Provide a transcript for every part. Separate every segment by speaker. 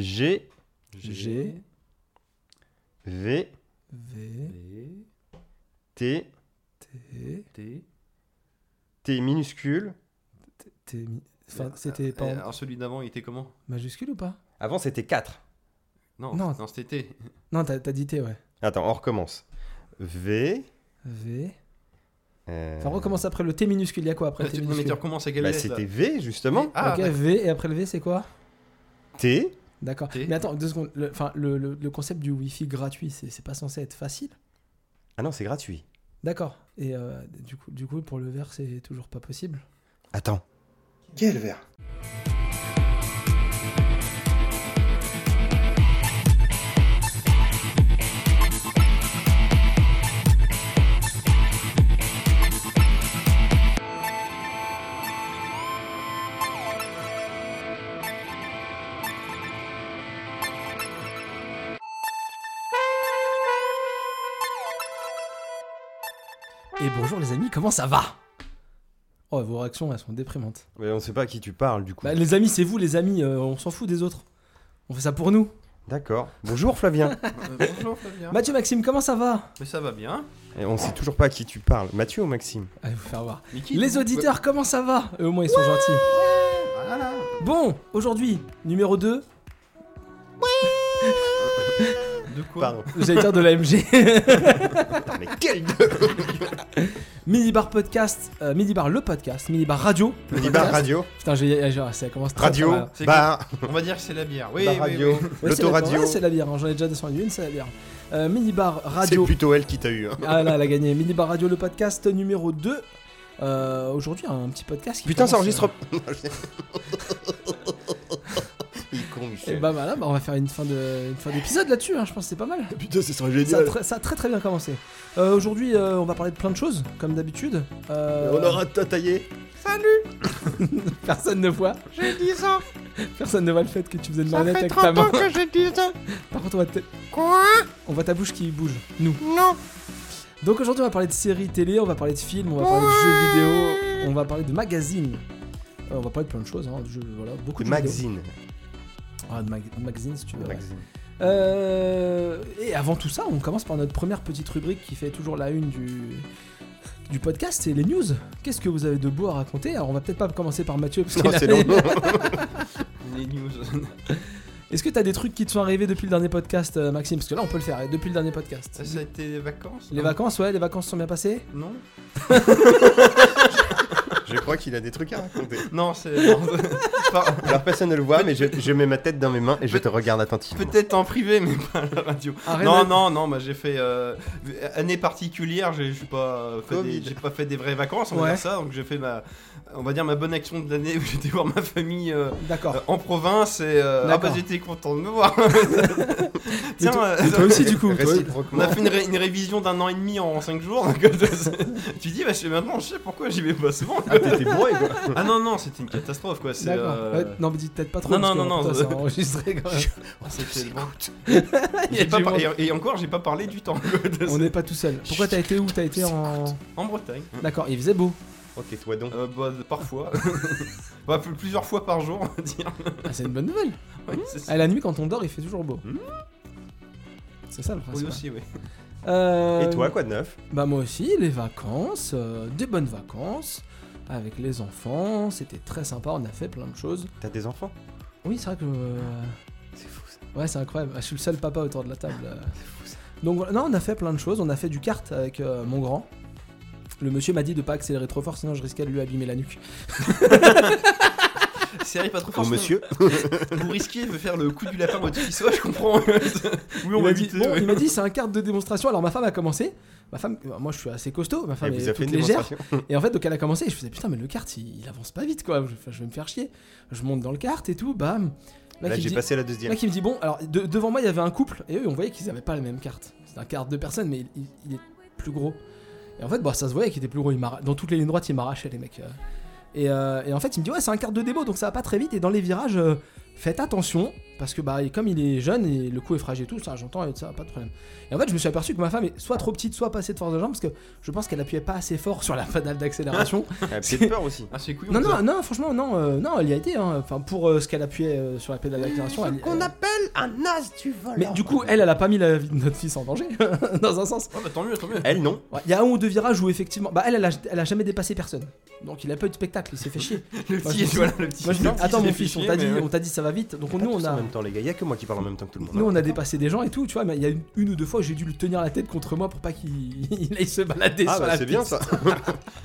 Speaker 1: G,
Speaker 2: G,
Speaker 1: V,
Speaker 2: V, E,
Speaker 3: V,
Speaker 1: T,
Speaker 2: T,
Speaker 3: T.
Speaker 1: T minuscule.
Speaker 2: T, T, mi- Enfin, c'était pas en
Speaker 3: Alors celui d'avant, il était comment
Speaker 2: majuscule ou pas
Speaker 1: Avant, c'était 4.
Speaker 3: Non,
Speaker 2: Non.
Speaker 3: non, c'était T.
Speaker 2: Non, t'as t'as dit T, ouais.
Speaker 1: Attends, on recommence. V.
Speaker 2: V.
Speaker 1: euh,
Speaker 2: Enfin, recommence après le T minuscule. Il y a quoi après
Speaker 3: Après,
Speaker 2: T
Speaker 3: tu, non, mais
Speaker 2: minuscule
Speaker 3: tu recommences à quelle
Speaker 1: bah,
Speaker 3: lettre, là
Speaker 1: c'était V, justement.
Speaker 3: Ah,
Speaker 2: Ok,
Speaker 3: d'accord.
Speaker 2: V et après le V, c'est quoi
Speaker 1: T.
Speaker 2: D'accord.
Speaker 3: T.
Speaker 2: Mais attends, deux secondes. Le, enfin, le, le- le concept du Wi-Fi gratuit, c'est c'est pas censé être facile
Speaker 1: Ah non, c'est gratuit.
Speaker 2: D'accord. Et euh, du, coup, du coup, pour le verre, c'est toujours pas possible
Speaker 1: Attends.
Speaker 4: Quel verre
Speaker 2: Et bonjour les amis, comment ça va Oh, vos réactions, elles sont déprimantes.
Speaker 1: Mais on sait pas à qui tu parles, du coup.
Speaker 2: Bah, les amis, c'est vous, les amis, euh, on s'en fout des autres. On fait ça pour nous.
Speaker 1: D'accord. Bonjour, Flavien.
Speaker 3: Euh, Bonjour Flavien.
Speaker 2: Mathieu, Maxime, comment ça va
Speaker 3: Mais ça va bien.
Speaker 1: Et on sait toujours pas à qui tu parles. Mathieu ou Maxime
Speaker 2: Allez vous faire voir.
Speaker 3: Mickey,
Speaker 2: Les
Speaker 3: vous-
Speaker 2: auditeurs, comment ça va Eux, Au moins, ils sont gentils.
Speaker 3: Voilà.
Speaker 2: Bon, aujourd'hui, numéro 2,
Speaker 3: De quoi
Speaker 1: Pardon.
Speaker 2: j'allais dire de l'AMG.
Speaker 1: Putain, mais quel
Speaker 2: Minibar Podcast, euh, Minibar le podcast, Minibar Radio. le
Speaker 1: Minibar
Speaker 2: podcast.
Speaker 1: radio.
Speaker 2: Putain, j'ai- j'ai- ça commence très
Speaker 1: Radio.
Speaker 2: très mal.
Speaker 3: C'est
Speaker 1: Bar.
Speaker 3: On va dire que c'est la bière. Oui,
Speaker 1: bar
Speaker 3: oui,
Speaker 1: radio.
Speaker 3: oui.
Speaker 2: Ouais, c'est la-
Speaker 1: L'autoradio.
Speaker 2: ouais, c'est la bière, hein, j'en ai déjà descendu une, c'est la bière. Euh, Minibar
Speaker 1: c'est
Speaker 2: Radio.
Speaker 1: plutôt elle qui t'a eu. hein.
Speaker 2: Ah là, elle a gagné. Minibar Radio, le podcast numéro 2. Euh, Aujourd'hui, un petit podcast qui.
Speaker 1: Putain, ça
Speaker 2: commence, euh,
Speaker 1: enregistre. Il est con,
Speaker 2: euh, Et
Speaker 1: Michel.
Speaker 2: bah voilà, bah, on va faire une fin de- une fin d'épisode là-dessus, hein, je pense que c'est pas mal.
Speaker 1: Putain, c'est serait
Speaker 2: Ça a, très, ça a très très bien commencé. Euh, Aujourd'hui, euh, on va parler de plein de choses, comme d'habitude. Euh,
Speaker 1: On aura tataillé.
Speaker 2: Personne ne voit.
Speaker 5: J'ai 10 ans,
Speaker 2: Personne ne voit le fait que tu faisais une
Speaker 5: ça
Speaker 2: marionnette
Speaker 5: fait
Speaker 2: avec ta
Speaker 5: 30 ans
Speaker 2: main.
Speaker 5: que j'ai 10 ans.
Speaker 2: Par contre, on voit, ta-
Speaker 5: Quoi
Speaker 2: on voit ta bouche qui bouge. Nous.
Speaker 5: Non,
Speaker 2: Donc aujourd'hui, on va parler de séries télé, on va parler de films, on va parler de jeux vidéo, on va parler de magazines. Euh, on va parler de plein de choses, hein, de jeux- voilà, beaucoup de jeux vidéo.
Speaker 1: Magazine.
Speaker 2: Ah, de mag- magazines, si tu veux. ouais.
Speaker 1: Magazine.
Speaker 2: Euh, et avant tout ça, on commence par notre première petite rubrique qui fait toujours la une du, du podcast, c'est les news. Qu'est-ce que vous avez de beau à raconter Alors, on va peut-être pas commencer par Mathieu. parce
Speaker 1: Non,
Speaker 2: qu'il a-
Speaker 1: c'est long.
Speaker 3: Les news.
Speaker 2: Est-ce que t'as des trucs qui te sont arrivés depuis le dernier podcast, euh, Maxime Parce que là, on peut le faire, et depuis le dernier podcast.
Speaker 3: Ça, ça a été les vacances
Speaker 2: Les vacances, ouais, les vacances sont bien passées
Speaker 3: Non
Speaker 1: Je crois qu'il a des trucs à raconter.
Speaker 3: Non, c'est. non. Par-
Speaker 1: Alors personne ne le voit, mais je, je mets ma tête dans mes mains et je te regarde attentivement.
Speaker 3: Peut-être en privé, mais pas à la radio.
Speaker 2: Arrête
Speaker 3: non,
Speaker 2: de-
Speaker 3: non, non, bah, j'ai fait. euh, année particulière, j'ai j'ai pas, fait
Speaker 1: Covid.
Speaker 3: des- j'ai pas fait des vraies vacances, on va
Speaker 2: Ouais.
Speaker 3: dire ça. Donc j'ai fait ma. On va dire ma bonne action de l'année où j'étais voir ma famille. euh,
Speaker 2: D'accord.
Speaker 3: euh, en province et euh, ah
Speaker 2: D'accord.
Speaker 3: bah j'étais content de me voir. Tiens,
Speaker 2: toi-
Speaker 3: euh,
Speaker 2: mais toi aussi du coup. toi-
Speaker 3: on a
Speaker 1: Réciproquement.
Speaker 3: fait une, ré- une révision d'un an et demi en 5 jours. donc, c'est- tu dis bah je sais maintenant je sais pourquoi j'y vais pas souvent.
Speaker 1: Ah, t'étais bourré, quoi.
Speaker 3: Ah non non c'était une catastrophe quoi. C'est,
Speaker 2: D'accord.
Speaker 3: euh,
Speaker 2: Ouais, non mais dites peut-être pas trop.
Speaker 3: Non,
Speaker 2: parce
Speaker 3: non,
Speaker 2: que,
Speaker 3: non,
Speaker 2: putain,
Speaker 3: non,
Speaker 2: c'est enregistré quand même.
Speaker 3: ah, c'était bon.
Speaker 2: Il y a
Speaker 3: J'ai
Speaker 2: du
Speaker 3: pas par-
Speaker 2: monde.
Speaker 3: et, et encore j'ai pas parlé du temps.
Speaker 2: On n'est pas tout seul. Pourquoi t'as été où T'as été en.
Speaker 3: En Bretagne.
Speaker 2: D'accord, il faisait beau.
Speaker 1: Oh, tais-toi donc.
Speaker 3: Euh, bah, parfois. Bah, plus- plusieurs fois par jour, on va dire.
Speaker 2: Ah, c'est une bonne nouvelle.
Speaker 3: Oui, c'est ça.
Speaker 2: À la nuit, quand on dort, il fait toujours beau.
Speaker 1: Mmh.
Speaker 2: C'est ça le
Speaker 3: Hmm. Oui,
Speaker 2: principe.
Speaker 3: aussi, oui.
Speaker 2: Euh,
Speaker 1: Et toi, quoi de neuf
Speaker 2: Bah moi aussi, les vacances, euh, des bonnes vacances avec les enfants. C'était très sympa. On a fait plein de choses.
Speaker 1: T'as des enfants
Speaker 2: Oui, c'est vrai que. euh,
Speaker 1: C'est fou, ça.
Speaker 2: Ouais, c'est incroyable. Je suis le seul papa autour de la table. euh. Donc voilà, non, on a fait plein de choses. On a fait du kart avec euh, mon grand. Le monsieur m'a dit de pas accélérer trop fort, sinon je risquais de lui abîmer la nuque.
Speaker 3: C'est arrivé pas
Speaker 2: Oh,
Speaker 3: trop fort.
Speaker 1: Pour monsieur
Speaker 3: sinon, Vous risquez de faire le coup du lapin au ça je comprends. oui,
Speaker 2: il m'a dit, bon, il m'a dit, c'est un kart de démonstration. Alors ma femme a commencé. Ma femme, euh, moi je suis assez costaud, ma femme
Speaker 1: Elle Eh, vous
Speaker 2: est
Speaker 1: a fait
Speaker 2: toute
Speaker 1: une
Speaker 2: légère.
Speaker 1: démonstration
Speaker 2: Et en fait, donc elle a commencé et je faisais putain, mais le kart il, il avance pas vite quoi. Je, enfin, je vais me faire chier. Je monte dans le kart et tout, bam. Là,
Speaker 1: Là,
Speaker 2: qui me
Speaker 1: j'ai
Speaker 2: dit,
Speaker 1: passé la
Speaker 2: là,
Speaker 1: deuxième.
Speaker 2: qui me dit bon, alors de- devant moi il y avait un couple et eux on voyait qu'ils avaient pas la même carte. C'est un kart de personnes, mais il, il- il est plus gros. Et en fait, bah, ça se voyait qu'il était plus gros. Il m'arra- dans toutes les lignes droites, il m'arrachait les mecs. euh. Et, euh, et en fait, il me dit ouais, c'est un kart de démo donc ça va pas très vite. Et dans les virages, euh, faites attention, Parce que bah, et comme il est jeune et le cou est fragile et tout, ça j'entends et ça, pas de problème. Et en fait, je me suis aperçu que ma femme est soit trop petite, soit pas assez de force de jambe, parce que je pense qu'elle appuyait pas assez fort sur la pédale d'accélération.
Speaker 1: Ah, Peut-être peur aussi.
Speaker 3: Ah, c'est couillon.
Speaker 2: non,
Speaker 3: ça.
Speaker 2: non, non, franchement, non, euh, non, elle y a été. hein. Enfin, pour euh, ce qu'elle appuyait euh, sur la pédale d'accélération, elle- elle-
Speaker 1: appelle un as du vol.
Speaker 2: Mais du coup, elle, elle a pas mis la vie de notre fils en danger, dans un sens.
Speaker 3: Ah, bah tant mieux, tant mieux.
Speaker 1: elle non.
Speaker 2: Ouais, Il y a un ou deux virages où effectivement, bah elle, elle a, elle a jamais dépassé personne. Donc il a pas eu de spectacle, il s'est fait chier.
Speaker 3: Le
Speaker 2: Moi,
Speaker 3: petit,
Speaker 2: je me suis-
Speaker 3: voilà, le petit.
Speaker 2: Moi je dis,
Speaker 3: le petit,
Speaker 2: attends
Speaker 3: il
Speaker 2: mon
Speaker 3: s'est fait
Speaker 2: fils, on
Speaker 3: chier,
Speaker 2: t'a
Speaker 3: mais euh,
Speaker 2: dit,
Speaker 3: ouais.
Speaker 2: on t'a dit ça va vite. Donc nous
Speaker 1: Pas
Speaker 2: on
Speaker 1: tous
Speaker 2: a,
Speaker 1: en même temps les gars, il y a que moi qui parle en même temps que tout le monde.
Speaker 2: nous on a dépassé des gens et tout, tu vois. Mais il y a une, une ou deux fois où j'ai dû le tenir la tête contre moi pour pas qu'il il aille se balader
Speaker 1: Ah
Speaker 2: sur
Speaker 1: bah
Speaker 2: la
Speaker 1: c'est bien
Speaker 2: piste.
Speaker 1: ça.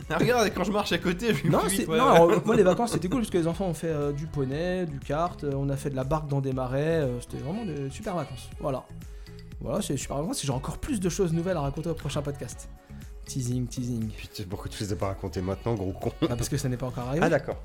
Speaker 3: Ah, regarde, quand je marche à côté, je lui
Speaker 2: Non,
Speaker 3: plus
Speaker 2: c'est-
Speaker 3: vite, ouais.
Speaker 2: non, alors, moi les vacances c'était cool parce que les enfants ont fait euh, du poney, du kart, euh, on a fait de la barque dans des marais, euh, c'était vraiment des super vacances. Voilà. Voilà, c'est des super vacances et j'ai encore plus de choses nouvelles à raconter au prochain podcast. Teasing, teasing.
Speaker 1: Putain, pourquoi tu les as pas racontés maintenant, gros con
Speaker 2: Ah, parce que ça n'est pas encore arrivé.
Speaker 1: Ah d'accord.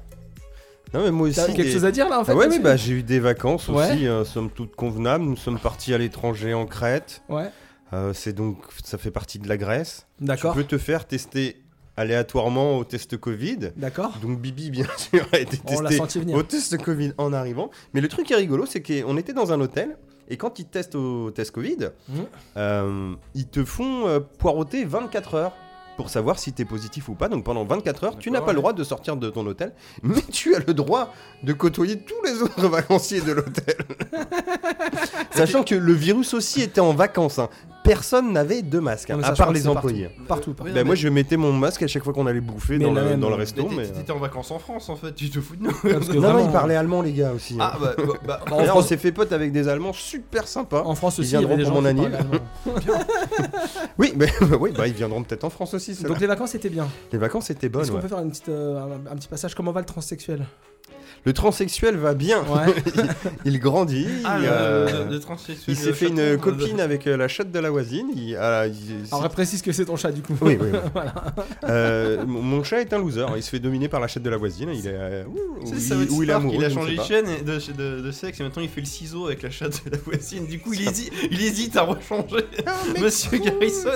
Speaker 1: Non mais moi aussi.
Speaker 2: T'as quelque
Speaker 1: des-
Speaker 2: chose à dire là en fait
Speaker 1: Ah ouais, mais
Speaker 2: là-dessus
Speaker 1: bah j'ai eu des vacances
Speaker 2: Ouais.
Speaker 1: aussi, euh, somme toute convenables. Nous sommes partis à l'étranger en Crète.
Speaker 2: Ouais,
Speaker 1: Euh, c'est donc, ça fait partie de la Grèce. Tu
Speaker 2: d'accord.
Speaker 1: peux te faire tester aléatoirement au test Covid.
Speaker 2: D'accord.
Speaker 1: Donc Bibi, bien sûr, a été
Speaker 2: On l'a
Speaker 1: testé
Speaker 2: senti venir.
Speaker 1: au test Covid en arrivant. Mais le truc qui est rigolo, c'est qu'on était dans un hôtel. Et quand ils te testent au test Covid,
Speaker 2: Mhm.
Speaker 1: euh, ils te font euh, poireauter 24 heures pour savoir si t'es positif ou pas. Donc pendant 24 heures, tu n'as
Speaker 3: D'accord,
Speaker 1: pas le
Speaker 3: ouais.
Speaker 1: droit de sortir de ton hôtel, mais tu as le droit de côtoyer tous les autres vacanciers de l'hôtel. Sachant que le virus aussi était en vacances. hein. Personne n'avait de masque,
Speaker 2: Non,
Speaker 1: hein,
Speaker 2: mais
Speaker 1: à
Speaker 2: sachant
Speaker 1: part
Speaker 2: que
Speaker 1: les
Speaker 2: c'est partout.
Speaker 1: employés.
Speaker 2: Partout, partout.
Speaker 3: Oui,
Speaker 1: Bah,
Speaker 3: non,
Speaker 1: Moi,
Speaker 3: mais-
Speaker 1: je mettais mon masque à chaque fois qu'on allait bouffer
Speaker 2: Mais
Speaker 1: dans
Speaker 2: la
Speaker 1: le,
Speaker 2: même-
Speaker 1: dans le
Speaker 3: Mais
Speaker 2: mais
Speaker 1: resto.
Speaker 3: t'es-
Speaker 1: mais, euh,
Speaker 3: T'étais en vacances en France en fait, tu te fous de nous.
Speaker 2: Parce que
Speaker 1: Non,
Speaker 2: vraiment, euh,
Speaker 1: non, il parlait allemand, les gars aussi. hein.
Speaker 3: Ah bah, bah, bah,
Speaker 2: Bah, en
Speaker 1: D'ailleurs, on
Speaker 2: France-
Speaker 1: s'est fait pote avec des Allemands super sympas.
Speaker 2: En France
Speaker 1: Ils
Speaker 2: aussi, il y avait des gens
Speaker 1: viendront
Speaker 2: qui
Speaker 1: pour mon
Speaker 2: parlaient allemand.
Speaker 1: Oui, mais, oui, bah, ils viendront peut-être en France aussi. ceux-là.
Speaker 2: Donc les vacances étaient bien.
Speaker 1: les vacances étaient bonnes.
Speaker 2: Est-ce qu'on
Speaker 1: ouais.
Speaker 2: peut faire une petite, euh, un, un petit passage Comment va le transsexuel
Speaker 1: Le transsexuel va bien.
Speaker 2: Ouais.
Speaker 1: il, il grandit.
Speaker 3: Ah,
Speaker 1: il,
Speaker 3: le,
Speaker 1: euh,
Speaker 3: le- le transsexuel,
Speaker 1: il s'est
Speaker 3: le
Speaker 1: fait une
Speaker 3: chaton, euh,
Speaker 1: copine avec euh, la chatte de la voisine. Il- ah, il-
Speaker 2: Alors précise que c'est ton chat du coup.
Speaker 1: Oui, oui, oui. Euh, mon- mon chat est un loser. Il se fait dominer par la chatte de la voisine. Il est, euh, ou-
Speaker 3: Tu
Speaker 1: ou
Speaker 3: sais, ça
Speaker 1: il-
Speaker 3: va être
Speaker 1: ou il est
Speaker 3: Stark,
Speaker 1: amoureux.
Speaker 3: il a
Speaker 1: je ne sais
Speaker 3: changé de
Speaker 1: pas.
Speaker 3: chaîne et de, de- de sexe et maintenant il fait le ciseau avec la chatte de la voisine. Du coup, il hésite, il hésite à rechanger.
Speaker 1: Ah,
Speaker 3: Monsieur Garrison,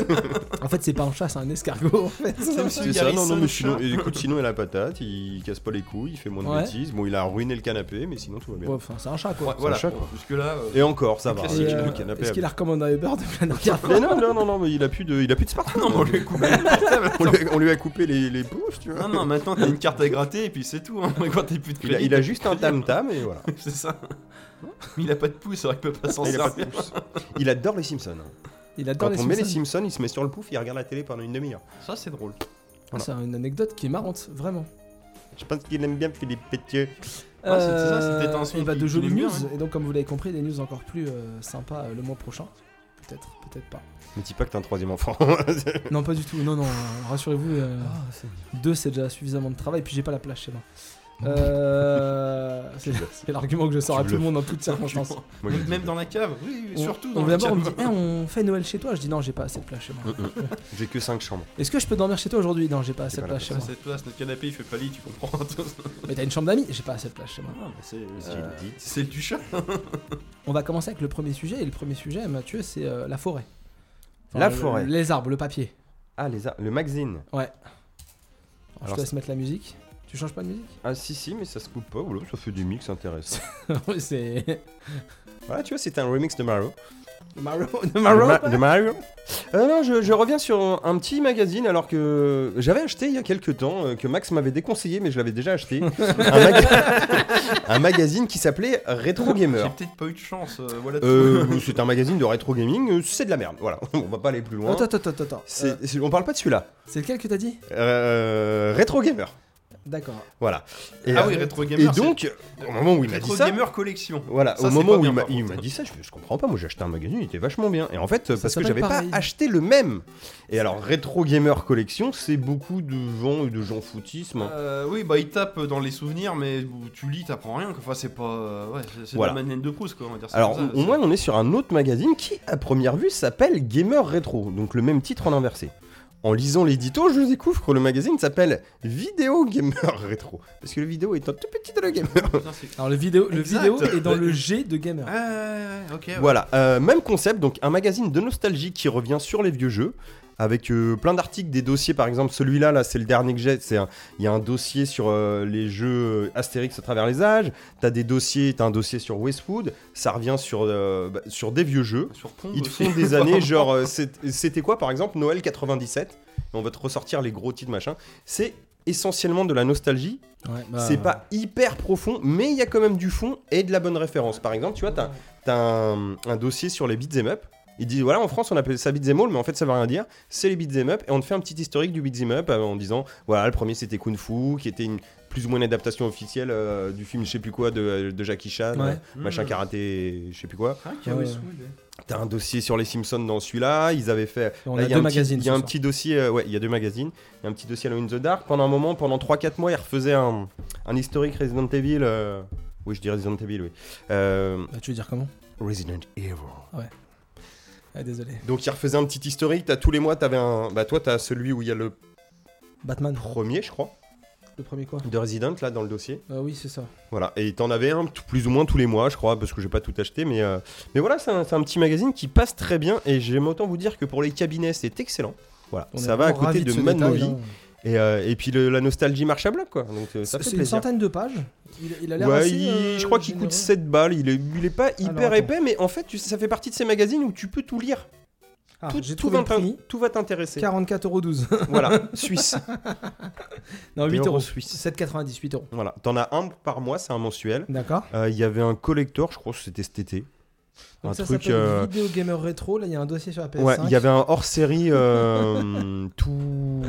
Speaker 2: En fait, c'est pas un chat, c'est un escargot. En fait.
Speaker 3: C'est monsieur
Speaker 1: C'est ça, non, non, mais
Speaker 3: Garrison,
Speaker 1: sinon,
Speaker 3: chat.
Speaker 1: et écoute, sinon, il a la patate, il casse pas les couilles, il fait moins de
Speaker 2: Ouais.
Speaker 1: bêtises. Bon, il a ruiné le canapé, mais sinon, tout va bien.
Speaker 2: Ouais, enfin, c'est un chat quoi.
Speaker 3: Ouais, voilà, euh,
Speaker 1: un chat, quoi.
Speaker 3: jusque là.
Speaker 1: Et encore, ça va.
Speaker 3: Classique.
Speaker 2: Et,
Speaker 1: le
Speaker 2: euh,
Speaker 1: canapé
Speaker 2: Est-ce
Speaker 1: a-
Speaker 2: qu'il a recommandé un Uber de la dernière fois
Speaker 1: Mais non, non, non, non, mais il a plus de, il a plus de smartphone.
Speaker 3: Ah Non, mais on lui a coupé le portable.
Speaker 1: On lui a- on lui a coupé les, les pouces, tu vois.
Speaker 3: Non, non, maintenant t'as une carte à gratter et puis c'est tout. hein. Quand t'as plus de
Speaker 1: Il a,
Speaker 3: crédit,
Speaker 1: il a
Speaker 3: t'as
Speaker 1: juste
Speaker 3: plus
Speaker 1: un
Speaker 3: de crédit.
Speaker 1: tam tam et voilà.
Speaker 3: C'est ça. Il a pas de pouce, alors il peut pas s'en
Speaker 1: Hein Il, a pas
Speaker 3: servir.
Speaker 1: de pouce. Il adore les Simpsons. hein.
Speaker 2: Il adore
Speaker 1: Quand on
Speaker 2: les
Speaker 1: met les
Speaker 2: Simpsons.
Speaker 1: Simpsons, il se met sur le pouf, il regarde la télé pendant une demi-heure.
Speaker 3: Ça, c'est drôle.
Speaker 2: Ah, C'est une anecdote qui est marrante, vraiment.
Speaker 1: Je pense qu'il aime bien Philippe Pétieux.
Speaker 3: Ah, c'est- c'est ça, c'était un son
Speaker 2: et bah,
Speaker 3: qui-
Speaker 2: de
Speaker 3: qui
Speaker 2: jolies
Speaker 3: l'aime bien,
Speaker 2: news.
Speaker 3: ouais.
Speaker 2: Et donc, comme vous l'avez compris, des news encore plus euh, sympas euh, le mois prochain. Peut-être, peut-être pas.
Speaker 1: Me dis pas que t'as un troisième enfant.
Speaker 2: Non, pas du tout. Non, non, euh, rassurez-vous. euh, deux, c'est déjà suffisamment de travail. Puis j'ai pas la place chez moi. Euh, c'est c'est l'argument que je sors à
Speaker 1: Tu
Speaker 2: tout le
Speaker 1: le
Speaker 2: monde en toutes circonstances.
Speaker 1: Moi, je dis-
Speaker 3: Même dans la cave, oui, oui,
Speaker 2: On-
Speaker 3: surtout
Speaker 2: on,
Speaker 3: dans la
Speaker 2: d'abord,
Speaker 3: cave.
Speaker 2: on me dit, Eh, on fait Noël chez toi. Je dis, non, j'ai pas assez de place chez moi.
Speaker 1: J'ai que 5 chambres.
Speaker 2: Est-ce que je peux dormir chez toi aujourd'hui Non, j'ai pas assez
Speaker 1: C'est
Speaker 2: de
Speaker 1: pas la
Speaker 2: place chez
Speaker 3: Ça,
Speaker 2: moi.
Speaker 3: cette place, notre canapé, il fait pas lit, tu comprends.
Speaker 2: Mais t'as une chambre d'amis J'ai pas assez de place chez moi.
Speaker 1: Euh,
Speaker 3: C'est du chat.
Speaker 2: On va commencer avec le premier sujet. Et le premier sujet, Mathieu, c'est euh, la forêt.
Speaker 1: La
Speaker 2: le-
Speaker 1: forêt.
Speaker 2: les arbres, le papier.
Speaker 1: Ah, les a- le magazine.
Speaker 2: Alors, je
Speaker 1: Alors,
Speaker 2: te laisse mettre la musique. Tu changes pas de musique
Speaker 1: Ah, si, si, mais ça se coupe pas. Voilà, ça fait du mix intéressant.
Speaker 2: Oui, C'est.
Speaker 1: voilà, tu vois, c'était un remix de Mario.
Speaker 2: Mario.
Speaker 1: De Ma- de Mario. Euh, non, je, je reviens sur un, un petit magazine alors que j'avais acheté il y a quelques temps, euh, que Max m'avait déconseillé, mais je l'avais déjà acheté. un, maga- un magazine qui s'appelait Retro
Speaker 3: J'ai
Speaker 1: Gamer.
Speaker 3: peut-être pas eu de chance. euh, voilà tout.
Speaker 1: Euh, c'est un magazine de rétro gaming, euh, c'est de la merde. Voilà, on va pas aller plus
Speaker 3: Ah,
Speaker 1: loin.
Speaker 2: Attends, attends, attends, attends.
Speaker 1: C'est-
Speaker 2: Euh,
Speaker 1: c'est- on parle pas de celui-là.
Speaker 2: c'est lequel que t'as dit
Speaker 1: Euh, Retro Gamer.
Speaker 2: D'accord.
Speaker 1: Voilà. Et,
Speaker 3: ah oui,
Speaker 1: euh,
Speaker 3: Retro
Speaker 1: et
Speaker 3: Gamer.
Speaker 1: donc, au moment où il m'a dit
Speaker 3: Retro
Speaker 1: ça,
Speaker 3: Gamer Collection.
Speaker 1: Voilà,
Speaker 3: Ça,
Speaker 1: au
Speaker 3: c'est
Speaker 1: moment
Speaker 3: pas
Speaker 1: où
Speaker 3: bien,
Speaker 1: il m'a
Speaker 3: par
Speaker 1: il
Speaker 3: contre.
Speaker 1: m'a dit ça, je, fais, je comprends pas. Moi, j'ai acheté un magazine, il était vachement bien. Et en fait, parce que
Speaker 2: s'appelle
Speaker 1: j'avais pas
Speaker 2: pareil.
Speaker 1: acheté le même. Et alors, Retro Gamer Collection, c'est beaucoup de gens de gens foutisme.
Speaker 3: Euh, oui, bah il tape dans les souvenirs, mais tu lis, t'apprends rien. quoi. Enfin, c'est pas. euh, Ouais, c'est- c'est
Speaker 1: Voilà.
Speaker 3: de la Madeleine de Proust, quoi. On va dire ça
Speaker 1: alors,
Speaker 3: comme ça,
Speaker 1: au au
Speaker 3: c'est-
Speaker 1: moins, on est sur un autre magazine qui, à première vue, s'appelle Gamer Retro. Donc, le même titre en inversé. En lisant l'édito, je découvre que le magazine s'appelle Vidéo Gamer Retro. Parce que le vidéo est un tout petit de le gamer.
Speaker 3: Putain, c'est-
Speaker 2: Alors, le vidéo, le
Speaker 3: Exact.
Speaker 2: vidéo est dans le G de gamer.
Speaker 3: Ah, ouais, ouais, ouais, ok. ouais.
Speaker 1: Voilà, euh, même concept, donc un magazine de nostalgie qui revient sur les vieux jeux. avec euh, plein d'articles, des dossiers. Par exemple, celui-là, là, c'est le dernier que j'ai. C'est un- Il y a un dossier sur euh, les jeux Astérix à travers les âges. T'as des dossiers, t'as un dossier sur Westwood. Ça revient sur, euh, bah, sur des vieux jeux.
Speaker 3: Sur Pong
Speaker 1: Ils te
Speaker 3: aussi.
Speaker 1: font des années, genre, euh, c'est- c'était quoi par exemple Noël 97 Et On va te ressortir les gros titres, machin. C'est essentiellement de la nostalgie.
Speaker 2: Ouais, bah,
Speaker 1: Ah. C'est pas hyper profond, mais il y a quand même du fond et de la bonne référence. Par exemple, tu vois, t'as t'as un, un dossier sur les beat'em up. Il dit voilà en France on appelle ça beat'em all mais en fait ça veut rien dire. C'est les beat'em up et on te fait un petit historique du beat'em up euh, en disant voilà le premier c'était Kung Fu qui était une plus ou moins une adaptation officielle euh, du film je sais plus quoi de, de Jackie Chan
Speaker 2: Ouais.
Speaker 1: euh, machin
Speaker 3: Mmh.
Speaker 1: karaté je sais plus quoi.
Speaker 3: Ah, Kaya
Speaker 2: Ouais.
Speaker 3: Westwood.
Speaker 1: T'as un dossier sur les Simpsons dans celui-là ils avaient fait
Speaker 2: On
Speaker 1: Là, Bah,
Speaker 2: a
Speaker 1: il y a
Speaker 2: deux
Speaker 1: un petit-
Speaker 2: magazines.
Speaker 1: Il y a
Speaker 2: ce
Speaker 1: un
Speaker 2: soir.
Speaker 1: petit dossier, euh, ouais, il y a deux magazines. Il y a un petit dossier Alone in the Dark. Pendant un moment, pendant 3-4 mois, il refaisait un, un historique Resident Evil. euh, Oui, je dis Resident Evil, oui. Euh,
Speaker 2: Bah, tu veux dire comment
Speaker 1: Resident Evil.
Speaker 2: Ah, Désolé.
Speaker 1: Donc, il refaisait un petit historique. T'as tous les mois, t'avais un. Bah, toi, t'as celui où il y a le
Speaker 2: Batman,
Speaker 1: premier, je crois,
Speaker 2: le premier quoi
Speaker 1: de Resident, là, dans le dossier.
Speaker 2: Ah Oui, c'est ça.
Speaker 1: Voilà. Et t'en avais un tout- plus ou moins tous les mois, je crois, parce que j'ai pas tout acheté. Mais, euh, mais voilà, c'est un, c'est un petit magazine qui passe très bien. Et j'aime autant vous dire que pour les cabinets, c'est excellent. Voilà.
Speaker 2: On est
Speaker 1: ça va à
Speaker 2: vraiment
Speaker 1: côté
Speaker 2: ravis
Speaker 1: de
Speaker 2: ce
Speaker 1: Mad
Speaker 2: détail,
Speaker 1: Movie.
Speaker 2: hein.
Speaker 1: Et, euh, et puis le- la nostalgie marche à bloc, quoi. Donc euh, ça fait
Speaker 2: C'est une
Speaker 1: plaisir.
Speaker 2: centaine de pages. Il, il a l'air
Speaker 1: Ouais,
Speaker 2: assez,
Speaker 1: il-
Speaker 2: euh,
Speaker 1: je crois qu'il
Speaker 2: généreux.
Speaker 1: coûte 7 balles. Il est, il est pas hyper
Speaker 2: attends.
Speaker 1: épais, mais en fait, tu sais, ça fait partie de ces magazines où tu peux tout lire.
Speaker 2: Ah,
Speaker 1: tout,
Speaker 2: j'ai
Speaker 1: tout
Speaker 2: trouvé
Speaker 1: va
Speaker 2: le prix.
Speaker 1: t'in- tout va t'intéresser.
Speaker 2: 44,12€.
Speaker 1: voilà, Suisse.
Speaker 2: non,
Speaker 1: Des
Speaker 2: 8
Speaker 1: euros
Speaker 2: euros.
Speaker 1: suisses.
Speaker 2: 7,98 euros.
Speaker 1: Voilà, t'en as un par mois, c'est un mensuel.
Speaker 2: D'accord.
Speaker 1: Euh, Il y avait un collector, je crois que c'était cet été.
Speaker 2: Donc
Speaker 1: un
Speaker 2: ça
Speaker 1: truc.
Speaker 2: s'appelle
Speaker 1: euh,
Speaker 2: Vidéo Gamer Rétro. Là, il y a un dossier sur la PS5.
Speaker 1: Ouais, il y avait un hors série euh, tout.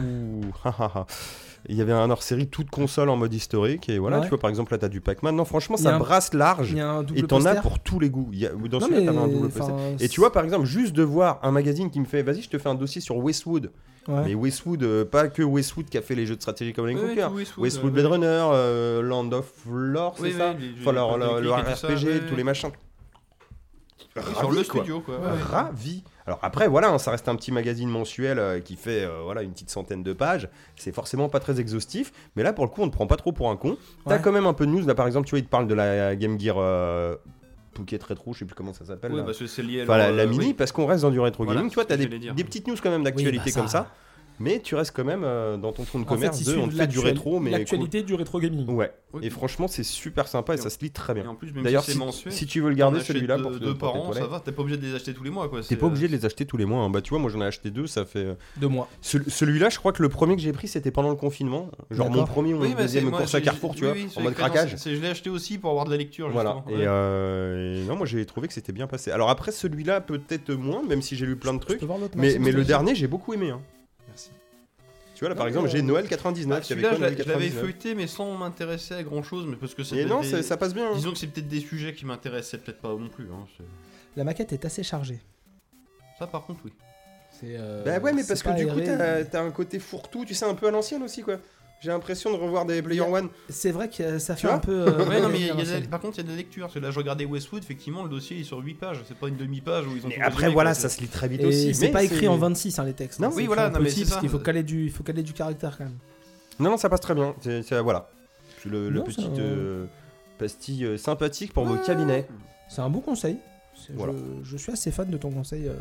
Speaker 1: Ha, ha, ha. Il y avait un hors série toute console en mode historique. Et voilà,
Speaker 2: Ouais.
Speaker 1: tu vois, par exemple, là, t'as du Pac-Man. Non, franchement,
Speaker 2: Il y a
Speaker 1: ça
Speaker 2: un-
Speaker 1: brasse large.
Speaker 2: Il y a un double
Speaker 1: Et t'en as
Speaker 2: poster.
Speaker 1: pour tous les goûts. Il y a- dans
Speaker 2: Non,
Speaker 1: celui-là,
Speaker 2: mais,
Speaker 1: t'avais un double
Speaker 2: enfin,
Speaker 1: poster. Et tu vois, par exemple, juste de voir un magazine qui me fait Vas-y, je te fais un dossier sur Westwood.
Speaker 2: ouais.
Speaker 1: Mais Westwood, euh, pas que Westwood qui a fait les jeux de stratégie comme les
Speaker 3: Ouais,
Speaker 1: Conquer.
Speaker 3: tout Westwood,
Speaker 1: Westwood
Speaker 3: euh,
Speaker 1: Blade Runner, euh, Land of Lore, c'est
Speaker 3: Oui,
Speaker 1: ça
Speaker 3: oui, les jeux-
Speaker 1: Enfin, leur,
Speaker 3: les
Speaker 1: leur-
Speaker 3: clics
Speaker 1: leur
Speaker 3: et tout ça,
Speaker 1: RPG,
Speaker 3: ouais.
Speaker 1: tous les machins.
Speaker 3: oui,
Speaker 1: Ravi,
Speaker 3: Sur le
Speaker 1: Ah quoi.
Speaker 3: studio, quoi.
Speaker 2: Ouais.
Speaker 1: Ravi. Alors après, voilà, hein, ça reste un petit magazine mensuel euh, qui fait euh, voilà une petite centaine de pages. C'est forcément pas très exhaustif, mais là pour le coup, on ne prend pas trop pour un con. T'as
Speaker 2: Ouais.
Speaker 1: quand même un peu de news. Là, par exemple, tu vois, il te parle de la Game Gear euh, Pocket Retro, je sais plus comment ça s'appelle.
Speaker 3: Ouais,
Speaker 1: là.
Speaker 3: parce que c'est lié à
Speaker 1: Enfin, la,
Speaker 3: leur,
Speaker 1: la
Speaker 3: euh,
Speaker 1: mini,
Speaker 3: oui.
Speaker 1: parce qu'on reste dans du rétro
Speaker 3: Voilà,
Speaker 1: gaming. Tu vois,
Speaker 3: c'est ce
Speaker 1: t'as
Speaker 3: que
Speaker 1: des,
Speaker 3: j'allais dire.
Speaker 1: des petites news quand même d'actualité
Speaker 2: Oui, bah,
Speaker 1: comme
Speaker 2: ça-
Speaker 1: ça, mais tu restes quand même euh, dans ton fond de
Speaker 2: En fait,
Speaker 1: commerce
Speaker 2: ils
Speaker 1: de
Speaker 2: suivent
Speaker 1: on te fait du
Speaker 2: l'actuali-
Speaker 1: rétro, mais.
Speaker 2: L'actualité du rétro gaming.
Speaker 1: cool. Ouais.
Speaker 3: Ouais.
Speaker 1: Et franchement, c'est super sympa et ça se lit très
Speaker 3: Et
Speaker 1: bien.
Speaker 3: en plus, même
Speaker 1: D'ailleurs,
Speaker 3: si
Speaker 1: si,
Speaker 3: c'est mensuel,
Speaker 1: si tu veux le
Speaker 3: t'en
Speaker 1: garder
Speaker 3: achètes
Speaker 1: celui-là
Speaker 3: deux-
Speaker 1: pour,
Speaker 3: deux
Speaker 1: pour
Speaker 3: par
Speaker 1: tes
Speaker 3: an, ça
Speaker 1: toilettes,
Speaker 3: va. T'es pas obligé de les acheter tous les mois, quoi.
Speaker 1: T'es
Speaker 3: c'est-
Speaker 1: pas obligé de les acheter tous les mois. hein. Bah, tu vois, moi j'en ai acheté deux, ça fait. euh,
Speaker 2: Deux mois.
Speaker 1: Ce- Celui-là, je crois que le premier que j'ai pris, c'était pendant le confinement. Genre mon
Speaker 2: D'accord.
Speaker 1: premier ou mon
Speaker 3: Oui, bah, c'est-
Speaker 1: deuxième
Speaker 3: moi,
Speaker 1: course à
Speaker 3: j'ai-
Speaker 1: Carrefour, tu
Speaker 3: oui,
Speaker 1: vois,
Speaker 3: oui, c'est
Speaker 1: en mode
Speaker 3: exactement,
Speaker 1: craquage.
Speaker 3: c'est- Je l'ai acheté aussi pour avoir de la lecture.
Speaker 1: Voilà.
Speaker 3: justement.
Speaker 1: Et, euh, et non, moi j'ai trouvé que c'était bien passé. Alors après, celui-là, peut-être moins, même si j'ai lu plein de
Speaker 2: Je
Speaker 1: trucs.
Speaker 2: peux voir l'autre
Speaker 1: Mais,
Speaker 2: Maxime,
Speaker 1: mais
Speaker 2: s'il
Speaker 1: le
Speaker 2: te
Speaker 1: dernier, j'ai beaucoup aimé. hein.
Speaker 3: Merci.
Speaker 1: Tu vois, là
Speaker 2: Non,
Speaker 1: par exemple,
Speaker 2: mais,
Speaker 1: j'ai
Speaker 2: euh,
Speaker 1: Noël
Speaker 3: Ah,
Speaker 1: 99. qui avait
Speaker 3: celui-là,
Speaker 1: quoi,
Speaker 3: je
Speaker 1: Noël
Speaker 3: l'a- je l'avais
Speaker 1: 99?
Speaker 3: feuilleté, mais sans m'intéresser à grand chose, mais parce que
Speaker 1: Et
Speaker 3: c'était.
Speaker 1: non,
Speaker 3: des-
Speaker 1: ça, ça passe bien. hein.
Speaker 3: Disons que c'est peut-être des sujets qui m'intéressaient peut-être pas non plus. hein, c'est-
Speaker 2: plaît. La maquette est assez chargée.
Speaker 3: Ça, par contre, oui.
Speaker 2: C'est, euh,
Speaker 1: Bah ouais, mais
Speaker 2: c'est
Speaker 1: parce que
Speaker 2: pas
Speaker 1: du coup,
Speaker 2: aéré.
Speaker 1: t'as t'as un côté fourre-tout, tu sais, un peu à l'ancienne aussi, quoi. J'ai l'impression de revoir des Player
Speaker 2: Il y
Speaker 1: One.
Speaker 2: C'est vrai que euh, ça
Speaker 1: Tu
Speaker 2: fait
Speaker 1: vois
Speaker 2: un peu. euh,
Speaker 3: Ouais, non, mais il y a- il y a de la-
Speaker 2: l'ancienne.
Speaker 3: par contre, il y a de la lecture. Parce que là, je regardais Westwood, effectivement, le dossier est sur 8 pages. C'est pas une demi-page où ils ont.
Speaker 1: Mais
Speaker 3: tout
Speaker 1: après,
Speaker 3: résumé,
Speaker 1: voilà,
Speaker 3: quoi,
Speaker 1: ça se lit très vite
Speaker 2: Et
Speaker 1: aussi.
Speaker 2: c'est
Speaker 1: mais
Speaker 2: pas écrit en 26 hein, les textes.
Speaker 1: Non,
Speaker 2: hein,
Speaker 1: oui,
Speaker 2: c'est écrit
Speaker 3: voilà,
Speaker 2: en
Speaker 3: non, mais
Speaker 2: petit,
Speaker 3: c'est
Speaker 2: parce
Speaker 3: ça.
Speaker 2: qu'il faut caler du, il faut caler du caractère quand même.
Speaker 1: Non, non, ça passe très bien. C'est- c'est- voilà. C'est le, le
Speaker 2: Non,
Speaker 1: petit.
Speaker 2: ça- Ah,
Speaker 1: euh, Pastille euh, sympathique pour vos cabinets.
Speaker 2: C'est un bon conseil. C'est-
Speaker 1: Voilà.
Speaker 2: Je, je suis assez fan de ton conseil. Euh,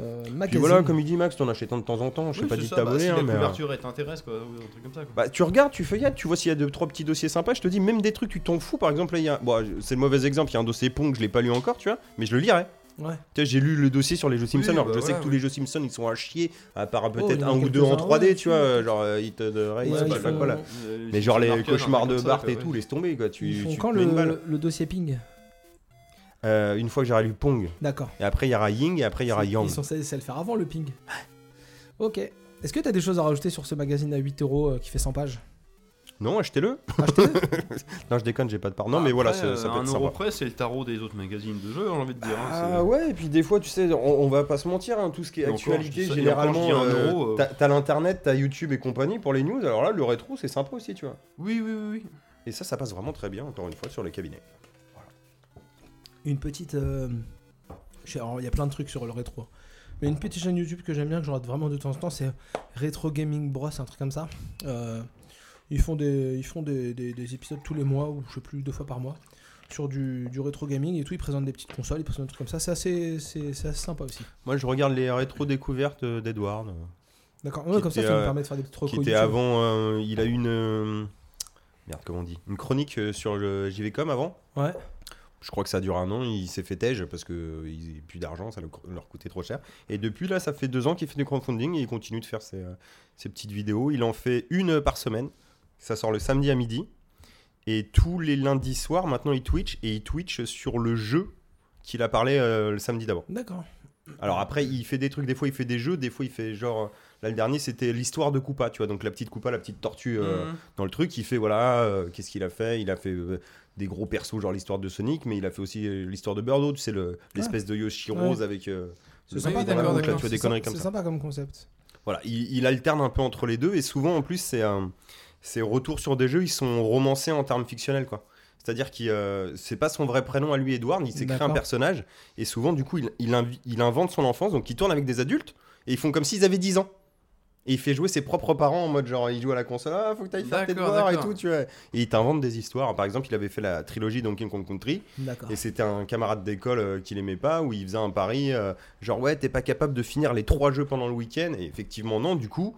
Speaker 2: euh,
Speaker 1: Puis
Speaker 2: magazine.
Speaker 1: voilà, comme il dit Max, t'en achètes un de temps en temps. Je sais
Speaker 3: Oui,
Speaker 1: pas
Speaker 3: c'est
Speaker 1: dit de
Speaker 3: ça, bah,
Speaker 1: t'abonner,
Speaker 3: Si
Speaker 1: hein,
Speaker 3: la
Speaker 1: mais. euh,
Speaker 3: couverture elle t'intéresse, quoi, ou un truc comme ça, quoi.
Speaker 1: Bah, tu regardes, tu feuillettes, tu vois s'il y a deux trois petits dossiers sympas. Je te dis, même des trucs, tu t'en fous. Par exemple, là, il y a. Bon, je- c'est le mauvais exemple, il y a un dossier Pong, je l'ai pas lu encore, tu vois, mais je le lirai.
Speaker 2: Ouais.
Speaker 1: Tu sais, j'ai lu le dossier sur les jeux Simpson.
Speaker 3: Oui,
Speaker 1: alors,
Speaker 3: bah
Speaker 1: je sais
Speaker 3: voilà,
Speaker 1: que tous les jeux Simpson, ils sont à chier, à part
Speaker 2: il y
Speaker 1: peut-être
Speaker 2: en a
Speaker 1: un ou deux en
Speaker 2: quelques-uns,
Speaker 1: 3D,
Speaker 2: ouais,
Speaker 1: tu vois,
Speaker 2: si.
Speaker 1: euh, genre euh, Hit the Race,
Speaker 2: Ouais,
Speaker 1: je sais
Speaker 2: ils
Speaker 1: pas
Speaker 2: font-
Speaker 1: quoi là.
Speaker 2: ouais.
Speaker 3: Euh,
Speaker 1: Mais genre les
Speaker 3: Marqueur, un
Speaker 1: cauchemars
Speaker 3: truc
Speaker 1: de
Speaker 3: comme ça,
Speaker 1: Bart
Speaker 3: quoi,
Speaker 1: et
Speaker 3: ouais.
Speaker 1: tout, laisse tomber quoi. Tu,
Speaker 2: Ils font
Speaker 1: tu
Speaker 2: quand
Speaker 1: te mets une balle.
Speaker 2: le, le dossier ping
Speaker 1: Euh, Une fois que j'aurai lu Pong,
Speaker 2: D'accord.
Speaker 1: et après il y aura Ying, et après il y aura Yang.
Speaker 2: Ils sont censés le faire avant le ping. Ok. Est-ce que t'as des choses à rajouter sur ce magazine à 8 euros euh, qui fait 100 pages
Speaker 1: Non, achetez-le.
Speaker 2: Achetez-le.
Speaker 1: Non, je déconne, j'ai pas de part. Non, mais
Speaker 3: Après,
Speaker 1: voilà, ça,
Speaker 3: euh,
Speaker 1: ça peut
Speaker 3: un
Speaker 1: être
Speaker 3: euro
Speaker 1: sympa.
Speaker 3: près, c'est le tarot des autres magazines de jeux, j'ai envie de dire. hein, c'est-
Speaker 1: Ah ouais, et puis des fois, tu sais, on, on va pas se mentir, hein, tout ce qui est
Speaker 3: Et encore,
Speaker 1: actualité,
Speaker 3: je dis ça, et
Speaker 1: généralement,
Speaker 3: encore, je dis un
Speaker 1: euh,
Speaker 3: euro, euh.
Speaker 1: t'as- t'as l'internet, t'as YouTube et compagnie pour les news. Alors là, le rétro, c'est sympa aussi, tu vois.
Speaker 3: Oui, oui, oui, oui.
Speaker 1: Et ça, ça passe vraiment très bien, encore une fois, sur les cabinets.
Speaker 2: une petite. euh, je sais- alors, il y a plein de trucs sur le rétro. Mais une petite chaîne YouTube que j'aime bien, que je regarde vraiment de temps en temps, c'est Retro Gaming Bros, un truc comme ça. Euh, ils font, des, ils font des, des- des épisodes tous les mois, ou je sais plus, deux fois par mois. sur du, du rétro gaming et tout. Ils présentent des petites consoles, ils présentent des trucs comme ça. C'est assez, c'est, c'est assez sympa aussi.
Speaker 1: Moi, je regarde les rétro découvertes euh, d'Edward, euh,
Speaker 2: D'accord, Ouais,
Speaker 1: Qui
Speaker 2: comme ça,
Speaker 1: était,
Speaker 2: ça
Speaker 1: euh,
Speaker 2: me permet de faire des petites
Speaker 1: qui était
Speaker 2: reconnaissances.
Speaker 1: avant. euh, il a eu une euh, merde, comment on dit Une chronique euh, sur le JVcom avant.
Speaker 2: Ouais.
Speaker 1: Je crois que ça dure un an. Il s'est fait tège parce que ils n'avaient plus d'argent, ça le- leur coûtait trop cher. Et depuis là, ça fait deux ans qu'il fait du crowdfunding et il continue de faire ses, euh, ses petites vidéos. Il en fait une par semaine. Ça sort le samedi à midi. Et tous les lundis soirs, maintenant, il Twitch et il Twitch sur le jeu qu'il a parlé euh, le samedi d'avant.
Speaker 2: D'accord.
Speaker 1: Alors après, il fait des trucs, des fois il fait des jeux, des fois il fait genre. Là, le dernier, c'était l'histoire de Koopa, tu vois. Donc la petite Koopa, la petite tortue euh,
Speaker 3: Mhm.
Speaker 1: dans le truc, il fait voilà, euh, qu'est-ce qu'il a fait Il a fait euh, des gros persos, genre l'histoire de Sonic, mais il a fait aussi euh, l'histoire de Birdo, tu sais, le- l'espèce de Yoshi
Speaker 2: Ouais.
Speaker 1: rose avec. euh,
Speaker 2: C'est
Speaker 1: le
Speaker 3: sympa,
Speaker 1: mec dans la
Speaker 3: d'accord,
Speaker 1: boucle, là,
Speaker 3: d'accord.
Speaker 1: tu vois, des
Speaker 2: C'est
Speaker 1: conneries
Speaker 2: sympa-
Speaker 1: comme
Speaker 2: C'est
Speaker 1: ça.
Speaker 2: sympa comme concept.
Speaker 1: Voilà, il, il alterne un peu entre les deux, et souvent en plus, c'est un- Ses retours sur des jeux, ils sont romancés en termes fictionnels, quoi. C'est-à-dire qu'il euh, c'est pas son vrai prénom à lui, Edward, il s'est créé un
Speaker 2: D'accord.
Speaker 1: personnage, et souvent, du coup, il, il invi- il invente son enfance, donc il tourne avec des adultes, et ils font comme s'ils avaient 10 ans. Et il fait jouer ses propres parents en mode genre, il joue à la console, ah, faut que t'ailles faire tes
Speaker 3: D'accord,
Speaker 1: devoirs et
Speaker 3: d'accord.
Speaker 1: tout, tu vois. Et il t'invente des histoires. Par exemple, il avait fait la trilogie Donkey Kong Country,
Speaker 2: D'accord.
Speaker 1: et c'était un camarade d'école euh, qui l'aimait pas, où il faisait un pari, euh, genre ouais, t'es pas capable de finir les trois jeux pendant le week-end. Et effectivement, non, du coup,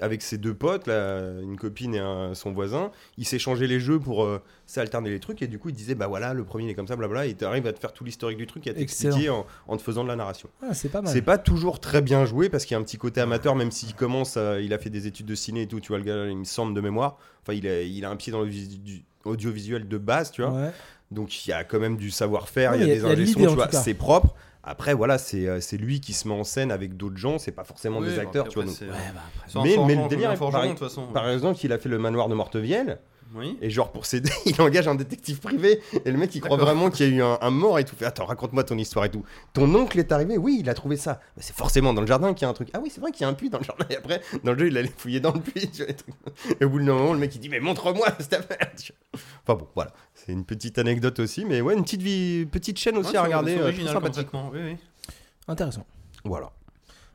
Speaker 1: avec ses deux potes, là, une copine et un- son voisin, ils s'échangeaient les jeux pour euh, s'alterner les trucs. Et du coup, ils disaient, bah voilà, le premier il est comme ça, blabla. Et t'arrives à te faire tout l'historique du truc et à t'expliquer en, en te faisant de la narration.
Speaker 2: Ah, c'est pas
Speaker 1: C'est
Speaker 2: mal.
Speaker 1: pas toujours très bien joué parce qu'il y a un petit côté amateur, même s'il commence, à- il a fait des études de ciné et tout, tu vois, le gars, il me semble de mémoire. Enfin, il a, il a un pied dans le visu- du- audiovisuel de base, tu vois.
Speaker 2: Ouais.
Speaker 1: Donc il y a quand même du savoir-faire,
Speaker 2: Oui,
Speaker 1: il y a des
Speaker 2: de
Speaker 1: ingé-sons,
Speaker 2: l'idée, en
Speaker 1: tu vois,
Speaker 2: tout cas.
Speaker 1: c'est propre. Après voilà, c'est euh, c'est lui qui se met en scène avec d'autres gens, c'est pas forcément
Speaker 3: Oui,
Speaker 1: des
Speaker 3: bon,
Speaker 1: acteurs,
Speaker 3: après,
Speaker 1: tu vois. donc.
Speaker 3: c'est-
Speaker 2: Ouais, bah, après.
Speaker 3: c'est un
Speaker 1: Mais- mais le
Speaker 3: forgeron,
Speaker 1: délire
Speaker 3: un
Speaker 1: est
Speaker 3: forgeron, de
Speaker 1: pareil-
Speaker 3: toute façon.
Speaker 1: Par exemple, il a fait le manoir de Mortevielle
Speaker 3: Oui.
Speaker 1: et genre pour s'aider, il engage un détective privé et le mec il croit
Speaker 3: D'accord.
Speaker 1: vraiment qu'il y a eu un, un mort et tout. Fait, Attends, raconte-moi ton histoire et tout. Ton oncle est arrivé, oui, il a trouvé ça. Bah, c'est forcément dans le jardin qu'il y a un truc. Ah oui, c'est vrai qu'il y a un puits dans le jardin. Et après, dans le jeu, il allait fouiller dans le puits. tu vois, et, tout. Et au bout d'un moment, le mec il dit mais montre-moi cette affaire. tu vois. Enfin bon, voilà, c'est une petite anecdote aussi, mais ouais, une petite vie, petite chaîne aussi
Speaker 3: Ouais,
Speaker 1: à
Speaker 3: c'est-
Speaker 1: regarder,
Speaker 3: c'est
Speaker 1: euh,
Speaker 3: original
Speaker 1: très sympathique.
Speaker 3: complètement, Oui, oui.
Speaker 2: Intéressant.
Speaker 1: Voilà.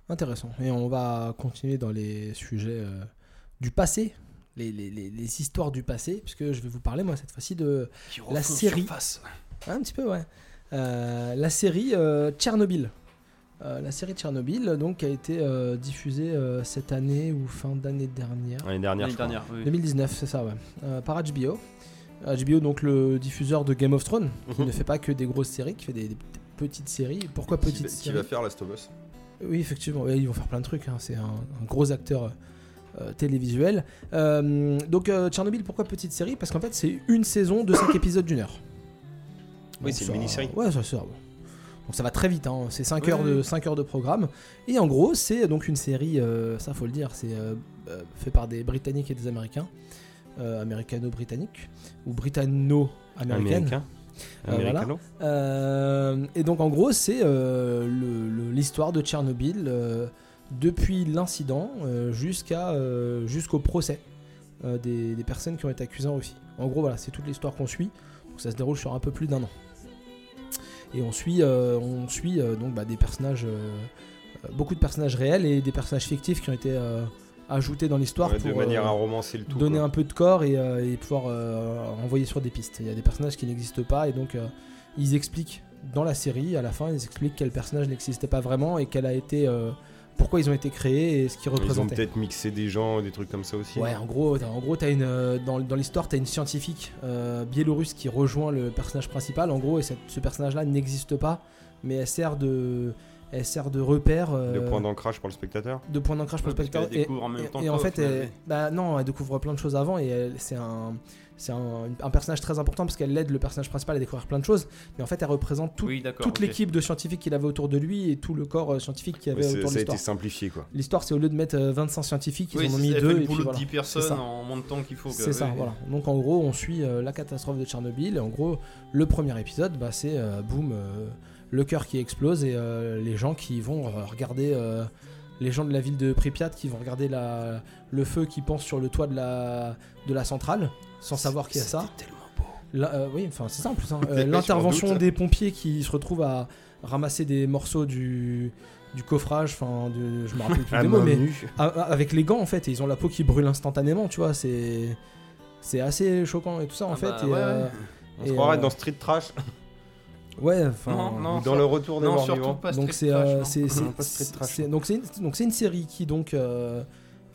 Speaker 2: Intéressant. Et on va continuer dans les sujets euh, du passé. Les, les- les- les histoires du passé, puisque je vais vous parler moi cette fois-ci de la série. Un petit peu, ouais. Euh, la série euh, Tchernobyl. Euh, la série Tchernobyl, donc, a été euh, diffusée euh, cette année ou fin d'année dernière.
Speaker 1: L'année dernière.
Speaker 3: L'année
Speaker 1: je crois.
Speaker 3: dernière, oui.
Speaker 2: 2019, c'est ça, ouais. Euh, par HBO. HBO, donc le diffuseur de Game of Thrones, qui
Speaker 1: Mhm.
Speaker 2: ne fait pas que des grosses séries, qui fait des, des petites séries. Pourquoi
Speaker 1: Qui
Speaker 2: petites
Speaker 1: va- Qui
Speaker 2: séries
Speaker 1: va faire Last of Us
Speaker 2: Oui, effectivement, ouais, ils vont faire plein de trucs. hein. C'est un, un gros acteur euh, euh, télévisuel. Euh, donc, euh, Tchernobyl, pourquoi petite série Parce qu'en fait, c'est une saison de 5 épisodes d'une heure.
Speaker 1: Oui,
Speaker 2: Donc,
Speaker 1: c'est
Speaker 2: ça-
Speaker 1: une mini-série.
Speaker 2: Ouais, ça sert. bon. Donc ça va très vite, hein. c'est 5,
Speaker 3: Oui,
Speaker 2: heures
Speaker 3: oui,
Speaker 2: de,
Speaker 3: oui.
Speaker 2: 5 heures de programme. Et en gros, c'est donc une série, euh, ça faut le dire, c'est euh, euh, fait par des Britanniques et des Américains, euh, américano-britanniques, ou britanno-américaines.
Speaker 1: Américain.
Speaker 2: Euh, voilà.
Speaker 1: Américano.
Speaker 2: Euh, et donc en gros, c'est euh, le- le- l'histoire de Tchernobyl euh, depuis l'incident euh, jusqu'à euh, jusqu'au procès euh, des, des personnes qui ont été accusées en Russie. En gros, voilà, c'est toute l'histoire qu'on suit. Donc ça se déroule sur un peu plus d'un an. Et on suit, euh, on suit euh, donc bah, des personnages, euh, euh, beaucoup de personnages réels et des personnages fictifs qui ont été euh, ajoutés dans l'histoire
Speaker 1: Ouais,
Speaker 2: pour
Speaker 1: de manière
Speaker 2: euh,
Speaker 1: à romancer le tout.
Speaker 2: donner
Speaker 1: quoi.
Speaker 2: un peu de corps et, euh, et pouvoir euh, envoyer sur des pistes. Il y a des personnages qui n'existent pas et donc euh, ils expliquent dans la série, à la fin, ils expliquent quel personnage n'existait pas vraiment et quel a été, euh, pourquoi ils ont été créés et ce qu'ils
Speaker 1: Ils ont
Speaker 2: représentaient.
Speaker 1: peut-être mixé des gens, des trucs comme ça aussi.
Speaker 2: Ouais, en gros, t'as- en gros, t'as une euh, dans, dans l'histoire, t'as une scientifique euh, biélorusse qui rejoint le personnage principal. En gros, et cette- ce personnage-là n'existe pas, mais elle sert de, elle sert de repère, euh,
Speaker 1: De point d'ancrage pour le spectateur.
Speaker 2: de point d'ancrage pour le spectateur. Et-
Speaker 3: en même
Speaker 2: et-
Speaker 3: temps
Speaker 2: et
Speaker 3: que
Speaker 2: en
Speaker 3: toi, au
Speaker 2: fait,
Speaker 3: final,
Speaker 2: elle-
Speaker 3: oui.
Speaker 2: bah non, elle découvre plein de choses avant et elle- c'est un, c'est un, un personnage très important parce qu'elle aide le personnage principal à découvrir plein de choses. Mais en fait, elle représente tout-
Speaker 3: Oui, d'accord, ok.
Speaker 2: toute l'équipe de scientifiques qu'il avait autour de lui et tout le corps euh, scientifique qu'il y
Speaker 1: Ouais,
Speaker 2: avait
Speaker 1: c'est-
Speaker 2: autour de
Speaker 1: Ça a été
Speaker 2: l'histoire.
Speaker 1: simplifié quoi.
Speaker 2: L'histoire, c'est au lieu de mettre euh, 25 scientifiques, ils
Speaker 3: Oui,
Speaker 2: en ont
Speaker 3: c'est-
Speaker 2: mis
Speaker 3: elle fait
Speaker 2: deux
Speaker 3: le
Speaker 2: et puis
Speaker 3: boulot de
Speaker 2: voilà.
Speaker 3: 10
Speaker 2: ça.
Speaker 3: personnes en moins de temps qu'il faut. quoi,
Speaker 2: C'est ça,
Speaker 3: oui.
Speaker 2: voilà. Donc en gros, on suit euh, la catastrophe de Tchernobyl. Et en gros, le premier épisode, bah, c'est euh, boum, euh, le cœur qui explose et euh, les gens qui vont euh, regarder. euh, les gens de la ville de Pripyat qui vont regarder la, le feu qui pense sur le toit de la, de la centrale sans savoir qu'il y a ça. La- euh, oui, enfin c'est ça en plus. hein. Euh,
Speaker 1: Ouais, je m'en
Speaker 2: L'intervention
Speaker 1: doute.
Speaker 2: des pompiers qui se retrouvent à ramasser des morceaux du, du coffrage, enfin de- je me rappelle plus des
Speaker 1: Ah,
Speaker 2: mots, mais a- a- avec les gants en fait, et ils ont la peau qui brûle instantanément, tu vois, c'est c'est assez choquant et tout ça en
Speaker 3: Ah
Speaker 2: fait.
Speaker 3: bah,
Speaker 2: et,
Speaker 3: ouais,
Speaker 2: euh,
Speaker 3: ouais.
Speaker 1: On se
Speaker 2: Et,
Speaker 1: croirait
Speaker 2: euh,
Speaker 1: dans Street Trash
Speaker 2: Ouais, enfin.
Speaker 3: Non, non.
Speaker 1: ou dans Le Retour des
Speaker 3: Non,
Speaker 1: morts
Speaker 3: surtout
Speaker 1: vivants.
Speaker 3: pas
Speaker 2: Donc c'est
Speaker 3: Street Trash,
Speaker 2: euh,
Speaker 3: non.
Speaker 2: c'est- c'est-
Speaker 1: Non, pas Street Trash.
Speaker 2: c'est- donc c'est une, donc c'est une série qui donc euh,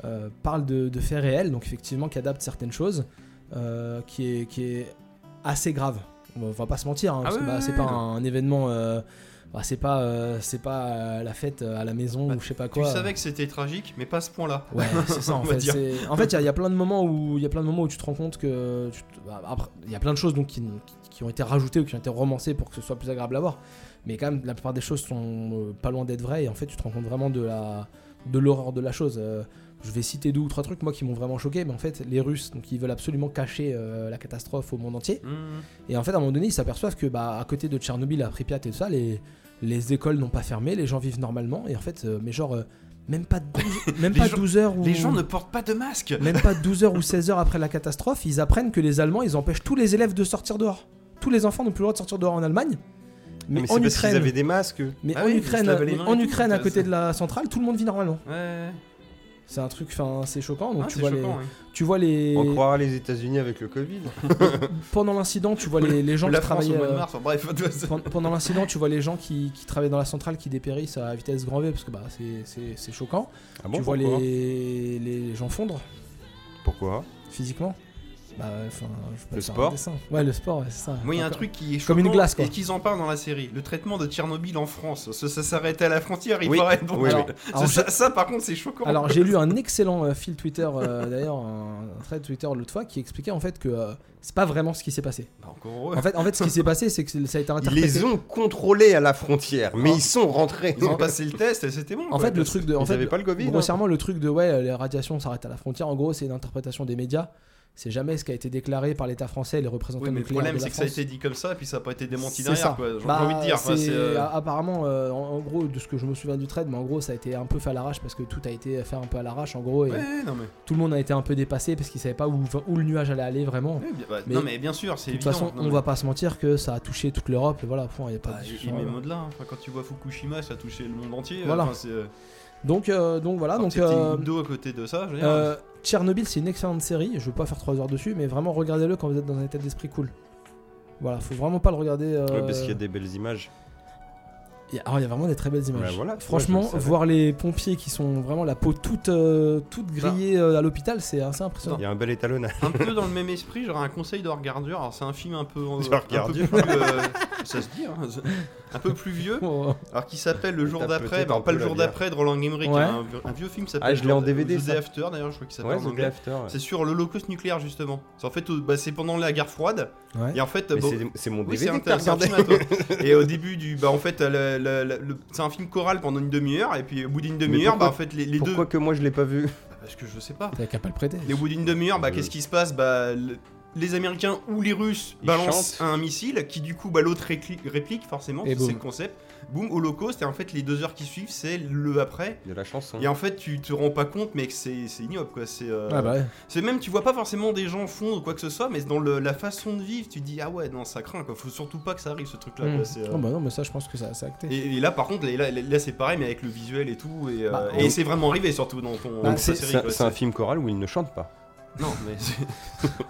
Speaker 2: euh, parle de, de faits réels, donc effectivement qui adapte certaines choses, euh, qui est qui est assez grave. On va- on va pas se mentir, hein, parce
Speaker 3: oui,
Speaker 2: que, bah,
Speaker 3: oui,
Speaker 2: c'est
Speaker 3: oui,
Speaker 2: pas
Speaker 3: oui.
Speaker 2: un, événement. euh, bah, c'est pas euh, c'est pas euh, la fête euh, à la maison
Speaker 3: Bah,
Speaker 2: ou je sais pas
Speaker 3: Tu
Speaker 2: quoi.
Speaker 3: savais que c'était tragique, mais pas à ce point-là.
Speaker 2: Ouais, c'est ça. en
Speaker 3: On va
Speaker 2: fait,
Speaker 3: dire.
Speaker 2: C'est- en fait, il y a- il y, a plein de moments où il y a plein de moments où tu te rends compte que tu te- bah, après, il y a plein de choses donc qui, qui ont été rajoutées ou qui ont été romancées pour que ce soit plus agréable à voir. Mais quand même, la plupart des choses sont euh, pas loin d'être vraies et en fait, tu te rends compte vraiment de la de l'horreur de la chose. Euh, je vais citer deux ou trois trucs moi qui m'ont vraiment choqué, mais en fait, les Russes donc ils veulent absolument cacher euh, la catastrophe au monde entier.
Speaker 3: Hmm.
Speaker 2: Et en fait, à un moment donné, ils s'aperçoivent que bah, à côté de Tchernobyl, à Pripyat et tout ça, les, les écoles n'ont pas fermé, les gens vivent normalement. Et en fait, euh, mais genre, euh, même pas, 12, même
Speaker 3: Les
Speaker 2: pas
Speaker 3: gens-
Speaker 2: 12 heures ou.
Speaker 3: Les gens ne portent pas de masque.
Speaker 2: Même pas 12 heures ou 16 heures après la catastrophe, ils apprennent que les Allemands, ils empêchent tous les élèves de sortir dehors. Tous les enfants n'ont plus le droit de sortir dehors en Allemagne.
Speaker 1: Mais
Speaker 2: Mais, en
Speaker 1: c'est parce qu'ils
Speaker 2: Ukraine,
Speaker 1: avaient des masques. eux.
Speaker 2: mais
Speaker 3: Ah
Speaker 2: en
Speaker 3: oui, ils se
Speaker 2: Ukraine,
Speaker 3: lavaient les mains
Speaker 2: en
Speaker 3: et tout,
Speaker 2: Ukraine à
Speaker 3: ça,
Speaker 2: côté
Speaker 3: ça.
Speaker 2: de la centrale, tout le monde vit normalement.
Speaker 3: Ouais.
Speaker 2: C'est un truc, enfin, c'est choquant. Donc
Speaker 3: Ah,
Speaker 2: tu,
Speaker 3: c'est
Speaker 2: vois
Speaker 3: choquant, ouais.
Speaker 2: les, tu vois les,
Speaker 1: On croira les États-Unis avec le Covid.
Speaker 2: Ah pendant l'incident, tu vois les, les gens
Speaker 3: Ou
Speaker 2: qui
Speaker 3: la France au
Speaker 2: travaillaient.
Speaker 3: mois de
Speaker 2: euh,
Speaker 3: mars. enfin, Bref,
Speaker 2: Pen- Pendant l'incident, tu vois les gens qui, qui travaillent dans la centrale qui dépérissent à vitesse grand V parce que bah, c'est- c'est c'est choquant.
Speaker 1: Ah bon,
Speaker 2: tu vois
Speaker 1: pourquoi
Speaker 2: les, les gens fondre
Speaker 1: Pourquoi
Speaker 2: physiquement. Bah, enfin, je peux
Speaker 1: Le
Speaker 2: faire un
Speaker 1: sport
Speaker 2: dessin. Ouais, le sport, ouais, c'est ça.
Speaker 3: Moi, il y a un
Speaker 2: Encore-
Speaker 3: truc qui est choquant
Speaker 2: Comme une glace, quoi.
Speaker 3: et qu'ils en parlent dans la série. Le traitement de Tchernobyl en France. Ça, ça s'arrêtait à la frontière, il
Speaker 1: Oui.
Speaker 3: paraît. donc,
Speaker 1: Oui,
Speaker 3: euh,
Speaker 1: oui.
Speaker 3: ça-
Speaker 2: Alors,
Speaker 3: ça, ça, par contre, c'est choquant.
Speaker 2: Alors j'ai lu un excellent euh, fil Twitter, euh, d'ailleurs un, un thread Twitter l'autre fois qui expliquait en fait que euh, c'est pas vraiment ce qui s'est passé.
Speaker 3: Bah, encore heureux.
Speaker 2: En fait, en fait, ce qui s'est passé, c'est que ça a été
Speaker 1: Ils
Speaker 2: interprété.
Speaker 1: les ont contrôlés à la frontière, mais
Speaker 3: Oh.
Speaker 1: Ah. ils sont rentrés.
Speaker 3: Ils ont passé le test et c'était bon.
Speaker 2: En
Speaker 3: quoi.
Speaker 2: fait, le truc de, en
Speaker 1: Ils
Speaker 2: fait,
Speaker 1: avaient pas le Covid. hein.
Speaker 2: Grossièrement, le truc de ouais, les radiations s'arrêtent à la frontière, en gros, c'est une interprétation des médias. C'est jamais ce qui a été déclaré par l'État français et les représentants
Speaker 3: Oui, mais le
Speaker 2: nucléaires
Speaker 3: problème,
Speaker 2: de la
Speaker 3: c'est que ça a
Speaker 2: France.
Speaker 3: été dit comme ça, puis ça n'a pas été démenti
Speaker 2: C'est
Speaker 3: derrière.
Speaker 2: ça.
Speaker 3: quoi. J'ai
Speaker 2: Bah,
Speaker 3: envie de dire. enfin,
Speaker 2: c'est-
Speaker 3: c'est, euh,
Speaker 2: a- Apparemment, euh, en, en gros, de ce que je me souviens du trade, mais en gros, ça a été un peu fait à l'arrache parce que tout a été fait un peu à l'arrache, en gros, et
Speaker 3: ouais, non, mais...
Speaker 2: tout le monde a été un peu dépassé parce qu'ils savaient pas où, où le nuage allait aller vraiment.
Speaker 3: ouais, bien- bah,
Speaker 2: Mais-
Speaker 3: non, mais bien sûr, c'est
Speaker 2: De toute
Speaker 3: évident.
Speaker 2: façon,
Speaker 3: Non,
Speaker 2: on
Speaker 3: mais-
Speaker 2: va pas se mentir que ça a touché toute l'Europe, et voilà, point, y a pas
Speaker 3: Bah,
Speaker 2: de
Speaker 3: et
Speaker 2: discussion.
Speaker 3: même au-delà, hein. Enfin, quand tu vois Fukushima, ça a touché le monde entier.
Speaker 2: Voilà.
Speaker 3: Enfin, c'est, euh,
Speaker 2: Donc, euh, donc voilà,
Speaker 3: alors,
Speaker 2: donc.
Speaker 3: Ah, c'était
Speaker 2: euh,
Speaker 3: une goutte d'eau à côté de ça. je veux dire.
Speaker 2: Euh, Tchernobyl, c'est une excellente série. Je veux pas faire 3 heures dessus, mais vraiment regardez-le quand vous êtes dans un état d'esprit cool. Voilà, faut vraiment pas le regarder. euh,
Speaker 1: Ouais, parce qu'il y a des belles images.
Speaker 2: il y a- alors, il y a vraiment des très belles images.
Speaker 1: Bah voilà, tu vois,
Speaker 2: Franchement,
Speaker 1: je le savais.
Speaker 2: voir les pompiers qui sont vraiment la peau toute, euh, toute grillée euh, à l'hôpital, c'est assez impressionnant.
Speaker 1: Il y a un bel étalonnage.
Speaker 3: un peu dans le même esprit, j'aurais un conseil de regardure. Alors, c'est un film un peu. euh,
Speaker 1: De
Speaker 3: un
Speaker 1: regardure.
Speaker 3: peu plus, euh, ça se dit, hein, un peu plus vieux.
Speaker 2: Oh,
Speaker 3: Alors qui s'appelle Le jour
Speaker 1: T'as
Speaker 3: d'après,
Speaker 1: peut-être
Speaker 3: bah,
Speaker 1: un
Speaker 3: pas
Speaker 1: peu
Speaker 3: le
Speaker 1: la
Speaker 3: jour
Speaker 1: bière.
Speaker 3: d'après de Roland Emmerich,
Speaker 2: Ouais.
Speaker 3: hein, un, un vieux film qui s'appelle
Speaker 1: Ah, je l'ai en
Speaker 3: The-
Speaker 1: DVD,
Speaker 3: The
Speaker 1: ça.
Speaker 3: Day After d'ailleurs, je crois qu'il s'appelle
Speaker 1: Ouais,
Speaker 3: en
Speaker 1: The
Speaker 3: anglais.
Speaker 1: After. ouais.
Speaker 3: C'est sur l'Holocauste nucléaire justement. C'est en fait au- bah, c'est pendant la guerre froide
Speaker 2: ouais.
Speaker 3: et en fait
Speaker 1: Mais
Speaker 3: bah,
Speaker 1: c'est- c'est mon
Speaker 3: oui,
Speaker 1: DVD
Speaker 3: c'est un,
Speaker 1: que t'as
Speaker 3: c'est un
Speaker 1: regardé.
Speaker 3: film à toi. et au début du bah en fait la- la- la- le- c'est un film choral pendant une demi-heure et puis au bout d'une demi-heure bah
Speaker 1: pourquoi-
Speaker 3: en fait les, les deux
Speaker 1: Pourquoi que moi je l'ai pas vu
Speaker 3: Bah, parce que je sais pas.
Speaker 2: T'as qu'à pas le prêter.
Speaker 3: Et au bout d'une demi-heure bah
Speaker 1: Euh.
Speaker 3: qu'est-ce qui se passe bah le- les Américains ou les Russes
Speaker 1: Ils
Speaker 3: balancent
Speaker 1: chantent.
Speaker 3: un missile qui du coup bah l'autre récli- réplique forcément parce
Speaker 2: Et
Speaker 3: que c'est
Speaker 2: boum.
Speaker 3: le concept. Boum Holocauste et en fait les deux heures qui suivent c'est le après
Speaker 1: De la chanson.
Speaker 3: et en fait, tu te rends pas compte, mais que c'est c'est ignoble, quoi. C'est euh,
Speaker 2: Ah bah ouais.
Speaker 3: c'est même, tu vois pas forcément des gens fondre ou quoi que ce soit, mais dans le- la façon de vivre, tu dis ah ouais, non, ça craint, quoi. Faut surtout pas que ça arrive, ce truc-là.
Speaker 2: Mm.
Speaker 3: quoi. C'est, euh,
Speaker 2: Non, bah non, mais ça, je pense que ça, ça a acté.
Speaker 3: Et, et là, par contre, là, là- là, c'est pareil, mais avec le visuel et tout, et, euh,
Speaker 2: Bah,
Speaker 3: et
Speaker 2: donc-
Speaker 3: c'est vraiment arrivé surtout dans ton
Speaker 2: Bah,
Speaker 3: dans ta
Speaker 1: Donc c'est
Speaker 3: série,
Speaker 1: c'est un-
Speaker 3: quoi.
Speaker 1: c'est un film choral où il ne chante pas.
Speaker 3: Non, mais c'est-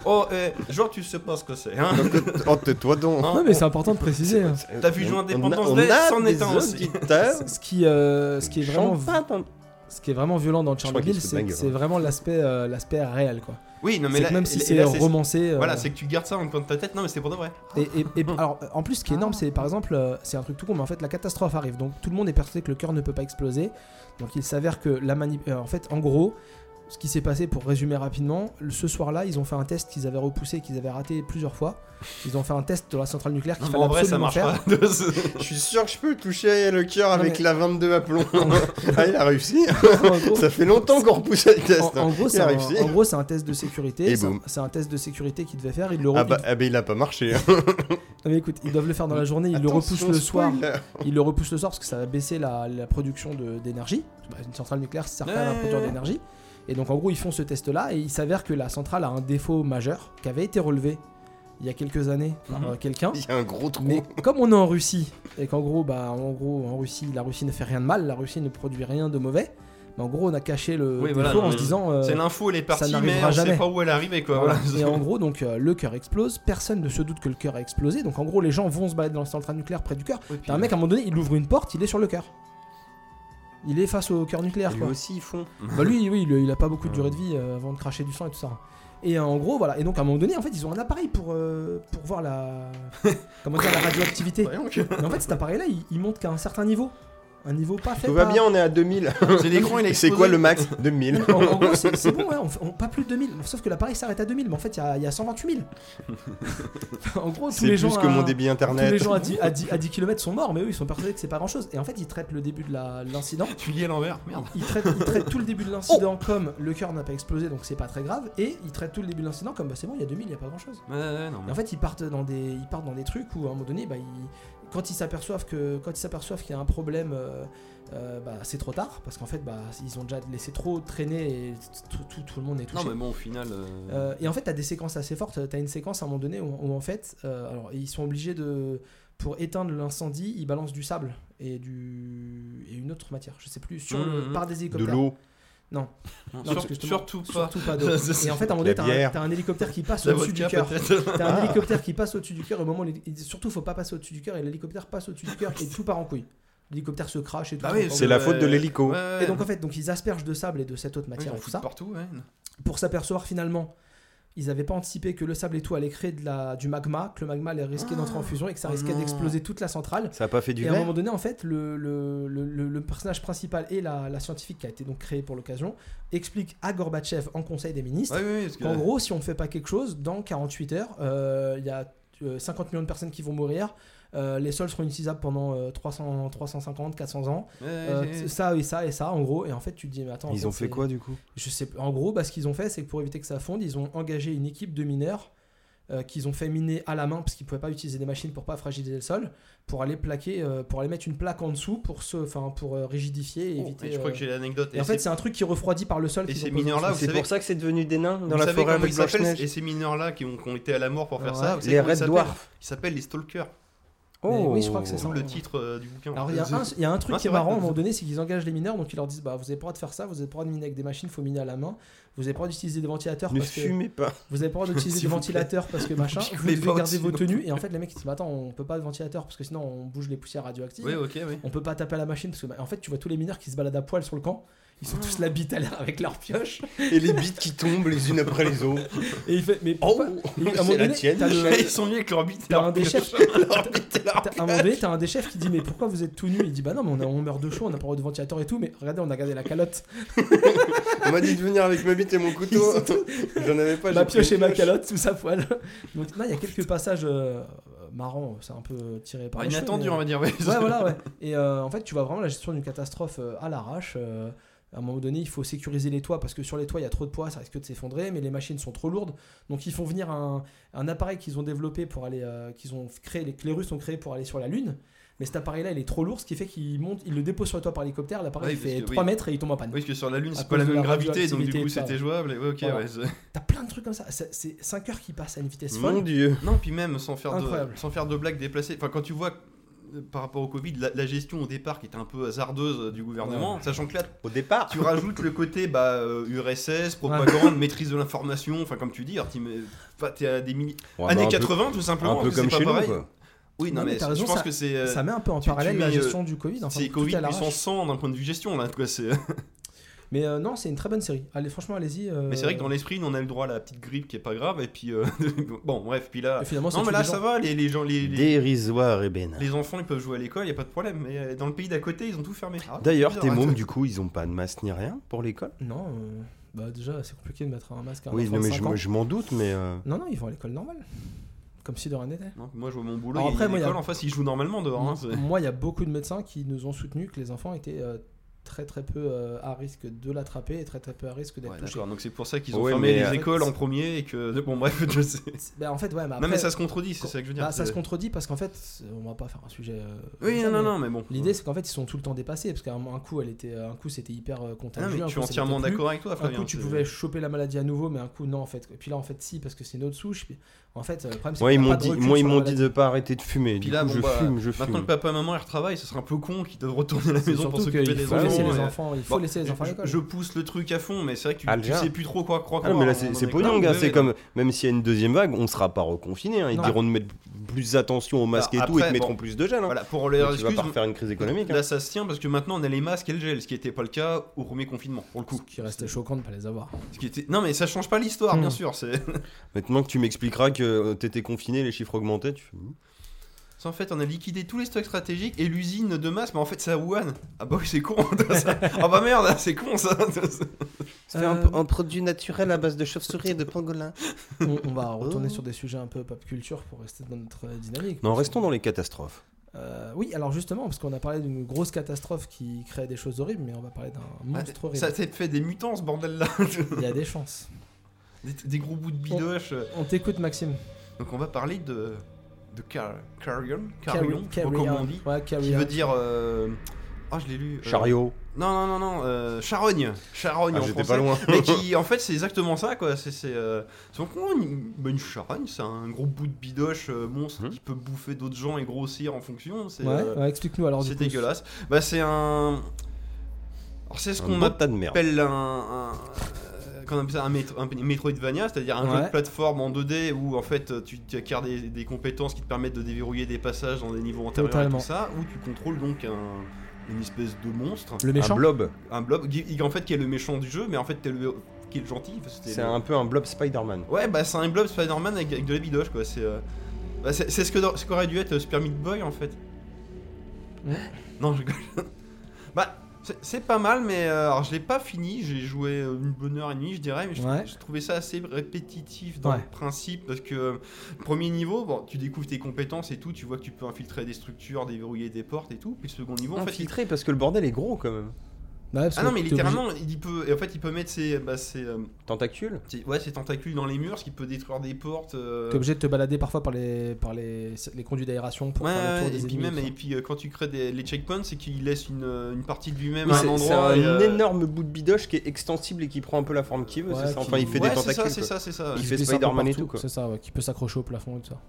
Speaker 3: oh, eh, genre tu sais pas ce que c'est, hein. euh,
Speaker 1: Oh, tais-toi donc.
Speaker 2: Non, mais c'est important de préciser. hein.
Speaker 3: T'as vu jouer
Speaker 1: euh, On-
Speaker 3: Indépendance
Speaker 1: on a-
Speaker 3: Day
Speaker 1: on a
Speaker 3: C'en
Speaker 1: des
Speaker 3: est un aussi.
Speaker 1: auditeurs
Speaker 2: Ce qui, euh, ce qui est
Speaker 1: qui
Speaker 2: vraiment,
Speaker 1: chantent pas dans-
Speaker 2: ce qui est vraiment violent dans
Speaker 1: crois qu'il
Speaker 2: Tchernobyl,
Speaker 1: se fout de ma
Speaker 2: c'est
Speaker 1: gueule,
Speaker 2: c'est
Speaker 1: hein.
Speaker 2: vraiment l'aspect, euh, l'aspect réel, quoi.
Speaker 3: Oui, non, mais
Speaker 2: C'est
Speaker 3: là,
Speaker 2: que même si
Speaker 3: et
Speaker 2: c'est
Speaker 3: là,
Speaker 2: romancé. euh,
Speaker 3: Voilà, c'est que tu gardes ça en coin de ta tête. Non, mais c'est pour de vrai.
Speaker 2: Et, et- et- alors, en plus, ce qui est énorme, c'est par exemple, euh, c'est un truc tout con, mais en fait, la catastrophe arrive. Donc, tout le monde est persuadé que le cœur ne peut pas exploser. Donc, il s'avère que la manip. euh, en fait, en gros, ce qui s'est passé, pour résumer rapidement, le- ce soir-là, ils ont fait un test qu'ils avaient repoussé, qu'ils avaient raté plusieurs fois. Ils ont fait un test de la centrale nucléaire qu'il
Speaker 3: Non, mais
Speaker 2: fallait
Speaker 3: en vrai, ça
Speaker 2: absolument
Speaker 3: marche
Speaker 2: faire.
Speaker 3: pas.
Speaker 1: Je suis sûr que je peux toucher le cœur
Speaker 2: Non,
Speaker 1: avec
Speaker 2: mais-
Speaker 1: la 22 à plomb. ah, il a réussi.
Speaker 2: En gros,
Speaker 1: Ça fait longtemps qu'on repousse hein. le test.
Speaker 2: en- en gros,
Speaker 1: Il
Speaker 2: c'est
Speaker 1: a
Speaker 2: un,
Speaker 1: réussi.
Speaker 2: en gros, c'est un test de sécurité.
Speaker 1: Et
Speaker 2: C'est un-
Speaker 1: boum.
Speaker 2: C'est un test de sécurité qu'ils devaient faire. Ils le
Speaker 1: Ah
Speaker 2: repoussent-
Speaker 1: bah, ah bah, il a pas marché. hein.
Speaker 2: Non, mais écoute, ils doivent le faire dans la journée, ils le
Speaker 1: Attention,
Speaker 2: repoussent le soir.
Speaker 1: spoil.
Speaker 2: Il le repousse le soir parce que ça va baisser la, la production de- d'énergie. Bah, une centrale nucléaire sert quand même à
Speaker 3: Ouais.
Speaker 2: produire de l'énergie. Et donc en gros, ils font ce test-là et il s'avère que la centrale a un défaut majeur qui avait été relevé il y a quelques années par
Speaker 3: Mhm.
Speaker 2: euh, quelqu'un.
Speaker 1: Il y a un gros trou.
Speaker 2: Mais comme on est en Russie et qu'en gros, bah, en gros, en Russie, la Russie ne fait rien de mal, la Russie ne produit rien de mauvais. Mais en gros, on a caché le
Speaker 3: Oui,
Speaker 2: défaut
Speaker 3: voilà,
Speaker 2: en
Speaker 3: non,
Speaker 2: se
Speaker 3: mais
Speaker 2: disant. euh,
Speaker 3: C'est l'info, elle est partie, mais
Speaker 2: n'arrivera
Speaker 3: on
Speaker 2: jamais.
Speaker 3: sait pas où elle est arrivée, quoi.
Speaker 2: voilà.
Speaker 3: Voilà.
Speaker 2: Et en gros, donc euh, le cœur explose, personne ne se doute que le cœur a explosé. Donc en gros, les gens vont se balader dans la centrale nucléaire près du cœur.
Speaker 3: Oui,
Speaker 2: T'as un mec à un moment donné, il ouvre une porte, il est sur le cœur. Il est face au cœur
Speaker 1: Et
Speaker 2: nucléaire.
Speaker 1: lui
Speaker 2: quoi.
Speaker 1: aussi, ils font.
Speaker 2: Bah lui, oui, il, il a pas beaucoup de durée de vie euh, avant de cracher du sang et tout ça. Et euh, en gros, voilà. Et donc à un moment donné, en fait, ils ont un appareil pour euh, pour voir la comment dire la radioactivité.
Speaker 3: Voyons que-
Speaker 2: Mais en fait, cet appareil-là, il, il monte qu'à un certain niveau, un niveau pas fait.
Speaker 1: Tout va
Speaker 2: pas-
Speaker 1: bien, on est à 2000.
Speaker 3: C'est l'écran, il a
Speaker 1: Et c'est quoi
Speaker 3: explosé.
Speaker 1: le max 2000.
Speaker 2: En, en gros, c'est c'est bon, ouais, on, fait- on- pas plus de 2000. Sauf que l'appareil s'arrête à 2000, mais en fait, il y a- il y, a 128 000. en gros, tous
Speaker 1: C'est
Speaker 2: les
Speaker 1: plus
Speaker 2: gens.
Speaker 1: que
Speaker 2: à-
Speaker 1: mon débit internet.
Speaker 2: Tous les gens à 10, à 10 à 10 km sont morts, mais eux ils sont persuadés que c'est pas grand chose. Et en fait, ils traitent le début de la- l'incident.
Speaker 3: Tu lis à l'envers, merde.
Speaker 2: Ils traitent, ils traitent tout le début de l'incident comme le cœur n'a pas explosé donc c'est pas très grave. Et ils traitent tout le début de l'incident comme bah, c'est bon, il y a 2000, il y a pas grand chose.
Speaker 3: Ouais, ouais, non.
Speaker 2: Et en fait, ils partent dans des, ils partent dans des trucs où à un moment donné, bah, ils- quand ils s'aperçoivent que, quand ils s'aperçoivent qu'il y a un problème, euh, euh, bah, c'est trop tard parce qu'en fait, bah, ils ont déjà laissé trop traîner et tout, tout- tout le monde est touché.
Speaker 3: Non, mais bon, au final. euh,
Speaker 2: Euh, et en fait, t'as des séquences assez fortes. T'as une séquence à un moment donné où, où en fait, euh, alors ils sont obligés de, pour éteindre l'incendie, ils balancent du sable et du et une autre matière, je sais plus, sur le-
Speaker 3: Mhm.
Speaker 2: par des
Speaker 1: De
Speaker 2: hélicoptères.
Speaker 1: l'eau.
Speaker 3: non,
Speaker 2: parce
Speaker 3: sur-
Speaker 2: que justement-
Speaker 3: Surtout pas.
Speaker 2: Surtout pas d'eau. Et en fait, à un moment
Speaker 1: La
Speaker 2: donné, t'as un-
Speaker 1: bière.
Speaker 2: t'as un, hélicoptère qui passe
Speaker 3: La
Speaker 2: au-dessus du
Speaker 3: vodka,
Speaker 2: cœur.
Speaker 3: peut-être.
Speaker 2: T'as un
Speaker 1: Ah.
Speaker 2: hélicoptère qui passe au-dessus du cœur. Au moment, où il- surtout, faut pas passer au-dessus du cœur. Et l'hélicoptère passe au-dessus du cœur et tout part en couille. L'hélicoptère se crache et tout.
Speaker 3: Bah
Speaker 2: ça
Speaker 3: oui,
Speaker 2: part en
Speaker 1: C'est
Speaker 2: couille.
Speaker 1: la faute de l'hélico.
Speaker 3: Ouais, ouais,
Speaker 2: Et donc en fait, donc ils aspergent de sable et de cette autre matière
Speaker 3: Oui, on
Speaker 2: et tout
Speaker 3: fout
Speaker 2: ça
Speaker 3: partout, ouais.
Speaker 2: pour s'apercevoir finalement, ils n'avaient pas anticipé que le sable et tout allait créer de la, du magma, que le magma allait risquer d'entrer en fusion et que ça
Speaker 3: Oh
Speaker 2: risquait
Speaker 3: non.
Speaker 2: d'exploser toute la centrale.
Speaker 1: Ça a pas fait du
Speaker 2: et à un
Speaker 1: verre
Speaker 2: moment donné, en fait, le, le- le- le- le personnage principal et la, la scientifique qui a été donc créée pour l'occasion expliquent à Gorbatchev en Conseil des ministres
Speaker 3: Ouais, ouais, parce que-
Speaker 2: qu'en gros, si on ne fait pas quelque chose, dans 48 heures, euh, il y a euh, 50 millions de personnes qui vont mourir. euh, les sols seront inutilisables pendant euh, 300, 350, 400 ans.
Speaker 3: Ouais,
Speaker 2: euh,
Speaker 3: ouais, ouais.
Speaker 2: ça et ça et ça, en gros. Et en fait, tu te dis, mais attends. en
Speaker 1: Ils ont fait
Speaker 2: c'est-
Speaker 1: quoi du coup
Speaker 2: je sais, en gros, bah, ce qu'ils ont fait, c'est que pour éviter que ça fonde, ils ont engagé une équipe de mineurs euh, qu'ils ont fait miner à la main parce qu'ils pouvaient pas utiliser des machines pour pas fragiliser le sol, pour aller plaquer, euh, pour aller mettre une plaque en dessous pour se, enfin, pour euh, rigidifier et
Speaker 3: Oh,
Speaker 2: éviter.
Speaker 3: et je crois
Speaker 2: euh,
Speaker 3: que j'ai l'anecdote.
Speaker 2: et en fait, c'est un truc qui refroidit par le sol.
Speaker 3: et
Speaker 2: qu'ils
Speaker 3: ces
Speaker 2: ont posé
Speaker 3: mineurs-là,
Speaker 2: en dessous.
Speaker 3: vous savez-
Speaker 1: ça que c'est devenu des nains
Speaker 3: Vous savez comment ils s'appellent, Et ces mineurs-là qui ont, qui ont été à la mort pour faire
Speaker 2: Ouais.
Speaker 3: ça, vous savez
Speaker 1: Les
Speaker 3: comment ils
Speaker 1: Red
Speaker 3: s'appellent
Speaker 1: Dwarfs.
Speaker 3: Ils s'appellent les Stalkers.
Speaker 2: Mais oui, je crois que c'est ça.
Speaker 3: D'où le
Speaker 2: ouais.
Speaker 3: titre euh, du bouquin.
Speaker 2: Alors il y, a un- il y a un truc
Speaker 3: Non,
Speaker 2: qui
Speaker 3: c'est
Speaker 2: est
Speaker 3: vrai.
Speaker 2: marrant à un moment donné, c'est qu'ils engagent les mineurs, donc ils leur disent bah vous avez pas le droit de faire ça, vous avez pas le droit de miner avec des machines, faut miner à la main, vous avez pas le droit d'utiliser des ventilateurs
Speaker 1: Ne
Speaker 2: parce que-
Speaker 1: fumez pas.
Speaker 2: Vous avez pas le droit d'utiliser
Speaker 3: S'il vous
Speaker 2: des
Speaker 3: plaît.
Speaker 2: ventilateurs parce que machin,
Speaker 3: Je
Speaker 2: vous
Speaker 3: voulais
Speaker 2: devez
Speaker 3: pas
Speaker 2: garder
Speaker 3: aussi
Speaker 2: vos
Speaker 3: non
Speaker 2: tenues. Et en fait, les mecs ils disent bah, Attends, on peut pas ventilateur parce que sinon on bouge les poussières radioactives.
Speaker 3: Oui, ok, oui.
Speaker 2: On peut pas taper à la machine parce que, bah, en fait, tu vois tous les mineurs qui se baladent à poil sur le camp. Ils sont
Speaker 3: Ah.
Speaker 2: tous la bite à l'air avec leurs pioches.
Speaker 1: Et les bites qui tombent les unes après les autres.
Speaker 2: Et il fait Mais
Speaker 1: Oh,
Speaker 2: pourquoi Et à un
Speaker 1: c'est
Speaker 2: moment
Speaker 1: la
Speaker 2: donné,
Speaker 1: tienne.
Speaker 2: t'as le-
Speaker 3: Ils sont venus avec leur bite et
Speaker 2: T'as
Speaker 3: leur
Speaker 2: un des
Speaker 3: pioche.
Speaker 2: chefs.
Speaker 3: Leur bite et leur-
Speaker 2: t'as- À un moment donné, t'as un des chefs qui dit Mais pourquoi vous êtes tout nu Il dit Bah non, mais on, a- on meurt de chaud, on n'a pas le droit de ventilateur et tout. Mais regardez, on a gardé la calotte.
Speaker 1: On m'a dit de venir avec ma bite et mon couteau.
Speaker 2: Ils sont
Speaker 1: J'en avais pas.
Speaker 2: ma
Speaker 1: j'ai pris
Speaker 2: pioche et
Speaker 1: une
Speaker 2: ma calotte, tout ça poil. Donc là, il y a quelques passages euh, marrants, c'est un peu tiré par
Speaker 3: Ah,
Speaker 2: les cheveux,
Speaker 3: Inattendu,
Speaker 2: mais-
Speaker 3: on va dire.
Speaker 2: Ouais, voilà, ouais. Et euh, en fait, tu vois vraiment la gestion d'une catastrophe euh, à l'arrache. euh, à un moment donné, il faut sécuriser les toits parce que sur les toits, il y a trop de poids, ça risque de s'effondrer, mais les machines sont trop lourdes. Donc, ils font venir un, un appareil qu'ils ont développé pour aller. euh, qu'ils ont créé, les, que les Russes ont créé pour aller sur la Lune. Mais cet appareil-là, il est trop lourd, ce qui fait qu'il monte, il le dépose sur le toit par hélicoptère, l'appareil
Speaker 3: Ouais,
Speaker 2: il
Speaker 3: parce
Speaker 2: fait
Speaker 3: que-
Speaker 2: 3
Speaker 3: oui.
Speaker 2: mètres et il tombe en panne.
Speaker 3: Oui, parce que sur la Lune,
Speaker 2: À
Speaker 3: c'est
Speaker 2: cause
Speaker 3: pas la
Speaker 2: de
Speaker 3: même
Speaker 2: la
Speaker 3: gravité, donc du
Speaker 2: radioactivité
Speaker 3: coup,
Speaker 2: et tout ça,
Speaker 3: c'était
Speaker 2: ouais.
Speaker 3: jouable. et ouais, ok,
Speaker 2: Voilà.
Speaker 3: ouais, c'est-
Speaker 2: T'as plein de trucs comme ça. C'est- C'est 5 heures qui passent à une vitesse
Speaker 1: Mon
Speaker 2: folle.
Speaker 1: dieu.
Speaker 3: Non, puis même sans faire de
Speaker 2: Incroyable.
Speaker 3: sans faire de blagues déplacées. Enfin, quand tu vois euh, par rapport au Covid, la, la gestion au départ qui était un peu hasardeuse euh, du gouvernement, sachant que là,
Speaker 1: Au départ,
Speaker 3: tu rajoutes le côté bah, euh, URSS, propagande, maîtrise de l'information, enfin comme tu dis, alors t'y mets- enfin, t'es à des mini...
Speaker 1: Ouais, bah,
Speaker 3: années
Speaker 1: un peu-
Speaker 3: 80 tout
Speaker 1: Un
Speaker 3: simplement,
Speaker 1: peu
Speaker 3: parce que
Speaker 1: comme
Speaker 3: c'est
Speaker 1: chez
Speaker 3: pas
Speaker 1: nous,
Speaker 3: pareil.
Speaker 1: quoi.
Speaker 3: Oui, non,
Speaker 2: Non, mais
Speaker 3: mais,
Speaker 2: t'as
Speaker 3: je
Speaker 2: raison,
Speaker 3: pense que c'est euh,
Speaker 2: Ça met un peu en
Speaker 3: tu- tu
Speaker 2: parallèle la
Speaker 3: mets, euh,
Speaker 2: gestion du Covid. Enfin,
Speaker 3: c'est
Speaker 2: tout
Speaker 3: Covid
Speaker 2: à l'arrache. Euh,
Speaker 3: puissance 100 d'un point de vue gestion là, quoi, c'est-
Speaker 2: Mais euh, non, c'est une très bonne série. Allez, franchement, allez-y. euh,
Speaker 3: Mais c'est vrai que dans l'esprit, nous, on a eu le droit à la petite grippe qui est pas grave et puis euh, bon, bref, puis là
Speaker 2: et finalement,
Speaker 3: Non,
Speaker 2: tue
Speaker 3: mais là
Speaker 2: des gens.
Speaker 3: ça va, les les gens les, les-
Speaker 1: Dérisoire et bénin.
Speaker 3: les enfants ils peuvent jouer à l'école, y a pas de problème, mais euh, dans le pays d'à côté, ils ont tout fermé. Ah,
Speaker 1: D'ailleurs,
Speaker 3: c'est
Speaker 1: tes
Speaker 3: bizarre.
Speaker 1: mômes, du coup, ils ont pas de masque ni rien pour l'école
Speaker 2: Non, euh, bah déjà c'est compliqué de mettre un masque à un
Speaker 1: Oui,
Speaker 2: enfant
Speaker 1: non,
Speaker 2: de
Speaker 1: mais je,
Speaker 2: cinq
Speaker 1: me-
Speaker 2: ans.
Speaker 1: je m'en doute, mais. euh,
Speaker 2: Non, non, ils vont à l'école normale. Comme si de rien n'était.
Speaker 3: Non, moi je vois mon boulot,
Speaker 2: Alors
Speaker 3: il y a
Speaker 2: après, moi, y a-
Speaker 3: l'école en face, ils jouent normalement dehors. hein, c'est-
Speaker 2: Moi, il y a beaucoup de médecins qui nous ont soutenu que les enfants étaient euh, très très peu euh, à risque de l'attraper et très très peu à risque d'être
Speaker 3: Ouais,
Speaker 2: touchés.
Speaker 3: d'accord, donc c'est pour ça qu'ils ont
Speaker 1: Ouais,
Speaker 3: fermé
Speaker 1: mais,
Speaker 3: les
Speaker 1: euh,
Speaker 3: écoles en premier et que. Bon, bref, je sais.
Speaker 2: C'est- bah, en fait, ouais, mais
Speaker 3: non,
Speaker 2: après,
Speaker 3: mais ça se contredit, c'est
Speaker 2: co-
Speaker 3: ça que je veux dire.
Speaker 2: bah, ça
Speaker 3: c'est-
Speaker 2: se contredit parce qu'en fait, on va pas faire un sujet. euh,
Speaker 3: Oui,
Speaker 2: comme ça,
Speaker 3: non,
Speaker 2: mais
Speaker 3: non, mais bon.
Speaker 2: L'idée, c'est qu'en fait, ils sont tout le temps dépassés parce qu'à un un coup, elle était, un coup, c'était hyper euh,
Speaker 3: Ah, non,
Speaker 2: contagieux.
Speaker 3: mais
Speaker 2: un
Speaker 3: je suis
Speaker 2: coup, ça l'était
Speaker 3: entièrement
Speaker 2: plus.
Speaker 3: d'accord avec toi,
Speaker 2: Un
Speaker 3: Flavien.
Speaker 2: coup, tu
Speaker 3: c'est-
Speaker 2: pouvais choper la maladie à nouveau, mais un coup, non, en fait. Et puis là, en fait, si, parce que c'est une autre souche. Puis, en fait, euh, le problème, c'est
Speaker 1: Moi,
Speaker 2: qu'on
Speaker 1: ils
Speaker 2: a
Speaker 1: m'ont
Speaker 2: pas de
Speaker 1: dit,
Speaker 2: recul
Speaker 1: moi, ils
Speaker 2: sur la
Speaker 1: m'ont
Speaker 2: maladie.
Speaker 1: dit de pas arrêter de fumer.
Speaker 3: Puis
Speaker 1: Du
Speaker 3: là,
Speaker 1: coup,
Speaker 3: bon,
Speaker 1: je
Speaker 3: bah,
Speaker 1: fume, je
Speaker 3: Maintenant que
Speaker 1: fume.
Speaker 3: papa maman elle retravaille, ce serait un peu con qu'ils doivent retourner à la
Speaker 2: C'est
Speaker 3: maison pour
Speaker 2: surtout
Speaker 3: s'occuper
Speaker 2: qu'il
Speaker 3: des
Speaker 2: faut
Speaker 1: enfants,
Speaker 2: les laisser
Speaker 3: bon,
Speaker 2: les
Speaker 3: ouais.
Speaker 2: enfants, il faut
Speaker 3: Bon,
Speaker 2: laisser les
Speaker 3: je-
Speaker 2: enfants à
Speaker 3: je-
Speaker 2: l'école.
Speaker 3: Je pousse le truc à fond, mais c'est vrai que tu- tu,
Speaker 1: Alger.
Speaker 3: sais plus trop quoi croire.
Speaker 1: Ah non, mais là, c'est c'est pognon, gars. C'est
Speaker 3: comme
Speaker 1: comme, même s'il y a une deuxième vague, on sera pas reconfiné. hein. Ils
Speaker 2: Non.
Speaker 1: diront de mettre plus attention aux masques
Speaker 3: Alors,
Speaker 1: et tout, et
Speaker 3: après,
Speaker 1: te mettront
Speaker 3: bon,
Speaker 1: plus de gel. Hein.
Speaker 3: Voilà, pour les
Speaker 1: Donc, tu vas
Speaker 3: excuses,
Speaker 1: pas refaire une crise économique. hein.
Speaker 3: là ça se tient parce que maintenant on a les masques et le gel, ce qui n'était pas le cas au premier confinement, pour le coup.
Speaker 2: Ce qui restait choquant de pas les avoir.
Speaker 3: Ce qui était... Non mais ça change pas l'histoire,
Speaker 2: Hmm.
Speaker 3: bien sûr. C'est
Speaker 1: hein. Maintenant que tu m'expliqueras que euh, t'étais confiné, les chiffres augmentaient, tu fais. hmm.
Speaker 3: c'est en fait on a liquidé tous les stocks stratégiques et l'usine de masques, mais en fait c'est à Wuhan. Ah bah oui c'est con. ça. Ah bah merde, c'est con ça.
Speaker 2: C'est un
Speaker 3: Euh,
Speaker 2: p-
Speaker 1: produit naturel à base de chauve-souris et de pangolin.
Speaker 2: on, on va retourner sur des sujets un peu pop culture pour rester dans notre euh, dynamique.
Speaker 1: Non, restons dans les catastrophes.
Speaker 2: Euh, oui, alors justement, parce qu'on a parlé d'une grosse catastrophe qui crée des choses horribles, mais on va parler d'un monstre horrible.
Speaker 3: Ah, ça t'a fait des mutants ce bordel là.
Speaker 2: Il y a des chances.
Speaker 3: Des, des gros bouts de bidoche. euh.
Speaker 2: On t'écoute, Maxime.
Speaker 3: Donc on va parler de... De car... Carrion Carrion,
Speaker 2: Carry- carry
Speaker 3: comme
Speaker 2: on.
Speaker 3: on dit.
Speaker 2: Ouais, carry
Speaker 3: Qui
Speaker 2: on.
Speaker 3: veut dire... euh, Ah je l'ai lu. euh,
Speaker 1: Chariot.
Speaker 3: Non, non, non, non, euh, charogne. Charogne
Speaker 1: Ah,
Speaker 3: en
Speaker 1: j'étais
Speaker 3: français.
Speaker 1: pas loin.
Speaker 3: Mais qui, en fait, c'est exactement ça, quoi. C'est. c'est, euh, c'est vraiment une, bah, une charogne, c'est un gros bout de bidoche euh, monstre
Speaker 1: Mhm.
Speaker 3: qui peut bouffer d'autres gens et grossir en fonction. C'est
Speaker 2: Ouais,
Speaker 3: euh,
Speaker 2: ouais, explique-nous alors. du
Speaker 3: c'est
Speaker 2: coup.
Speaker 3: dégueulasse. Bah, c'est un. Alors, c'est ce
Speaker 1: Un
Speaker 3: qu'on
Speaker 1: beau tas de merde.
Speaker 3: appelle un. un... euh, qu'on appelle ça un, métro- un Metroidvania, c'est-à-dire un jeu
Speaker 2: Ouais.
Speaker 3: de plateforme en 2D où en fait tu, tu acquiers des, des compétences qui te permettent de déverrouiller des passages dans des niveaux antérieurs
Speaker 2: Totalement.
Speaker 3: et tout ça, où tu contrôles donc un- une espèce de monstre
Speaker 2: Le
Speaker 1: Un
Speaker 2: méchant.
Speaker 1: blob.
Speaker 3: un blob qui, qui, en fait qui est le méchant du jeu mais en fait t'es le qui est le gentil parce que t'es
Speaker 1: C'est
Speaker 3: le-
Speaker 1: un peu un blob Spider-Man.
Speaker 3: ouais bah c'est un blob Spider-Man avec, avec de la bidoche quoi c'est euh, bah, c'est c'est ce que dans- ce qu'aurait dû être euh, Super Meat Boy en fait
Speaker 2: Ouais.
Speaker 3: non je rigole bah c'est- c'est pas mal mais euh, alors je l'ai pas fini j'ai joué euh, une bonne heure et demie je dirais mais je,
Speaker 2: Ouais.
Speaker 3: je trouvais ça assez répétitif dans
Speaker 2: Ouais.
Speaker 3: le principe parce que euh, premier niveau bon tu découvres tes compétences et tout tu vois que tu peux infiltrer des structures déverrouiller des portes et tout puis le second niveau en fait il-
Speaker 1: Infiltré parce que le bordel est gros quand même.
Speaker 2: Ouais, parce
Speaker 3: ah
Speaker 2: que
Speaker 3: non mais
Speaker 2: t'es
Speaker 3: littéralement il peut et en fait il peut mettre ses bah, ses, euh,
Speaker 1: Tentacule
Speaker 3: C'est- Ouais, c'est tentacules dans les murs, ce qui peut détruire des portes. euh,
Speaker 2: T'es obligé de te balader parfois par les, par les, les conduits d'aération pour
Speaker 3: Ouais,
Speaker 2: faire le
Speaker 3: ouais,
Speaker 2: tour
Speaker 3: et
Speaker 2: des
Speaker 3: puis
Speaker 2: ennemis
Speaker 3: même,
Speaker 2: et tout
Speaker 3: et puis euh, quand tu crées des, les checkpoints, c'est qu'il laisse une, euh, une partie de lui-même
Speaker 1: Oui,
Speaker 3: à un
Speaker 1: c'est- c'est
Speaker 3: endroit.
Speaker 1: un
Speaker 3: et, euh,
Speaker 1: énorme bout de bidoche qui est extensible et qui prend un peu la forme qu'il veut,
Speaker 2: Ouais,
Speaker 1: c'est ça
Speaker 2: qui-
Speaker 1: Enfin, il fait
Speaker 3: ouais,
Speaker 1: des
Speaker 3: c'est
Speaker 1: tentacules.
Speaker 3: ça, c'est
Speaker 1: quoi.
Speaker 3: ça, c'est ça.
Speaker 2: ça.
Speaker 1: Il
Speaker 2: Qui
Speaker 1: fait
Speaker 2: se déplace un peu
Speaker 1: Spider-Man et
Speaker 2: partout,
Speaker 1: tout, quoi.
Speaker 2: C'est ça, ouais, qui peut s'accrocher au plafond et tout ça.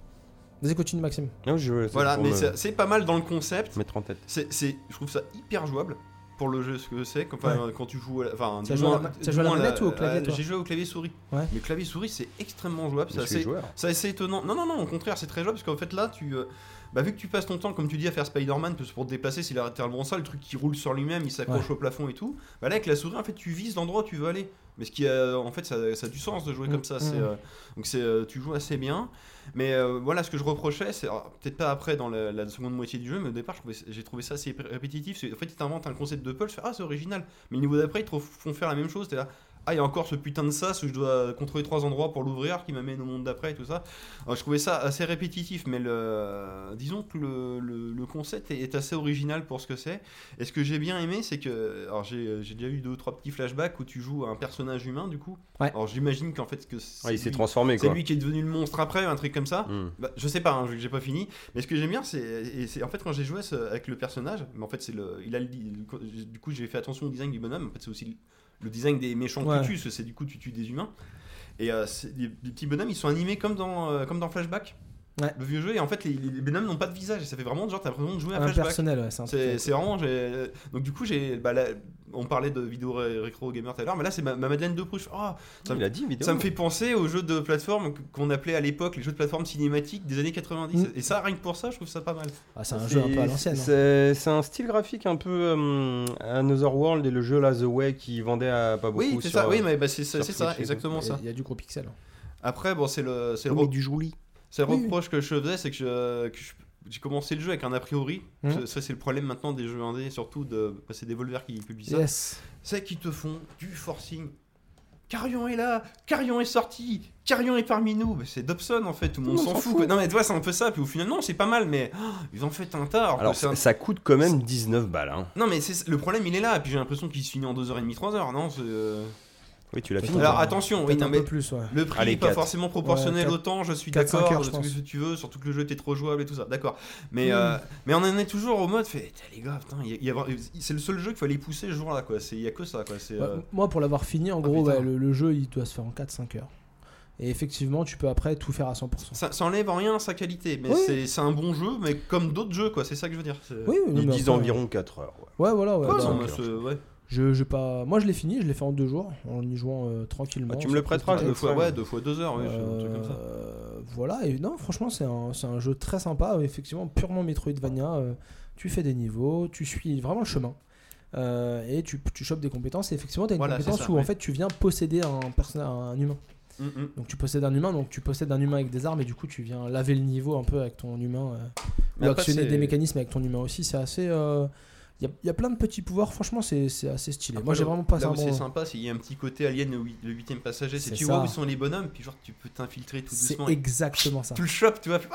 Speaker 2: Vas-y, continue, Maxime.
Speaker 1: Non, je- c'est
Speaker 3: Voilà,
Speaker 1: pour
Speaker 3: mais
Speaker 1: me
Speaker 3: c'est- c'est pas mal dans le concept.
Speaker 1: mettre en tête.
Speaker 3: C'est, c'est- je trouve ça hyper jouable pour le jeu, ce que c'est. Enfin, euh, quand tu joues, à la- enfin,
Speaker 2: T'as
Speaker 3: du
Speaker 2: joué à la
Speaker 3: moins-
Speaker 2: ma- t'as
Speaker 3: du
Speaker 2: joué à la
Speaker 3: moins
Speaker 2: manette ou au clavier, toi
Speaker 3: J'ai joué au clavier souris.
Speaker 2: Ouais.
Speaker 3: Mais clavier souris, c'est extrêmement jouable.
Speaker 1: Je
Speaker 3: C'est
Speaker 1: suis
Speaker 3: assez,
Speaker 1: joueur.
Speaker 3: C'est assez étonnant. Non, non, non, au contraire, c'est très jouable parce qu'en fait, là, tu. euh, bah, vu que tu passes ton temps, comme tu dis, à faire Spider-Man, parce que pour te déplacer, s'il a le bon ça, le truc qui roule sur lui-même, il s'accroche au plafond et tout. Bah, là, avec la souris, en fait, tu vises l'endroit où tu veux aller. Mais ce qui a, en fait, ça, ça a du sens de jouer
Speaker 2: Mm,
Speaker 3: comme ça. c'est,
Speaker 2: mm.
Speaker 3: euh, donc, c'est, euh, tu joues assez bien. Mais euh, voilà, ce que je reprochais, c'est. alors, Peut-être pas après dans la, la seconde moitié du jeu, mais au départ, je trouvais- j'ai trouvé ça assez ré- répétitif. C'est- En fait, ils t'inventent un concept de puzzle, je fais Ah, c'est original. Mais le niveau d'après, ils te font faire la même chose. T'es là, ah, il y a encore ce putain de sas où je dois contrôler trois endroits pour l'ouvrir qui m'amène au monde d'après et tout ça. Alors, je trouvais ça assez répétitif, mais le... disons que le, le- le concept est, est assez original pour ce que c'est. Et ce que j'ai bien aimé, c'est que. Alors, j'ai j'ai déjà eu deux ou trois petits flashbacks où tu joues à un personnage humain, du coup.
Speaker 2: Ouais.
Speaker 3: Alors, j'imagine qu'en fait, que c'est
Speaker 1: Ah, il s'est
Speaker 3: lui-
Speaker 1: transformé,
Speaker 3: c'est
Speaker 1: quoi.
Speaker 3: lui qui est devenu le monstre après, un truc comme ça.
Speaker 1: Hmm.
Speaker 3: Bah, je sais pas, hein, vu que j'ai pas fini. Mais ce que j'aime bien, c'est, et c'est en fait quand j'ai joué à ce- avec le personnage, mais en fait c'est le, il a le- du coup j'ai fait attention au design du bonhomme. En fait c'est aussi le- le design des méchants
Speaker 2: Ouais.
Speaker 3: que tu tues, parce que c'est du coup tu tues des humains. Et euh, c'est- les, les petits bonhommes, ils sont animés comme dans, euh, comme dans Flashback,
Speaker 2: Ouais.
Speaker 3: le vieux jeu. Et en fait les, les bonhommes n'ont pas de visage. Et ça fait vraiment genre t'as l'impression de jouer à
Speaker 2: Un
Speaker 3: Flashback.
Speaker 2: personnel, ouais, c'est un
Speaker 3: C'est
Speaker 2: truc.
Speaker 3: c'est vraiment. j'ai- Donc, du coup, j'ai. bah, là, on parlait de vidéo ré- récro gamer tout à l'heure, mais là, c'est ma, ma Madeleine de Proust. Ah, ça me
Speaker 1: Il a dit, vidéo.
Speaker 3: ça me fait penser aux jeux de plateforme que- qu'on appelait à l'époque les jeux de plateforme cinématiques des années 90.
Speaker 2: Mm.
Speaker 3: Et ça, rien que pour ça, je trouve ça pas mal.
Speaker 2: Ah, c'est un jeu un peu à l'ancienne. hein.
Speaker 1: C'est c'est un style graphique un peu euh, Another World et le jeu là, The Way, qui vendait à pas beaucoup.
Speaker 3: oui, c'est
Speaker 1: sur- euh,
Speaker 3: ça. Oui, mais bah, c'est ça,
Speaker 1: sur
Speaker 3: c'est ça,
Speaker 1: Twitch et
Speaker 3: exactement ça.
Speaker 2: Il y a du gros pixel. hein.
Speaker 3: Après, bon, c'est le, c'est le,
Speaker 1: Oui, mais
Speaker 3: re-
Speaker 1: du jouli.
Speaker 3: c'est le
Speaker 2: Oui, oui.
Speaker 3: reproche que je faisais, c'est que je- que je- j'ai commencé le jeu avec un a priori.
Speaker 2: Mm.
Speaker 3: Ça- Ça, c'est le problème maintenant des jeux indés, surtout de. bah, c'est Devolver qui publie ça.
Speaker 2: Yes.
Speaker 3: C'est qu'ils te font du forcing. Carion est là, Carion est sorti, Carion est parmi nous. Mais c'est Dobson en fait, tout le monde s'en fout. quoi. Non, mais tu vois, c'est un peu ça. Puis au final, non, c'est pas mal, mais oh, ils en fait un tas. alors que
Speaker 1: Alors,
Speaker 3: c'est un-
Speaker 1: ça, ça coûte quand même 19 balles. hein.
Speaker 3: Non mais c'est le problème il est là, et puis j'ai l'impression qu'il se finit en 2h30, 3h, non c'est, euh,
Speaker 1: Oui, tu l'as
Speaker 2: Putain,
Speaker 1: fini.
Speaker 3: Alors attention, oui,
Speaker 2: Peut-être
Speaker 3: non,
Speaker 2: un
Speaker 3: mais
Speaker 2: peu plus, ouais.
Speaker 3: le prix
Speaker 1: Allez,
Speaker 3: est pas
Speaker 1: quatre.
Speaker 3: forcément proportionnel
Speaker 2: Ouais,
Speaker 3: au temps, je suis
Speaker 2: quatre, cinq
Speaker 3: d'accord,
Speaker 2: heures,
Speaker 3: je
Speaker 2: je
Speaker 3: trouve
Speaker 2: pense.
Speaker 3: que tu veux, surtout que le jeu était trop jouable et tout ça, d'accord. Mais,
Speaker 2: Mm.
Speaker 3: euh, mais on en est toujours au mode, fait, Putain, les gars, putain, il y a- il y a- c'est le seul jeu qu'il fallait pousser ce jour-là, quoi, C'est- il y a que ça, quoi. c'est,
Speaker 2: Ouais,
Speaker 3: euh,
Speaker 2: Moi, Bah, pour l'avoir fini, en
Speaker 3: Ah,
Speaker 2: gros,
Speaker 3: putain.
Speaker 2: ouais, le, le jeu, il doit se faire en 4-5 heures. Et effectivement, tu peux après tout faire à 100%.
Speaker 3: Ça, ça enlève en rien sa qualité, mais
Speaker 2: Oui.
Speaker 3: c'est- c'est un bon jeu, mais comme d'autres jeux, quoi. C'est ça que je veux dire. c'est-
Speaker 2: Oui, oui, non,
Speaker 1: Ils
Speaker 2: mais
Speaker 1: disent
Speaker 2: après,
Speaker 1: environ 4 heures. ouais.
Speaker 2: Ouais, voilà. ouais,
Speaker 3: Ouais,
Speaker 2: bah,
Speaker 3: non,
Speaker 1: bah,
Speaker 3: mais c'est- ouais.
Speaker 2: je, je pas... Moi, je l'ai fini, je l'ai fait en deux jours, en y jouant euh, tranquillement.
Speaker 1: Ah, tu me le
Speaker 2: sans prise de
Speaker 1: prêteras, je
Speaker 3: deux
Speaker 1: le
Speaker 2: tête.
Speaker 1: ferai.
Speaker 3: fois, ouais, deux fois deux heures, oui, c'est un truc comme ça.
Speaker 2: Euh, voilà, et non, franchement, c'est un, c'est un jeu très sympa, euh, effectivement, purement Metroidvania. euh, tu fais des niveaux, tu suis vraiment le chemin. euh, et tu, tu chopes des compétences. Et effectivement, tu as une
Speaker 3: Voilà, c'est
Speaker 2: compétence
Speaker 3: ça,
Speaker 2: où en
Speaker 3: ouais.
Speaker 2: fait tu viens posséder un, perso- un humain.
Speaker 3: Mm, mm.
Speaker 2: Donc tu possèdes un humain, donc tu possèdes un humain avec des armes, et du coup tu viens laver le niveau un peu avec ton humain. euh,
Speaker 3: Mais
Speaker 2: ou
Speaker 3: après,
Speaker 2: actionner
Speaker 3: c'est-
Speaker 2: des mécanismes avec ton humain aussi. C'est assez. euh, Il y, a, y a plein de petits pouvoirs, franchement, c'est c'est assez stylé. Moi,
Speaker 3: Après,
Speaker 2: j'ai
Speaker 3: là-
Speaker 2: vraiment passé
Speaker 3: Là
Speaker 2: un
Speaker 3: où
Speaker 2: bon
Speaker 3: c'est
Speaker 2: moment.
Speaker 3: sympa, c'est qu'il y a un petit côté Alien, le huit- le huitième passager, c'est
Speaker 2: C'est
Speaker 3: tu
Speaker 2: ça.
Speaker 3: vois où sont les bonhommes, puis genre tu peux t'infiltrer tout
Speaker 2: C'est
Speaker 3: doucement. et
Speaker 2: exactement ça.
Speaker 3: Tu le chopes, tu vois. puis-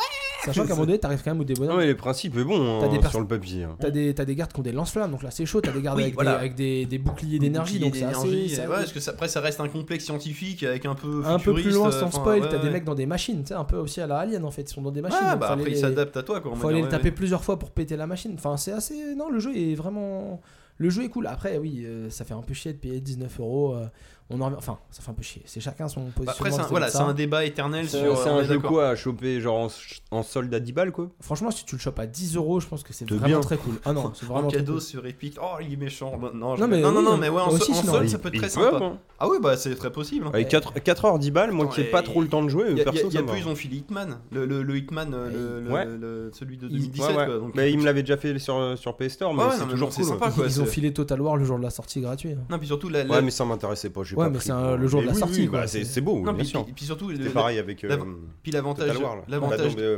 Speaker 2: Sachant qu'à un moment donné, t'arrives quand même au des
Speaker 1: Non,
Speaker 2: bonhommes.
Speaker 1: mais le principe est bon
Speaker 2: T'as
Speaker 1: hein,
Speaker 2: des pers-
Speaker 1: sur le papier. hein.
Speaker 2: T'as des, t'as des gardes qui ont des lance-flammes, donc là c'est chaud. T'as des gardes
Speaker 3: Oui,
Speaker 2: avec,
Speaker 3: voilà.
Speaker 2: des, avec des, des boucliers d'énergie,
Speaker 3: Bouclier
Speaker 2: donc c'est assez.
Speaker 3: d'énergie,
Speaker 2: c'est-
Speaker 3: et ouais, parce que ça- après, ça reste un complexe scientifique avec un peu.
Speaker 2: un peu plus
Speaker 3: futuriste,
Speaker 2: loin
Speaker 3: euh,
Speaker 2: sans
Speaker 3: enfin,
Speaker 2: spoil,
Speaker 3: ouais,
Speaker 2: t'as des
Speaker 3: ouais.
Speaker 2: mecs dans des machines, tu sais, un peu aussi à la Alien en fait. Ils sont dans des machines.
Speaker 3: Ah,
Speaker 2: donc
Speaker 3: bah
Speaker 2: fallait
Speaker 3: après, il
Speaker 2: les-
Speaker 3: s'adapte à toi, quoi. on va
Speaker 2: Faut aller
Speaker 3: dire, ouais,
Speaker 2: le taper
Speaker 3: ouais.
Speaker 2: plusieurs fois pour péter la machine. Enfin, c'est assez. Non, le jeu est vraiment. Le jeu est cool. Après, oui, euh, ça fait un peu chier de payer 19 euros. euh, On en revient- Enfin, ça fait un peu chier. C'est chacun son positionnement.
Speaker 3: Bah, Après, c'est un-
Speaker 2: vis-à-vis de
Speaker 3: voilà,
Speaker 2: ça.
Speaker 3: c'est un débat éternel
Speaker 1: C'est
Speaker 3: sur.
Speaker 1: c'est
Speaker 3: on
Speaker 1: un
Speaker 3: est
Speaker 1: jeu
Speaker 3: d'accord.
Speaker 1: quoi à choper genre en, ch- en solde à 10 balles quoi
Speaker 2: Franchement, si tu le chopes à 10 euros, je pense que c'est
Speaker 1: De
Speaker 2: vraiment
Speaker 1: bien.
Speaker 2: très cool. Ah non, c'est vraiment
Speaker 3: En
Speaker 2: très
Speaker 3: cadeau
Speaker 2: cool.
Speaker 3: sur Epic. Oh, il est méchant. Non, non, je-
Speaker 2: Non, mais
Speaker 3: non, non,
Speaker 2: oui,
Speaker 3: non, mais ouais, en,
Speaker 2: moi
Speaker 3: so-
Speaker 2: aussi,
Speaker 3: en
Speaker 2: sinon,
Speaker 3: solde,
Speaker 2: il-
Speaker 3: ça peut être
Speaker 1: Ils
Speaker 3: très
Speaker 1: peuvent,
Speaker 3: sympa.
Speaker 1: hein.
Speaker 3: Ah, oui, bah, c'est très possible. hein.
Speaker 1: Avec 4, 4 heures 10 balles, moi qui ai
Speaker 3: Attends,
Speaker 1: pas
Speaker 3: et-
Speaker 1: trop le temps de jouer,
Speaker 3: Il y a,
Speaker 1: perso
Speaker 3: il y a
Speaker 1: ça
Speaker 3: peu,
Speaker 1: m'a-
Speaker 3: ils ont fait l'Hitman, le, le, le Hitman, euh, le, le-
Speaker 1: Ouais.
Speaker 3: le- celui de
Speaker 2: Ils-
Speaker 3: 2017.
Speaker 1: Ouais, ouais.
Speaker 3: quoi, donc,
Speaker 1: Bah, il me l'avait déjà fait sur, sur PS Store, mais
Speaker 3: Ouais, ouais, non,
Speaker 1: c'est
Speaker 3: mais
Speaker 1: toujours
Speaker 3: bon, c'est
Speaker 1: cool.
Speaker 3: sympa, quoi.
Speaker 2: Ils
Speaker 3: c'est-
Speaker 2: ont filé Total War le jour de la sortie gratuit. hein.
Speaker 3: Non, puis surtout, la, la-
Speaker 1: Ouais, mais ça m'intéressait pas. j'ai
Speaker 2: Ouais,
Speaker 1: pas
Speaker 2: mais
Speaker 1: pris,
Speaker 2: c'est un-
Speaker 1: quoi.
Speaker 2: le jour de
Speaker 1: Mais
Speaker 2: la
Speaker 1: oui,
Speaker 2: sortie,
Speaker 1: oui,
Speaker 2: quoi,
Speaker 1: bah,
Speaker 2: c'est-
Speaker 1: c'est c'est beau,
Speaker 3: non,
Speaker 1: bien
Speaker 3: puis,
Speaker 1: sûr.
Speaker 3: puis- puis surtout, le-
Speaker 1: C'était
Speaker 3: le-
Speaker 1: pareil avec euh,
Speaker 3: la- puis l'avantage,
Speaker 1: Total War. là.
Speaker 3: l'avantage,
Speaker 1: Ah, non, mais, euh,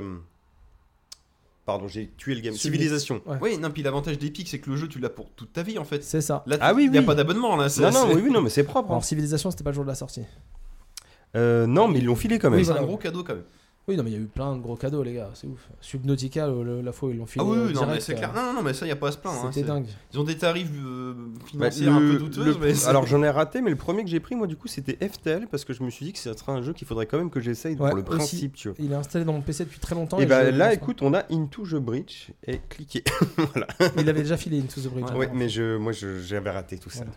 Speaker 1: Pardon, j'ai tué le game.
Speaker 2: Civilis-
Speaker 1: Civilisation.
Speaker 2: Ouais.
Speaker 3: oui, non, puis l'avantage d'Epic, c'est que le jeu, tu l'as pour toute ta vie en fait.
Speaker 2: C'est ça.
Speaker 3: Là,
Speaker 1: Ah oui,
Speaker 3: il n'y a
Speaker 1: oui.
Speaker 3: pas d'abonnement là. c'est-
Speaker 1: Non, non,
Speaker 3: c'est-
Speaker 1: oui, oui, non, mais c'est propre. hein.
Speaker 2: Alors, Civilisation, c'était pas le jour de la sortie.
Speaker 1: Euh, non, mais ils l'ont filé quand même.
Speaker 2: Oui,
Speaker 3: c'est
Speaker 2: voilà.
Speaker 3: un gros cadeau quand même.
Speaker 2: Oui, non, mais il y a eu plein de gros cadeaux, les gars. C'est ouf. Subnautica, le- le- la fois où ils l'ont filé.
Speaker 3: Ah oui, oui, non,
Speaker 2: direct,
Speaker 3: mais c'est
Speaker 2: euh,
Speaker 3: clair. Non, non, non, mais ça, il n'y a pas à se plaindre. hein,
Speaker 2: C'était
Speaker 3: c'est-
Speaker 2: dingue.
Speaker 3: Ils ont des tarifs euh,
Speaker 1: Bah,
Speaker 3: financiers un
Speaker 1: le-
Speaker 3: peu douteux.
Speaker 1: le-
Speaker 3: mais c'est-
Speaker 1: Alors j'en ai raté, mais le premier que j'ai pris, moi, du coup, c'était FTL parce que je me suis dit que ce serait un jeu qu'il faudrait quand même que j'essaye
Speaker 2: Ouais,
Speaker 1: pour le
Speaker 2: aussi.
Speaker 1: principe, tu vois.
Speaker 2: Il est installé dans mon PC depuis très longtemps.
Speaker 1: Et bah
Speaker 2: je-
Speaker 1: là,
Speaker 2: je-
Speaker 1: écoute, on a Into the Breach et cliquez.
Speaker 2: Il avait déjà filé Into the Bridge.
Speaker 1: ouais, mais je, moi, je- j'avais raté tout ça.
Speaker 2: Voilà.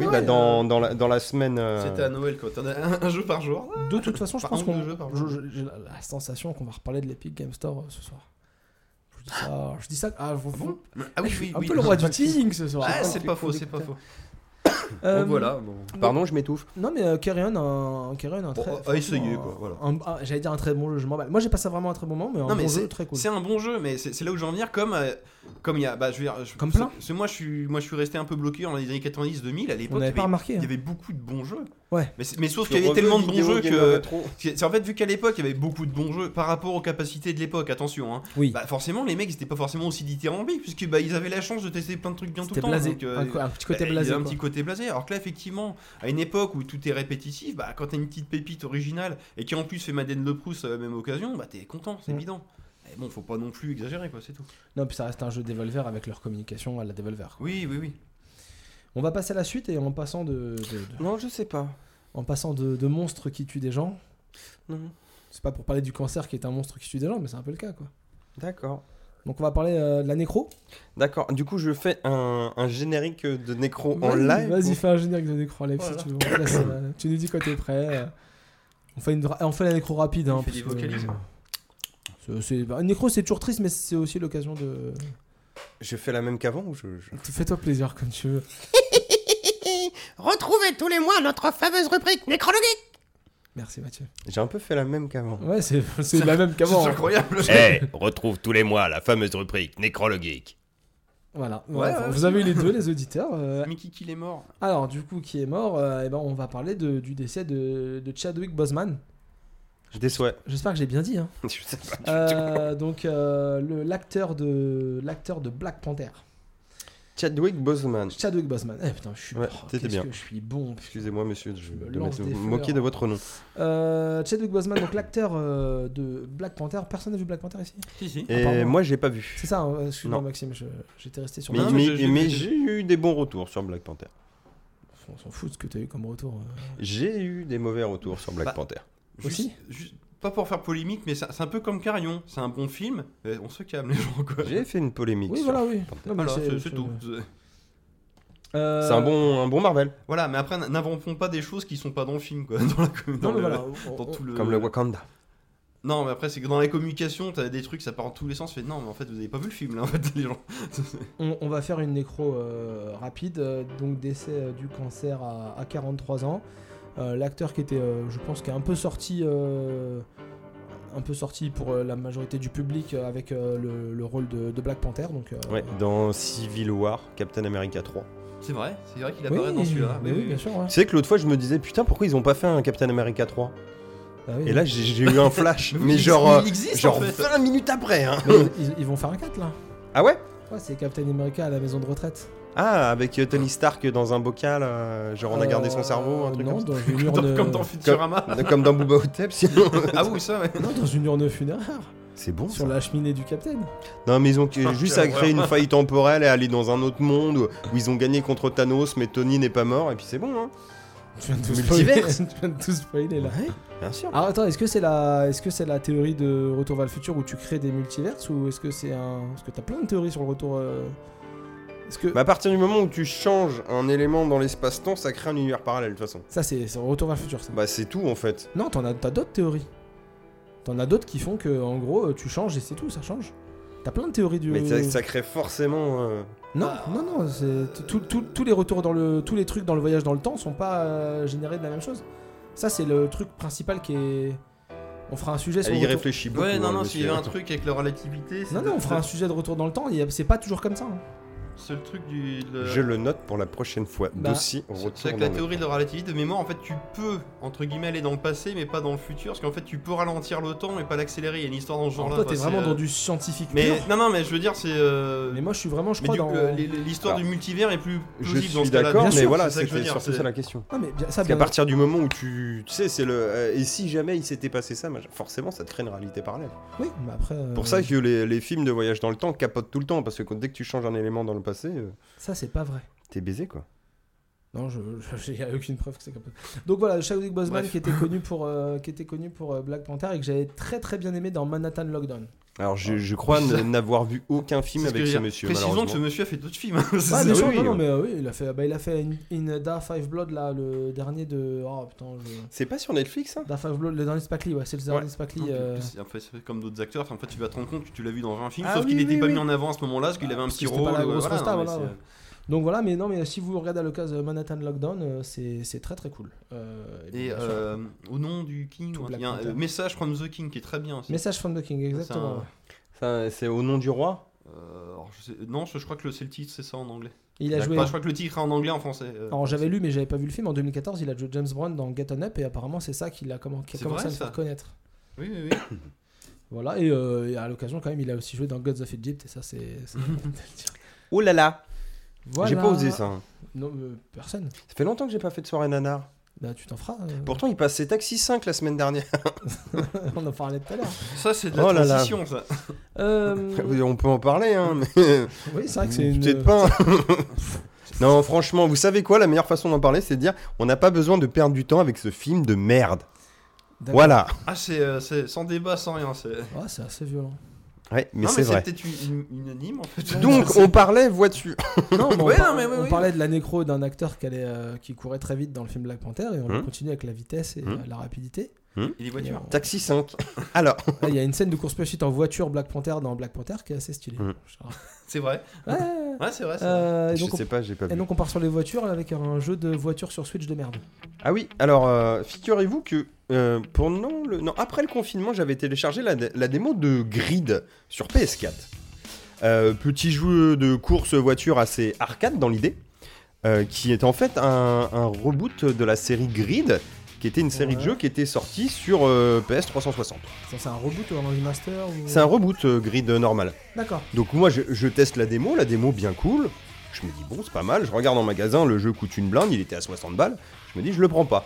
Speaker 1: Oui,
Speaker 3: ouais,
Speaker 1: bah,
Speaker 3: euh,
Speaker 1: dans, dans, la, dans la semaine. euh,
Speaker 3: C'était à Noël quoi. T'en as un, un jeu par jour.
Speaker 2: De toute façon, je
Speaker 3: Par
Speaker 2: pense
Speaker 3: nombre
Speaker 2: qu'on.
Speaker 3: de jeux, par
Speaker 2: je-
Speaker 3: jour.
Speaker 2: je- J'ai la, la sensation qu'on va reparler de l'Epic Game Store euh, ce soir. Je dis ça. Je dis ça. Ah, vous, vous-
Speaker 3: Ah oui,
Speaker 2: je suis
Speaker 3: oui,
Speaker 2: un
Speaker 3: oui.
Speaker 2: peu le roi du teasing ce soir.
Speaker 3: Ah, c'est pas faux, c'est pas faux.
Speaker 2: Euh,
Speaker 3: Donc voilà. bon.
Speaker 1: Pardon, je m'étouffe.
Speaker 2: Non, mais euh, Carrion, un, Carrion, un
Speaker 3: Bon,
Speaker 2: très.
Speaker 3: à essayer,
Speaker 2: franchement,
Speaker 3: quoi, voilà.
Speaker 2: un- ah, J'allais dire un très bon jeu, je m'emballe. Moi, j'ai passé vraiment un très bon moment, mais un
Speaker 3: Non, mais
Speaker 2: bon
Speaker 3: c'est-
Speaker 2: jeu très cool.
Speaker 3: C'est un bon jeu, mais c'est c'est là où je veux en venir. Comme euh, comme il y a, bah, je veux dire, je-
Speaker 2: Comme plein.
Speaker 3: parce que moi, je suis moi, je suis resté un peu bloqué dans les années 90-2000 à
Speaker 2: On
Speaker 3: l'époque. Il,
Speaker 2: n'avait
Speaker 3: y
Speaker 2: pas
Speaker 3: avait-
Speaker 2: remarqué.
Speaker 3: il
Speaker 2: hein.
Speaker 3: y avait beaucoup de bons jeux.
Speaker 2: Ouais.
Speaker 3: Mais, c'est- mais sauf qu'il y avait tellement de bons
Speaker 1: Vidéo
Speaker 3: jeux
Speaker 1: Gamer
Speaker 3: que.
Speaker 1: Retro.
Speaker 3: c'est- En fait, vu qu'à l'époque, il y avait beaucoup de bons jeux par rapport aux capacités de l'époque, attention, hein,
Speaker 2: Oui,
Speaker 3: bah forcément, les mecs, ils étaient pas forcément aussi dithyrambiques, puisque bah, ils avaient la chance de tester plein de trucs bien tout
Speaker 2: c'était
Speaker 3: le temps.
Speaker 2: blasé.
Speaker 3: donc, euh,
Speaker 2: un, co- un petit
Speaker 3: bah,
Speaker 2: côté
Speaker 3: il y a
Speaker 2: blasé.
Speaker 3: un
Speaker 2: quoi.
Speaker 3: petit côté blasé. Alors que là, effectivement, à une époque où tout est répétitif, bah, quand t'as une petite pépite originale et qui en plus fait Madeleine de Proust à la même occasion, bah t'es content, c'est
Speaker 2: Mm.
Speaker 3: évident. Mais bon, faut pas non plus exagérer, quoi, c'est tout.
Speaker 2: Non, puis ça reste un jeu Devolver avec leur communication à la Devolver. quoi.
Speaker 3: Oui, oui, oui.
Speaker 2: On va passer à la suite et en passant de, de- de-
Speaker 1: Non, je sais pas.
Speaker 2: en passant de, de monstres qui tuent des gens.
Speaker 1: Non.
Speaker 2: C'est pas pour parler du cancer qui est un monstre qui tue des gens, mais c'est un peu le cas, quoi.
Speaker 1: D'accord.
Speaker 2: Donc on va parler euh, de la nécro.
Speaker 1: D'accord. Du coup, je fais un, un générique de Necro en
Speaker 2: Vas-y,
Speaker 1: live.
Speaker 2: Vas-y, fais un générique de nécro, Alex.
Speaker 3: Voilà.
Speaker 2: Si tu, veux. Là, c'est, euh, tu nous dis quand t'es prêt. euh. On fait, une, dra- on fait la nécro rapide.
Speaker 3: Il
Speaker 2: hein,
Speaker 3: fait des
Speaker 2: parce que,
Speaker 3: vocalises.
Speaker 2: euh, c'est- c'est- bah, une nécro, c'est toujours triste, mais c'est aussi l'occasion de.
Speaker 1: Je fais la même qu'avant ou je. je-
Speaker 2: Fais-toi plaisir comme tu veux.
Speaker 4: Retrouvez tous les mois notre fameuse rubrique nécrologique.
Speaker 2: Merci Mathieu.
Speaker 1: J'ai un peu fait la même qu'avant.
Speaker 2: Ouais, c'est c'est la même qu'avant. hein.
Speaker 3: C'est incroyable.
Speaker 5: Eh, retrouve tous les mois la fameuse rubrique Nécrologique.
Speaker 2: Voilà.
Speaker 3: Ouais,
Speaker 2: Voilà.
Speaker 3: ouais,
Speaker 2: vous avez eu les deux, les auditeurs. euh,
Speaker 3: Mickey qu'il est mort.
Speaker 2: Alors, du coup, qui est mort euh, eh ben, On va parler de- du décès de, de Chadwick Boseman.
Speaker 1: Je Des souhaits.
Speaker 2: J'espère que j'ai bien dit. Hein.
Speaker 1: je sais pas.
Speaker 2: Euh, donc, euh, le- l'acteur de, l'acteur de Black Panther,
Speaker 1: Chadwick Boseman.
Speaker 2: Chadwick Boseman. Eh putain, je suis,
Speaker 1: Ouais,
Speaker 2: oh,
Speaker 1: t'étais
Speaker 2: qu'est-ce
Speaker 1: bien.
Speaker 2: que je suis bon.
Speaker 1: Excusez-moi, monsieur, je
Speaker 2: me
Speaker 1: de
Speaker 2: lance
Speaker 1: m'être
Speaker 2: des
Speaker 1: moqué
Speaker 2: fleurs.
Speaker 1: de votre nom.
Speaker 2: Euh, Chadwick Boseman, donc l'acteur euh, de Black Panther. Personne n'a vu Black Panther ici
Speaker 3: Si, si.
Speaker 1: Et
Speaker 2: pardon.
Speaker 1: moi, j'ai pas vu.
Speaker 2: C'est ça, hein, excuse-moi
Speaker 1: Non.
Speaker 2: Maxime, je- j'étais resté sur
Speaker 1: Mais,
Speaker 3: Non,
Speaker 2: ma-
Speaker 1: mais-
Speaker 3: mais je- je-
Speaker 1: mais
Speaker 3: je-
Speaker 1: j'ai eu des bons retours sur Black Panther.
Speaker 2: On s'en fout de ce que t'as eu comme retour. euh.
Speaker 1: J'ai eu des mauvais retours sur Black
Speaker 3: Bah,
Speaker 1: Panther.
Speaker 2: Aussi
Speaker 3: Juste- juste- pas pour faire polémique, mais c'est c'est un peu comme Carillon. C'est un bon film. mais on se calme, les gens, quoi.
Speaker 1: J'ai fait une polémique.
Speaker 2: Oui,
Speaker 1: sur-
Speaker 2: voilà, oui.
Speaker 1: Panther.
Speaker 2: Non, mais
Speaker 3: Voilà,
Speaker 2: c'est-
Speaker 3: c'est
Speaker 2: c'est-
Speaker 3: c'est tout.
Speaker 2: Euh,
Speaker 1: C'est un bon, un bon Marvel,
Speaker 3: Voilà, mais après, n'inventons pas des choses qui sont pas dans le film, quoi. Dans, la com- dans
Speaker 2: Non, mais
Speaker 3: le-
Speaker 2: voilà.
Speaker 3: dans
Speaker 2: on-
Speaker 3: tout le...
Speaker 1: comme le Wakanda.
Speaker 3: Non, mais après, c'est que dans les communications, t'as des trucs, ça part en tous les sens. Fait non, mais en fait, vous avez pas vu le film, là, en fait, les gens.
Speaker 2: On, on va faire une nécro euh, rapide, euh, donc décès euh, du cancer à, à 43 ans. Euh, L'acteur qui était, euh, je pense, qui est un peu sorti, euh, un peu sorti pour euh, la majorité du public euh, avec euh, le, le rôle de, de Black Panther. Donc, euh,
Speaker 1: Ouais, dans Civil War, Captain America 3.
Speaker 3: C'est vrai, c'est vrai qu'il
Speaker 2: oui,
Speaker 3: apparaît dans celui-là.
Speaker 2: mais oui, bien sûr. ouais.
Speaker 1: Tu sais que l'autre fois, je me disais, putain, pourquoi ils ont pas fait un Captain America 3
Speaker 2: Ah oui,
Speaker 1: Et là, j'ai j'ai eu un flash,
Speaker 3: Mais oui,
Speaker 1: mais
Speaker 3: il-
Speaker 1: genre,
Speaker 3: il
Speaker 1: euh,
Speaker 3: existe,
Speaker 1: genre
Speaker 3: en fait.
Speaker 1: 20 minutes après. Hein.
Speaker 2: mais ils, ils- ils vont faire un 4 là.
Speaker 1: Ah ouais
Speaker 2: Ouais, c'est Captain America à la maison de retraite.
Speaker 1: Ah, avec euh, Tony Stark dans un bocal, euh, genre on a gardé son
Speaker 2: Euh,
Speaker 1: cerveau, un truc
Speaker 2: non,
Speaker 1: comme ça.
Speaker 2: dans une
Speaker 3: Dans-
Speaker 2: urne,
Speaker 3: Comme dans Futurama.
Speaker 1: Euh, Comme dans Booba Hotep, sinon.
Speaker 3: ah oui, ça, ouais.
Speaker 2: non, dans une urne funéraire
Speaker 1: C'est bon.
Speaker 2: sur
Speaker 1: ça.
Speaker 2: la cheminée du Captain.
Speaker 1: Non, mais ils ont euh,
Speaker 3: Ah,
Speaker 1: juste
Speaker 3: quelle
Speaker 1: à créer
Speaker 3: horreur.
Speaker 1: une faille temporelle et aller dans un autre monde où ils ont gagné contre Thanos, mais Tony n'est pas mort, et puis c'est bon, hein.
Speaker 2: Tu viens de tout spoiler.
Speaker 1: Multivers.
Speaker 2: tu viens de tout spoiler là.
Speaker 1: Bien sûr.
Speaker 2: Alors attends, est-ce que c'est la, est-ce que c'est la théorie de Retour vers le futur où tu crées des multiverses ou est-ce que c'est un, parce que t'as plein de théories sur le retour. euh, Est-ce que
Speaker 1: Mais à partir du moment où tu changes un élément dans l'espace-temps, ça crée un univers parallèle, de toute façon.
Speaker 2: ça c'est, c'est Retour vers le futur ça.
Speaker 1: Bah, c'est tout en fait.
Speaker 2: Non, t'en as, t'as d'autres théories. T'en as d'autres qui font que en gros euh, tu changes et c'est tout, ça change. T'as plein de théories du.
Speaker 1: Mais ça, ça crée forcément. euh,
Speaker 2: Non, non, non, c'est tout- tout- tous les retours dans le, tous les trucs dans le voyage dans le temps sont pas euh, générés de la même chose. Ça c'est le truc principal qui est. On fera un sujet sur.
Speaker 1: Elle
Speaker 2: le
Speaker 1: y
Speaker 2: retour-
Speaker 1: réfléchit beaucoup.
Speaker 3: Ouais, non,
Speaker 1: hein,
Speaker 3: non, s'il y avait un
Speaker 1: monsieur.
Speaker 3: truc avec la relativité, c'est
Speaker 2: Non,
Speaker 3: de-
Speaker 2: non, on fera un sujet de retour dans le temps. et C'est pas toujours comme ça. hein.
Speaker 3: C'est le truc du. de-
Speaker 1: Je le note pour la prochaine fois.
Speaker 2: Bah,
Speaker 1: D'aussi, on
Speaker 3: euh, C'est- C'est
Speaker 1: retourne
Speaker 3: avec la
Speaker 1: dans le-
Speaker 3: théorie de la relativité de mémoire, en fait, tu peux, entre guillemets, aller dans le passé, mais pas dans le futur, parce qu'en fait, tu peux ralentir le temps, mais pas l'accélérer. Il y a une histoire dans ce
Speaker 2: Alors
Speaker 3: genre-là.
Speaker 2: toi, t'es
Speaker 3: quoi,
Speaker 2: vraiment
Speaker 3: c'est,
Speaker 2: dans
Speaker 3: euh,
Speaker 2: du scientifique
Speaker 3: Mais
Speaker 2: pur.
Speaker 3: non, non, mais je veux dire, c'est. euh,
Speaker 2: Mais moi, je suis vraiment, je
Speaker 3: mais
Speaker 2: crois,
Speaker 3: du-
Speaker 2: dans. Bah,
Speaker 3: euh, l- l- l'histoire
Speaker 1: Alors,
Speaker 3: du multivers est plus
Speaker 1: Je
Speaker 3: plausible dans
Speaker 1: suis
Speaker 3: ce cas-là.
Speaker 1: d'accord,
Speaker 2: Bien
Speaker 1: mais
Speaker 2: sûr,
Speaker 1: voilà,
Speaker 3: c'est ça que je veux
Speaker 1: c'était
Speaker 3: dire,
Speaker 1: surtout
Speaker 3: c'est-
Speaker 1: ça la question.
Speaker 2: Ah, mais bien- ça,
Speaker 1: Parce qu'à
Speaker 2: bien-
Speaker 1: partir du moment où tu, tu sais, c'est le euh, et si jamais il s'était passé ça, machin, forcément ça te crée une réalité parallèle.
Speaker 2: Oui, mais après. euh,
Speaker 1: Pour ça que les, les films de voyage dans le temps capotent tout le temps parce que quand- dès que tu changes un élément dans le passé, euh,
Speaker 2: Ça, c'est pas vrai.
Speaker 1: t'es baisé quoi.
Speaker 2: Non, je, je- j'ai aucune preuve que c'est comme ça. Donc voilà, Chadwick Boseman
Speaker 3: Bref.
Speaker 2: qui était connu pour, euh, qui était connu pour euh, Black Panther et que j'avais très très bien aimé dans Manhattan Lockdown.
Speaker 1: Alors je, je crois
Speaker 3: C'est
Speaker 1: ne-
Speaker 3: ça.
Speaker 1: n'avoir vu aucun
Speaker 3: C'est
Speaker 1: film
Speaker 3: ce que
Speaker 1: avec
Speaker 3: je veux
Speaker 1: ce
Speaker 3: dire.
Speaker 1: monsieur
Speaker 3: Précisons que ce
Speaker 1: malheureusement.
Speaker 3: monsieur a fait d'autres films. hein, C'est
Speaker 2: Ah,
Speaker 3: ça.
Speaker 2: bien sûr,
Speaker 1: oui,
Speaker 2: non, non,
Speaker 1: oui.
Speaker 2: mais euh, oui, il a fait, bah, il a fait in, In Da Five Blood là, le dernier de. Oh putain, je...
Speaker 1: C'est pas sur Netflix hein. ça
Speaker 2: Da Five Blood, le dernier de Spike Lee, ouais, c'est le dernier de Spike Lee.
Speaker 3: Non, puis,
Speaker 2: euh,
Speaker 3: c'est- en fait, c'est comme d'autres acteurs, enfin, en fait, tu vas te rendre compte que tu l'as vu dans un film,
Speaker 1: Ah
Speaker 3: sauf
Speaker 1: oui,
Speaker 3: qu'il n'était
Speaker 1: oui,
Speaker 3: pas
Speaker 1: oui.
Speaker 3: mis en avant à ce moment-là, parce qu'il
Speaker 2: Ah,
Speaker 3: avait un
Speaker 2: parce que
Speaker 3: petit
Speaker 2: c'était
Speaker 3: rôle.
Speaker 2: pas la
Speaker 3: euh,
Speaker 2: grosse
Speaker 3: voilà,
Speaker 2: resta,
Speaker 3: non, mais
Speaker 2: voilà,
Speaker 3: c'est- euh,
Speaker 2: ouais. Donc voilà, mais non, mais euh, si vous regardez à l'occasion Manhattan Lockdown, euh, c'est c'est très très cool. Euh, et
Speaker 3: Et
Speaker 2: bien sûr,
Speaker 3: euh, au nom du King,
Speaker 2: Tout
Speaker 3: ouais,
Speaker 2: Black
Speaker 3: il y a un
Speaker 2: Panther.
Speaker 3: euh, message from the King qui est très bien aussi.
Speaker 2: Message from the King, exactement.
Speaker 3: un-
Speaker 2: ouais.
Speaker 1: Ça, C'est au nom du roi
Speaker 3: Euh, alors, je sais- Non, je je crois que le- c'est le titre, c'est ça en anglais.
Speaker 2: Il a joué.
Speaker 3: Enfin, je crois que le titre est en anglais, en français. euh,
Speaker 2: Alors j'avais lu, mais j'avais pas vu le film. En 2014, il a joué James Brown dans Get On Up et apparemment c'est ça qui l'a comment- qui a
Speaker 3: C'est
Speaker 2: commencé
Speaker 3: vrai,
Speaker 2: à le
Speaker 3: ça
Speaker 2: faire connaître.
Speaker 3: Oui, oui, oui.
Speaker 2: Voilà, et, euh, et à l'occasion quand même, il a aussi joué dans Gods of Egypt et ça c'est. c'est-
Speaker 1: Oh là là
Speaker 2: Voilà.
Speaker 1: J'ai pas osé ça. hein.
Speaker 2: Non, euh, personne.
Speaker 1: Ça fait longtemps que j'ai pas fait de soirée nanar.
Speaker 2: Bah tu t'en feras. euh,
Speaker 1: Pourtant il passait Taxi 5 la semaine dernière.
Speaker 2: on en parlait tout à l'heure.
Speaker 3: Ça, c'est de la
Speaker 1: Oh là là.
Speaker 3: transition, ça.
Speaker 2: Euh,
Speaker 1: On peut en parler hein, mais...
Speaker 2: oui, c'est vrai que c'est une. euh,
Speaker 1: Peut-être pas. hein. non, franchement, vous savez quoi La meilleure façon d'en parler, c'est de dire on n'a pas besoin de perdre du temps avec ce film de merde.
Speaker 2: D'accord.
Speaker 1: Voilà.
Speaker 3: Ah, c'est euh, c'est sans débat, sans rien. C'est...
Speaker 2: Ouais, c'est assez violent.
Speaker 1: Ouais, mais
Speaker 3: Non,
Speaker 1: c'est vrai.
Speaker 3: peut-être une- une- unanime, en fait.
Speaker 1: Donc, on parlait voiture.
Speaker 2: Non, mais on,
Speaker 3: Ouais,
Speaker 2: par-
Speaker 3: non, mais oui,
Speaker 2: on
Speaker 3: oui.
Speaker 2: parlait de la nécro d'un acteur qui, allait, euh, qui courait très vite dans le film Black Panther et on
Speaker 1: Hmm.
Speaker 2: continue avec la vitesse et
Speaker 1: Hmm.
Speaker 2: euh, la rapidité.
Speaker 3: Et les
Speaker 2: Et
Speaker 3: voitures.
Speaker 2: on-
Speaker 1: Taxi 5. Alors,
Speaker 2: Ah, Il y a une scène de course poursuite en voiture Black Panther dans Black Panther qui est assez stylée.
Speaker 1: Hmm.
Speaker 3: C'est vrai.
Speaker 2: Ouais, ouais.
Speaker 3: Ouais, c'est vrai. c'est vrai.
Speaker 2: Euh, et,
Speaker 1: je
Speaker 2: donc on,
Speaker 1: sais pas, j'ai pas
Speaker 2: et
Speaker 1: vu.
Speaker 2: donc on part sur les voitures avec un jeu de voitures sur Switch de merde.
Speaker 1: Ah oui, alors, euh, figurez-vous que euh, pendant le. Non, après le confinement, j'avais téléchargé la, dé- la démo de Grid sur PS4. Euh, petit jeu de course voiture assez arcade dans l'idée, euh, qui est en fait un, un reboot de la série Grid, qui était une série de
Speaker 2: Ouais.
Speaker 1: jeux qui était sortie sur euh, PS360.
Speaker 2: Ça, C'est un reboot ou un remaster ou-
Speaker 1: C'est un reboot euh, Grid euh, normal.
Speaker 2: D'accord.
Speaker 1: Donc moi je, je teste la démo, la démo bien cool. Je me dis bon c'est pas mal, je regarde en magasin, le jeu coûte une blinde, il était à 60 balles. Je me dis je le prends pas.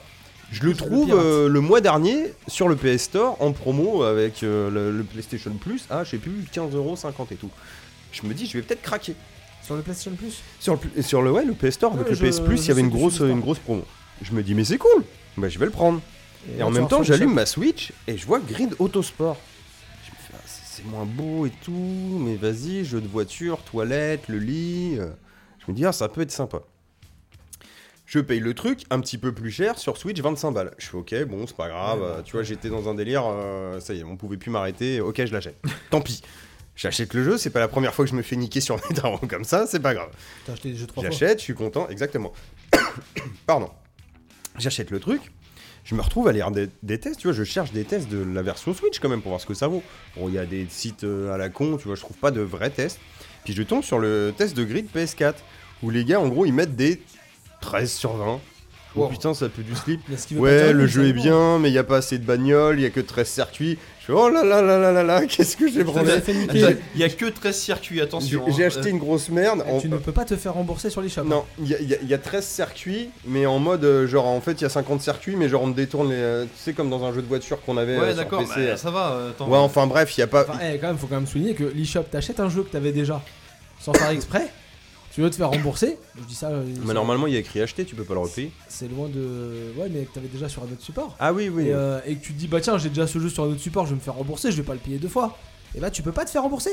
Speaker 1: Je le
Speaker 2: Je le hein.
Speaker 1: trouve
Speaker 2: pirate.
Speaker 1: euh, le mois dernier sur le PS Store en promo avec euh, le, le PlayStation Plus à je sais plus 15,50€ et tout. Je me dis je vais peut-être craquer.
Speaker 2: Sur le PlayStation Plus
Speaker 1: Sur le, pl- sur le, ouais, le PS Store
Speaker 2: Ouais,
Speaker 1: avec
Speaker 2: je-
Speaker 1: le PS Plus,
Speaker 2: je
Speaker 1: il y avait
Speaker 2: sais
Speaker 1: une
Speaker 2: que tu
Speaker 1: grosse,
Speaker 2: fais ça.
Speaker 1: une grosse promo. Je me dis mais c'est cool, bah je vais le prendre. Et en même temps, j'allume ma Switch et je vois Grid Autosport. Je me fais, Ah, c'est c'est moins beau et tout, mais vas-y, jeu de voiture, toilette, le lit. euh. Je me dis, ah, ça peut être sympa. Je paye le truc un petit peu plus cher sur Switch, 25 balles. Je fais ok, bon, c'est pas grave. euh, tu vois, j'étais dans un délire, euh, ça y est, on pouvait plus m'arrêter. Ok, je l'achète. Tant pis. J'achète le jeu, c'est pas la première fois que je me fais niquer sur mes darons comme ça, c'est pas grave.
Speaker 2: T'as acheté des jeux trois fois.
Speaker 1: J'achète, je suis content, exactement. Pardon. J'achète le truc, je me retrouve à lire des, des tests, tu vois, je cherche des tests de la version Switch quand même pour voir ce que ça vaut. Bon, il y a des sites euh, à la con, tu vois, je trouve pas de vrais tests. Puis je tombe sur le test de grid PS4, où les gars, en gros, ils mettent des 13 sur 20. Oh
Speaker 2: Wow.
Speaker 1: putain, ça pue du slip.
Speaker 2: Mais ce qui veut pas
Speaker 1: Ouais,
Speaker 2: dire
Speaker 1: le
Speaker 2: que
Speaker 1: jeu est
Speaker 2: c'est bon.
Speaker 1: bien, mais il n'y a pas assez de bagnoles, il n'y a que 13 circuits. Je fais, oh là là là là là là, qu'est-ce que j'ai
Speaker 2: On
Speaker 1: branlé
Speaker 2: avait fait niquer.
Speaker 3: Attends, Il y a que 13 circuits,
Speaker 1: J'ai
Speaker 3: attention.
Speaker 1: j'ai
Speaker 3: hein.
Speaker 1: acheté une grosse merde.
Speaker 2: Tu
Speaker 1: en-
Speaker 2: ne peux pas te faire rembourser sur les shops.
Speaker 1: non, il y, a- y a- y a 13 circuits, mais en mode euh, genre en fait il y a 50 circuits, mais genre on me détourne les. euh, tu sais, comme dans un jeu de voiture qu'on avait. euh,
Speaker 3: Ouais,
Speaker 1: sur
Speaker 3: d'accord,
Speaker 1: PC,
Speaker 3: bah,
Speaker 1: euh.
Speaker 3: ça va. euh, attends.
Speaker 1: ouais, enfin bref, il y a pas.
Speaker 2: Enfin, eh, quand même, faut quand même souligner que l'eShop, t'achètes un jeu que t'avais déjà sans faire exprès. Tu veux te faire rembourser Je dis ça. euh,
Speaker 1: mais normalement il y a écrit acheter, tu peux pas le repayer.
Speaker 2: C'est loin de. Ouais, mais que t'avais déjà sur un autre support.
Speaker 1: Ah oui, oui.
Speaker 2: Et, euh, et que tu te dis, bah tiens, j'ai déjà ce jeu sur un autre support, je vais me faire rembourser, je vais pas le payer deux fois. Et bah, tu peux pas te faire rembourser.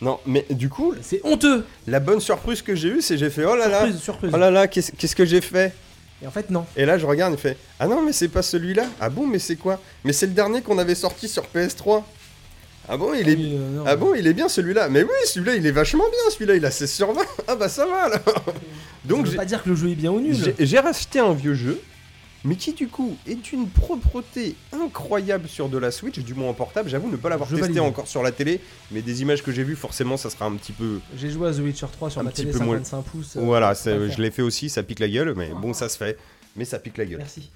Speaker 1: Non, mais du coup,
Speaker 2: C'est honteux.
Speaker 1: la bonne surprise que j'ai eue, c'est j'ai fait oh là là,
Speaker 2: Surprise, surprise.
Speaker 1: oh là là, qu'est-ce qu'est-ce que j'ai fait
Speaker 2: Et en fait, non.
Speaker 1: Et là je regarde, il fait ah non mais c'est pas celui-là. Ah bon mais c'est quoi Mais c'est le dernier qu'on avait sorti sur PS3. Ah bon il est
Speaker 2: Oui, euh, non.
Speaker 1: Ah bon, il est bien celui-là Mais oui, celui-là, il est vachement bien, celui-là, il a 16 sur 20. Ah bah ça va alors
Speaker 2: Ça
Speaker 1: Donc
Speaker 2: veut
Speaker 1: j'ai-
Speaker 2: pas dire que le jeu est bien ou nul.
Speaker 1: j'ai j'ai racheté un vieux jeu, mais qui du coup est d'une propreté incroyable sur de la Switch, du moins en portable. J'avoue ne pas l'avoir
Speaker 2: Je
Speaker 1: testé
Speaker 2: valide.
Speaker 1: encore sur la télé, mais des images que j'ai vues, forcément, ça sera un petit peu...
Speaker 2: J'ai joué à The Witcher 3 sur
Speaker 1: Un
Speaker 2: ma
Speaker 1: petit
Speaker 2: télé
Speaker 1: peu moins.
Speaker 2: 55 pouces. euh,
Speaker 1: voilà,
Speaker 2: faut pas
Speaker 1: c'est-
Speaker 2: le
Speaker 1: je
Speaker 2: faire.
Speaker 1: l'ai fait aussi, ça pique la gueule, mais bon, ça se fait. Mais ça pique la gueule.
Speaker 2: Merci.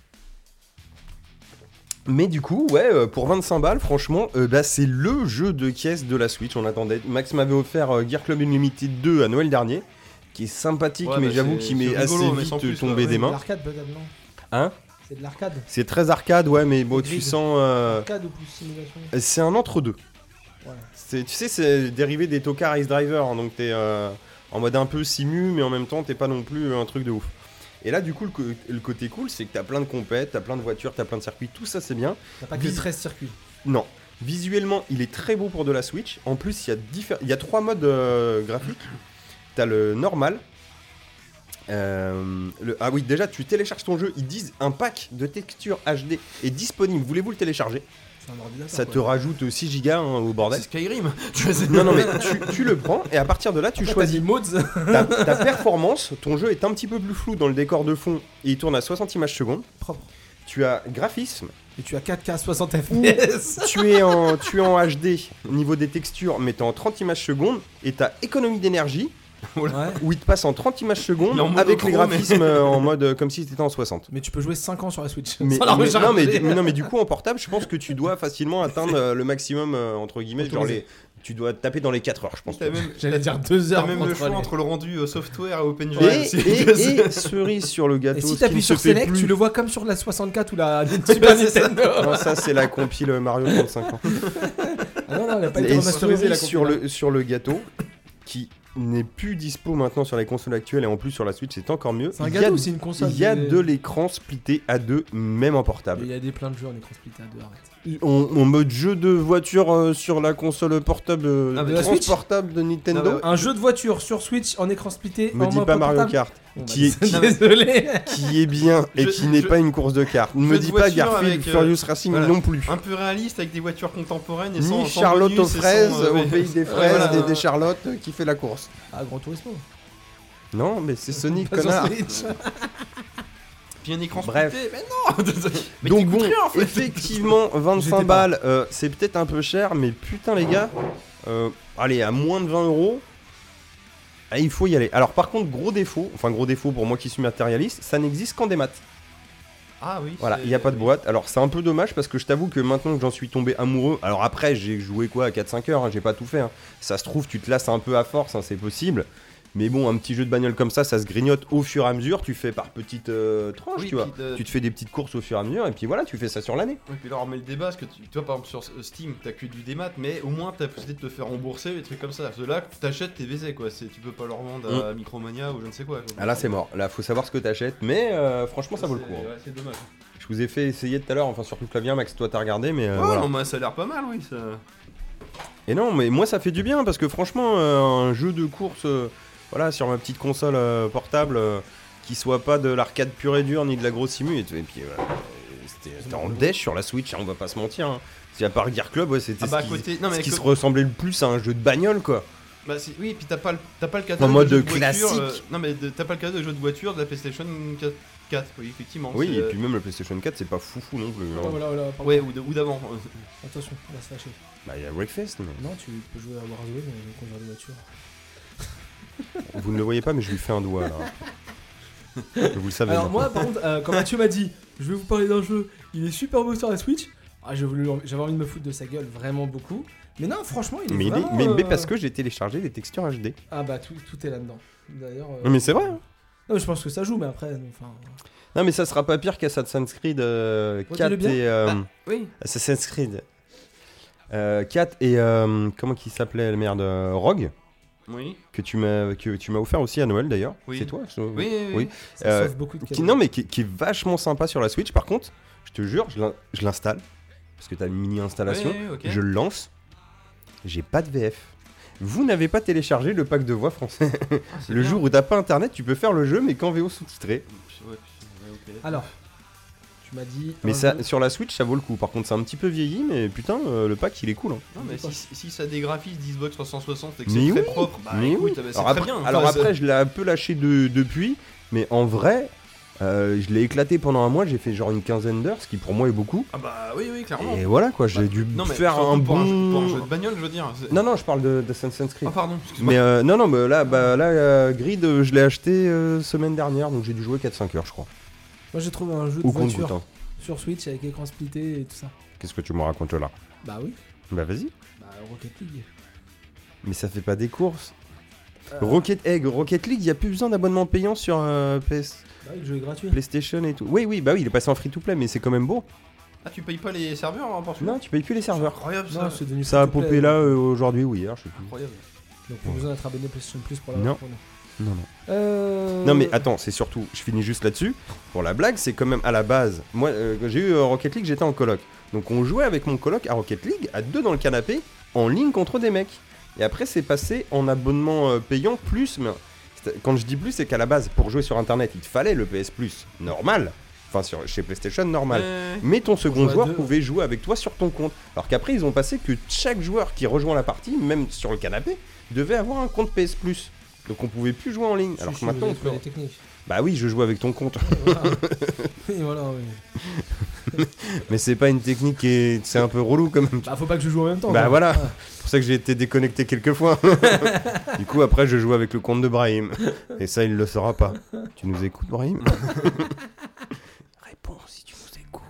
Speaker 1: Mais du coup, ouais, euh, pour 25 balles, franchement, euh, bah, c'est le jeu de caisse de la Switch. On attendait. Max m'avait offert euh, Gear Club Unlimited 2 à Noël dernier, qui est sympathique,
Speaker 3: Ouais,
Speaker 1: mais
Speaker 3: bah,
Speaker 1: j'avoue
Speaker 3: c'est-
Speaker 1: qu'il m'est
Speaker 3: c'est
Speaker 1: assez
Speaker 3: rigolo, mais
Speaker 1: vite
Speaker 3: sans plus, euh,
Speaker 1: tombé
Speaker 3: quoi.
Speaker 1: des
Speaker 2: C'est de
Speaker 1: mains.
Speaker 2: l'arcade peut-être, non
Speaker 1: Hein
Speaker 2: C'est de l'arcade.
Speaker 1: C'est très arcade, ouais, mais bon,
Speaker 2: C'est
Speaker 1: tu
Speaker 2: grid.
Speaker 1: sens. euh,
Speaker 2: Arcade ou plus simulation
Speaker 1: c'est un entre-deux.
Speaker 2: Voilà.
Speaker 1: C'est- Tu sais, c'est dérivé des Toka Race Driver, hein, donc t'es euh, en mode un peu simu, mais en même temps, t'es pas non plus euh, un truc de ouf. Et là, du coup, le, co- le côté cool, c'est que t'as plein de compètes, t'as plein de voitures, t'as plein de circuits, tout ça, c'est bien.
Speaker 2: T'as pas que
Speaker 1: Vis-
Speaker 2: 13 circuits.
Speaker 1: Non. Visuellement, il est très beau pour de la Switch. En plus, il y a, diffé- il y a trois modes euh, graphiques. T'as le normal. Euh, le... Ah oui, déjà, tu télécharges ton jeu. Ils disent un pack de textures HD est disponible. Voulez-vous le télécharger
Speaker 2: C'est un ordinateur.
Speaker 1: Ça te
Speaker 2: quoi.
Speaker 1: rajoute 6 gigas hein, au bordel.
Speaker 3: C'est Skyrim. Tu vois, c'est-
Speaker 1: Non, non, mais tu, tu le prends et à partir de là, tu
Speaker 2: Après,
Speaker 1: choisis
Speaker 2: Ah, t'as dit mods.
Speaker 1: ta, ta performance. Ton jeu est un petit peu plus flou dans le décor de fond et il tourne à 60 images secondes.
Speaker 2: propre.
Speaker 1: Tu as graphisme.
Speaker 2: Et tu as 4K 60 FPS.
Speaker 1: tu es en, tu es en HD au niveau des textures, mais t'es en 30 images secondes et t'as économie d'énergie
Speaker 2: ouais.
Speaker 1: où il te passe en 30 images secondes
Speaker 3: Il est en mode
Speaker 1: avec les
Speaker 3: pro, mais-
Speaker 1: graphismes euh, en mode euh, comme si t'étais en 60.
Speaker 2: Mais tu peux jouer 5 ans sur la Switch.
Speaker 1: Mais,
Speaker 2: sans la
Speaker 1: mais- non, mais,
Speaker 2: recharger.
Speaker 1: mais non, mais du coup en portable, je pense que tu dois facilement atteindre euh, le maximum euh, entre guillemets, genre les, tu dois taper dans les 4 heures, je pense.
Speaker 3: T'as même,
Speaker 2: J'allais dire 2
Speaker 3: t'as
Speaker 2: heures.
Speaker 3: même
Speaker 2: pour
Speaker 3: le choix
Speaker 2: aller.
Speaker 3: entre le rendu euh, software et OpenGL.
Speaker 1: Et,
Speaker 3: si-
Speaker 1: et- et cerise sur le gâteau.
Speaker 2: Et si
Speaker 1: ce qui ne
Speaker 2: t'appuies sur
Speaker 1: se fait
Speaker 2: Select,
Speaker 1: plus.
Speaker 2: tu le vois comme sur la 64 ou la Super Nintendo.
Speaker 1: Non, ça c'est la compile euh, Mario 35 ans.
Speaker 2: Ah non, non, elle a pas été
Speaker 1: Et
Speaker 2: remasterisée la hein.
Speaker 1: cerise sur
Speaker 2: compilation.
Speaker 1: le, sur le gâteau qui n'est plus dispo maintenant sur les consoles actuelles et en plus sur la Switch c'est encore mieux.
Speaker 2: C'est un
Speaker 1: Il y a
Speaker 2: gâteau ou c'est une console
Speaker 1: Il y a
Speaker 2: c'est-
Speaker 1: de l'écran splitté à deux, même en
Speaker 2: Il
Speaker 1: portable.
Speaker 2: y a des plein de jeux en écran splitté à deux, arrête.
Speaker 1: On, on mode jeu de voiture euh, sur la console portable, euh,
Speaker 3: Ah, mais
Speaker 2: de la Switch
Speaker 1: transportable de Nintendo.
Speaker 3: Ah, bah
Speaker 2: Un jeu de voiture sur Switch en écran splitté.
Speaker 1: Euh, Me
Speaker 2: en
Speaker 1: dis
Speaker 2: main
Speaker 1: pas Mario
Speaker 2: portable.
Speaker 1: Kart,
Speaker 2: Bon, bah,
Speaker 1: qui est- qui-
Speaker 2: Désolé.
Speaker 1: qui est bien et
Speaker 3: Je-
Speaker 1: qui n'est
Speaker 3: je-
Speaker 1: pas une course de cartes. Ne
Speaker 3: jeu
Speaker 1: me
Speaker 3: de
Speaker 1: dis pas
Speaker 3: voiture
Speaker 1: Garfield
Speaker 3: avec, euh,
Speaker 1: Furious Racing
Speaker 3: voilà.
Speaker 1: non plus.
Speaker 3: Un peu réaliste avec des voitures contemporaines et sans.
Speaker 1: Ni
Speaker 3: sans
Speaker 1: Charlotte
Speaker 3: bonus
Speaker 1: aux
Speaker 3: et sans,
Speaker 1: fraises,
Speaker 3: euh, ouais.
Speaker 1: au pays des
Speaker 3: Ouais,
Speaker 1: fraises
Speaker 3: voilà.
Speaker 1: et des Charlottes euh, qui fait la course.
Speaker 2: Ah, Grand Turismo.
Speaker 1: Non, mais c'est Sonic,
Speaker 2: Pas sur
Speaker 1: connard.
Speaker 2: Switch.
Speaker 3: Puis un écran
Speaker 1: Bref.
Speaker 3: splitté. Mais non Mais
Speaker 1: Donc
Speaker 3: t'écoutes
Speaker 1: bon,
Speaker 3: rien, en fait.
Speaker 1: effectivement, 25
Speaker 2: J'étais pas.
Speaker 1: balles, euh, c'est peut-être un peu cher, mais putain les gars, euh, allez, à moins de 20 euros, ah, il faut y aller. Alors par contre, gros défaut, enfin gros défaut pour moi qui suis matérialiste, ça n'existe qu'en démat.
Speaker 3: Ah oui.
Speaker 1: Voilà,
Speaker 3: c'est-
Speaker 1: il n'y a pas de boîte. Alors c'est un peu dommage parce que je t'avoue que maintenant que j'en suis tombé amoureux, alors après j'ai joué quoi à 4-5 heures, hein, j'ai pas tout fait. hein. Ça se trouve, tu te lasses un peu à force, hein, c'est possible. Mais bon, un petit jeu de bagnole comme ça, ça se grignote au fur et à mesure, tu fais par petites euh, tranches,
Speaker 3: Oui,
Speaker 1: tu vois.
Speaker 3: puis de-
Speaker 1: Tu te fais des petites courses au fur et à mesure, et puis voilà, tu fais ça sur l'année.
Speaker 3: Oui, puis là, on remet le débat, parce que tu, tu vois, par exemple, sur S- Steam, t'as que du démat, mais au moins, t'as la possibilité de te faire rembourser, des trucs comme ça. Parce que là, t'achètes tes baisers, quoi. C'est- Tu peux pas leur vendre à Micromania ou je ne sais quoi. quoi.
Speaker 1: Mm. Ah là c'est mort, là faut savoir ce que t'achètes, mais euh, franchement ça vaut le
Speaker 3: C'est-
Speaker 1: coup. hein.
Speaker 3: ouais, c'est dommage.
Speaker 1: Je vous ai fait essayer tout à l'heure, enfin surtout Flavien, Max, toi t'as regardé, mais euh,
Speaker 3: Ouais,
Speaker 1: voilà.
Speaker 3: non, mais ça a l'air pas mal, oui. Ça...
Speaker 1: Et non, mais moi ça fait du bien parce que franchement, euh, un jeu de course, euh, voilà, sur ma petite console euh, portable. euh, qui soit pas de l'arcade pure et dure ni de la grosse simu. Et, tout. Et puis voilà, euh, c'était c'était en dèche sur la Switch, hein, on va pas se mentir. Hein. C'est à part Gear Club, ouais, c'était
Speaker 3: Ah bah à
Speaker 1: ce qui,
Speaker 3: côté. Non
Speaker 1: ce
Speaker 3: mais
Speaker 1: qui
Speaker 3: que-
Speaker 1: se ressemblait le plus à un jeu de bagnole quoi.
Speaker 3: bah, c'est- oui, et puis t'as pas le t'as pas le catalogue.
Speaker 1: En mode
Speaker 3: de jeux de
Speaker 1: classique.
Speaker 3: voiture, euh, non mais de- t'as pas le catalogue de jeux de voiture de la PlayStation 4. 4 oui, effectivement.
Speaker 1: Oui,
Speaker 3: c'est, Ah,
Speaker 1: et
Speaker 3: euh,
Speaker 1: puis même le PlayStation 4, c'est pas foufou non plus. hein.
Speaker 2: Oh là là, pardon.
Speaker 3: Ouais, ou de- ou d'avant. euh,
Speaker 2: Attention, on va se lâcher.
Speaker 1: Bah, il y a Breakfast, mais.
Speaker 2: Non, tu peux jouer à Warzone euh, et conduire de voiture.
Speaker 1: Ah, Vous ne le voyez pas, mais je lui fais un doigt là. Vous le savez.
Speaker 2: Alors
Speaker 1: maintenant.
Speaker 2: moi, par contre, euh, quand Mathieu m'a dit, je vais vous parler d'un jeu, il est super beau sur la Switch. Ah, j'ai voulu- j'avais envie de me foutre de sa gueule vraiment beaucoup. Mais non, franchement, il est
Speaker 1: mais, il est-
Speaker 2: vraiment,
Speaker 1: mais, mais
Speaker 2: euh,
Speaker 1: parce que j'ai téléchargé les textures HD.
Speaker 2: Ah bah tout, tout est là-dedans. D'ailleurs. euh,
Speaker 1: Non, mais c'est vrai. hein.
Speaker 2: Non, mais je pense que ça joue, mais après, non, enfin.
Speaker 1: Non, mais ça sera pas pire qu'Assassin's Creed euh,
Speaker 2: Oh,
Speaker 1: 4
Speaker 2: dis-le bien.
Speaker 1: et. euh,
Speaker 3: Oui.
Speaker 1: Assassin's Creed euh, 4 et. euh, comment qu'il s'appelait la merde euh, Rogue
Speaker 3: Oui.
Speaker 1: que tu m'as que tu m'as offert aussi à Noël d'ailleurs.
Speaker 3: Oui.
Speaker 1: C'est toi je-
Speaker 3: Oui, oui,
Speaker 1: Oui.
Speaker 3: oui.
Speaker 2: Ça
Speaker 1: Euh,
Speaker 2: sauve beaucoup de
Speaker 1: Qui- non mais qui, qui est vachement sympa sur la Switch. Par contre, je te jure, je l'in- je l'installe parce que t'as une mini installation.
Speaker 3: Oui, oui, ok.
Speaker 1: Je le lance. J'ai pas de VF. Vous n'avez pas téléchargé le pack de voix français.
Speaker 3: Ah, c'est
Speaker 1: Le
Speaker 3: bien.
Speaker 1: jour où t'as pas internet, tu peux faire le jeu mais qu'en VO sous-titré.
Speaker 3: Ouais, puis- ouais, ok.
Speaker 2: Alors, tu m'as dit.
Speaker 1: Mais
Speaker 2: un
Speaker 1: ça,
Speaker 2: jeu-
Speaker 1: sur la Switch, ça vaut le coup. Par contre, c'est un petit peu vieilli, mais putain, euh, le pack il est cool. hein.
Speaker 3: Non, mais si, si ça dégraphise d'Xbox 360 et que
Speaker 1: Mais
Speaker 3: c'est très
Speaker 1: oui,
Speaker 3: propre, bah
Speaker 1: mais
Speaker 3: écoute,
Speaker 1: oui.
Speaker 3: bah, c'est
Speaker 1: alors
Speaker 3: très
Speaker 1: après,
Speaker 3: bien. Enfin,
Speaker 1: alors
Speaker 3: ça-
Speaker 1: après, je l'ai un peu lâché de- depuis, mais en vrai, euh, je l'ai éclaté pendant un mois. J'ai fait genre une quinzaine d'heures, ce qui pour moi est beaucoup.
Speaker 3: Ah bah oui, oui, clairement.
Speaker 1: Et voilà quoi, j'ai
Speaker 3: Bah,
Speaker 1: dû
Speaker 3: non, mais
Speaker 1: faire
Speaker 3: surtout
Speaker 1: un
Speaker 3: pour
Speaker 1: bon.
Speaker 3: jeu- pour un jeu de bagnole, je veux dire. c'est-
Speaker 1: Non non, je parle de d'Assassin's Creed.
Speaker 3: Ah, pardon, excuse-moi.
Speaker 1: mais euh, non non, mais là, bah, là, euh, Grid, euh, je l'ai acheté euh, semaine dernière, donc j'ai dû jouer 4-5 heures, je crois.
Speaker 2: Moi, j'ai trouvé un jeu de
Speaker 1: Au compte hein.
Speaker 2: voiture sur Switch avec écran splitté et tout ça.
Speaker 1: Qu'est-ce que tu me racontes là
Speaker 2: Bah oui.
Speaker 1: Bah vas-y.
Speaker 2: Bah Rocket League.
Speaker 1: Mais ça fait pas des courses. Rocket Egg, Rocket League, y a plus besoin d'abonnement payant sur euh, PS-
Speaker 2: Bah oui, le jeu est gratuit.
Speaker 1: PlayStation et tout. Oui, oui, bah oui, il est passé en free to play, mais c'est quand même beau.
Speaker 3: Ah, tu payes pas les serveurs hein, pour celui-là
Speaker 1: Non, tu payes plus les serveurs.
Speaker 3: Incroyable ça.
Speaker 2: Non, c'est devenu
Speaker 1: Ça a
Speaker 2: free to play,
Speaker 1: popé là
Speaker 2: donc-
Speaker 1: euh, aujourd'hui ou hier, je sais plus.
Speaker 3: Incroyable.
Speaker 2: Donc, pas besoin d'être abonné PlayStation Plus pour la
Speaker 1: Non.
Speaker 2: pour nous.
Speaker 1: Non, non.
Speaker 2: Euh...
Speaker 1: Non, mais attends, c'est surtout, je finis juste là-dessus. Pour la blague, c'est quand même à la base. Moi, euh, quand j'ai eu euh, Rocket League, j'étais en coloc. Donc on jouait avec mon coloc à Rocket League, à deux dans le canapé, en ligne contre des mecs. Et après, c'est passé en abonnement euh, payant plus. Mais c'est- quand je dis plus, c'est qu'à la base, pour jouer sur internet, il te fallait le PS Plus. Normal. Enfin, sur, chez PlayStation, normal.
Speaker 3: Ouais.
Speaker 1: Mais ton second
Speaker 2: jouer à
Speaker 1: joueur
Speaker 2: deux.
Speaker 1: pouvait jouer avec toi sur ton compte. Alors qu'après, ils ont passé que chaque joueur qui rejoint la partie, même sur le canapé, devait avoir un compte PS Plus. Donc on pouvait plus jouer en ligne.
Speaker 2: Si,
Speaker 1: Alors
Speaker 2: si,
Speaker 1: que maintenant,
Speaker 2: vous
Speaker 1: on
Speaker 2: avez
Speaker 1: peut...
Speaker 2: trouvé les techniques.
Speaker 1: Bah oui, je joue avec ton compte.
Speaker 2: Et voilà. Et voilà, oui.
Speaker 1: Mais c'est pas une technique qui est... C'est un peu relou quand même.
Speaker 2: Bah faut pas que je joue en même temps.
Speaker 1: Bah
Speaker 2: quoi.
Speaker 1: voilà, c'est pour ça que j'ai été déconnecté quelques fois. du coup, après, je joue avec le compte de Brahim. Et ça, il le saura pas. Tu nous écoutes, Brahim Réponds si tu nous écoutes.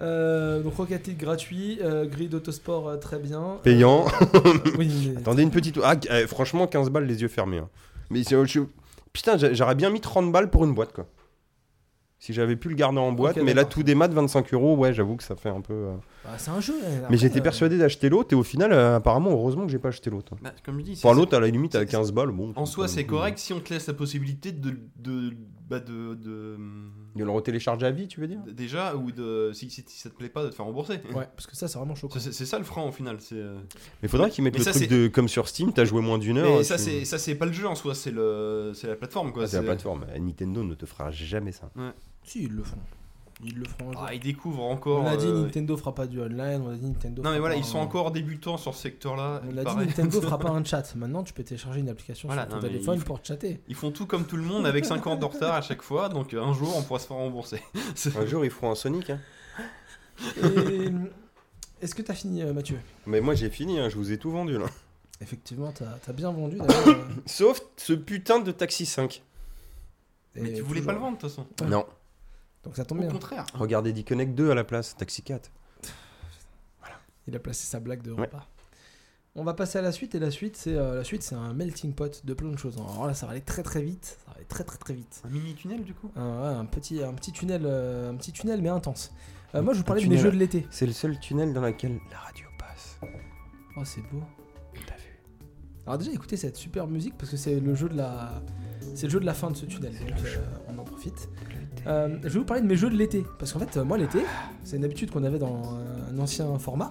Speaker 2: Euh, donc Rocket League gratuit, euh, grid autosport euh, très bien.
Speaker 1: Payant.
Speaker 2: Euh, oui, mais-
Speaker 1: Attendez une petite. Ah, eh, franchement, 15 balles les yeux fermés. hein. Mais c'est- je- Putain, j'a- j'aurais bien mis 30 balles pour une boîte, quoi. Si j'avais pu le garder en boîte, mais là,
Speaker 2: d'accord.
Speaker 1: tout des maths, 25 euros, ouais, j'avoue que ça fait un peu. euh,
Speaker 2: Bah, c'est un jeu. hein, après,
Speaker 1: Mais j'étais
Speaker 2: euh,
Speaker 1: persuadé d'acheter l'autre, et au final, euh, apparemment, heureusement que j'ai pas acheté l'autre.
Speaker 3: Bah, Comme je dis, c'est-
Speaker 1: Enfin, l'autre, à la limite, à
Speaker 3: c'est-
Speaker 1: 15 balles, bon.
Speaker 3: En soi, c'est
Speaker 1: cool.
Speaker 3: correct si on te laisse la possibilité de. de. bah, de. de-
Speaker 1: De le retélécharger à vie, tu veux dire
Speaker 3: de- déjà, ou de. Si, si- si ça te plaît pas, de te faire rembourser.
Speaker 2: Ouais, parce que ça c'est vraiment choquant.
Speaker 3: Ça, C'est c'est ça le frein au final. c'est, euh,
Speaker 1: Mais faudrait qu'ils mettent
Speaker 3: Mais
Speaker 1: le
Speaker 3: ça,
Speaker 1: truc
Speaker 3: c'est-
Speaker 1: de comme sur Steam, t'as joué moins d'une heure.
Speaker 3: Mais ça,
Speaker 1: tu-
Speaker 3: c'est ça, c'est pas le jeu en soi, c'est le, c'est la plateforme quoi.
Speaker 1: Ah, c'est la plateforme. Euh, Nintendo ne te fera jamais ça.
Speaker 2: Si ils le font, ils le feront. un jour.
Speaker 3: Ah, ils découvrent encore.
Speaker 2: on a dit
Speaker 3: euh,
Speaker 2: Nintendo fera pas du online, on a dit Nintendo.
Speaker 3: Non mais
Speaker 2: fera
Speaker 3: voilà,
Speaker 2: pas
Speaker 3: ils sont
Speaker 2: un-
Speaker 3: encore débutants sur ce secteur-là.
Speaker 2: On a dit
Speaker 3: pareil.
Speaker 2: Nintendo fera pas un chat. Maintenant tu peux télécharger une application
Speaker 3: Voilà,
Speaker 2: sur ton
Speaker 3: non, mais
Speaker 2: téléphone
Speaker 3: il-
Speaker 2: pour chatter.
Speaker 3: Ils font tout comme tout le monde avec 5 ans de retard à chaque fois, donc euh, un jour on pourra se faire rembourser. C'est-
Speaker 1: Un jour, ils feront un Sonic. hein.
Speaker 2: Et, Est-ce que t'as fini euh, Mathieu
Speaker 1: Mais moi, j'ai fini, hein, je vous ai tout vendu là.
Speaker 2: Effectivement, t'as as bien vendu. d'ailleurs, euh,
Speaker 1: Sauf ce putain de Taxi 5.
Speaker 3: Mais
Speaker 2: et
Speaker 3: tu voulais
Speaker 2: toujours.
Speaker 3: pas le vendre de toute façon.
Speaker 2: Ouais.
Speaker 1: Non.
Speaker 2: Donc ça tombe
Speaker 3: Au
Speaker 2: bien.
Speaker 3: contraire.
Speaker 1: Regardez D-Connect 2 à la place, Taxi 4.
Speaker 2: Il a placé sa blague de
Speaker 1: Ouais.
Speaker 2: repas. On va passer à la suite et la suite c'est euh, la suite c'est un melting pot de plein de choses. Alors là ça va aller très très vite, ça va aller très très très vite.
Speaker 3: Un mini tunnel du coup.
Speaker 2: Un, ouais, un petit un petit tunnel euh, un petit tunnel mais intense. Euh, moi je vous
Speaker 1: Un
Speaker 2: parlais de mes
Speaker 1: tunnel.
Speaker 2: jeux de l'été.
Speaker 1: C'est le seul tunnel dans lequel la radio passe.
Speaker 2: Oh c'est beau.
Speaker 1: T'as vu
Speaker 2: Alors déjà écoutez cette super musique parce que c'est le jeu de la c'est le jeu de la fin de ce tunnel. Donc, euh, on en profite. Euh, je vais vous parler de mes jeux de l'été parce qu'en fait euh, moi l'été c'est une habitude qu'on avait dans un ancien euh, format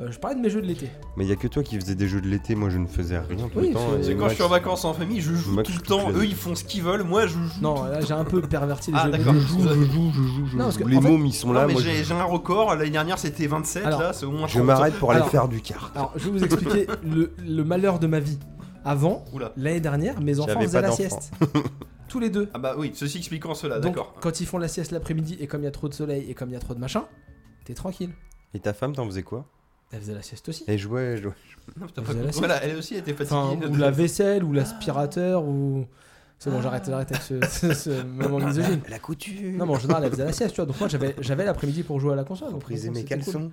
Speaker 2: Euh, je parlais de mes jeux de l'été.
Speaker 1: Mais il y a que toi qui faisais des jeux de l'été, moi je ne faisais rien tout
Speaker 2: Oui,
Speaker 1: le temps.
Speaker 2: c'est-
Speaker 1: et
Speaker 3: C'est quand je
Speaker 1: Max-
Speaker 3: suis en vacances en famille, je joue
Speaker 1: Max,
Speaker 3: tout
Speaker 1: je
Speaker 3: le temps.
Speaker 1: te
Speaker 3: Eux, ils font ce qu'ils veulent. Moi, je joue.
Speaker 2: Non, là j'ai un peu perverti les
Speaker 3: Ah,
Speaker 2: jeux de
Speaker 3: d'accord.
Speaker 2: l'été.
Speaker 1: Je joue, je joue, je joue, je
Speaker 2: Non, parce
Speaker 1: joue.
Speaker 2: que,
Speaker 1: Les
Speaker 2: en fait-
Speaker 1: mômes ils sont
Speaker 3: Non,
Speaker 1: là,
Speaker 3: mais
Speaker 1: moi
Speaker 3: j'ai
Speaker 1: je,
Speaker 3: j'ai un record. L'année dernière, c'était 27.
Speaker 2: Alors,
Speaker 3: là, c'est au moins
Speaker 1: je
Speaker 3: 30.
Speaker 1: m'arrête pour aller
Speaker 2: Alors-
Speaker 1: faire du kart.
Speaker 2: Alors, je vais vous expliquer le, le malheur de ma vie. Avant,
Speaker 3: Oula.
Speaker 2: l'année dernière, mes enfants
Speaker 1: J'avais
Speaker 2: faisaient
Speaker 1: pas
Speaker 2: la
Speaker 1: d'enfants. Ah,
Speaker 2: sieste. Tous les deux.
Speaker 3: Ah bah oui, ceci expliquant cela,
Speaker 2: Donc,
Speaker 3: d'accord.
Speaker 2: quand ils font la sieste l'après-midi et comme il y a trop de soleil et comme il y a trop de machin, t'es tranquille.
Speaker 1: Et ta femme t'en faisait quoi
Speaker 2: Elle faisait la sieste aussi.
Speaker 1: Elle jouait, elle jouait.
Speaker 3: Non, putain,
Speaker 2: Vous
Speaker 3: pas
Speaker 2: avez
Speaker 3: con.
Speaker 2: la
Speaker 3: Voilà, Ah. elle aussi elle était fatiguée.
Speaker 2: Enfin, ou la vaisselle, ou l'aspirateur, ou. C'est bon, j'arrête, j'arrête avec ce, ce- ce moment misogyne.
Speaker 1: Ah, La couture.
Speaker 2: Non, mais en général, elle faisait la sieste, tu vois. Donc, moi, j'avais, j'avais l'après-midi pour jouer à la console. Donc,
Speaker 1: Reprisez mes
Speaker 2: c'était cool.
Speaker 1: caleçons.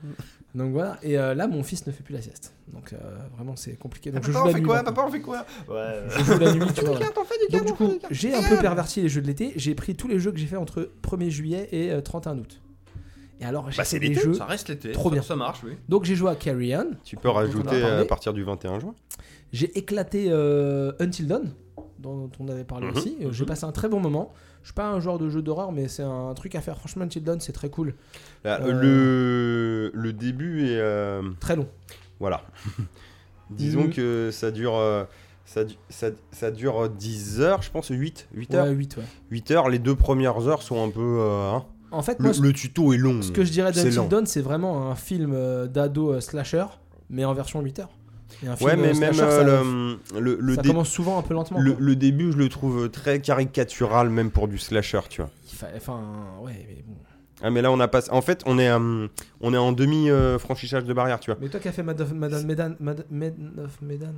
Speaker 2: Donc, voilà. Et euh, là, mon fils ne fait plus la sieste. Donc, euh, vraiment, c'est compliqué. Donc, je
Speaker 3: Ah, Papa,
Speaker 2: joue
Speaker 3: on
Speaker 2: la
Speaker 3: fait
Speaker 2: nuit.
Speaker 3: quoi
Speaker 2: maintenant.
Speaker 3: Papa, on fait quoi Ouais. euh,
Speaker 2: Je joue la nuit, tu vois. voilà.
Speaker 4: on fait du
Speaker 2: Donc, du coup, j'ai un peu perverti les jeux de l'été. J'ai pris tous les jeux que j'ai fait entre 1er juillet et euh, 31 août. Et alors, j'ai
Speaker 5: Bah,
Speaker 2: fait
Speaker 5: c'est
Speaker 2: des
Speaker 5: l'été,
Speaker 2: jeux.
Speaker 3: Ça reste l'été.
Speaker 2: Trop
Speaker 3: ça-
Speaker 2: bien.
Speaker 3: Ça marche, oui.
Speaker 2: Donc, j'ai joué à Carry On.
Speaker 1: Tu peux rajouter euh,
Speaker 2: parlé.
Speaker 1: à partir du 21 juin.
Speaker 2: J'ai éclaté euh, Until Dawn, dont dont on avait parlé
Speaker 5: Mhm,
Speaker 2: aussi. Euh, J'ai passé un très bon moment. Je suis pas un joueur de jeu d'horreur, mais c'est un truc à faire. Franchement, Until Dawn, c'est très cool.
Speaker 1: Là,
Speaker 2: Euh.
Speaker 1: Le le début est euh,
Speaker 2: Très long.
Speaker 1: voilà. Disons
Speaker 2: Mm.
Speaker 1: que ça dure euh, ça, du- ça- ça dure 10 heures, je pense 8 8 heures.
Speaker 2: Ouais, 8, ouais.
Speaker 1: 8 heures, les deux premières heures sont un peu euh, hein.
Speaker 2: En fait,
Speaker 1: le,
Speaker 2: moi, ce-
Speaker 1: le tuto est long.
Speaker 2: ce que je dirais
Speaker 1: c'est lent.
Speaker 2: d'Until Dawn, c'est vraiment un film euh, d'ado euh, slasher, mais en version 8 heures. Et un film,
Speaker 1: Ouais, mais
Speaker 2: euh,
Speaker 1: même
Speaker 2: slasher,
Speaker 1: euh, le,
Speaker 2: ça,
Speaker 1: le, le
Speaker 2: ça
Speaker 1: dé-
Speaker 2: commence souvent un peu lentement.
Speaker 1: le-
Speaker 2: quoi.
Speaker 1: le début, je le trouve très caricatural, même pour du slasher, tu vois.
Speaker 2: Il fa- Enfin, ouais, mais bon.
Speaker 1: Ah, mais là, on a pas. En fait, on est, euh, on est en demi-franchissage de barrière, tu vois.
Speaker 2: Mais toi qui as fait Madame, Madame Medan, Madame Med- of Medan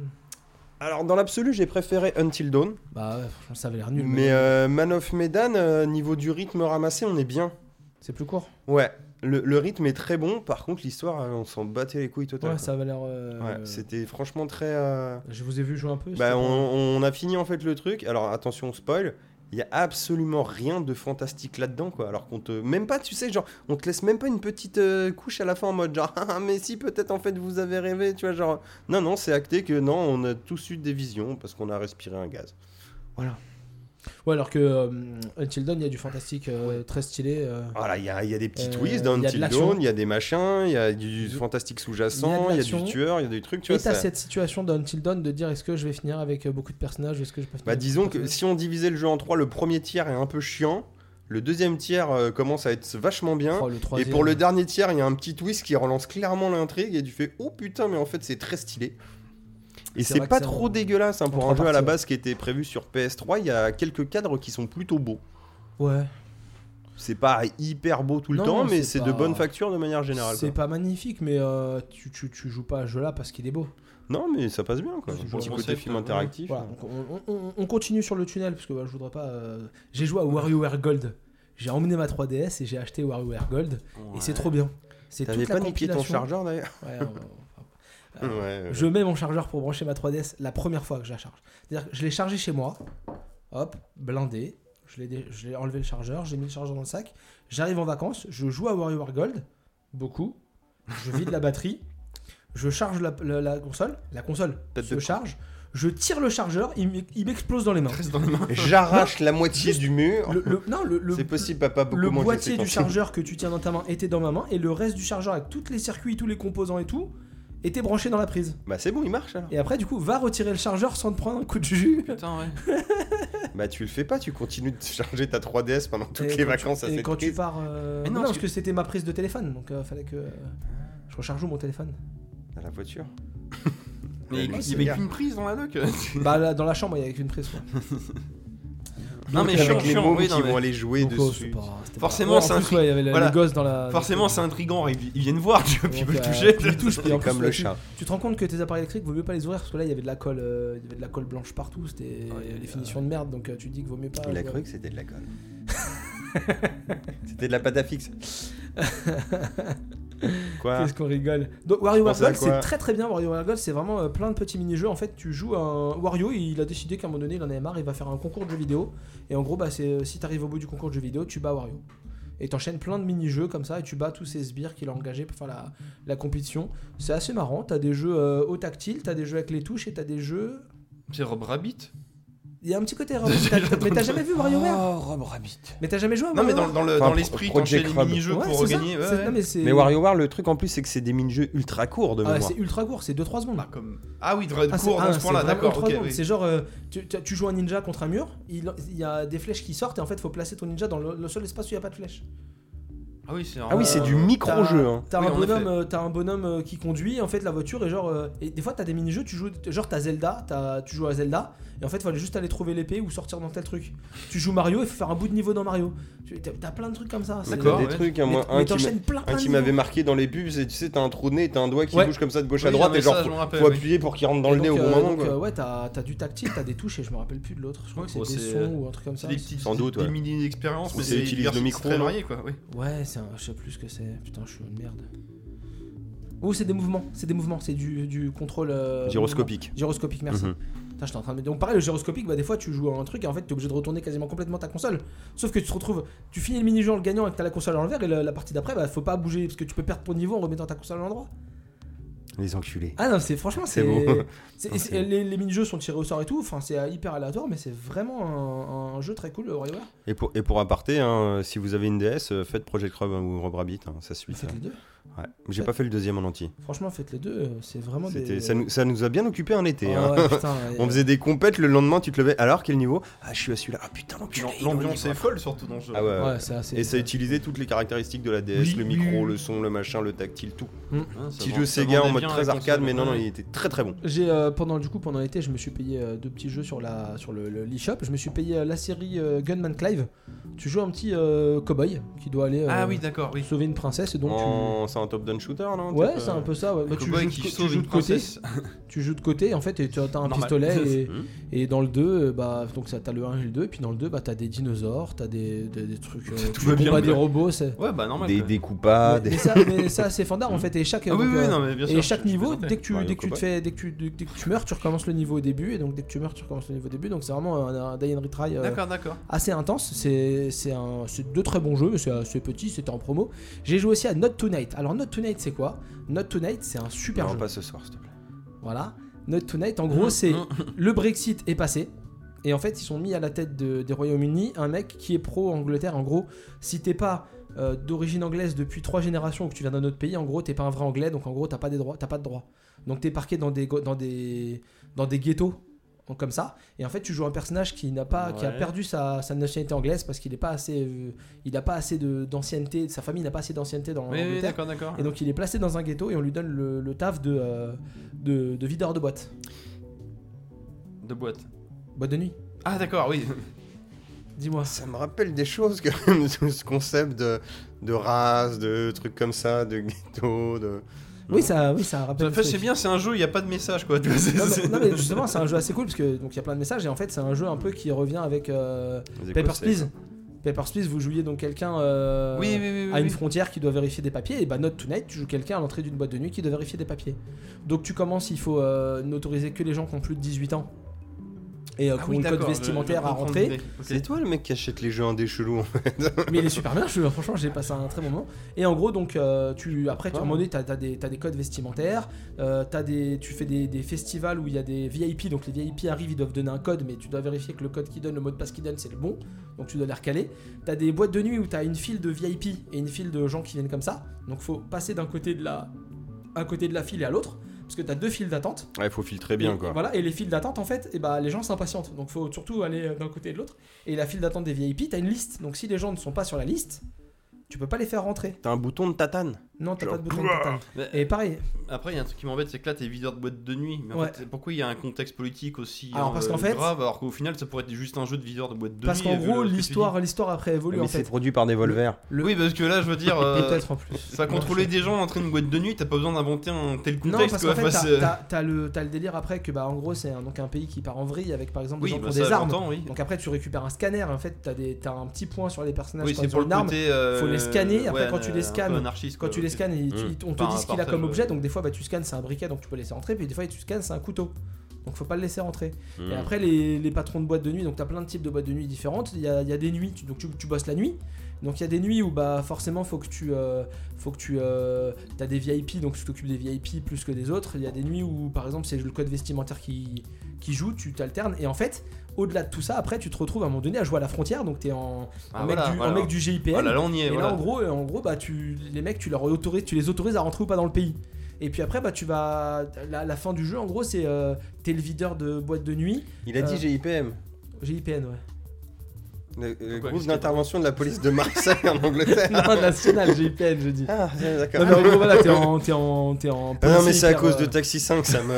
Speaker 1: Alors, dans l'absolu, j'ai préféré Until Dawn.
Speaker 2: Bah ouais, franchement, ça avait l'air nul.
Speaker 1: mais euh, Man of Medan, euh, niveau du rythme ramassé, on est bien.
Speaker 2: c'est plus court.
Speaker 1: Ouais, le, le rythme est très bon. Par contre, l'histoire, euh, on s'en battait les couilles totalement.
Speaker 2: Ouais, ça avait l'air. euh,
Speaker 1: c'était franchement très. euh,
Speaker 2: Je vous ai vu jouer un peu. c'était
Speaker 1: Bah, on,
Speaker 2: pas-
Speaker 1: on a fini en fait le truc. Alors attention, spoil. Il y a absolument rien de fantastique là-dedans, quoi. Alors qu'on te, même pas, tu sais, genre, on te laisse même pas une petite euh, couche à la fin en mode genre, Ah, mais si peut-être en fait vous avez rêvé, tu vois, genre, non, non, c'est acté que non, on a tous eu des visions parce qu'on a respiré un gaz.
Speaker 2: Ouais, alors que euh, Until Dawn, il y a du fantastique euh, très stylé. euh.
Speaker 1: Voilà, il y a, il y a des petits
Speaker 2: Euh,
Speaker 1: twists
Speaker 2: il
Speaker 1: dans
Speaker 2: y a de
Speaker 1: Until
Speaker 2: l'action.
Speaker 1: Dawn, il y a des machins, il y a du
Speaker 2: Il y a-
Speaker 1: fantastique sous-jacent, il y
Speaker 2: il y a
Speaker 1: a
Speaker 2: de l'action.
Speaker 1: du tueur, il y a des trucs, tu
Speaker 2: Et
Speaker 1: vois.
Speaker 2: t'as
Speaker 1: ça-
Speaker 2: cette situation d'Until Dawn de dire est-ce que je vais finir avec euh, beaucoup de personnages ou est-ce que je peux finir
Speaker 1: Bah
Speaker 2: avec
Speaker 1: disons
Speaker 2: beaucoup de
Speaker 1: que
Speaker 2: personnages
Speaker 1: si on divisait le jeu en trois, le premier tiers est un peu chiant, le deuxième tiers euh, commence à être vachement bien.
Speaker 2: Oh, le
Speaker 1: hein, Et
Speaker 2: troisième,
Speaker 1: pour le dernier tiers, il y a un petit twist qui relance clairement l'intrigue et tu fais oh putain mais en fait c'est très stylé. Et
Speaker 2: C'est
Speaker 1: c'est
Speaker 2: vrai
Speaker 1: pas
Speaker 2: que c'est
Speaker 1: trop
Speaker 2: en-
Speaker 1: dégueulasse hein,
Speaker 2: en
Speaker 1: pour
Speaker 2: trois
Speaker 1: un jeu à la
Speaker 2: parties,
Speaker 1: base qui était prévu sur PS3, il y a quelques cadres qui sont plutôt beaux.
Speaker 2: Ouais.
Speaker 1: C'est pas hyper beau tout le
Speaker 2: Non,
Speaker 1: temps
Speaker 2: non,
Speaker 1: mais
Speaker 2: c'est
Speaker 1: c'est
Speaker 2: pas-
Speaker 1: de bonne facture de manière générale.
Speaker 2: C'est
Speaker 1: quoi.
Speaker 2: pas magnifique, mais euh, tu, tu, tu joues pas à ce jeu-là parce qu'il est beau.
Speaker 1: Non mais ça passe bien quoi.
Speaker 2: C'est
Speaker 1: Pour
Speaker 2: bon
Speaker 1: le côté
Speaker 3: concept,
Speaker 1: film
Speaker 3: ouais.
Speaker 1: interactif.
Speaker 2: Voilà, donc on, on- on continue sur le tunnel parce que bah, je voudrais pas. euh, J'ai joué à WarioWare Gold. J'ai emmené ma 3DS et j'ai acheté WarioWare Gold et c'est trop bien. C'est
Speaker 1: T'avais
Speaker 2: toute
Speaker 1: pas
Speaker 2: la
Speaker 1: niqué ton
Speaker 2: compilation.
Speaker 1: chargeur d'ailleurs
Speaker 2: Ouais, on- on- on-
Speaker 1: Ouais, ouais.
Speaker 2: Je mets mon chargeur pour brancher ma 3DS la première fois que je la charge. C'est-à-dire que je l'ai chargé chez moi, hop, blindé, je l'ai dé- je l'ai enlevé le chargeur, j'ai mis le chargeur dans le sac, j'arrive en vacances, je joue à WarioWare Gold, beaucoup, je vide la batterie, je charge la, la- la console, la console
Speaker 1: Tête
Speaker 2: se
Speaker 1: de-
Speaker 2: charge, je tire le chargeur, il m'e- il m'explose dans les mains.
Speaker 3: Reste dans les mains.
Speaker 1: J'arrache la moitié du mur.
Speaker 2: Le- le- non, le, le-
Speaker 1: C'est possible papa beaucoup
Speaker 2: le
Speaker 1: moins que
Speaker 2: boîtier
Speaker 1: c'est
Speaker 2: du
Speaker 1: quand-
Speaker 2: chargeur que tu tiens dans ta main était dans ma main et le reste du chargeur avec tous les circuits, tous les composants et tout était branché dans la prise.
Speaker 1: Bah c'est bon, il marche alors.
Speaker 2: Et après, du coup, va retirer le chargeur sans te prendre un coup de jus.
Speaker 3: Putain, ouais.
Speaker 1: Bah tu le fais pas, tu continues de charger ta 3DS pendant toutes
Speaker 2: Et
Speaker 1: les
Speaker 2: quand
Speaker 1: vacances à
Speaker 2: Et
Speaker 1: cette
Speaker 2: quand tu
Speaker 1: prise.
Speaker 2: pars. euh,
Speaker 3: Mais
Speaker 2: Non,
Speaker 3: non,
Speaker 2: parce
Speaker 3: parce
Speaker 2: que c'était ma prise de téléphone, donc euh, fallait que euh,
Speaker 1: Ah.
Speaker 2: je recharge où mon téléphone.
Speaker 1: À la voiture.
Speaker 3: Mais il
Speaker 1: Ouais,
Speaker 3: y
Speaker 1: c'est
Speaker 3: avait
Speaker 1: bien.
Speaker 3: qu'une prise dans la doc.
Speaker 2: bah, là, dans la chambre, il y avait qu'une prise. Quoi.
Speaker 3: non, mais
Speaker 1: Avec
Speaker 3: chiant,
Speaker 1: les
Speaker 3: chiant.
Speaker 1: mômes
Speaker 3: oui,
Speaker 1: qui
Speaker 3: non, mais-
Speaker 1: vont aller jouer
Speaker 2: Donc, oh, c'est
Speaker 1: dessus.
Speaker 2: pas- c'était pas-
Speaker 3: Forcément,
Speaker 2: Ouais, en
Speaker 3: c'est
Speaker 2: plus,
Speaker 3: un truc-
Speaker 2: ouais, il y avait la-
Speaker 3: Voilà.
Speaker 2: les gosses dans la.
Speaker 3: Forcément, c'est intriguant. Ils ils viennent voir, tu vois, puis ils
Speaker 2: Donc,
Speaker 3: veulent
Speaker 2: euh,
Speaker 3: toucher.
Speaker 2: tu les touches, puis en
Speaker 1: C'est
Speaker 2: plus,
Speaker 1: comme le
Speaker 2: ouais, tu-
Speaker 1: chat.
Speaker 2: Tu te rends compte que tes appareils électriques, vaut mieux pas les ouvrir parce que là, il y avait de la colle, euh, il y avait de la colle blanche partout, c'était
Speaker 3: Ouais,
Speaker 2: euh,
Speaker 3: ouais,
Speaker 2: des finitions de merde, donc euh, tu te dis que vaut mieux pas.
Speaker 1: Il a
Speaker 2: ouais.
Speaker 1: cru que c'était de la colle. c'était de la pâte à fixe. Quoi
Speaker 2: Qu'est-ce qu'on rigole. Donc Wario
Speaker 1: pensais à
Speaker 2: Gold, c'est
Speaker 1: quoi
Speaker 2: très très bien. Wario Gold, c'est vraiment euh, plein de petits mini-jeux. En fait, tu joues un Wario, il a décidé qu'à un moment donné, il en avait marre, il va faire un concours de jeux vidéo. Et en gros, bah, c'est euh, si t'arrives au bout du concours de jeux vidéo, tu bats Wario. Et t'enchaînes plein de mini-jeux comme ça, et tu bats tous ces sbires qu'il a engagés pour faire la, la compétition. C'est assez marrant. T'as des jeux euh, au tactile, t'as des jeux avec les touches, et t'as des jeux.
Speaker 3: C'est Rob Rabbit
Speaker 2: Il y a un petit côté Rob Rabbit. T'as- Mais t'as jamais vu WarioWare
Speaker 6: Oh, Rob Rabbit.
Speaker 2: Mais t'as jamais joué à
Speaker 3: Ah. Non, mais
Speaker 2: WarioWare
Speaker 3: dans, dans le-
Speaker 1: Enfin,
Speaker 3: dans l'esprit, quand tu
Speaker 1: Project
Speaker 3: fais les
Speaker 1: Rab.
Speaker 3: mini-jeux
Speaker 2: Ouais,
Speaker 3: pour
Speaker 2: c'est ça,
Speaker 3: regagner. ouais,
Speaker 2: c'est- non,
Speaker 3: ouais.
Speaker 2: mais c'est-
Speaker 1: Mais WarioWare, le truc en plus, c'est que c'est des mini-jeux ultra courts de
Speaker 3: euh,
Speaker 2: Ah,
Speaker 1: mémoire.
Speaker 2: c'est ultra court, c'est 2-3 secondes.
Speaker 3: Ah, comme... ah oui, de vrai
Speaker 2: Ah, c'est-
Speaker 3: cours
Speaker 2: ah,
Speaker 3: dans ce
Speaker 2: c'est
Speaker 3: point-là,
Speaker 2: vraiment
Speaker 3: d'accord.
Speaker 2: ultra
Speaker 3: ok,
Speaker 2: drôle.
Speaker 3: oui.
Speaker 2: C'est genre, euh, tu, tu- tu joues un ninja contre un mur, il, il y a des flèches qui sortent et en fait, faut placer ton ninja dans le, le seul espace où il n'y a pas de flèches. Euh,
Speaker 3: Ah oui, c'est
Speaker 1: Ah oui, c'est du micro-jeu. hein.
Speaker 2: T'as
Speaker 3: Oui,
Speaker 2: un
Speaker 3: en effet.
Speaker 2: bonhomme, euh, t'as un bonhomme euh, qui conduit en fait la voiture et genre, euh, et des fois t'as des mini-jeux, tu joues, genre t'as Zelda, t'as- tu joues à Zelda et en fait, fallait juste aller trouver l'épée ou sortir dans tel truc. Tu joues Mario, il faut faire un bout de niveau dans Mario. Tu- T'as t'as plein de trucs comme ça. c'est-
Speaker 1: T'as
Speaker 3: D'accord.
Speaker 1: des
Speaker 3: ouais.
Speaker 1: trucs, hein,
Speaker 2: Mais-
Speaker 1: moi,
Speaker 2: mais
Speaker 1: un qui m'a-
Speaker 2: t'enchaînes plein,
Speaker 1: un
Speaker 2: plein de
Speaker 1: Hein, qui
Speaker 2: niveaux.
Speaker 1: m'avait marqué dans les pubs, c'est tu sais, t'as un trou de nez, t'as un doigt qui
Speaker 2: Ouais.
Speaker 1: bouge comme ça de gauche à
Speaker 3: Oui,
Speaker 1: droite,
Speaker 3: non, mais
Speaker 1: et genre,
Speaker 3: ça, je
Speaker 1: faut,
Speaker 3: me rappelle,
Speaker 1: faut
Speaker 3: oui.
Speaker 1: appuyer pour qu'il rentre dans le
Speaker 2: Et
Speaker 1: nez au
Speaker 2: donc,
Speaker 1: bon
Speaker 2: euh,
Speaker 1: moment,
Speaker 2: donc, euh,
Speaker 1: quoi.
Speaker 2: ouais, t'as t'as du tactile, t'as des touches et je me rappelle plus de l'autre. Je crois
Speaker 3: Ouais,
Speaker 2: que c'est
Speaker 3: bon,
Speaker 2: des
Speaker 3: c'est,
Speaker 2: sons
Speaker 3: euh,
Speaker 2: ou un truc comme ça.
Speaker 3: C'est des
Speaker 2: c'est-
Speaker 3: petites
Speaker 1: Sans doute, ouais.
Speaker 3: des mini-expériences,
Speaker 1: Ou
Speaker 3: mais
Speaker 1: c'est utilise le
Speaker 3: hyper-
Speaker 1: micro,
Speaker 3: très
Speaker 1: non
Speaker 3: varié, quoi. oui.
Speaker 2: Ouais, c'est un... je sais plus ce que c'est. Putain, je suis une merde. Oh, c'est des mouvements, c'est des mouvements, c'est du, du contrôle. euh,
Speaker 1: Gyroscopique.
Speaker 2: mouvement. Gyroscopique, merci.
Speaker 1: Mhm.
Speaker 2: Putain, j'étais en train de. Donc, pareil, le gyroscopique, bah, des fois, tu joues à un truc et en fait, t'es obligé de retourner quasiment complètement ta console. Sauf que tu te retrouves, tu finis le mini-jeu en le gagnant et que t'as la console à l'envers et la, la partie d'après, bah, faut pas bouger parce que tu peux perdre ton niveau en remettant ta console à l'endroit.
Speaker 1: Les enculés.
Speaker 2: Ah non, c'est franchement,
Speaker 1: C'est
Speaker 2: c'est.
Speaker 1: beau.
Speaker 2: c'est- et c'est- et les les mini-jeux sont tirés au sort et tout, enfin, c'est euh, hyper aléatoire, mais c'est vraiment un, un jeu très cool, le WarioWare.
Speaker 1: Et pour, et pour aparté, hein, euh, si vous avez une DS, euh, faites Project Rub hein, ou Rob Rabbit, hein, ça suit. ça.
Speaker 2: Faites les deux.
Speaker 1: Ouais. J'ai pas fait le deuxième en entier.
Speaker 2: Franchement, faites les deux, euh, c'est vraiment des.
Speaker 1: C'était- Ça, nous, ça nous a bien occupé un été. hein.
Speaker 2: Ah ouais, putain,
Speaker 1: On
Speaker 2: euh,
Speaker 1: faisait des compètes, le lendemain tu te levais. Alors quel niveau Ah, je suis à celui-là. Ah putain, l'enculé.
Speaker 3: L'am-
Speaker 1: il est au
Speaker 3: L'ambiance
Speaker 1: niveau.
Speaker 3: est folle, surtout dans le jeu.
Speaker 1: Ah ouais, ouais.
Speaker 2: Ouais, c'est assez.
Speaker 1: Et ça utilisait toutes les caractéristiques de la DS,
Speaker 2: Oui,
Speaker 1: le
Speaker 2: oui,
Speaker 1: micro,
Speaker 2: oui.
Speaker 1: le son, le machin, le tactile, tout.
Speaker 3: Hein, ça
Speaker 1: Petit
Speaker 3: vend-
Speaker 1: jeu
Speaker 3: ça
Speaker 1: Sega en
Speaker 3: vendait
Speaker 1: mode
Speaker 3: bien
Speaker 1: très
Speaker 3: la
Speaker 1: arcade,
Speaker 3: console,
Speaker 1: mais non, non,
Speaker 3: ouais.
Speaker 1: il était très très bon.
Speaker 2: J'ai euh, pendant du coup pendant l'été, je me suis payé euh, deux petits jeux sur la sur le, le- l'eShop. Je me suis payé euh, la série euh, Gunman Clive. Tu joues un petit euh, cowboy qui doit aller euh,
Speaker 3: Ah oui, d'accord, Oh, oui.
Speaker 2: sauver une princesse et donc
Speaker 1: En- C'est un top-down shooter, non
Speaker 2: tu Ouais,
Speaker 1: T'as
Speaker 2: c'est
Speaker 1: pas-
Speaker 2: un peu ça. Ouais. Bah,
Speaker 3: Le
Speaker 2: tu,
Speaker 3: cowboy
Speaker 2: joues, de
Speaker 3: qui
Speaker 2: co- tu
Speaker 3: sauve
Speaker 2: joues
Speaker 3: une
Speaker 2: de côté,
Speaker 3: princesse.
Speaker 2: tu joues de côté en fait et tu as un
Speaker 3: Normal.
Speaker 2: pistolet et,
Speaker 1: Hmm.
Speaker 2: et dans le 2 euh, bah donc ça t'as le 1 et le 2 et puis dans le 2 bah t'as des dinosaures, t'as des, des, des trucs euh,
Speaker 3: Tout
Speaker 2: tu
Speaker 3: va bien,
Speaker 2: combats des
Speaker 3: mais-
Speaker 2: robots, c'est
Speaker 3: Ouais, bah normal.
Speaker 1: Des
Speaker 3: quoi.
Speaker 1: découpades.
Speaker 2: mais,
Speaker 1: des-
Speaker 2: mais ça mais ça c'est fandard en fait et chaque
Speaker 3: Ah oui,
Speaker 2: donc,
Speaker 3: oui,
Speaker 2: euh,
Speaker 3: non, mais bien sûr.
Speaker 2: Et chaque
Speaker 3: je- je
Speaker 2: niveau,
Speaker 3: plaisantais.
Speaker 2: dès que tu,
Speaker 1: Mario
Speaker 2: dès que tu te
Speaker 1: Cowboy.
Speaker 2: fais, dès que tu, dès que- dès que tu meurs, tu recommences le niveau au début, et donc dès que tu meurs, tu recommences le niveau au début. Donc c'est vraiment un, un die and retry euh,
Speaker 3: D'accord, d'accord.
Speaker 2: assez intense. C'est, c'est un, c'est deux très bons jeux, mais c'est assez petit, c'était en promo. J'ai joué aussi à Not Tonight. Alors Not Tonight, c'est quoi Not Tonight, c'est un super
Speaker 1: Non,
Speaker 2: jeu.
Speaker 1: pas ce soir, s'il te plaît.
Speaker 2: Voilà. Not Tonight, en gros, c'est le Brexit est passé. Et en fait, ils sont mis à la tête de- des Royaumes-Unis un mec qui est pro-Angleterre. En gros, si t'es pas euh, d'origine anglaise depuis trois générations ou que tu viens d'un autre pays, en gros, t'es pas un vrai anglais. Donc, en gros, t'as pas, des droits, t'as pas de droits. Donc, t'es parqué dans des, go- dans des, dans des ghettos en- comme ça. Et en fait, tu joues un personnage qui, n'a pas, qui a
Speaker 3: Ouais.
Speaker 2: perdu sa, sa nationalité anglaise parce qu'il est pas assez, euh, il a pas assez de- d'ancienneté. Sa famille n'a pas assez d'ancienneté dans
Speaker 3: Oui, oui,
Speaker 2: l'Angleterre.
Speaker 3: d'accord, d'accord.
Speaker 2: Et donc il est placé dans un ghetto et on lui donne le, le taf de, euh, de, de videur de boîte.
Speaker 3: De boîte.
Speaker 2: Boîte de nuit.
Speaker 3: Ah, d'accord, oui.
Speaker 2: Dis-moi.
Speaker 1: Ça me rappelle des choses, que ce concept de, de race, de trucs comme ça, de ghetto, de...
Speaker 2: Oui, ça, oui, ça rappelle.
Speaker 3: En fait,
Speaker 2: des
Speaker 3: c'est
Speaker 2: trucs.
Speaker 3: bien, c'est un jeu, il n'y a pas de message, quoi.
Speaker 2: Non mais, non, mais justement, c'est un jeu assez cool parce que donc il y a plein de messages et en fait c'est un jeu un peu qui revient avec euh,
Speaker 1: Les
Speaker 2: Papers
Speaker 1: Écossais,
Speaker 2: Please. Papers Please, vous jouiez donc quelqu'un euh,
Speaker 3: Oui, oui, oui. oui,
Speaker 2: à une
Speaker 3: oui.
Speaker 2: frontière qui doit vérifier des papiers et bah Not Tonight, tu joues quelqu'un à l'entrée d'une boîte de nuit qui doit vérifier des papiers. Donc tu commences, il faut euh, n'autoriser que les gens qui ont plus de 18 ans et euh,
Speaker 3: Ah
Speaker 2: qui
Speaker 3: oui,
Speaker 2: ont une code
Speaker 3: d'accord, je- je
Speaker 2: vestimentaire à
Speaker 3: comprends
Speaker 2: rentrer.
Speaker 3: l'idée. Ok.
Speaker 1: C'est toi le mec qui achète les jeux indés chelous.
Speaker 2: Mais il est super bien, je- franchement, j'ai passé un très bon moment. Et en gros, donc, euh, tu, après, tu, à un moment donné, t'as as des, t'as des codes vestimentaires, euh, t'as des, tu fais des, des festivals où il y a des VIP, donc les VIP arrivent, ils doivent donner un code, mais tu dois vérifier que le code qu'ils donnent, le mot de passe qu'ils donnent, c'est le bon, donc tu dois les recaler. T'as des boîtes de nuit où t'as une file de VIP et une file de gens qui viennent comme ça, donc faut passer d'un côté de la, un côté de la file et à l'autre, parce que t'as deux files d'attente.
Speaker 1: Ouais, faut filtrer
Speaker 2: Et-
Speaker 1: bien, quoi.
Speaker 2: Voilà, et les files d'attente, en fait, et bah, les gens s'impatientent. Donc, faut surtout aller euh, d'un côté et de l'autre. Et la file d'attente des VIP, t'as une liste. Donc, si les gens ne sont pas sur la liste, tu peux pas les faire rentrer.
Speaker 1: T'as un bouton de tatane.
Speaker 2: Non, t'as
Speaker 1: Genre,
Speaker 2: pas de bouton de tatane.
Speaker 3: Mais
Speaker 2: Et pareil.
Speaker 3: Après, il y a un truc qui m'embête, c'est que là, t'es videur de boîte de nuit. Mais en
Speaker 2: Ouais.
Speaker 3: fait, pourquoi il y a un contexte politique aussi
Speaker 2: Alors, parce
Speaker 3: euh,
Speaker 2: qu'en fait-
Speaker 3: grave, alors qu'au final, ça pourrait être juste un jeu de videur de boîte de
Speaker 2: Parce
Speaker 3: nuit
Speaker 2: qu'en
Speaker 3: vu
Speaker 2: gros,
Speaker 3: ce que tu
Speaker 2: l'histoire, l'histoire après évolue,
Speaker 1: mais
Speaker 2: en
Speaker 1: c'est
Speaker 2: fait.
Speaker 1: produit par des volvers.
Speaker 3: dis. Oui, parce que là, je veux dire.
Speaker 2: Et
Speaker 3: euh,
Speaker 2: peut-être en plus.
Speaker 3: Ça contrôler des gens entrer une boîte de nuit, t'as pas besoin d'inventer un tel
Speaker 2: Non,
Speaker 3: contexte.
Speaker 2: parce
Speaker 3: quoi.
Speaker 2: qu'en fait,
Speaker 3: Enfin,
Speaker 2: t'as-
Speaker 3: c'est-
Speaker 2: t'as t'as le, t'as le délire après que, bah, en gros, c'est un, donc un pays qui part en vrille avec, par exemple, des
Speaker 3: oui,
Speaker 2: gens qui
Speaker 3: bah,
Speaker 2: ont
Speaker 3: ça,
Speaker 2: des armes.
Speaker 3: j'entends, oui.
Speaker 2: Donc, après, tu récupères un scanner. En fait, t'as des- t'as un petit point sur les personnages
Speaker 3: Oui,
Speaker 2: quand
Speaker 3: c'est
Speaker 2: ils
Speaker 3: pour
Speaker 2: ont
Speaker 3: le
Speaker 2: une arme.
Speaker 3: côté. euh,
Speaker 2: faut les scanner, après,
Speaker 3: ouais,
Speaker 2: quand tu les
Speaker 3: un peu
Speaker 2: scannes-
Speaker 3: anarchiste,
Speaker 2: Quand
Speaker 3: quoi,
Speaker 2: tu les
Speaker 3: ok.
Speaker 2: scannes, ils-
Speaker 1: Mm.
Speaker 2: ils- on te
Speaker 3: Par-
Speaker 2: dit ce qu'il a
Speaker 3: partage,
Speaker 2: comme
Speaker 3: ouais.
Speaker 2: objet, donc des fois bah, tu scannes, c'est un briquet, donc tu peux laisser entrer, puis des fois tu scannes, c'est un couteau. Donc faut pas le laisser rentrer.
Speaker 1: Mmh.
Speaker 2: Et après, les, les patrons de boîtes de nuit, donc t'as plein de types de boîtes de nuit différentes, il y a, il y a des nuits, tu- donc tu, tu bosses la nuit. Donc il y a des nuits où bah forcément faut que tu euh, faut que tu euh, t'as des VIP donc tu t'occupes des VIP plus que des autres. Il y a des nuits où par exemple c'est le code vestimentaire qui qui joue, tu t'alternes et en fait Au-delà de tout ça, après, tu te retrouves à un moment donné à jouer à la frontière, donc t'es en,
Speaker 3: Ah,
Speaker 2: en mec,
Speaker 3: voilà,
Speaker 2: du, en
Speaker 3: voilà.
Speaker 2: mec du GIPN.
Speaker 3: Voilà, là on y est.
Speaker 2: et
Speaker 3: voilà.
Speaker 2: là, en gros, euh, en gros, bah, tu, les mecs, tu leur autorises, tu les autorises à rentrer ou pas dans le pays. Et puis après, bah, tu vas, la, la fin du jeu, en gros, c'est euh, t'es le videur de boîte de nuit,
Speaker 1: Il a dit
Speaker 2: Euh.
Speaker 1: GIPM.
Speaker 2: GIPN, ouais.
Speaker 1: Le, le
Speaker 3: Pourquoi,
Speaker 1: groupe
Speaker 3: qu'est-ce qu'il y a
Speaker 1: d'intervention de la police de Marseille en Angleterre.
Speaker 2: non, national, GIPN, je dis.
Speaker 1: Ah,
Speaker 2: Non
Speaker 1: d'accord.
Speaker 2: mais en gros voilà t'es en t'es en t'es en
Speaker 1: Ah non, mais
Speaker 2: policier
Speaker 1: c'est à
Speaker 2: hyper,
Speaker 1: cause de
Speaker 2: euh,
Speaker 1: Taxi 5, ça me.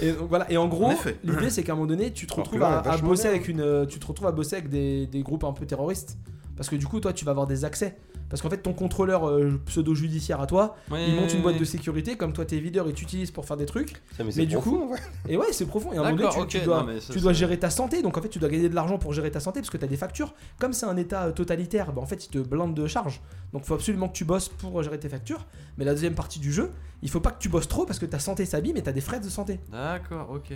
Speaker 2: et donc voilà et en gros
Speaker 3: En effet.
Speaker 2: l'idée c'est qu'à un moment donné tu te
Speaker 1: Alors que
Speaker 2: retrouves
Speaker 1: là, on
Speaker 2: à,
Speaker 1: est
Speaker 2: à
Speaker 1: vachement
Speaker 2: bosser
Speaker 1: bien. hein.
Speaker 2: avec une euh, tu te retrouves à bosser avec des, des groupes un peu terroristes parce que du coup toi tu vas avoir des accès parce qu'en fait ton contrôleur pseudo judiciaire à toi
Speaker 3: Ouais,
Speaker 2: il monte une
Speaker 3: ouais,
Speaker 2: boîte de
Speaker 3: ouais.
Speaker 2: sécurité comme toi t'es videur et tu utilises pour faire des trucs
Speaker 1: Ça, mais c'est
Speaker 2: mais du
Speaker 1: profond,
Speaker 2: coup
Speaker 1: ouais.
Speaker 2: et ouais c'est profond et à un moment donné tu,
Speaker 3: D'accord,
Speaker 2: tu
Speaker 3: ok,
Speaker 2: dois
Speaker 3: non, mais ça,
Speaker 2: tu dois
Speaker 3: c'est-
Speaker 2: gérer ta santé donc en fait tu dois gagner de l'argent pour gérer ta santé parce que t'as des factures comme c'est un état euh, totalitaire bah, en fait il te blinde de charges donc faut absolument que tu bosses pour euh, gérer tes factures mais la deuxième partie du jeu il faut pas que tu bosses trop parce que ta santé s'abîme et t'as des frais de santé
Speaker 3: D'accord, ok.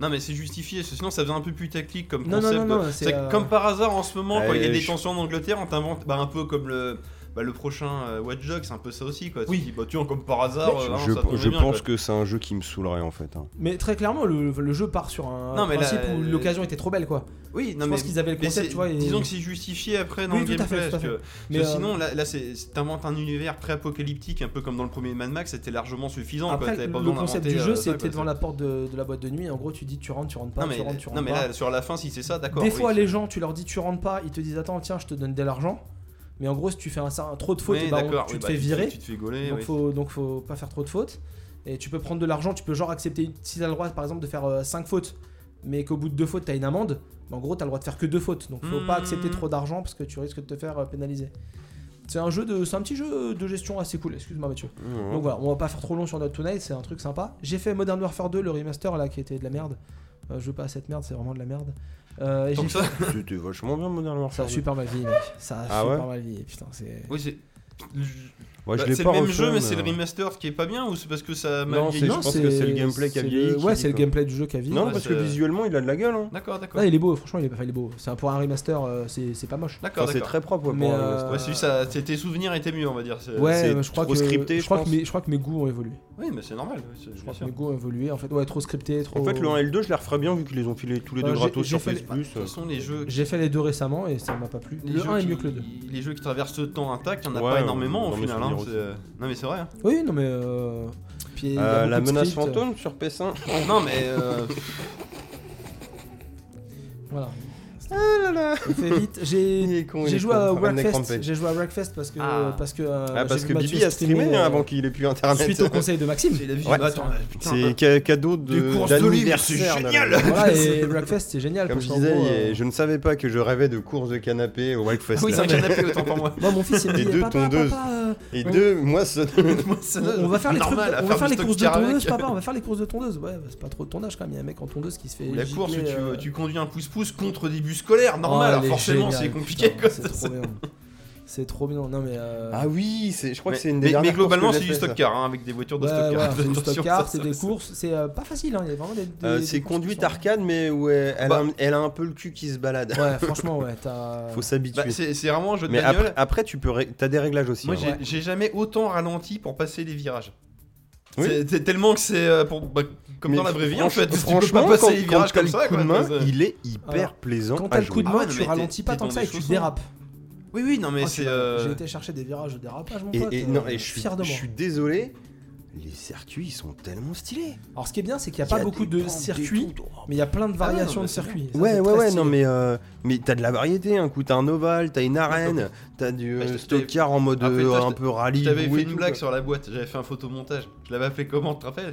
Speaker 3: Non mais c'est justifié, parce que sinon ça faisait un peu putaclic comme
Speaker 2: Non, non,
Speaker 3: concept.
Speaker 2: non, non,
Speaker 3: de-
Speaker 2: c'est,
Speaker 3: c'est que
Speaker 2: euh,
Speaker 3: comme par hasard en ce moment, quand il y a
Speaker 1: Ouais,
Speaker 3: des
Speaker 1: je-
Speaker 3: tensions en Angleterre, on t'invente bah, un peu comme le, bah, le prochain euh, Watch Dogs, c'est un peu ça aussi quoi.
Speaker 2: Oui.
Speaker 3: Oui. Bah, tu vois, comme par hasard, euh, hein,
Speaker 1: je
Speaker 3: ça tournait
Speaker 1: je
Speaker 3: bien,
Speaker 1: pense
Speaker 3: quoi.
Speaker 1: que c'est un jeu qui me saoulerait en fait. hein.
Speaker 2: mais très clairement le, le jeu part sur un
Speaker 3: Non, mais la-
Speaker 2: principe où l'occasion était trop belle quoi
Speaker 3: Oui, non
Speaker 2: je
Speaker 3: mais.
Speaker 2: pense qu'ils avaient le
Speaker 3: mais c'est-
Speaker 2: concept tu vois et-
Speaker 3: Disons que c'est justifié après dans
Speaker 2: Oui,
Speaker 3: le
Speaker 2: tout à fait,
Speaker 3: gameplay.
Speaker 2: tout à
Speaker 3: parce que-
Speaker 2: mais,
Speaker 3: parce
Speaker 2: euh,
Speaker 3: que sinon, là, là c'est c'est- t'inventes un univers pré-apocalyptique, un peu comme dans le premier Mad Max, c'était largement suffisant. quoi,
Speaker 2: après
Speaker 3: t'avais
Speaker 2: le
Speaker 3: pas besoin
Speaker 2: concept
Speaker 3: d'inventer,
Speaker 2: du
Speaker 3: euh,
Speaker 2: jeu
Speaker 3: ça,
Speaker 2: c'était
Speaker 3: quoi,
Speaker 2: devant la porte de, de la boîte de nuit et en gros tu dis tu rentres tu rentres pas
Speaker 3: Non mais,
Speaker 2: tu rentres tu rentres
Speaker 3: non, mais
Speaker 2: pas
Speaker 3: là, sur la fin, si c'est ça, d'accord.
Speaker 2: Des
Speaker 3: oui,
Speaker 2: fois,
Speaker 3: c'est-
Speaker 2: les gens, tu leur dis tu rentres pas, ils te disent attends, tiens, je te donne de l'argent. Mais en gros, si tu fais un, ça- un trop de fautes,
Speaker 3: Oui,
Speaker 2: eh ben, on-
Speaker 3: d'accord,
Speaker 2: tu
Speaker 3: oui,
Speaker 2: te
Speaker 3: bah,
Speaker 2: fais virer.
Speaker 3: Tu te fais gauler.
Speaker 2: donc,
Speaker 3: oui.
Speaker 2: faut, donc, faut pas faire trop de fautes. Et tu peux prendre de l'argent, tu peux genre accepter, une- si t'as le droit par exemple de faire 5 fautes, mais qu'au bout de 2 fautes, t'as une amende, mais en gros, t'as le droit de faire que 2 fautes. Donc, faut pas
Speaker 3: Hmm.
Speaker 2: accepter trop d'argent parce que tu risques de te faire euh, pénaliser. C'est un jeu de, c'est un petit jeu de gestion assez cool. Excuse-moi, Mathieu. Donc voilà, on va pas faire trop long sur Not Tonight, c'est un truc sympa. J'ai fait Modern Warfare 2, le remaster là, qui était de la merde. Euh, je veux pas à cette merde, c'est vraiment de la merde. Euh, et
Speaker 3: Tant
Speaker 2: j'ai
Speaker 3: que ça.
Speaker 1: C'était vachement bien Modern
Speaker 2: ça
Speaker 1: Warfare.
Speaker 2: a super mal vieilli, mec. Ça a
Speaker 1: Ah
Speaker 2: super
Speaker 1: ouais
Speaker 2: mal vieilli, putain. C'est...
Speaker 3: Oui, c'est.
Speaker 1: Ouais, je
Speaker 3: Bah,
Speaker 1: l'ai
Speaker 3: c'est
Speaker 1: pas
Speaker 3: le même
Speaker 1: refait,
Speaker 3: jeu, mais c'est le
Speaker 1: euh,
Speaker 3: remaster qui est pas bien, ou c'est parce que ça m'a
Speaker 1: Non,
Speaker 3: vieilli
Speaker 1: je pense que c'est le gameplay qui a
Speaker 2: c'est
Speaker 1: vieilli,
Speaker 2: le-
Speaker 1: qui
Speaker 2: Ouais,
Speaker 1: dit
Speaker 2: c'est le
Speaker 1: quoi.
Speaker 2: gameplay du jeu qui a vieilli.
Speaker 1: Non,
Speaker 3: Ouais,
Speaker 1: parce
Speaker 3: c'est-
Speaker 1: que visuellement, il a de la gueule. Hein.
Speaker 3: D'accord, d'accord.
Speaker 2: Ah, il est beau, franchement, il est pas fait, il est beau. C'est un- pour un remaster, euh, c'est, c'est pas moche.
Speaker 1: Enfin,
Speaker 3: D'accord,
Speaker 1: c'est
Speaker 3: d'accord.
Speaker 1: très propre. ouais,
Speaker 2: Mais,
Speaker 1: pour un
Speaker 2: euh,
Speaker 1: remaster.
Speaker 3: Ouais, celui ça, c'est- tes souvenirs étaient mieux, on va dire. c'est-
Speaker 2: Ouais,
Speaker 1: Euh, c'est
Speaker 2: mais je crois
Speaker 1: trop
Speaker 2: que
Speaker 1: scripté,
Speaker 2: je
Speaker 1: je
Speaker 2: crois que
Speaker 1: pense.
Speaker 2: mes, je crois que mes goûts ont évolué.
Speaker 3: Oui, mais c'est normal. oui, c'est-
Speaker 2: Je
Speaker 3: bien
Speaker 2: crois que
Speaker 3: sûr.
Speaker 2: mes goûts ont évolué en fait. Ouais, trop scripté, trop.
Speaker 1: En fait, le 1 et le 2, je les referais bien vu qu'ils les ont filés tous les
Speaker 2: Euh,
Speaker 1: deux
Speaker 2: j'ai-
Speaker 1: gratos
Speaker 2: j'ai
Speaker 1: sur
Speaker 2: fait
Speaker 1: PS
Speaker 2: les-
Speaker 3: Bah, De
Speaker 1: Plus.
Speaker 3: toute façon, les jeux.
Speaker 2: J'ai fait les deux récemment et ça m'a pas plu.
Speaker 3: les
Speaker 2: le
Speaker 3: jeux
Speaker 2: 1 est
Speaker 3: qui-
Speaker 2: mieux que le 2.
Speaker 3: Les jeux qui traversent ce temps intact, il n'y en a
Speaker 1: Ouais,
Speaker 3: pas énormément
Speaker 1: dans
Speaker 3: au
Speaker 1: mes
Speaker 3: final. hein,
Speaker 1: souvenirs
Speaker 3: c'est-
Speaker 1: aussi.
Speaker 3: Non, mais c'est vrai. hein.
Speaker 2: Oui, non mais. euh, Puis, il y a
Speaker 1: Euh,
Speaker 2: beaucoup
Speaker 1: la
Speaker 2: de
Speaker 1: menace
Speaker 2: script, euh,
Speaker 1: fantôme sur PS1.
Speaker 3: Non, mais. euh,
Speaker 2: Voilà. On fait vite.
Speaker 1: Ah Il
Speaker 2: J'ai
Speaker 1: est con, il
Speaker 2: j'ai
Speaker 1: est
Speaker 2: joué,
Speaker 1: con,
Speaker 2: à
Speaker 1: ramène des
Speaker 2: Wreckfest.
Speaker 1: crampés.
Speaker 2: J'ai joué à Wreckfest parce que
Speaker 3: Ah.
Speaker 2: parce que. euh,
Speaker 1: Ah, parce que
Speaker 2: j'ai vu Mathieu
Speaker 1: Bibi a
Speaker 2: streamer,
Speaker 1: streamé hein,
Speaker 2: euh,
Speaker 1: avant qu'il ait plus internet.
Speaker 2: Suite au conseil de Maxime.
Speaker 3: j'ai la vie,
Speaker 1: Ouais.
Speaker 3: bah, attends, putain,
Speaker 1: C'est ca- cadeau
Speaker 3: Du
Speaker 1: de
Speaker 3: course de livres,
Speaker 1: d'anniversaire.
Speaker 3: c'est
Speaker 1: de la-
Speaker 3: génial.
Speaker 2: Voilà, et Breakfast, c'est génial.
Speaker 1: Comme
Speaker 2: parce
Speaker 1: je
Speaker 2: qu'en
Speaker 1: disais,
Speaker 2: gros, euh,
Speaker 1: et je ne savais pas que je rêvais de courses de canapé au Wildfest.
Speaker 3: Oui, c'est
Speaker 1: là.
Speaker 3: un canapé, autant pour moi.
Speaker 2: Moi, mon fils, il me
Speaker 1: les
Speaker 2: dit
Speaker 1: deux
Speaker 2: Papa,
Speaker 1: tondeuses.
Speaker 2: papa, euh,
Speaker 1: Et deux, moi, ce...
Speaker 3: Moi, ça-
Speaker 2: on, on va faire les, trucs,
Speaker 3: normal, à
Speaker 2: on va
Speaker 3: du
Speaker 2: faire les
Speaker 3: stock
Speaker 2: courses de
Speaker 3: car
Speaker 2: tondeuse,
Speaker 3: avec.
Speaker 2: papa, on va faire les courses de tondeuse. Ouais, bah, c'est pas trop de tondage quand même. Il y a un mec en tondeuse qui se fait.
Speaker 3: La
Speaker 2: gicler,
Speaker 3: course, tu,
Speaker 2: euh,
Speaker 3: tu conduis un pouce-pouce contre des bus scolaires,
Speaker 2: oh,
Speaker 3: normal,
Speaker 2: elle
Speaker 3: alors
Speaker 2: est
Speaker 3: forcément
Speaker 2: géniale,
Speaker 3: c'est compliqué.
Speaker 2: putain,
Speaker 3: quoi.
Speaker 2: C'est trop bien. C'est trop bien. Non, mais. euh,
Speaker 1: Ah oui, c'est- je crois
Speaker 3: mais,
Speaker 1: que c'est une
Speaker 3: mais-
Speaker 1: des
Speaker 3: mais
Speaker 1: dernières courses
Speaker 3: globalement,
Speaker 1: que j'ai
Speaker 3: c'est du
Speaker 1: fait,
Speaker 3: stock
Speaker 1: ça.
Speaker 3: car hein, avec des voitures de
Speaker 2: ouais,
Speaker 3: stock
Speaker 2: voilà,
Speaker 3: car.
Speaker 2: c'est du stock
Speaker 3: Attention,
Speaker 2: car,
Speaker 3: ça,
Speaker 2: c'est
Speaker 3: ça,
Speaker 2: des
Speaker 3: ça.
Speaker 2: courses. C'est euh, pas facile, hein, il y a vraiment des. des-
Speaker 1: Euh,
Speaker 2: des
Speaker 1: c'est
Speaker 2: courses qui
Speaker 1: conduite
Speaker 2: sont-
Speaker 1: arcade, mais où elle, elle a,
Speaker 3: Bah.
Speaker 1: un- elle a un peu le cul qui se balade.
Speaker 2: Ouais, franchement, ouais, t'as.
Speaker 1: Faut s'habituer.
Speaker 3: Bah, c'est c'est vraiment un jeu de
Speaker 1: mais
Speaker 3: bagnole.
Speaker 1: après, après, tu peux, ré- t'as des réglages aussi.
Speaker 3: Moi,
Speaker 1: hein.
Speaker 3: j'ai- j'ai jamais autant ralenti pour passer les virages.
Speaker 1: Oui.
Speaker 3: C'est- C'est tellement que c'est euh, pour- bah, comme
Speaker 1: Mais
Speaker 3: dans la vraie vie en
Speaker 1: franch-
Speaker 3: fait. Tu peux
Speaker 1: Franchement,
Speaker 3: pas passer
Speaker 1: quand,
Speaker 3: les
Speaker 1: quand
Speaker 3: virages
Speaker 1: t'as
Speaker 3: comme
Speaker 1: le
Speaker 3: ça.
Speaker 1: coup de
Speaker 3: quoi,
Speaker 1: main,
Speaker 3: parce que-
Speaker 1: il est hyper
Speaker 2: Alors,
Speaker 1: plaisant
Speaker 2: Quand
Speaker 1: à
Speaker 2: t'as le coup
Speaker 1: jouer.
Speaker 2: de
Speaker 3: Ah
Speaker 2: main,
Speaker 3: ouais, non,
Speaker 2: tu
Speaker 3: mais t'es-
Speaker 2: ralentis pas
Speaker 3: t'es
Speaker 2: tant que
Speaker 3: dans
Speaker 2: ça
Speaker 3: des
Speaker 2: et tu
Speaker 3: chaussons.
Speaker 2: dérapes.
Speaker 3: Oui, oui, non mais
Speaker 2: Oh, tu
Speaker 3: c'est.
Speaker 2: m'as-
Speaker 3: euh,
Speaker 2: J'ai été chercher des virages de dérapage, mon
Speaker 1: Et,
Speaker 2: pote.
Speaker 1: et-
Speaker 2: euh,
Speaker 1: non, et je suis,
Speaker 2: fier de
Speaker 1: je
Speaker 2: moi.
Speaker 1: suis désolé, les circuits ils sont tellement stylés.
Speaker 2: Alors, ce qui est bien, c'est qu'il n'y a pas beaucoup
Speaker 1: des
Speaker 2: de
Speaker 1: pentes, des
Speaker 2: circuits,
Speaker 1: trucs.
Speaker 2: mais il y a plein de
Speaker 3: Ah ouais,
Speaker 2: variations
Speaker 3: non, mais
Speaker 2: de
Speaker 3: c'est
Speaker 2: circuits. Ça,
Speaker 1: Ouais,
Speaker 2: c'est
Speaker 1: ouais,
Speaker 2: très
Speaker 1: ouais,
Speaker 2: stylé.
Speaker 1: non, mais, euh, mais t'as de la variété. Un coup, t'as un ovale, t'as une arène, t'as du
Speaker 3: Bah,
Speaker 1: euh,
Speaker 3: je t'ai-
Speaker 1: stock car en mode
Speaker 3: Ah, mais
Speaker 1: euh,
Speaker 3: toi, je
Speaker 1: un
Speaker 3: t'ai-
Speaker 1: peu rallye.
Speaker 3: Je t'avais
Speaker 1: ou
Speaker 3: fait
Speaker 1: et
Speaker 3: une
Speaker 1: tout,
Speaker 3: blague
Speaker 1: quoi.
Speaker 3: sur la boîte, j'avais fait un photomontage. Je l'avais appelé comment, tu te rappelles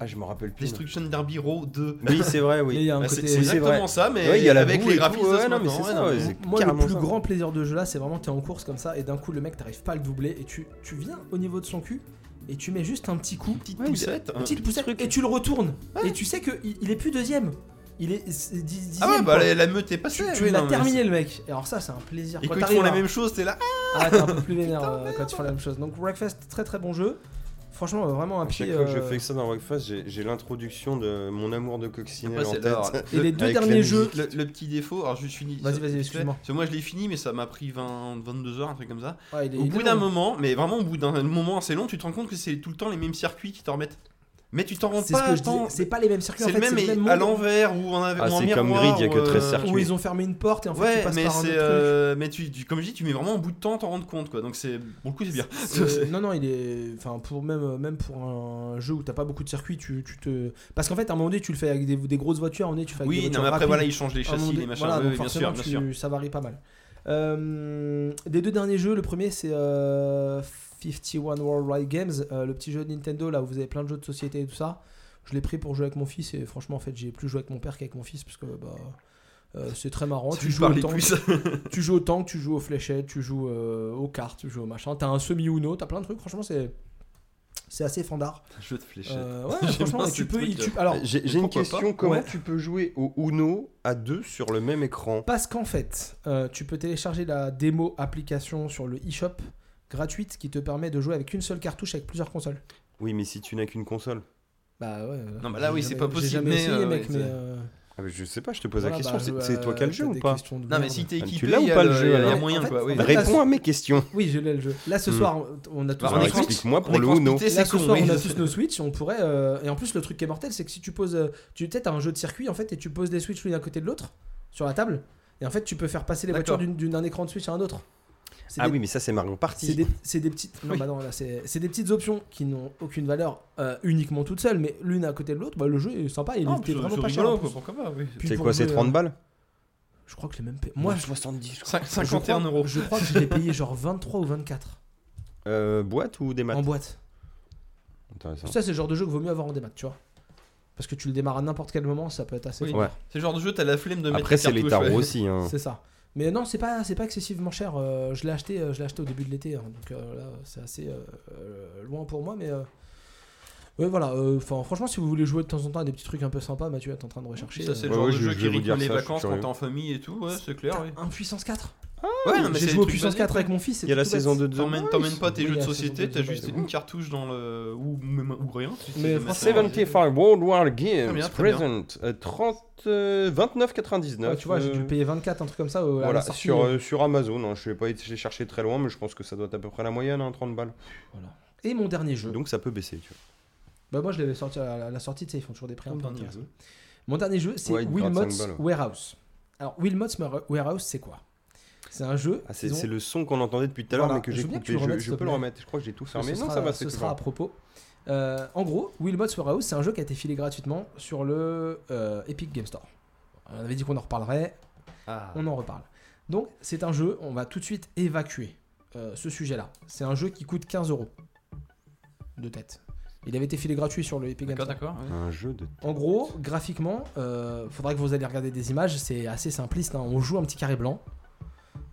Speaker 1: Ah, je me rappelle plus.
Speaker 3: Destruction Derby Row 2.
Speaker 1: Oui, c'est vrai,
Speaker 2: Mais il
Speaker 1: oui.
Speaker 2: y a un
Speaker 3: Bah,
Speaker 2: côté-
Speaker 3: c'est c'est
Speaker 1: oui, c'est
Speaker 3: exactement ça, mais
Speaker 1: Ouais, il y a la
Speaker 3: avec
Speaker 1: boue
Speaker 3: les
Speaker 1: et tout,
Speaker 3: graphismes.
Speaker 1: ouais, non, mais
Speaker 3: maintenant,
Speaker 1: c'est
Speaker 3: ouais,
Speaker 1: ça,
Speaker 3: non,
Speaker 1: ouais,
Speaker 3: mais-
Speaker 1: c'est
Speaker 2: Moi, le
Speaker 1: carrément
Speaker 2: plus
Speaker 1: ça.
Speaker 2: grand plaisir de jeu là, c'est vraiment t'es en course comme ça et d'un coup le mec t'arrives pas à le doubler et tu, tu viens au niveau de son cul et tu mets juste un petit coup,
Speaker 3: Petite
Speaker 1: Ouais, il y a-
Speaker 3: poussette.
Speaker 2: une petite poussette et tu le retournes et tu sais que il, il est plus deuxième, il est c'est dix- dixième.
Speaker 3: Ah ouais, bah
Speaker 2: quoi.
Speaker 3: la, la meute est passée.
Speaker 2: tu, tu
Speaker 3: oui,
Speaker 2: l'as
Speaker 3: non, mais
Speaker 2: terminé le mec. Et alors ça c'est un plaisir.
Speaker 3: c'est- Et
Speaker 2: Quand
Speaker 3: quand ils
Speaker 2: t'arrives
Speaker 3: font la
Speaker 2: à-
Speaker 3: même chose, t'es là. ah,
Speaker 2: Ah, t'es un peu plus vénère euh, quand ils font la même chose. Donc Breakfast, très très bon jeu. Franchement, euh, vraiment un
Speaker 1: À
Speaker 2: pied.
Speaker 1: chaque fois que je
Speaker 2: euh,
Speaker 1: fais ça dans Breakfast, j'ai j'ai l'introduction de mon amour de coccinelle
Speaker 3: Après,
Speaker 1: en
Speaker 3: c'est
Speaker 1: tête.
Speaker 3: l'heure.
Speaker 2: Et les deux
Speaker 1: avec la
Speaker 2: derniers
Speaker 1: musique.
Speaker 2: jeux.
Speaker 3: Le, le petit défaut, alors je suis fini.
Speaker 2: Vas-y, vas-y,
Speaker 3: vite fait.
Speaker 2: excuse-moi.
Speaker 3: Parce que moi je l'ai fini, mais ça m'a pris 20, 22 heures, un truc comme ça.
Speaker 2: Ouais, il est-
Speaker 3: Au
Speaker 2: il est
Speaker 3: bout d'un
Speaker 2: long.
Speaker 3: moment, mais vraiment au bout d'un moment assez long, tu te rends compte que c'est tout le temps les mêmes circuits qui te remettent. Mais tu t'en rends
Speaker 2: C'est ce que
Speaker 3: pas
Speaker 2: je dis,
Speaker 3: tant.
Speaker 2: c'est pas les mêmes circuits.
Speaker 3: C'est
Speaker 2: en fait,
Speaker 3: le même,
Speaker 2: c'est
Speaker 3: mais
Speaker 2: le même
Speaker 3: à
Speaker 2: monde
Speaker 3: l'envers ou en, av-
Speaker 1: Ah,
Speaker 3: ou en
Speaker 1: c'est comme
Speaker 3: miroir.
Speaker 1: Grid, il y a que
Speaker 3: ou,
Speaker 1: 13
Speaker 3: euh,
Speaker 1: circuits.
Speaker 2: où ils ont fermé une porte et en fait tu
Speaker 3: Ouais,
Speaker 2: passes
Speaker 3: mais
Speaker 2: par un
Speaker 3: c'est.
Speaker 2: autre
Speaker 3: euh, mais tu, tu- comme je dis, tu mets vraiment un bout de temps à t'en rendre compte, quoi. Donc c'est. Pour le coup, c'est bien.
Speaker 2: truc. C'est- non non il est enfin pour même même pour un jeu où t'as pas beaucoup de circuits tu, tu te parce qu'en fait à un moment donné tu le fais avec des, des grosses voitures, à un moment donné tu le fais avec des
Speaker 3: Oui, non,
Speaker 2: voitures
Speaker 3: mais après,
Speaker 2: rapides.
Speaker 3: voilà, ils changent les
Speaker 2: À un moment
Speaker 3: châssis, les
Speaker 2: donné-
Speaker 3: machins.
Speaker 2: Ah, voilà,
Speaker 3: oui,
Speaker 2: donc
Speaker 3: oui, bien sûr,
Speaker 2: forcément,
Speaker 3: bien
Speaker 2: tu-
Speaker 3: sûr.
Speaker 2: ça varie pas mal. Euh, des deux derniers jeux, le premier c'est euh, 51 World Ride Games, euh, le petit jeu de Nintendo là où vous avez plein de jeux de société et tout ça. Je l'ai pris pour jouer avec mon fils et franchement en fait j'ai plus joué avec mon père qu'avec mon fils parce que bah, euh, c'est très marrant.
Speaker 3: Tu
Speaker 2: Tu joues, au
Speaker 3: parles
Speaker 2: tank,
Speaker 3: plus.
Speaker 2: tu joues au tank, tu joues aux fléchettes, tu joues euh, aux cartes, tu joues au machin. T'as un semi-uno, t'as plein de trucs. Franchement c'est c'est assez fandard.
Speaker 3: Jeu de fléchette.
Speaker 2: Euh, ouais,
Speaker 3: J'aime
Speaker 2: franchement
Speaker 3: bien
Speaker 2: et tu
Speaker 3: ce
Speaker 2: peux,
Speaker 3: truc,
Speaker 2: il- tu-
Speaker 3: euh.
Speaker 2: alors
Speaker 1: J'ai
Speaker 3: mais
Speaker 1: j'ai une
Speaker 3: pourquoi
Speaker 1: question comment
Speaker 2: Ouais.
Speaker 1: tu peux jouer au Uno à deux sur le même écran
Speaker 2: Parce qu'en fait, euh, tu peux télécharger la démo application sur le eShop gratuite qui te permet de jouer avec une seule cartouche avec plusieurs consoles.
Speaker 1: Oui, mais si tu n'as qu'une console.
Speaker 2: Bah ouais.
Speaker 3: Non, bah là,
Speaker 2: j'ai
Speaker 3: oui, c'est
Speaker 2: jamais-
Speaker 3: pas
Speaker 2: j'ai
Speaker 3: possible,
Speaker 2: jamais
Speaker 3: mais,
Speaker 2: essayé,
Speaker 3: euh,
Speaker 2: mec,
Speaker 3: ouais,
Speaker 2: mais.
Speaker 3: c'est-
Speaker 2: euh,
Speaker 1: Ah, mais je sais pas, je te pose
Speaker 2: voilà,
Speaker 1: la question.
Speaker 2: bah,
Speaker 1: c'est-
Speaker 2: je-
Speaker 1: c'est toi qui as le
Speaker 2: euh,
Speaker 1: jeu
Speaker 2: t'as
Speaker 1: ou
Speaker 2: des
Speaker 1: pas
Speaker 2: questions Bah, de
Speaker 3: Non, mais
Speaker 2: merde.
Speaker 3: si t'es
Speaker 1: Ah, mais tu
Speaker 3: équipé,
Speaker 1: l'as ou
Speaker 3: il y a
Speaker 1: pas, le
Speaker 3: le-
Speaker 1: jeu,
Speaker 3: il y a
Speaker 1: alors
Speaker 3: moyen,
Speaker 2: En fait,
Speaker 3: quoi. oui.
Speaker 2: en fait,
Speaker 1: Réponds à mes questions.
Speaker 2: Oui, je l'ai le jeu. Là ce
Speaker 1: Hmm.
Speaker 2: soir, on a tous.
Speaker 3: Bah,
Speaker 2: nos
Speaker 1: Alors,
Speaker 3: est
Speaker 2: Switch.
Speaker 1: Explique-moi
Speaker 3: On
Speaker 1: pour
Speaker 3: est
Speaker 1: le Uno.
Speaker 3: quantité,
Speaker 2: Là
Speaker 3: c'est
Speaker 2: ce
Speaker 3: con,
Speaker 2: soir,
Speaker 3: oui.
Speaker 2: on a tous nos Switch, on pourrait. euh, Et en plus, le truc qui est mortel, c'est que si tu poses. euh, Tu sais, t'as un jeu de circuit en fait, et tu poses des Switch l'une à côté de l'autre sur la table, et en fait, tu peux faire passer les
Speaker 3: D'accord.
Speaker 2: voitures d'une- d'une- d'un écran de Switch à un autre. C'est
Speaker 1: Ah
Speaker 2: des-
Speaker 1: oui, mais ça, c'est Marion
Speaker 2: C'est
Speaker 1: Party.
Speaker 2: des, c'est des petites. Non,
Speaker 3: Oui.
Speaker 2: bah non, là, c'est c'est des petites options qui n'ont aucune valeur euh, uniquement toutes seules, mais l'une à côté de l'autre, bah, le jeu est sympa, il
Speaker 3: Non,
Speaker 2: était
Speaker 3: c'est-
Speaker 2: vraiment
Speaker 3: c'est
Speaker 2: pas cher.
Speaker 3: rigolo,
Speaker 2: en plus.
Speaker 3: quoi, pourquoi pas, oui.
Speaker 2: Puis
Speaker 1: C'est
Speaker 2: pour
Speaker 1: quoi, c'est
Speaker 2: jouer,
Speaker 1: 30
Speaker 2: euh,
Speaker 1: balles
Speaker 2: Je crois que je l'ai même payé. Moi, je,
Speaker 1: 70, je
Speaker 3: Cin-
Speaker 2: je
Speaker 3: 51
Speaker 2: crois-
Speaker 3: euros.
Speaker 2: Je crois que je l'ai payé genre 23 ou 24
Speaker 1: Euh, boîte ou des maths
Speaker 2: en boîte.
Speaker 1: Intéressant.
Speaker 2: Ça, c'est le genre de jeu que vaut mieux avoir en démat, tu vois. Parce que tu le démarres à n'importe quel moment, ça peut être assez.
Speaker 3: Oui.
Speaker 2: fort.
Speaker 1: Ouais.
Speaker 3: C'est le genre de jeu, t'as la flemme de mettre
Speaker 1: Après,
Speaker 3: tes
Speaker 1: c'est les
Speaker 3: cartouches,
Speaker 1: tarots
Speaker 3: ouais.
Speaker 1: aussi. hein.
Speaker 2: C'est ça. Mais non, c'est pas, c'est pas excessivement cher. euh, je l'ai acheté, euh, je l'ai acheté au début de l'été, hein, donc euh, là, c'est assez euh, euh, loin pour moi, mais. euh, ouais, voilà, euh, enfin, franchement, si vous voulez jouer de temps en temps à des petits trucs un peu sympas, Mathieu est en train de rechercher.
Speaker 3: Ça, c'est
Speaker 2: euh,
Speaker 3: le
Speaker 1: Ouais,
Speaker 3: genre
Speaker 1: ouais,
Speaker 3: de
Speaker 1: je-
Speaker 3: jeu
Speaker 1: je
Speaker 3: qui
Speaker 1: vais vous
Speaker 3: rythme
Speaker 1: dire
Speaker 3: les
Speaker 1: ça, je suis
Speaker 3: vacances quand
Speaker 1: curieux.
Speaker 3: t'es en famille et tout, ouais, c'est clair.
Speaker 2: putain,
Speaker 3: oui.
Speaker 2: un puissance 4
Speaker 3: Ouais, non, mais
Speaker 2: J'ai
Speaker 3: c'est des
Speaker 2: joué au
Speaker 3: trucs
Speaker 2: puissance
Speaker 3: basiques,
Speaker 2: 4 avec mon fils. et
Speaker 1: Il y a
Speaker 2: tout
Speaker 1: la
Speaker 2: bête.
Speaker 1: saison de The
Speaker 3: T'emmènes
Speaker 1: Boys.
Speaker 3: t'emmènes pas tes
Speaker 2: Oui,
Speaker 3: jeux de
Speaker 2: la
Speaker 3: société,
Speaker 2: saison
Speaker 3: t'as
Speaker 2: de
Speaker 3: juste
Speaker 2: base.
Speaker 3: une cartouche dans le. ou, même- ou rien. tu sais,
Speaker 2: Mais
Speaker 3: c'est
Speaker 2: franchement,
Speaker 3: maintenant,
Speaker 1: 75 World War Games
Speaker 3: Très bien, très bien.
Speaker 1: Present euh, 30, euh, 29,99.
Speaker 2: Ouais, Ah, tu vois, j'ai dû
Speaker 1: euh,
Speaker 2: payer 24, un truc comme ça. euh, à la
Speaker 1: Voilà,
Speaker 2: sortie,
Speaker 1: sur,
Speaker 2: euh.
Speaker 1: euh, sur Amazon, hein, je ne vais pas été chercher très loin, mais je pense que ça doit être à peu près la moyenne, hein, 30 balles.
Speaker 2: Et mon dernier jeu.
Speaker 1: Donc ça peut baisser, tu
Speaker 2: Bah, moi, je l'avais sorti à la, à la sortie, tu sais, ils font toujours des prix un
Speaker 3: Ton
Speaker 2: peu
Speaker 3: dernier
Speaker 2: intéressants.
Speaker 3: jeu.
Speaker 2: Mon dernier jeu, c'est
Speaker 1: Ouais, il gratte
Speaker 2: Wilmot's
Speaker 1: cinq balles, ouais.
Speaker 2: Warehouse. Alors, Wilmot's Mar- Warehouse, c'est quoi C'est un jeu.
Speaker 1: Ah, c'est
Speaker 2: ils ont-
Speaker 1: c'est le son qu'on entendait depuis tout à l'heure,
Speaker 2: Voilà,
Speaker 1: mais que
Speaker 2: je
Speaker 1: j'ai
Speaker 2: veux bien
Speaker 1: coupé.
Speaker 2: que tu le
Speaker 1: je
Speaker 2: remettes,
Speaker 1: je
Speaker 2: s'il te
Speaker 1: peux le
Speaker 2: plaît.
Speaker 1: remettre, je crois que j'ai tout
Speaker 2: Ce
Speaker 1: fermé.
Speaker 2: sera-
Speaker 1: non, ça va, c'est
Speaker 2: Ce
Speaker 1: tout
Speaker 2: sera à propos. Euh, en gros, Wilmot's Warehouse, c'est un jeu qui a été filé gratuitement sur le euh, Epic Game Store. On avait dit qu'on en reparlerait,
Speaker 3: Ah.
Speaker 2: on en reparle. Donc, c'est un jeu, on va tout de suite évacuer euh, ce sujet-là. C'est un jeu qui coûte 15 euros de tête. Il avait été filé gratuit sur le Epic Game
Speaker 3: D'accord,
Speaker 2: Store.
Speaker 3: d'accord. ouais.
Speaker 1: Un jeu de.
Speaker 2: En gros, graphiquement, euh, faudra que vous allez regarder des images, c'est assez simpliste. hein. On joue un petit carré blanc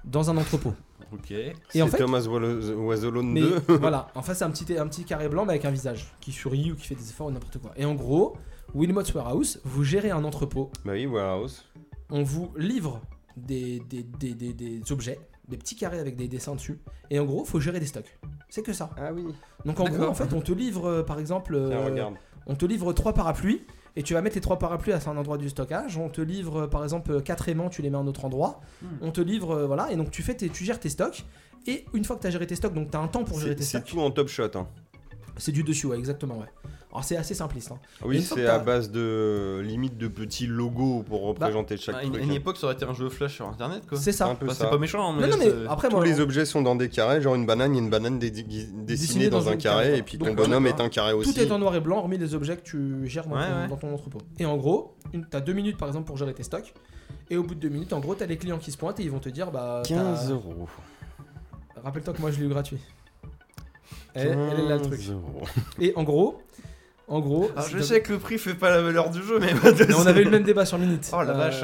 Speaker 2: dans un entrepôt.
Speaker 3: Ok.
Speaker 2: Et en
Speaker 1: C'est
Speaker 2: fait-
Speaker 1: Thomas Walo- Wasolone
Speaker 2: Mais
Speaker 1: 2.
Speaker 2: voilà, en face, c'est un petit, un petit carré blanc, mais avec un visage qui sourit ou qui fait des efforts ou n'importe quoi. Et en gros, Wilmot's Warehouse, vous gérez un entrepôt,
Speaker 1: Bah oui, Warehouse.
Speaker 2: on vous livre des, des, des- des- des objets, des petits carrés avec des dessins dessus, et en gros, faut gérer des stocks. C'est que ça.
Speaker 1: Ah oui.
Speaker 2: Donc en gros,
Speaker 3: D'accord.
Speaker 2: en fait, on te livre, euh, par exemple,
Speaker 1: Tiens,
Speaker 2: euh,
Speaker 1: regarde.
Speaker 2: on te livre trois parapluies et tu vas mettre les trois parapluies à un endroit du stockage. On te livre euh, par exemple euh, quatre aimants, tu les mets à un autre endroit.
Speaker 3: Hmm.
Speaker 2: On te livre euh, voilà et donc tu fais tes- tu gères tes stocks et une fois que tu as géré tes stocks, donc tu as un temps pour gérer
Speaker 1: C'est
Speaker 2: tes
Speaker 1: c'est
Speaker 2: stocks.
Speaker 1: tout en top shot. hein.
Speaker 2: C'est du dessus ouais, exactement ouais. Alors c'est assez simpliste hein.
Speaker 1: Ah Oui,
Speaker 2: Une fois que
Speaker 1: c'est à
Speaker 2: t'as-
Speaker 1: base de euh, limite de petits logos pour
Speaker 2: Bah,
Speaker 1: représenter chaque
Speaker 3: À une
Speaker 1: truc.
Speaker 3: à une
Speaker 1: hein.
Speaker 3: époque, ça aurait été un jeu flash sur internet, quoi.
Speaker 2: C'est
Speaker 1: C'est
Speaker 2: ça.
Speaker 1: un peu
Speaker 3: Enfin,
Speaker 1: ça.
Speaker 3: C'est pas méchant, mais.
Speaker 2: non non mais
Speaker 3: c'est-
Speaker 2: après
Speaker 1: Tous
Speaker 2: moi
Speaker 1: les
Speaker 2: on-
Speaker 1: objets sont dans des carrés, genre une banane, il y a une banane dé- dé- dessinée
Speaker 2: dans
Speaker 1: dans un
Speaker 2: une carré,
Speaker 1: carré, et
Speaker 2: voilà.
Speaker 1: puis
Speaker 2: Donc,
Speaker 1: ton
Speaker 2: voilà,
Speaker 1: bonhomme est
Speaker 2: voilà.
Speaker 1: un carré
Speaker 2: tout
Speaker 1: aussi.
Speaker 2: est en noir et blanc hormis les objets que tu gères dans,
Speaker 3: Ouais,
Speaker 2: ton,
Speaker 3: ouais.
Speaker 2: dans ton entrepôt. Et en gros, une- t'as deux minutes par exemple pour gérer tes stocks. Et au bout de deux minutes, en gros, t'as les clients qui se pointent et ils vont te dire bah. t'as-
Speaker 1: euros.
Speaker 2: Rappelle-toi que moi je l'ai eu gratuit. Elle, elle est là le truc.
Speaker 1: 15 euros.
Speaker 2: Et en gros, en gros,
Speaker 3: Alors, je
Speaker 2: c'est-
Speaker 3: sais que le prix fait pas la valeur du jeu, mais.
Speaker 2: mais on avait eu le même débat sur Minute.
Speaker 3: Oh la vache,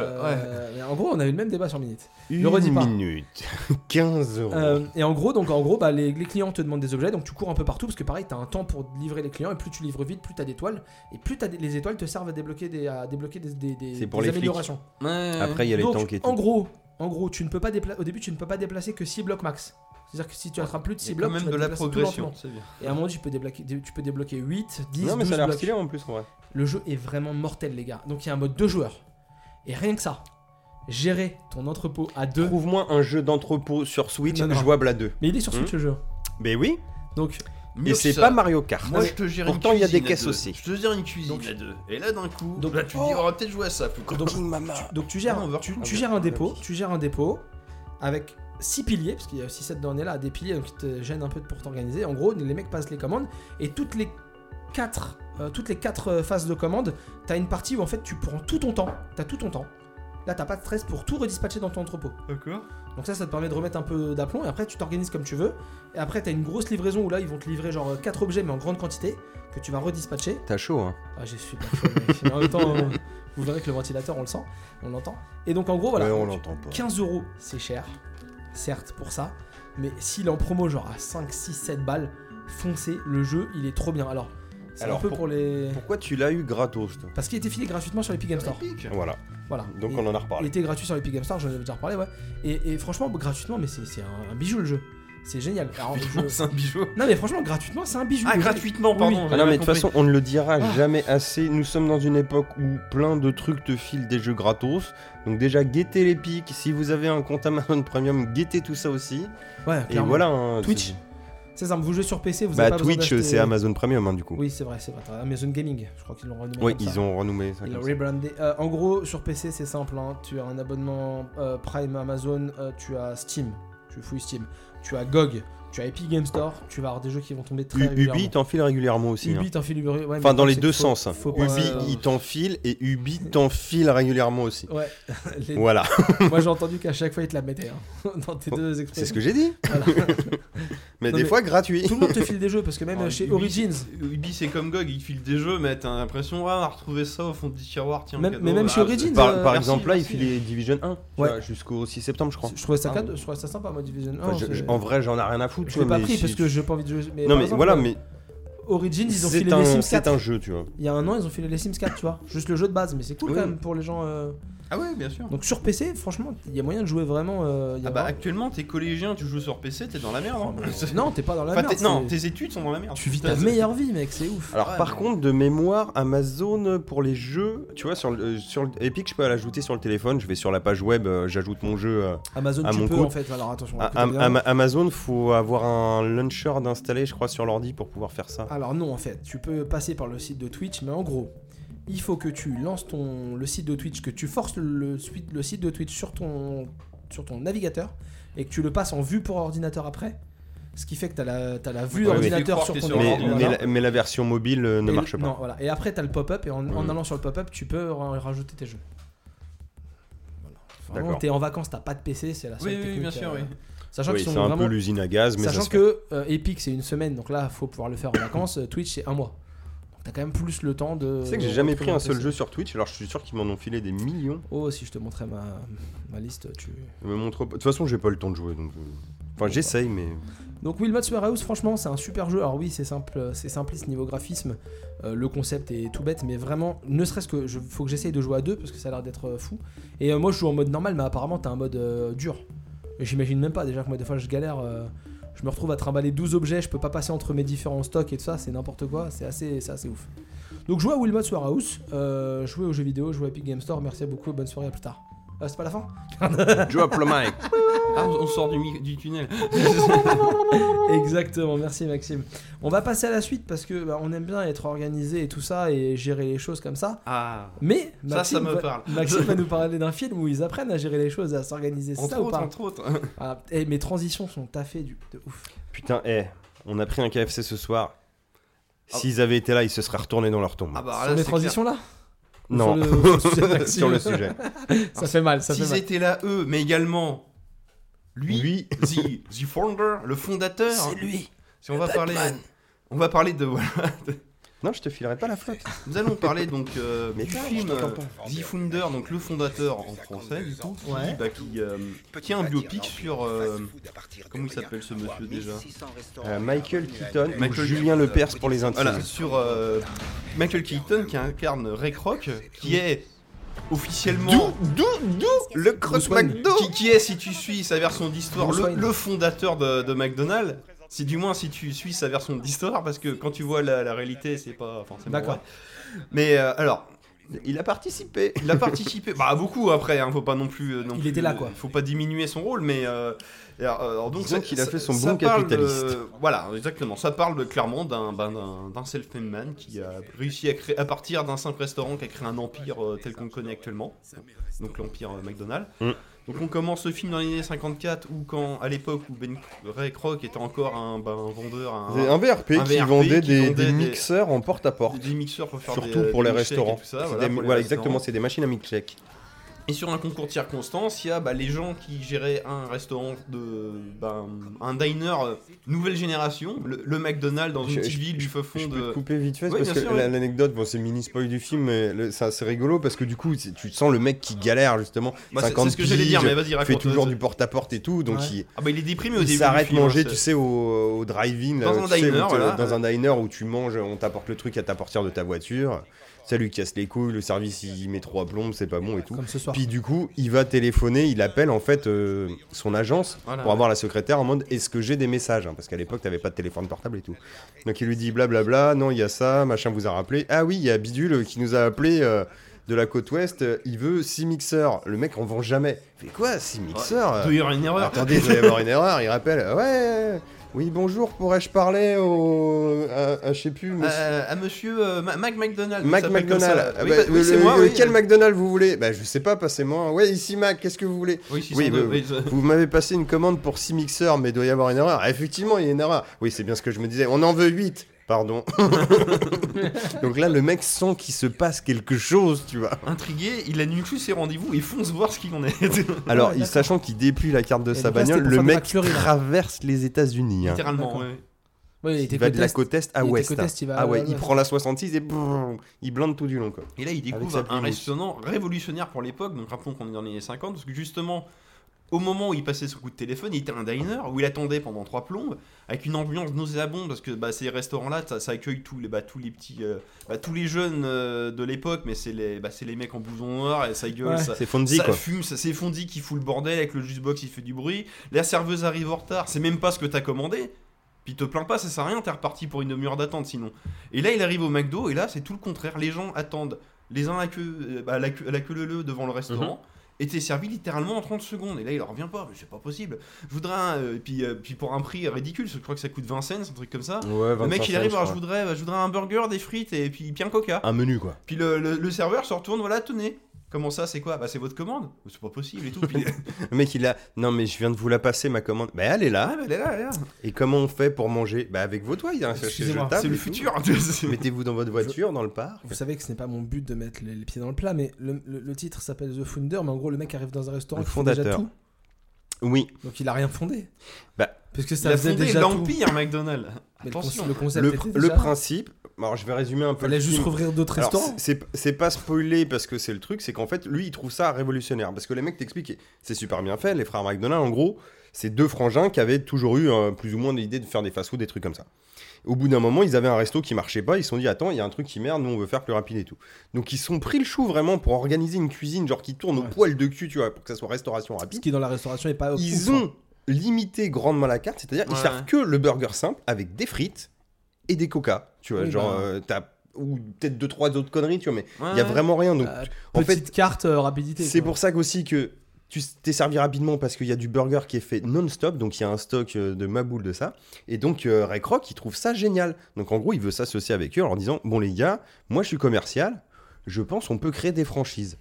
Speaker 2: mais en gros, on avait le même débat sur Minute.
Speaker 1: Une
Speaker 2: Le redis pas.
Speaker 1: minute. 15 euros.
Speaker 2: Euh, et en gros, donc en gros, bah, les, les clients te demandent des objets, donc tu cours un peu partout parce que pareil, t'as un temps pour livrer les clients et plus tu livres vite, plus t'as d'étoiles et plus t'as des- les étoiles te servent à débloquer des, à débloquer des, des- des-
Speaker 1: C'est pour
Speaker 2: des
Speaker 1: les flics.
Speaker 2: améliorations.
Speaker 1: Après, il y a les
Speaker 2: Donc,
Speaker 1: tanks et
Speaker 2: en
Speaker 1: tout.
Speaker 2: gros, en gros, tu ne peux pas dépla- au début, tu ne peux pas déplacer que 6 blocs max. C'est-à-dire que si tu attrapes plus de 6
Speaker 3: c'est quand
Speaker 2: blocs, tu
Speaker 3: même
Speaker 2: vas
Speaker 3: de la
Speaker 2: déplacer tout
Speaker 3: progression.
Speaker 2: lentement.
Speaker 3: C'est bien.
Speaker 2: Et à un moment, tu peux débloquer, tu peux débloquer 8, 10,
Speaker 1: Non, mais
Speaker 2: 12
Speaker 1: ça a l'air
Speaker 2: blocs.
Speaker 1: stylé en plus, en vrai.
Speaker 2: Le jeu est vraiment mortel, les gars. Donc il y a un mode deux joueurs. Et rien que ça, gérer ton entrepôt à deux.
Speaker 1: Trouve-moi un jeu d'entrepôt sur Switch
Speaker 2: Non, non.
Speaker 1: jouable à deux.
Speaker 2: Mais il est sur
Speaker 1: Hmm.
Speaker 2: Switch le jeu.
Speaker 1: Mais oui,
Speaker 2: Donc
Speaker 3: Mieux
Speaker 1: Et
Speaker 3: que
Speaker 1: c'est
Speaker 3: ça.
Speaker 1: pas Mario Kart.
Speaker 3: Moi, je te gère une
Speaker 1: Pourtant, il y a des
Speaker 3: cuisine à
Speaker 1: caisses
Speaker 3: deux.
Speaker 1: aussi.
Speaker 3: Je te gère une cuisine
Speaker 2: Donc-
Speaker 3: à deux. Et là, d'un coup,
Speaker 2: Donc-
Speaker 3: là, tu te dis, on va peut-être jouer à ça plus tard.
Speaker 2: Donc, Donc tu gères,
Speaker 3: Ah, on va
Speaker 2: tu,
Speaker 3: reprendre.
Speaker 2: tu gères un dépôt, tu gères un dépôt avec six piliers, parce qu'il y a aussi cette donnée là, des piliers donc, qui te gênent un peu pour t'organiser. En gros, les mecs passent les commandes et toutes les quatre, euh, toutes les quatre euh, phases de commande, t'as une partie où en fait tu prends tout ton temps, t'as tout ton temps. Là, t'as pas de stress pour tout redispatcher dans ton entrepôt.
Speaker 3: D'accord.
Speaker 2: Donc ça, ça te permet de remettre un peu d'aplomb et après tu t'organises comme tu veux. Et après, t'as une grosse livraison où là, ils vont te livrer genre euh, quatre objets mais en grande quantité que tu vas redispatcher.
Speaker 1: T'as chaud, hein.
Speaker 2: Ah, j'ai super chaud, mec. Mais en même temps, euh, vous verrez que le ventilateur, on le sent, on l'entend. Et donc, en gros, voilà.
Speaker 1: Ouais, on
Speaker 2: tu-
Speaker 1: l'entend pas.
Speaker 2: 15 euros, c'est cher, certes, pour ça. Mais s'il est en promo, genre à 5, 6, 7 balles, foncez, le jeu, il est trop bien. Alors, c'est un
Speaker 1: Alors,
Speaker 2: peu pour,
Speaker 1: pour-
Speaker 2: les.
Speaker 1: Pourquoi tu l'as eu gratos toi
Speaker 2: Parce qu'il était filé gratuitement sur l'Epic Game Store.
Speaker 3: Épique.
Speaker 1: Voilà.
Speaker 2: Voilà.
Speaker 1: Donc
Speaker 2: Et-
Speaker 1: on en a
Speaker 2: il
Speaker 1: reparlé.
Speaker 2: était gratuit sur Epic Game Store, j'en avais déjà reparlé, ouais. Et, et franchement, gratuitement, mais c'est c'est un, un bijou le jeu. C'est génial. Alors, je-
Speaker 3: C'est un bijou.
Speaker 2: Non, mais franchement, gratuitement, c'est un bijou.
Speaker 3: Ah,
Speaker 2: Le jeu-
Speaker 3: gratuitement,
Speaker 2: Oui,
Speaker 3: pardon.
Speaker 1: Ah non mais de toute
Speaker 3: j'avais
Speaker 1: façon on ne le dira
Speaker 2: Ah.
Speaker 1: jamais assez, nous sommes dans une époque où plein de trucs te filent des jeux gratos, donc déjà guettez les pics, si vous avez un compte Amazon Premium guettez tout ça aussi,
Speaker 2: Ouais,
Speaker 1: et
Speaker 2: clairement.
Speaker 1: voilà. hein,
Speaker 2: Twitch,
Speaker 1: c'est-
Speaker 2: C'est ça, vous jouez sur PC, vous
Speaker 1: Bah
Speaker 2: avez pas besoin
Speaker 1: Twitch
Speaker 2: d'acheter- euh,
Speaker 1: c'est Amazon Premium hein, du coup.
Speaker 2: Oui, c'est vrai, c'est vrai. T'as Amazon Gaming, je crois qu'ils l'ont renommé.
Speaker 1: Oui,
Speaker 2: comme ça.
Speaker 1: ils ont renommé ça.
Speaker 2: Ils l'ont
Speaker 1: comme ça.
Speaker 2: rebrandé. Euh, en gros, sur PC, c'est simple. hein. Tu as un abonnement euh, Prime Amazon, euh, tu as Steam, tu fouilles Steam, tu as GOG, tu as Epic Game Store, tu vas avoir des jeux qui vont tomber très
Speaker 1: U-
Speaker 2: régulièrement.
Speaker 1: Ubi t'en file régulièrement aussi. hein.
Speaker 2: Ubi, t'en files Ubi- ouais, mais
Speaker 1: Enfin dans
Speaker 2: le
Speaker 1: les
Speaker 2: truc,
Speaker 1: deux
Speaker 2: c'est
Speaker 1: sens. hein.
Speaker 2: qu'il faut- faut pas- euh,
Speaker 1: Ubi il t'en file et Ubi t'en file régulièrement aussi.
Speaker 2: Ouais, Les-
Speaker 1: Voilà,
Speaker 2: moi j'ai entendu qu'à chaque fois ils te la mettaient hein, dans tes
Speaker 1: Oh,
Speaker 2: deux
Speaker 1: c'est ce
Speaker 2: expressions.
Speaker 1: que j'ai dit.
Speaker 2: Voilà.
Speaker 1: Mais
Speaker 2: Non,
Speaker 1: des
Speaker 2: mais-
Speaker 1: fois gratuit.
Speaker 2: Tout le monde te file des jeux parce que même
Speaker 3: Ah,
Speaker 2: euh, chez
Speaker 3: Ubi,
Speaker 2: Origins,
Speaker 3: compris. Ubi, c'est comme GOG, ils filent des jeux, mais t'as l'impression, ah, on a retrouvé ça au fond du tiroir, tiens.
Speaker 2: Même-
Speaker 3: cadeau.
Speaker 2: mais même
Speaker 3: Ah,
Speaker 2: chez Origins,
Speaker 1: Par,
Speaker 2: euh,
Speaker 1: par
Speaker 3: merci,
Speaker 1: exemple, là,
Speaker 3: merci.
Speaker 1: il filait Division 1 tu
Speaker 2: Ouais.
Speaker 1: vois, jusqu'au 6 septembre, je crois.
Speaker 2: je trouvais ça
Speaker 1: Ah,
Speaker 2: cadeau- je trouvais ça sympa moi Division 1.
Speaker 1: Enfin, je-
Speaker 2: Oh, c'est-
Speaker 1: je- en vrai, j'en ai rien à foutre.
Speaker 2: je
Speaker 1: tu
Speaker 2: l'ai
Speaker 1: vois,
Speaker 2: pas
Speaker 1: mais
Speaker 2: pris
Speaker 1: si-
Speaker 2: parce que j'ai pas envie de jouer.
Speaker 1: Non,
Speaker 2: par
Speaker 1: mais
Speaker 2: exemple,
Speaker 1: voilà,
Speaker 2: euh,
Speaker 1: mais
Speaker 2: Origins, ils ont
Speaker 1: c'est
Speaker 2: filé les
Speaker 1: un,
Speaker 2: Sims
Speaker 1: c'est
Speaker 2: 4.
Speaker 1: un jeu, tu vois.
Speaker 2: Il y a un an, ils ont filé les Sims 4, tu vois. Juste le jeu de base, mais c'est cool
Speaker 1: Oui.
Speaker 2: quand même pour les gens. euh.
Speaker 3: Ah ouais, bien sûr.
Speaker 2: Donc sur PC, franchement, il y a moyen de jouer vraiment. euh, il y a
Speaker 3: Ah bah
Speaker 2: vraiment-
Speaker 3: actuellement t'es collégien, tu joues sur PC, t'es dans la merde. hein. C'est-
Speaker 2: Non, t'es pas dans la
Speaker 3: Enfin,
Speaker 2: merde.
Speaker 3: t'es- non,
Speaker 2: c'est-
Speaker 3: tes études sont dans la merde.
Speaker 2: tu vis
Speaker 3: Putain,
Speaker 2: ta
Speaker 3: c'est-
Speaker 2: meilleure vie, mec, c'est ouf.
Speaker 1: Alors,
Speaker 3: Ouais,
Speaker 1: par
Speaker 3: mais-
Speaker 1: contre, de mémoire, Amazon euh, pour les jeux, tu vois, sur, le, euh, sur le- Epic, je peux l'ajouter sur le téléphone. Je vais sur la page web, euh, j'ajoute mon jeu. euh,
Speaker 2: Amazon,
Speaker 1: à
Speaker 2: tu
Speaker 1: mon
Speaker 2: peux
Speaker 1: compte-
Speaker 2: en fait. Alors attention.
Speaker 1: à-
Speaker 2: écoute
Speaker 1: à-
Speaker 2: bien.
Speaker 1: à- Amazon, faut avoir un launcher d'installer, je crois, sur l'ordi pour pouvoir faire ça.
Speaker 2: Alors non, en fait, tu peux passer par le site de Twitch, mais en gros, il faut que tu lances ton le site de Twitch, que tu forces le, sui- le site de Twitch sur ton sur ton navigateur et que tu le passes en vue pour ordinateur après. Ce qui fait que t'as la, t'as la vue
Speaker 3: Oui,
Speaker 1: mais-
Speaker 2: d'ordinateur
Speaker 3: mais-
Speaker 2: sur ton
Speaker 3: mais-
Speaker 1: Mais,
Speaker 2: écran,
Speaker 1: mais
Speaker 2: voilà.
Speaker 1: la, mais la version mobile euh, ne
Speaker 2: Et-
Speaker 1: marche pas.
Speaker 2: Non, voilà. Et après, t'as le pop-up, et en, en
Speaker 1: Mhm.
Speaker 2: allant sur le pop-up, tu peux ra- rajouter tes jeux. Voilà. Vraiment,
Speaker 1: D'accord.
Speaker 2: t'es en vacances, t'as pas de PC, c'est la seule
Speaker 3: Oui, oui,
Speaker 2: technique,
Speaker 3: bien sûr,
Speaker 2: euh,
Speaker 3: oui.
Speaker 2: Sachant
Speaker 1: Oui,
Speaker 2: qu'ils
Speaker 1: c'est
Speaker 2: sont
Speaker 1: un
Speaker 2: vraiment-
Speaker 1: peu l'usine à gaz, mais ça
Speaker 2: Sachant
Speaker 1: se fait.
Speaker 2: que euh, Epic, c'est une semaine, donc là, faut pouvoir le faire en vacances. euh, Twitch, c'est un mois. Donc t'as quand même plus le temps de.
Speaker 1: Tu sais que j'ai
Speaker 2: euh,
Speaker 1: jamais pris un seul
Speaker 2: PC.
Speaker 1: jeu sur Twitch, alors je suis sûr qu'ils m'en ont filé des millions.
Speaker 2: Oh, si je te montrais ma, ma liste, tu.
Speaker 1: Je me montre pas- De toute façon, j'ai pas le temps de jouer, donc. euh,
Speaker 2: bah.
Speaker 1: Enfin, j'essaye, mais.
Speaker 2: Donc Wilmot's Warehouse, franchement, c'est un super jeu. Alors oui, c'est simple, c'est simpliste niveau graphisme. Euh, le concept est tout bête, mais vraiment, ne serait-ce que, je, faut que j'essaye de jouer à deux parce que ça a l'air d'être euh, fou. Et euh, moi, je joue en mode normal, mais apparemment, t'as un mode euh, dur. Et J'imagine même pas. Déjà que moi, des fois, je galère. euh, je me retrouve à trimballer 12 objets, je peux pas passer entre mes différents stocks et tout ça, c'est n'importe quoi, c'est assez, c'est assez ouf. Donc jouez à Wilmot's Warehouse, euh, jouez aux jeux vidéo, jouez à Epic Game Store, merci beaucoup, bonne soirée, à plus tard. Ah, c'est pas la fin
Speaker 1: Drop le mic
Speaker 3: Ah, on sort du, mi- du tunnel.
Speaker 2: Exactement, merci Maxime. On va passer à la suite parce que bah, on aime bien être organisé et tout ça et gérer les choses comme ça.
Speaker 3: Ah,
Speaker 2: Mais
Speaker 3: Ça,
Speaker 2: Maxime,
Speaker 3: ça me
Speaker 2: va,
Speaker 3: parle.
Speaker 2: Maxime va nous parler d'un film où ils apprennent à gérer les choses et à s'organiser. C'est
Speaker 3: entre
Speaker 2: ça ou
Speaker 3: autres,
Speaker 2: pas
Speaker 3: entre autres.
Speaker 2: Ah, eh, Mes transitions sont taffées du, de ouf.
Speaker 1: Putain, eh, on a pris un KFC ce soir. S'ils avaient été là, ils se seraient retournés dans leur tombe.
Speaker 3: Ah bah
Speaker 2: sur
Speaker 3: là,
Speaker 2: mes
Speaker 3: c'est
Speaker 2: transitions là Ou
Speaker 1: non,
Speaker 2: Sur le, sur le sujet de Maxime
Speaker 1: sur le sujet.
Speaker 2: ça fait mal, ça
Speaker 3: clair.
Speaker 2: fait
Speaker 3: S'ils
Speaker 2: mal.
Speaker 3: étaient là, eux, mais également lui,
Speaker 1: Lui.
Speaker 3: the, the founder, le fondateur. C'est lui. Si on va parler, on va parler de voilà.
Speaker 1: Non, je te filerai pas la flotte.
Speaker 3: Nous allons parler donc euh,
Speaker 1: Mais
Speaker 3: du
Speaker 1: putain,
Speaker 3: film
Speaker 1: je t'entends
Speaker 3: euh, The Founder, donc le fondateur en français du coup, qui,
Speaker 2: Ouais.
Speaker 3: bah, qui, euh, qui a un biopic sur euh, comment il s'appelle ce monsieur déjà
Speaker 1: Euh, Michael Keaton, ou
Speaker 3: Michael-
Speaker 1: Julien Lepers pour les intimes.
Speaker 3: Voilà, sur euh, Michael Keaton qui incarne Ray Kroc, qui est officiellement
Speaker 1: D'où, d'où le croque
Speaker 2: Bruce Wayne.
Speaker 1: McDo
Speaker 3: qui, qui est si tu suis sa version d'histoire
Speaker 2: Bruce
Speaker 3: le,
Speaker 2: Wayne.
Speaker 3: le fondateur de, de McDonald's. Si du moins si tu suis sa version d'histoire parce que quand tu vois la, la réalité c'est pas forcément
Speaker 2: D'accord.
Speaker 3: vrai. Mais euh, alors
Speaker 1: Il a participé.
Speaker 3: Il a participé, bah beaucoup après, hein, faut pas non plus. euh, non
Speaker 2: Il
Speaker 3: plus-
Speaker 2: était là, quoi.
Speaker 3: Faut pas diminuer son rôle, mais. euh, alors, euh, alors donc
Speaker 1: Disons
Speaker 3: ça-
Speaker 1: qu'il a
Speaker 3: ça-
Speaker 1: fait son
Speaker 3: ça
Speaker 1: bon
Speaker 3: parle,
Speaker 1: capitaliste.
Speaker 3: euh, voilà, exactement. Ça parle de- clairement d'un ben, d'un- d'un self-made man qui a réussi à créer, à partir d'un simple restaurant, qui a créé un empire euh, tel qu'on le connaît actuellement. Donc l'empire euh, McDonald's.
Speaker 1: Mm.
Speaker 3: Donc on commence ce film dans les années 54 où quand à l'époque où Ben Ray Kroc était encore un, ben, un vendeur, un,
Speaker 1: C'est un VRP,
Speaker 3: Un
Speaker 1: qui
Speaker 3: VRP
Speaker 1: vendait
Speaker 3: qui
Speaker 1: des,
Speaker 3: vendait
Speaker 1: des
Speaker 3: des-
Speaker 1: mixeurs en porte-à-porte.
Speaker 3: des mixeurs pour faire
Speaker 1: Surtout
Speaker 3: des-
Speaker 1: pour les
Speaker 3: des milkshakes et
Speaker 1: restaurants.
Speaker 3: tout ça,
Speaker 1: C'est
Speaker 3: voilà,
Speaker 1: des-
Speaker 3: pour les
Speaker 1: voilà,
Speaker 3: restaurants.
Speaker 1: exactement, c'est des machines à milkshake.
Speaker 3: Et sur un concours de circonstances, il y a bah, les gens qui géraient un restaurant de. ben, un diner euh, nouvelle génération, le, le McDonald's dans une
Speaker 1: Je-
Speaker 3: petite
Speaker 1: je-
Speaker 3: ville du feu
Speaker 1: Je
Speaker 3: fond
Speaker 1: peux
Speaker 3: de.
Speaker 1: te couper vite fait
Speaker 3: Oui,
Speaker 1: parce
Speaker 3: bien
Speaker 1: que
Speaker 3: sûr,
Speaker 1: la-
Speaker 3: oui.
Speaker 1: l'anecdote, bon, c'est le mini spoil du film, mais le- ça c'est rigolo parce que du coup, c'est- tu sens le mec qui galère justement.
Speaker 3: Bah, c'est-
Speaker 1: 50
Speaker 3: c'est ce que j'allais dire,
Speaker 1: piges,
Speaker 3: mais vas-y,
Speaker 1: fait
Speaker 3: raconte. euh,
Speaker 1: toujours du porte-à-porte et tout, donc
Speaker 2: Ouais.
Speaker 1: il,
Speaker 3: Ah bah il est déprimé au
Speaker 1: il
Speaker 3: début.
Speaker 1: s'arrête
Speaker 3: du film,
Speaker 1: manger,
Speaker 3: hein,
Speaker 1: tu
Speaker 3: c'est-
Speaker 1: sais, au, au drive-in, là,
Speaker 3: Dans un
Speaker 1: tu sais, où
Speaker 3: diner,
Speaker 1: te-
Speaker 3: voilà.
Speaker 1: dans un diner où tu manges, on t'apporte le truc à ta portière de ta voiture, ça lui casse les couilles, le service il met trois plombes, c'est pas bon et tout.
Speaker 2: Comme ce soir.
Speaker 1: Puis du coup, il va téléphoner, il appelle en fait euh, son agence
Speaker 3: Voilà,
Speaker 1: pour avoir la secrétaire en mode est-ce que j'ai des messages hein, Parce qu'à l'époque, t'avais pas de téléphone portable et tout. Donc il lui dit blablabla, non, il y a ça, machin vous a rappelé. Ah oui, il y a Bidule qui nous a appelé euh, de la côte ouest, euh, il veut 6 mixeurs. Le mec en vend jamais. Mais quoi, 6 mixeurs euh,
Speaker 3: Il doit y avoir une erreur.
Speaker 1: Attendez, il doit y avoir une erreur, il rappelle ouais, oui, bonjour, pourrais-je parler au. à, à je sais plus, monsieur.
Speaker 3: Euh, à monsieur euh, Ma- Mac McDonald.
Speaker 1: Mac
Speaker 3: ça s'appelle comme
Speaker 1: McDonald.
Speaker 3: ça.
Speaker 1: Ah
Speaker 3: Oui,
Speaker 1: bah,
Speaker 3: bah, oui,
Speaker 1: le-
Speaker 3: c'est moi.
Speaker 1: le-
Speaker 3: oui.
Speaker 1: Quel McDonald vous voulez Bah je sais pas, passez-moi. Ouais, ici Mac, qu'est-ce que vous voulez
Speaker 3: Oui, si,
Speaker 1: Oui,
Speaker 3: c'est
Speaker 1: oui,
Speaker 3: de-
Speaker 1: oui.
Speaker 3: oui, ça-
Speaker 1: Vous m'avez passé une commande pour 6 mixeurs, mais il doit y avoir une erreur. Ah, effectivement, il y a une erreur. Oui, c'est bien ce que je me disais. On en veut 8. Pardon. Donc là, le mec sent qu'il se passe quelque chose, tu vois.
Speaker 3: Intrigué, il annule tous ses rendez-vous et fonce voir ce qu'il en est.
Speaker 1: Alors,
Speaker 2: Ouais,
Speaker 1: il,
Speaker 2: Ah, d'accord.
Speaker 1: sachant qu'il déplie la carte de
Speaker 2: Et
Speaker 1: sa
Speaker 2: donc là, c'était
Speaker 1: bagnole,
Speaker 2: pour
Speaker 1: le
Speaker 2: faire du
Speaker 1: mec
Speaker 2: McFlurry, là.
Speaker 1: traverse les États-Unis. hein.
Speaker 3: Littéralement,
Speaker 2: D'accord.
Speaker 3: oui.
Speaker 2: Ouais, il
Speaker 1: Il
Speaker 2: était
Speaker 1: va de la
Speaker 2: côte est.
Speaker 1: côte est à
Speaker 2: Il était
Speaker 1: ouest.
Speaker 2: côte est, il va
Speaker 1: ah ouais,
Speaker 2: à
Speaker 1: il
Speaker 2: l'ouest.
Speaker 1: prend la 66 et brrr, il blinde tout du long. Quoi.
Speaker 3: Et là, il
Speaker 1: sa
Speaker 3: découvre
Speaker 1: plume
Speaker 3: un
Speaker 1: aussi.
Speaker 3: restaurant révolutionnaire pour l'époque. Donc, rappelons qu'on est dans les années 50, parce que justement, au moment où il passait son coup de téléphone, il était à un diner où il attendait pendant trois plombes, avec une ambiance nauséabonde, parce que bah, ces restaurants-là, ça, ça accueille tous les, bah, tous les petits, euh, bah, tous les jeunes euh, de l'époque, mais c'est les, bah, c'est les mecs en blouson noir et ça gueule,
Speaker 2: Ouais.
Speaker 3: ça,
Speaker 1: C'est Fonzie,
Speaker 3: ça
Speaker 1: quoi.
Speaker 3: fume, ça s'effondit qui fout le bordel avec le juicebox, il fait du bruit. La serveuse arrive en retard, c'est même pas ce que t'as commandé. Puis te plains pas, ça sert à rien, t'es reparti pour une demi-heure d'attente sinon. Et là, il arrive au McDo, et là, c'est tout le contraire. Les gens attendent, les uns à la queue, euh, bah, à la queue, à la queue leu-leu devant
Speaker 1: Mhm.
Speaker 3: le restaurant. Et t'es servi littéralement en 30 secondes. Et là, il leur revient pas, mais c'est pas possible. Je voudrais un. euh, et puis, euh, puis pour un prix ridicule, je crois que ça coûte 20 cents, un truc comme ça.
Speaker 1: Ouais,
Speaker 3: Le mec,
Speaker 1: 25,
Speaker 3: il arrive,
Speaker 1: je
Speaker 3: alors je
Speaker 1: crois.
Speaker 3: voudrais, bah, je voudrais un burger, des frites, et puis, puis un coca.
Speaker 1: Un menu, quoi.
Speaker 3: Puis le, le- le serveur se retourne, voilà, tenez. Comment ça, c'est quoi Bah, c'est votre commande. C'est pas possible et tout. Puis,
Speaker 1: Le mec, il a. Non, mais je viens de vous la passer, ma commande. Bah, elle est là.
Speaker 3: ah, mais elle est là, elle est là.
Speaker 1: Et comment on fait pour manger Bah, avec vos toits, il y a un sachet
Speaker 2: Excusez-moi,
Speaker 1: jetable
Speaker 3: C'est
Speaker 1: et
Speaker 3: le
Speaker 1: tout.
Speaker 3: futur.
Speaker 1: Mettez-vous dans votre voiture, dans le parc.
Speaker 2: Vous savez que ce n'est pas mon but de mettre les, les pieds dans le plat, mais le, le- le titre s'appelle The Founder, mais en gros, le mec arrive dans un restaurant
Speaker 1: Le
Speaker 2: qui fait déjà
Speaker 1: fondateur.
Speaker 2: tout.
Speaker 1: Oui.
Speaker 2: Donc il a rien fondé.
Speaker 1: Bah,
Speaker 2: parce que ça
Speaker 3: Il a
Speaker 2: faisait
Speaker 3: fondé
Speaker 2: déjà tout.
Speaker 3: l'Empire McDonald's.
Speaker 2: Mais le
Speaker 3: Attention.
Speaker 2: con- le concept
Speaker 1: Le,
Speaker 2: était
Speaker 1: le
Speaker 2: déjà là.
Speaker 1: principe. Alors, je vais résumer un peu.
Speaker 2: Fallait
Speaker 1: le
Speaker 2: juste
Speaker 1: film.
Speaker 2: rouvrir d'autres
Speaker 1: Alors,
Speaker 2: restaurants.
Speaker 1: c'est c'est- c'est pas spoilé parce que c'est le truc, c'est qu'en fait, lui, il trouve ça révolutionnaire. Parce que les mecs t'expliquent, c'est super bien fait. Les frères McDonald, en gros, c'est deux frangins qui avaient toujours eu euh, plus ou moins l'idée de faire des fast-food, des trucs comme ça. Au bout d'un moment, ils avaient un resto qui marchait pas. Ils se sont dit, attends, il y a un truc qui merde, nous on veut faire plus rapide et tout. Donc ils se sont pris le chou vraiment pour organiser une cuisine genre qui tourne au
Speaker 2: Ouais.
Speaker 1: poil de cul, tu vois, pour que ça soit restauration
Speaker 2: Ce
Speaker 1: rapide.
Speaker 2: qui dans la restauration n'est pas. ouf,
Speaker 1: Ils
Speaker 2: hein.
Speaker 1: ont limité grandement la carte, c'est-à-dire ils
Speaker 3: Ouais,
Speaker 1: servent
Speaker 3: ouais.
Speaker 1: que le burger simple avec des frites et des coca, tu vois,
Speaker 2: Oui,
Speaker 1: genre
Speaker 2: bah.
Speaker 1: euh, t'as- ou peut-être deux trois autres conneries, tu vois, mais il
Speaker 3: Ouais,
Speaker 1: y a vraiment rien. Donc,
Speaker 2: Euh,
Speaker 1: en
Speaker 2: petite carte euh, rapidité.
Speaker 1: c'est
Speaker 2: quoi.
Speaker 1: pour ça qu'aussi que tu s- t'es servi rapidement parce qu'il y a du burger qui est fait non-stop, donc il y a un stock euh, de maboule de ça. Et donc, euh, Ray Kroc, il trouve ça génial. Donc, en gros, il veut s'associer avec eux en leur disant Bon, les gars, moi je suis commercial, je pense on peut créer des franchises.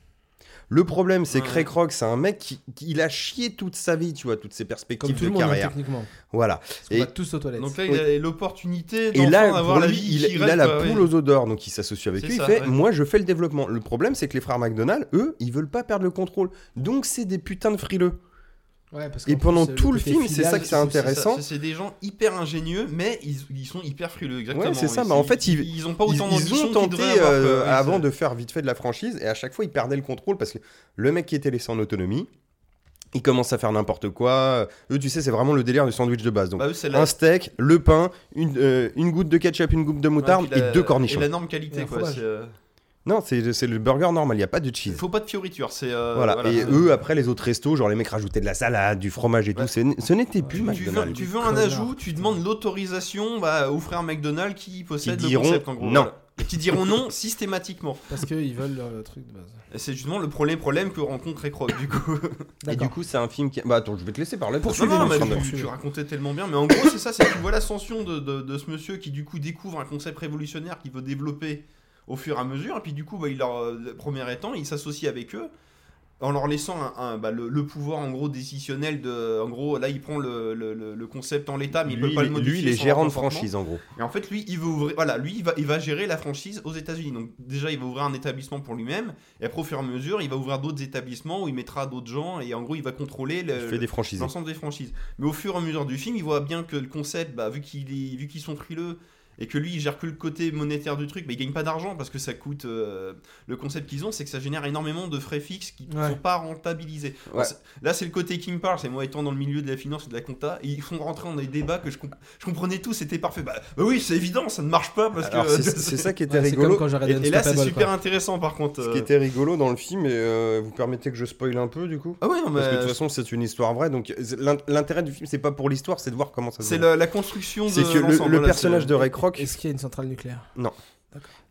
Speaker 1: Le problème, c'est que
Speaker 3: Ouais.
Speaker 1: Ray Kroc, c'est un mec qui, qui- il a chié toute sa vie, tu vois, toutes ses perspectives
Speaker 2: Comme
Speaker 1: de
Speaker 2: tout le monde, hein,
Speaker 1: carrière.
Speaker 2: techniquement.
Speaker 1: Voilà.
Speaker 2: Parce qu'on
Speaker 1: Et-
Speaker 2: va tous aux toilettes.
Speaker 3: Donc là, il a l'opportunité
Speaker 1: Et
Speaker 3: d'enfin
Speaker 1: là,
Speaker 3: d'avoir
Speaker 1: pour
Speaker 3: la
Speaker 1: lui,
Speaker 3: vie
Speaker 1: il,
Speaker 3: qui
Speaker 1: il
Speaker 3: rêve,
Speaker 1: a la
Speaker 3: quoi, ouais.
Speaker 1: poule aux odeurs, donc il s'associe avec
Speaker 3: C'est
Speaker 1: eux. il
Speaker 3: ça,
Speaker 1: fait
Speaker 3: ouais.
Speaker 1: Moi, je fais le développement. Le problème, c'est que les frères McDonald, eux, ils veulent pas perdre le contrôle. Donc, c'est des putains de frileux.
Speaker 2: Ouais, parce
Speaker 1: Et
Speaker 2: qu'en
Speaker 1: pendant
Speaker 2: plus, euh,
Speaker 1: tout le
Speaker 2: côté
Speaker 1: film, c'est ça
Speaker 2: filial,
Speaker 1: que
Speaker 2: c'est
Speaker 1: ça
Speaker 2: aussi-
Speaker 1: intéresse. intéressant.
Speaker 3: C'est- C'est des gens hyper ingénieux, mais ils, ils sont hyper frileux, exactement.
Speaker 1: Ouais, c'est ça,
Speaker 3: Ils-
Speaker 1: mais en fait, ils-
Speaker 3: ils ont pas
Speaker 1: Ils,
Speaker 3: autant
Speaker 1: ils
Speaker 3: d'ambition
Speaker 1: ont
Speaker 3: qu'ils
Speaker 1: tenté
Speaker 3: devraient avoir,
Speaker 1: euh,
Speaker 3: quoi, oui,
Speaker 1: avant
Speaker 3: c'est-
Speaker 1: de faire vite fait de la franchise, et à chaque fois, ils perdaient le contrôle parce que le mec qui était laissé en autonomie, il commence à faire n'importe quoi. Eux, tu sais, c'est vraiment le délire du sandwich de base. Donc,
Speaker 3: Bah, eux, c'est la-
Speaker 1: un steak, le pain, une, euh, une goutte de ketchup, une goutte de moutarde
Speaker 3: puis la-
Speaker 1: et deux cornichons.
Speaker 3: Et la norme qualité,
Speaker 2: Et un
Speaker 3: quoi.
Speaker 2: fromage.
Speaker 3: c'est, euh,
Speaker 1: Non, c'est c'est le burger normal, il n'y a pas de
Speaker 3: Il
Speaker 1: cheese.
Speaker 3: faut pas de fioriture, c'est. euh,
Speaker 1: voilà. et
Speaker 3: c'est-
Speaker 1: eux, après, les autres restos, genre les mecs rajoutaient de la salade, du fromage et
Speaker 3: Ouais.
Speaker 1: tout. C'est n- Ce n'était plus
Speaker 3: Tu veux,
Speaker 1: McDonald's.
Speaker 3: tu veux un
Speaker 2: Connard.
Speaker 3: ajout, tu demandes l'autorisation bah, au frère McDonald qui
Speaker 1: Ils
Speaker 3: possède le
Speaker 1: diront
Speaker 3: concept en gros.
Speaker 1: non.
Speaker 3: voilà. et qui diront non systématiquement.
Speaker 2: Parce qu'ils veulent leur- le truc de base.
Speaker 3: Et C'est justement le premier problème que rencontre Ecrog du coup.
Speaker 1: Et du coup, c'est un film qui. Bah attends, je vais te laisser parler. parce que-
Speaker 3: Non, non,
Speaker 2: nous,
Speaker 3: mais
Speaker 2: Fernand.
Speaker 3: tu, tu racontais tellement bien, mais en gros c'est ça, c'est que tu vois l'ascension de, de- de ce monsieur qui du coup découvre un concept révolutionnaire qu'il veut développer au fur et à mesure, et puis du coup bah, il leur, euh, le premier étant, il s'associe avec eux en leur laissant un, un- bah, le, le pouvoir en gros décisionnel de, en gros là il prend le, le- le- le concept en l'état, mais il
Speaker 1: lui,
Speaker 3: peut pas le
Speaker 1: il-
Speaker 3: modifier.
Speaker 1: lui, il est
Speaker 3: sans
Speaker 1: gérant de
Speaker 3: rapportement.
Speaker 1: franchise en gros.
Speaker 3: Et en fait, lui, il veut ouvrir. Voilà, lui, il va, il va gérer la franchise aux États-Unis. Donc, déjà, il va ouvrir un établissement pour lui-même. Et après, au fur et à mesure, il va ouvrir d'autres établissements où il mettra d'autres gens. Et en gros, il va contrôler
Speaker 1: Il
Speaker 3: le-
Speaker 1: fait des franchisés.
Speaker 3: l'ensemble des franchises. Mais au fur et à mesure du film, il voit bien que le concept, bah, vu qu'il est- vu qu'ils sont frileux. Et que lui, il gère que le côté monétaire du truc, mais il gagne pas d'argent parce que ça coûte. euh, le concept qu'ils ont, c'est que ça génère énormément de frais fixes qui ne
Speaker 2: Ouais.
Speaker 3: sont pas rentabilisés.
Speaker 1: Ouais.
Speaker 3: C'est- Là, c'est le côté qui me parle, c'est moi étant dans le milieu de la finance et de la compta, et ils font rentrer dans des débats que je, comp- je comprenais tout, c'était parfait. Bah, bah oui, c'est évident, ça ne marche pas parce
Speaker 1: Alors,
Speaker 3: que. euh,
Speaker 1: c'est c'est ça qui était
Speaker 2: Ouais, c'est comme
Speaker 1: rigolo.
Speaker 2: quand j'ai
Speaker 3: Et,
Speaker 2: regardé
Speaker 3: et là, c'est
Speaker 2: Unstoppable,
Speaker 3: super
Speaker 2: quoi.
Speaker 3: intéressant par contre.
Speaker 1: Ce
Speaker 3: euh.
Speaker 1: qui était rigolo dans le film, et euh, vous permettez que je spoil un peu du coup
Speaker 3: Ah ouais, non, mais.
Speaker 1: Parce que de toute façon, c'est une histoire vraie. Donc c'est- l'in- l'intérêt du film, c'est pas pour l'histoire, c'est de voir comment ça se
Speaker 3: C'est
Speaker 1: déroule.
Speaker 3: la, la construction de.
Speaker 1: C'est que le-
Speaker 3: l'ensemble,
Speaker 1: le,
Speaker 3: là,
Speaker 1: personnage
Speaker 3: c'est-
Speaker 1: de Ray Kroc,
Speaker 2: Est-ce qu'il y a une centrale nucléaire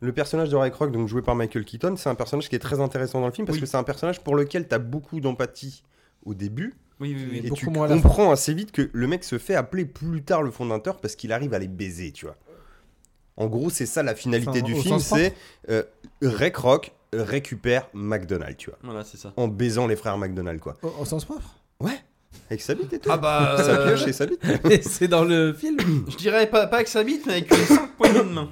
Speaker 1: le personnage de Ray Kroc, donc joué par Michael Keaton, c'est un personnage qui est très intéressant dans le film parce
Speaker 3: Oui.
Speaker 1: que c'est un personnage pour lequel t'as beaucoup d'empathie au début
Speaker 3: Oui, oui, oui.
Speaker 1: et
Speaker 2: beaucoup
Speaker 1: tu
Speaker 2: moins à la
Speaker 1: comprends assez vite que le mec se fait appeler plus tard le fondateur parce qu'il arrive à les baiser, tu vois. En gros, c'est ça la finalité
Speaker 2: Enfin,
Speaker 1: du
Speaker 2: au
Speaker 1: film,
Speaker 2: sens propre.
Speaker 1: c'est euh, Ray Kroc récupère McDonald, tu vois,
Speaker 3: Voilà, c'est ça.
Speaker 1: en baisant les frères McDonald, quoi.
Speaker 2: Au, au sens propre
Speaker 1: Avec sa bite et tout.
Speaker 3: Ah bah.
Speaker 1: Sa
Speaker 3: euh,
Speaker 1: pioche et sa bite.
Speaker 2: Et C'est dans le film
Speaker 3: je dirais pas, pas avec sa bite, mais avec 5 poignées de main.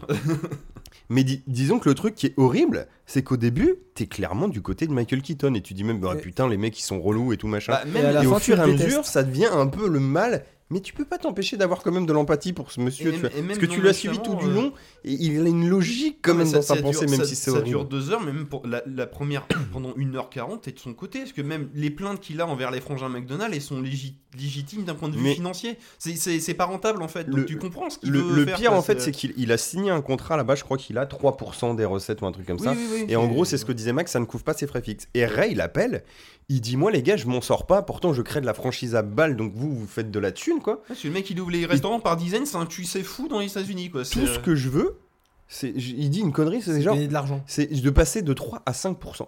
Speaker 1: Mais di- disons que le truc qui est horrible, c'est qu'au début, t'es clairement du côté de Michael Keaton et tu dis même, bah,
Speaker 2: Mais-
Speaker 1: putain, les mecs ils sont relous et tout machin.
Speaker 3: Bah,
Speaker 2: Et à la
Speaker 1: et
Speaker 3: même.
Speaker 1: au
Speaker 2: fin, tu
Speaker 1: fur et à
Speaker 2: le
Speaker 1: mesure,
Speaker 2: détestes.
Speaker 1: ça devient un peu le mal. Mais tu peux pas t'empêcher d'avoir quand même de l'empathie pour ce monsieur,
Speaker 3: Et-
Speaker 1: tu vois.
Speaker 3: et même
Speaker 1: Parce que tu
Speaker 3: non
Speaker 1: l'as suivi tout
Speaker 3: méchamment,
Speaker 1: du
Speaker 3: euh,
Speaker 1: long et il a une logique quand
Speaker 3: Mais
Speaker 1: même
Speaker 3: ça-
Speaker 1: dans sa
Speaker 3: ça
Speaker 1: pensée,
Speaker 3: dure-
Speaker 1: même
Speaker 3: ça-
Speaker 1: si c'est
Speaker 3: Ça
Speaker 1: horrible.
Speaker 3: dure deux heures, mais même pour la, la première, pendant 1h40, t'es de son côté. Parce que même les plaintes qu'il a envers les frangins McDonald's, elles sont légi- légitimes d'un point de vue
Speaker 1: Mais-
Speaker 3: financier. C'est- C'est c'est pas rentable en fait. Donc
Speaker 1: Le-
Speaker 3: tu comprends ce qu'il
Speaker 1: Le,
Speaker 3: veut
Speaker 1: le
Speaker 3: faire,
Speaker 1: pire
Speaker 3: quoi,
Speaker 1: en fait, c'est qu'il il a signé un contrat là-bas, je crois qu'il a 3% des recettes ou un truc comme
Speaker 3: Oui,
Speaker 1: ça.
Speaker 3: oui, oui,
Speaker 1: Et en gros, c'est ce que disait Max, ça ne couvre pas ses frais fixes. Et Ray, il appelle, il dit Moi, les gars, je m'en sors pas, pourtant je crée de la franchise à balles, donc vous, vous faites de la thune, quoi.
Speaker 3: Parce que le mec, il ouvre les restaurants par dizaines, c'est un tu sais fou dans les États-Unis quoi. euh,
Speaker 1: Tout ce que je veux, c'est. j- Il dit une connerie, c'est genre.
Speaker 2: Gagner de l'argent.
Speaker 1: C'est de passer de 3 à 5%.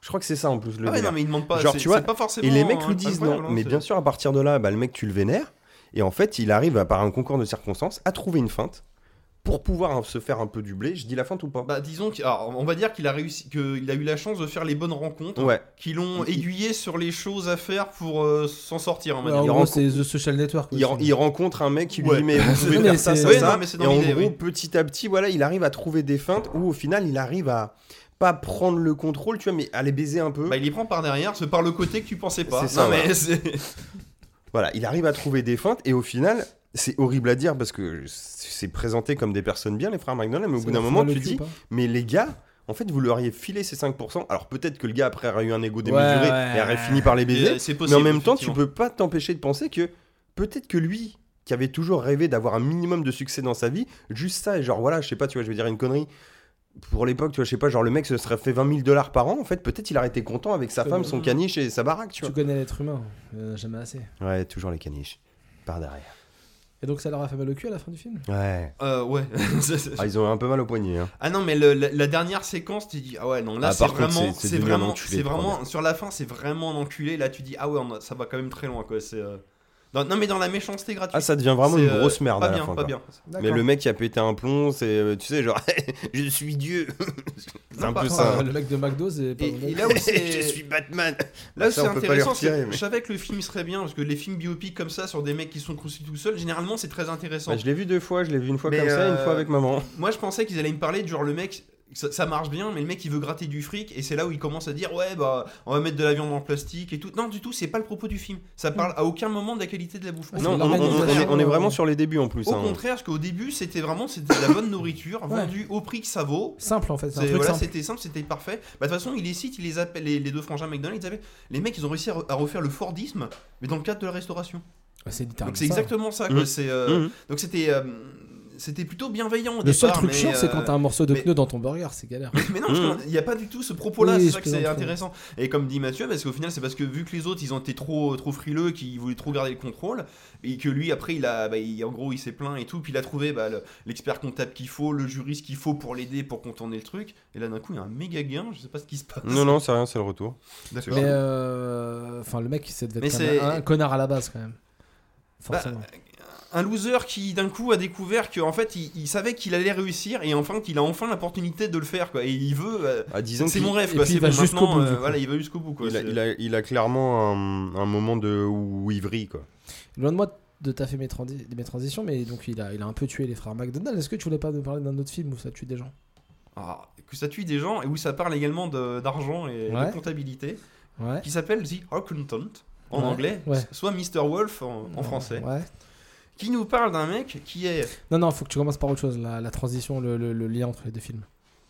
Speaker 1: Je crois que c'est ça en plus le
Speaker 3: Ah ouais,
Speaker 1: délire.
Speaker 3: non, mais il demande pas.
Speaker 1: Genre,
Speaker 3: c'est-
Speaker 1: tu vois,
Speaker 3: c'est pas forcément.
Speaker 1: Et les mecs
Speaker 3: hein,
Speaker 1: lui disent
Speaker 3: incroyable,
Speaker 1: non.
Speaker 3: hein,
Speaker 1: Mais
Speaker 3: c'est-
Speaker 1: bien sûr, à partir de là, bah, le mec, tu le vénères. Et en fait, il arrive, à, par un concours de circonstances, à trouver une feinte pour pouvoir se faire un peu du blé. Je dis la feinte ou pas
Speaker 3: Bah, disons qu'il- alors, on va dire qu'il a réussi, qu'il a eu la chance de faire les bonnes rencontres,
Speaker 1: Ouais.
Speaker 3: qui l'ont
Speaker 1: Il-
Speaker 3: aiguillé sur les choses à faire pour euh, s'en sortir. On va
Speaker 2: Ouais,
Speaker 3: dire.
Speaker 2: en
Speaker 1: il
Speaker 2: gros,
Speaker 1: rencontre-
Speaker 2: c'est The Social Network.
Speaker 1: Il,
Speaker 2: aussi.
Speaker 1: il rencontre un mec qui lui
Speaker 3: Ouais.
Speaker 1: dit mais vous pouvez
Speaker 2: Non,
Speaker 1: faire
Speaker 2: mais
Speaker 1: ça,
Speaker 2: c'est-
Speaker 1: ça,
Speaker 2: Ouais,
Speaker 1: ça.
Speaker 3: non, mais c'est dans
Speaker 1: et en
Speaker 3: l'idée,
Speaker 1: gros
Speaker 3: oui.
Speaker 1: petit à petit voilà il arrive à trouver des feintes où au final il arrive à pas prendre le contrôle tu vois mais à les baiser un peu.
Speaker 3: Bah, il y prend par derrière, c'est par le côté que tu pensais pas.
Speaker 1: C'est ça,
Speaker 3: Non, mais
Speaker 1: voilà.
Speaker 3: c'est-
Speaker 1: Voilà il arrive à trouver des feintes et au final c'est horrible à dire parce que c'est présenté comme des personnes bien les frères McDonald mais au
Speaker 2: C'est
Speaker 1: bout d'un
Speaker 2: dans
Speaker 1: moment
Speaker 2: le hein.
Speaker 1: tu
Speaker 2: cul,
Speaker 1: dis
Speaker 2: pas
Speaker 1: mais les gars en fait vous leur auriez filé ces 5% alors peut-être que le gars après aurait eu un ego
Speaker 2: Ouais,
Speaker 1: démesuré
Speaker 2: ouais.
Speaker 1: et aurait fini par les baiser
Speaker 3: c'est
Speaker 1: Mais
Speaker 3: Euh, possible.
Speaker 1: en même temps, tu
Speaker 3: effectivement.
Speaker 1: peux pas t'empêcher de penser que peut-être que lui, qui avait toujours rêvé d'avoir un minimum de succès dans sa vie, juste ça, et genre voilà, je sais pas, tu vois, je vais dire une connerie. Pour l'époque, tu vois, je sais pas, genre le mec se serait fait 20 000 dollars par an, en fait, peut-être il aurait été content avec sa
Speaker 2: Euh,
Speaker 1: femme, son caniche et sa baraque, tu
Speaker 2: Tu
Speaker 1: vois.
Speaker 2: connais l'être humain, il y en a jamais assez.
Speaker 1: Ouais, toujours les caniches. Par derrière.
Speaker 2: Et donc ça leur a fait mal au cul à la fin du film
Speaker 1: Ouais.
Speaker 3: Euh, ouais. C'est- c'est-
Speaker 1: Ah, ils ont un peu mal au poignet, hein.
Speaker 3: Ah non, mais le- la, la dernière séquence, tu dis ah ouais non là
Speaker 1: Ah,
Speaker 3: c'est
Speaker 1: par contre,
Speaker 3: vraiment
Speaker 1: c'est- c'est
Speaker 3: c'est
Speaker 1: devenu un
Speaker 3: vraiment
Speaker 1: enculé,
Speaker 3: c'est
Speaker 1: je crois
Speaker 3: vraiment sur la fin c'est vraiment un enculé. Là tu dis ah ouais on a- ça va quand même très loin quoi. C'est euh, dans- non mais dans la méchanceté gratuite.
Speaker 1: Ah, ça devient vraiment
Speaker 3: C'est,
Speaker 1: une
Speaker 3: euh,
Speaker 1: grosse merde
Speaker 3: Pas
Speaker 1: à la
Speaker 3: bien,
Speaker 1: fin.
Speaker 3: pas
Speaker 1: quoi.
Speaker 3: bien.
Speaker 1: Mais le mec qui a pété un plomb, c'est, euh, tu sais, genre, je suis Dieu. c'est
Speaker 3: Non,
Speaker 1: un
Speaker 3: par
Speaker 1: peu
Speaker 3: contre,
Speaker 1: ça.
Speaker 2: Ah,
Speaker 1: hein.
Speaker 2: le mec de McDo, c'est pas
Speaker 3: Et,
Speaker 2: mon mec.
Speaker 3: et là où
Speaker 1: je
Speaker 3: c'est Bah,
Speaker 1: suis Batman.
Speaker 3: Là, où
Speaker 1: Bah, Ça,
Speaker 3: c'est
Speaker 1: on peut pas les
Speaker 3: intéressant. c'est-
Speaker 1: retirer, mais-
Speaker 3: Je savais que le film serait bien parce que les films biopics comme ça sur des mecs qui sont croussés tout seuls, généralement, c'est très intéressant.
Speaker 1: Bah, je l'ai vu deux fois, je l'ai vu une fois
Speaker 3: Mais,
Speaker 1: comme ça et une
Speaker 3: euh,
Speaker 1: fois avec maman.
Speaker 3: Moi, je pensais qu'ils allaient me parler de genre le mec. Ça, ça marche bien, mais le mec il veut gratter du fric et c'est là où il commence à dire ouais bah on va mettre de la viande en plastique et tout. Non du tout, c'est pas le propos du film. Ça parle à aucun moment de la qualité de la bouffe.
Speaker 2: Ah,
Speaker 1: Mm. Non,
Speaker 2: c'est
Speaker 1: on, on- on- on est, on est
Speaker 2: euh,
Speaker 1: vraiment sur les débuts en plus.
Speaker 3: Au
Speaker 1: hein.
Speaker 3: contraire, parce qu'au début c'était vraiment c'était de la bonne nourriture vendue au prix que ça vaut.
Speaker 2: Simple en fait, c'est un
Speaker 3: C'est-
Speaker 2: truc
Speaker 3: voilà,
Speaker 2: simple.
Speaker 3: c'était simple, c'était parfait. Bah, de toute façon, il les cite, il les appelle, les, les deux frangins McDonald's, ils appellent. Les mecs, ils ont réussi à, re- à refaire le Fordisme, mais dans le cadre de la restauration.
Speaker 2: C'est littéralement
Speaker 3: donc c'est
Speaker 2: ça.
Speaker 3: exactement ça. quoi,
Speaker 1: Mhm.
Speaker 3: c'est, euh,
Speaker 1: Mhm.
Speaker 3: Donc c'était. euh, c'était plutôt bienveillant. au
Speaker 2: Le seul
Speaker 3: départ,
Speaker 2: truc
Speaker 3: mais,
Speaker 2: chiant, c'est quand
Speaker 3: euh,
Speaker 2: t'as un morceau de
Speaker 3: mais-
Speaker 2: pneu dans ton burger, c'est galère.
Speaker 3: Mais non,
Speaker 1: Mhm.
Speaker 3: il n'y a pas du tout ce propos-là,
Speaker 2: Oui,
Speaker 3: c'est
Speaker 2: je
Speaker 3: ça que c'est
Speaker 2: plaisante, oui.
Speaker 3: intéressant. Et comme dit Mathieu, parce qu'au final, c'est parce que vu que les autres, ils ont été trop, trop frileux, qu'ils voulaient trop garder le contrôle, et que lui, après, il a, bah, il- en gros, il s'est plaint et tout, puis il a trouvé bah, le- l'expert comptable qu'il faut, le juriste qu'il faut pour l'aider, pour contourner le truc. Et là, d'un coup, il y a un méga gain, je sais pas ce qui se passe.
Speaker 1: Non, non, c'est rien, c'est le retour.
Speaker 3: D'accord.
Speaker 2: Mais euh, enfin, le mec, ça devait
Speaker 3: Mais
Speaker 2: être quand
Speaker 3: c'est-
Speaker 2: même un, un connard à la base quand même.
Speaker 3: Bah,
Speaker 2: Forcément.
Speaker 3: un loser qui d'un coup a découvert qu'en fait il, il savait qu'il allait réussir et enfin qu'il a enfin l'opportunité de le faire quoi et il veut euh,
Speaker 1: Ah, disons
Speaker 3: c'est
Speaker 1: qu'il-
Speaker 3: mon rêve
Speaker 2: et
Speaker 3: quoi
Speaker 2: puis
Speaker 3: c'est
Speaker 2: il va
Speaker 3: bon,
Speaker 2: jusqu'au
Speaker 3: maintenant,
Speaker 2: bout, du
Speaker 3: euh,
Speaker 2: coup.
Speaker 3: voilà il va jusqu'au bout quoi
Speaker 1: il a,
Speaker 3: C'est-
Speaker 1: il a- il a clairement un, un moment de où il vrille, quoi.
Speaker 2: Loin de moi de taffer mes, transi- mes transitions, mais donc il a, il a un peu tué les frères McDonald. Est-ce que tu voulais pas nous parler d'un autre film où ça tue des gens
Speaker 3: Ah, que ça tue des gens et où ça parle également de- d'argent et
Speaker 2: Ouais.
Speaker 3: de comptabilité
Speaker 2: Ouais.
Speaker 3: qui s'appelle The Accountant en
Speaker 2: Ouais,
Speaker 3: anglais
Speaker 2: ouais.
Speaker 3: soit Mr Wolf en, en français
Speaker 2: Ouais.
Speaker 3: qui nous parle d'un mec qui est
Speaker 2: Non, non, faut que tu commences par autre chose, la, la transition, le, le- le lien entre les deux films.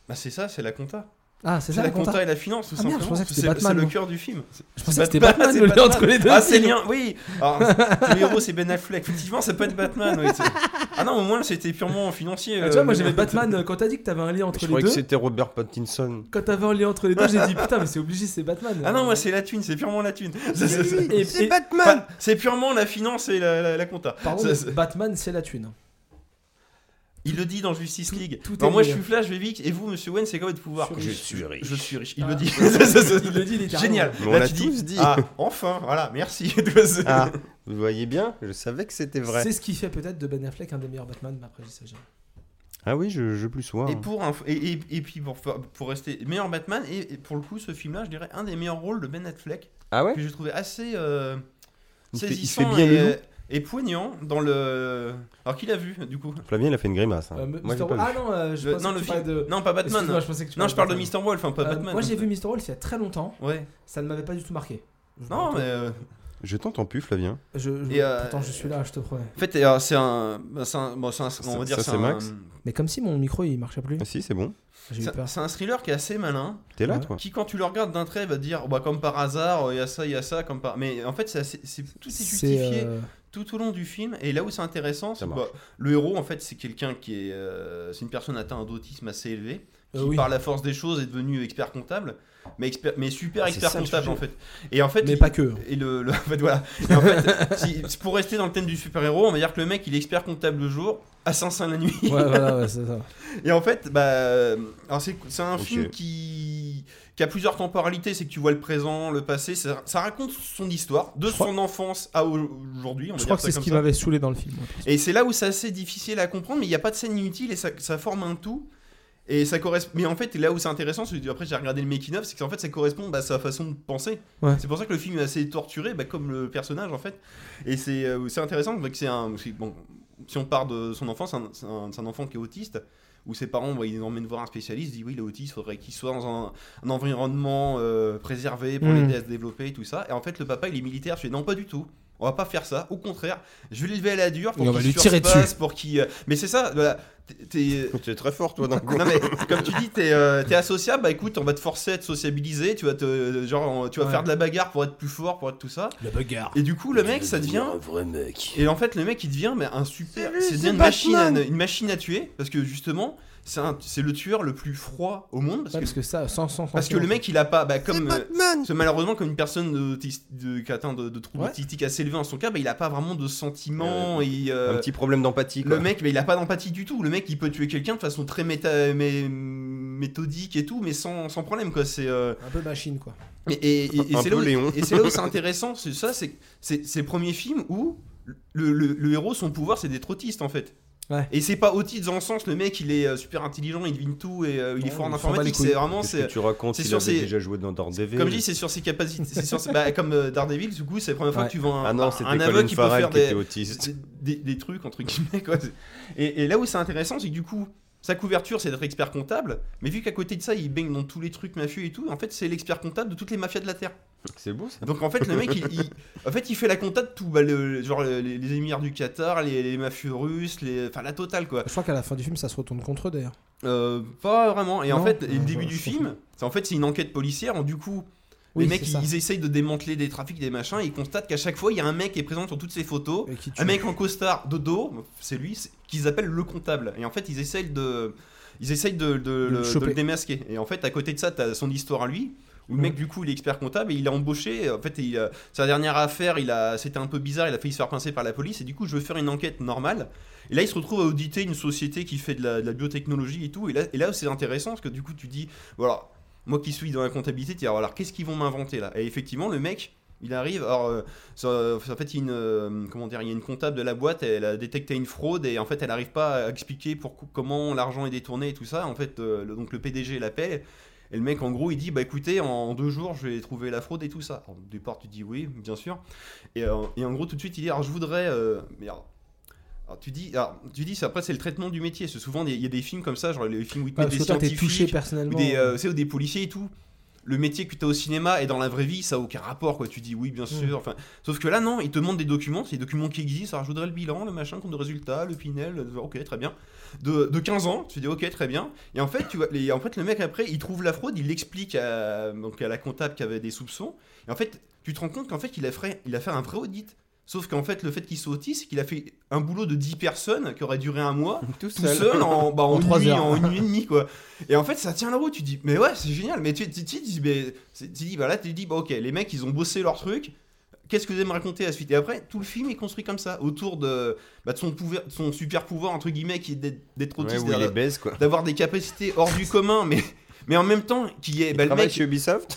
Speaker 3: bah c'est ça c'est la compta
Speaker 2: Ah, c'est
Speaker 3: c'est
Speaker 2: ça
Speaker 3: la
Speaker 2: la compta
Speaker 3: compta et la finance tout
Speaker 2: Ah merde, je
Speaker 3: simplement
Speaker 2: pensais que c'était
Speaker 3: C'est-
Speaker 2: Batman,
Speaker 3: c'est le
Speaker 2: moi.
Speaker 3: cœur du film
Speaker 2: Je pensais que c'était
Speaker 3: Bat-
Speaker 2: Batman
Speaker 3: Bah, c'est
Speaker 2: le lien
Speaker 3: Batman.
Speaker 2: entre les deux.
Speaker 3: Ah, c'est
Speaker 2: films.
Speaker 3: lien, oui. Alors, le héros, c'est Ben Affleck. Effectivement, ça peut être Batman. oui, c'est- ah non, au moins, c'était purement financier.
Speaker 2: Ah,
Speaker 3: euh,
Speaker 2: tu vois, moi
Speaker 3: le-
Speaker 2: j'avais Batman, euh, quand t'as dit que t'avais un lien entre
Speaker 1: Je
Speaker 2: les
Speaker 1: croyais que
Speaker 2: deux,
Speaker 1: c'était Robert Pattinson.
Speaker 2: quand t'avais un lien entre les deux, j'ai dit putain, mais c'est obligé, c'est Batman.
Speaker 3: Ah non, moi, c'est la thune, c'est purement la thune. Ça, ça, ça-
Speaker 2: Et- et-
Speaker 3: Enfin, c'est purement la finance et la, la- la compta.
Speaker 2: Par
Speaker 3: Ça,
Speaker 2: contre,
Speaker 3: ça-
Speaker 2: Batman, c'est la thune.
Speaker 3: il le dit dans Justice League.
Speaker 2: tout est
Speaker 3: Alors, moi,
Speaker 2: lié.
Speaker 3: je suis Flash, je vais vite. Et vous, monsieur Wayne, c'est quoi votre pouvoir
Speaker 2: Je
Speaker 5: Je suis riche.
Speaker 3: Je suis riche. Il
Speaker 2: Ah.
Speaker 3: le dit.
Speaker 2: Il
Speaker 3: Ça, ça, ça-
Speaker 2: le dit littéralement.
Speaker 3: Génial.
Speaker 1: Mais on
Speaker 3: Là,
Speaker 1: l'a
Speaker 3: tu
Speaker 1: tous
Speaker 3: dis,
Speaker 1: dit.
Speaker 3: Ah, enfin, voilà, merci.
Speaker 1: Ah, vous voyez bien, je savais que c'était vrai.
Speaker 2: C'est ce qui fait peut-être de Ben Affleck un des meilleurs Batman, mais après j'y sais jamais.
Speaker 1: Ah oui, je, je plus sois.
Speaker 3: Et pour un- et, et- et puis pour, fa- pour rester meilleur Batman et, et pour le coup ce film là je dirais un des meilleurs rôles de Ben Affleck
Speaker 1: Ah ouais
Speaker 3: que j'ai trouvé assez euh,
Speaker 1: Il fait- il
Speaker 3: saisissant
Speaker 1: fait bien le
Speaker 3: et, euh, et poignant dans le alors qui l'a vu du coup
Speaker 1: Flavien, il a fait une grimace. hein.
Speaker 2: Euh,
Speaker 1: Moi,
Speaker 2: Mr.
Speaker 1: j'ai pas
Speaker 2: Ah
Speaker 1: vu.
Speaker 2: non, euh, je
Speaker 3: Le-
Speaker 2: pensais
Speaker 3: non
Speaker 2: que
Speaker 3: le
Speaker 2: tu
Speaker 3: film
Speaker 2: parlais de.
Speaker 3: non pas Batman
Speaker 2: Excuse-moi, je pensais que tu
Speaker 3: non je parle de
Speaker 2: parlais
Speaker 3: Mr Wolf hein, pas
Speaker 2: Euh,
Speaker 3: Batman
Speaker 2: Moi j'ai vu Mr. Wolf il y a très longtemps,
Speaker 3: ouais
Speaker 2: ça ne m'avait pas du tout marqué. Je-
Speaker 3: non mais euh,
Speaker 1: Je t'entends plus, Flavien.
Speaker 2: Je, je-
Speaker 3: Et, euh,
Speaker 2: Pourtant je suis là, je te promets.
Speaker 3: en fait euh, c'est un bah, c'est un, bon, c'est un- on
Speaker 1: Ça-
Speaker 3: va dire
Speaker 1: ça,
Speaker 3: c'est
Speaker 1: c'est
Speaker 3: un-
Speaker 1: Max
Speaker 2: Mais comme si mon micro il marchait plus,
Speaker 1: Ah si, c'est bon.
Speaker 2: j'ai eu
Speaker 3: c'est
Speaker 2: peur.
Speaker 3: c'est un thriller qui est assez malin
Speaker 1: T'es là,
Speaker 2: Ouais.
Speaker 1: toi
Speaker 3: qui quand tu le regardes d'un trait va dire bah comme par hasard il y a ça il y a ça comme par mais en fait c'est assez- c'est tout est justifié
Speaker 2: euh,
Speaker 3: tout au long du film. Et là où c'est intéressant,
Speaker 1: Ça
Speaker 3: c'est que,
Speaker 1: marche.
Speaker 3: bah, le héros, en fait, c'est quelqu'un qui est. euh, c'est une personne atteinte d'autisme assez élevé, qui,
Speaker 2: euh, oui.
Speaker 3: par la force des choses, est devenu expert comptable, mais, expert, mais super
Speaker 1: Ah, c'est
Speaker 3: expert
Speaker 1: ça, le
Speaker 3: comptable,
Speaker 1: sujet.
Speaker 3: en fait. Et en fait.
Speaker 2: Mais
Speaker 3: il-
Speaker 2: pas que.
Speaker 3: Et le, le- en fait, voilà. Et en fait, si- pour rester dans le thème du super-héros, on va dire que le mec, il est expert comptable le jour, assassin la nuit.
Speaker 2: Ouais, voilà, ouais, c'est ça.
Speaker 3: Et en fait, bah, euh, alors c'est c'est un
Speaker 1: Ok.
Speaker 3: film qui, qui a plusieurs temporalités. C'est que tu vois le présent, le passé. Ça, ça raconte son histoire, de
Speaker 2: Je crois-
Speaker 3: son enfance à au- aujourd'hui. on va
Speaker 2: Je
Speaker 3: dire
Speaker 2: crois que
Speaker 3: ça
Speaker 2: c'est ce
Speaker 3: comme
Speaker 2: qui
Speaker 3: ça.
Speaker 2: m'avait saoulé dans le film.
Speaker 3: Et c'est là où c'est assez difficile à comprendre, mais il n'y a pas de scène inutile et ça, ça forme un tout. Et ça correspond. Mais en fait, là où c'est intéressant, c'est que après j'ai regardé le making of, c'est qu'en fait ça correspond bah, à sa façon de penser.
Speaker 2: Ouais.
Speaker 3: C'est pour ça que le film est assez torturé, bah, comme le personnage en fait. Et c'est euh, c'est intéressant, bah, que c'est un. c'est- Bon, si on part de son enfant, c'est un, c'est un- c'est un enfant qui est autiste. Où ses parents, bah, ils l'emmènent voir un spécialiste, il dit oui, il est autiste, faudrait qu'il soit dans un, un environnement euh, préservé pour
Speaker 2: Mm.
Speaker 3: l'aider à se développer et tout ça. Et en fait, le papa, il est militaire. Je fais non, pas du tout. On va pas faire ça. Au contraire, je vais l'élever à la dure pour
Speaker 2: Et on
Speaker 3: qu'il
Speaker 2: va lui tirer
Speaker 3: surpasse,
Speaker 2: dessus.
Speaker 3: pour qu'il. euh, Mais c'est ça. Voilà, t'es- t'es- euh,
Speaker 1: Tu es très fort, toi, d'un
Speaker 3: non mais comme tu dis, t'es euh, t'es associable. Bah écoute, on va te forcer à te sociabiliser. Tu vas te euh, genre, on- tu vas
Speaker 2: Ouais.
Speaker 3: faire de la bagarre pour être plus fort, pour être tout ça.
Speaker 2: Le bagarre.
Speaker 3: Et du coup, le mec, ça devient.
Speaker 5: Un vrai mec.
Speaker 3: Et en fait, le mec, il devient mais un super.
Speaker 4: Salut,
Speaker 3: C'est
Speaker 4: c'est
Speaker 3: devient une machine, à,
Speaker 4: Batman.
Speaker 3: une machine à tuer parce que justement, c'est un- c'est le tueur le plus froid au monde parce
Speaker 2: Parce
Speaker 3: que
Speaker 2: que ça, sans sans- sans-
Speaker 3: parce que le mec, il a pas bah
Speaker 4: C'est
Speaker 3: comme. euh,
Speaker 4: Batman
Speaker 3: parce que malheureusement, comme une personne autiste- de- qui atteint de, de troubles
Speaker 2: Ouais.
Speaker 3: autistiques assez élevés en son cas, bah, il a pas vraiment de sentiments. et, euh,
Speaker 1: Un petit problème d'empathie, quoi.
Speaker 3: le mec, mais il a pas d'empathie du tout. Le mec, il peut tuer quelqu'un de façon très méta- mé- méthodique et tout, mais sans, sans problème quoi. C'est euh,
Speaker 2: Un peu machine quoi.
Speaker 3: et, et- et- et
Speaker 1: Un
Speaker 3: c'est
Speaker 1: peu
Speaker 3: là où,
Speaker 1: Léon.
Speaker 3: et c'est là où c'est intéressant. C'est ça, c'est c'est c'est le premier film où le, le- le héros, son pouvoir, c'est d'être autiste en fait.
Speaker 2: Ouais.
Speaker 3: Et c'est pas autiste dans le sens le mec, il est euh, super intelligent, il devine tout et euh, il est
Speaker 2: Non,
Speaker 3: fort en
Speaker 2: il s'en bat les
Speaker 3: informatique.
Speaker 2: couilles.
Speaker 3: C'est vraiment
Speaker 1: Qu'est-ce que
Speaker 3: c'est
Speaker 1: tu racontes
Speaker 3: c'est
Speaker 1: Il
Speaker 3: sur
Speaker 1: avait
Speaker 3: ses-
Speaker 1: déjà joué dans Daredevil.
Speaker 3: comme je dis, c'est sur ses capacités. C'est sur ses- bah, comme euh, Daredevil, du coup, c'est la première fois
Speaker 2: Ouais.
Speaker 3: que tu vois un,
Speaker 1: Ah non, c'était
Speaker 3: un
Speaker 1: Colin
Speaker 3: aveugle qui peut
Speaker 1: Farrell
Speaker 3: faire
Speaker 1: qui était
Speaker 3: des,
Speaker 1: autiste.
Speaker 3: des, des trucs entre guillemets quoi. Et, et là où c'est intéressant, c'est que du coup, sa couverture c'est d'être expert comptable, mais vu qu'à côté de ça, il baigne dans tous les trucs mafieux et tout, en fait, c'est l'expert comptable de toutes les mafias de la terre.
Speaker 1: C'est beau, ça.
Speaker 3: Donc en fait, le mec, il, il- en fait, il fait la compta de tout, bah, le, genre le- les, les émirs du Qatar, les, les mafieux russes, les, enfin la totale quoi.
Speaker 2: Je crois qu'à la fin du film ça se retourne contre eux d'ailleurs.
Speaker 3: Euh, pas vraiment. Et en
Speaker 2: Non
Speaker 3: fait, et le
Speaker 2: Ouais,
Speaker 3: début
Speaker 2: je
Speaker 3: du
Speaker 2: comprends.
Speaker 3: film, c'est en fait c'est une enquête policière. donc du coup,
Speaker 2: Oui,
Speaker 3: les mecs,
Speaker 2: c'est ça.
Speaker 3: ils essayent de démanteler des trafics, des machins, et ils constatent qu'à chaque fois, il y a un mec qui est présent sur toutes ces photos,
Speaker 2: Et qui tue.
Speaker 3: un mec en costard dodo, c'est lui, c'est- qu'ils appellent le comptable. Et en fait, ils essayent de, ils essayent de, de- de- de
Speaker 2: choper.
Speaker 3: le démasquer. Et en fait, à côté de ça, t'as son histoire à lui. Où le mec, du coup, il est expert comptable et il a embauché. En fait, il a- sa dernière affaire, il a, c'était un peu bizarre. Il a failli se faire pincer par la police. Et du coup, je veux faire une enquête normale. Et là, il se retrouve à auditer une société qui fait de la, de la biotechnologie et tout. Et là, et là c'est intéressant parce que du coup, tu dis, voilà, moi qui suis dans la comptabilité, tu dis, alors, alors, qu'est-ce qu'ils vont m'inventer là Et effectivement, le mec, il arrive. Alors, euh, ça- ça- en fait, il y a une, euh, comment dire, il y a une comptable de la boîte, elle a détecté une fraude et en fait, elle n'arrive pas à expliquer pour, comment l'argent est détourné et tout ça. En fait, euh, le- donc le PDG l'appelle. Et le mec, en gros, il dit Bah écoutez, en deux jours, je vais trouver la fraude et tout ça. Alors, au départ, tu dis Oui, bien sûr. Et, euh, et en gros, tout de suite, il dit Alors, je voudrais. euh, mais alors, alors, tu dis, alors, tu dis, c'est- après, c'est le traitement du métier. C'est souvent, des- il y a des films comme ça, genre les films où ils te
Speaker 2: Ah,
Speaker 3: mettent
Speaker 2: parce
Speaker 3: des
Speaker 2: que toi, t'es touché
Speaker 3: scientifiques ou
Speaker 2: personnellement.
Speaker 3: des, euh, tu sais, ou des policiers et tout. Le métier que tu as au cinéma et dans la vraie vie, ça n'a aucun rapport. Quoi. Tu dis oui, bien sûr. Enfin, sauf que là, non, ils te demandent des documents. C'est des documents qui existent. Alors, je voudrais le bilan, le machin, compte de résultat, le Pinel. le- Ok, très bien. De, de 15 ans, tu dis ok, très bien. Et en fait, tu vois, les- en fait, le mec, après, il trouve la fraude. Il l'explique à, donc, à la comptable qui avait des soupçons. Et en fait, tu te rends compte qu'en fait, il a, fait, il a fait un vrai audit. Sauf qu'en fait, le fait qu'il soit autiste, c'est qu'il a fait un boulot de 10 personnes qui aurait duré un mois
Speaker 1: Tout
Speaker 3: tout seul en, bah, en,
Speaker 2: En
Speaker 3: une
Speaker 2: trois
Speaker 3: nuit,
Speaker 2: heures.
Speaker 3: en une nuit et demie quoi. Et en fait ça tient la route, tu dis mais ouais c'est génial, mais tu tu- tu dis mais c'est- tu dis bah là tu dis bah ok les mecs ils ont bossé leur truc. Qu'est-ce que vous allez me raconter à la suite Et après, tout le film est construit comme ça, autour de, bah, de son, pouvoir, de son super pouvoir, entre guillemets, qui est d'être- d'être
Speaker 1: Ouais,
Speaker 3: autiste,
Speaker 1: où il les
Speaker 3: d'avoir-
Speaker 1: baise quoi.
Speaker 3: d'avoir des capacités hors du commun, mais, mais en même temps, qui est. bah, le
Speaker 1: Travaille
Speaker 3: mec,
Speaker 1: chez Ubisoft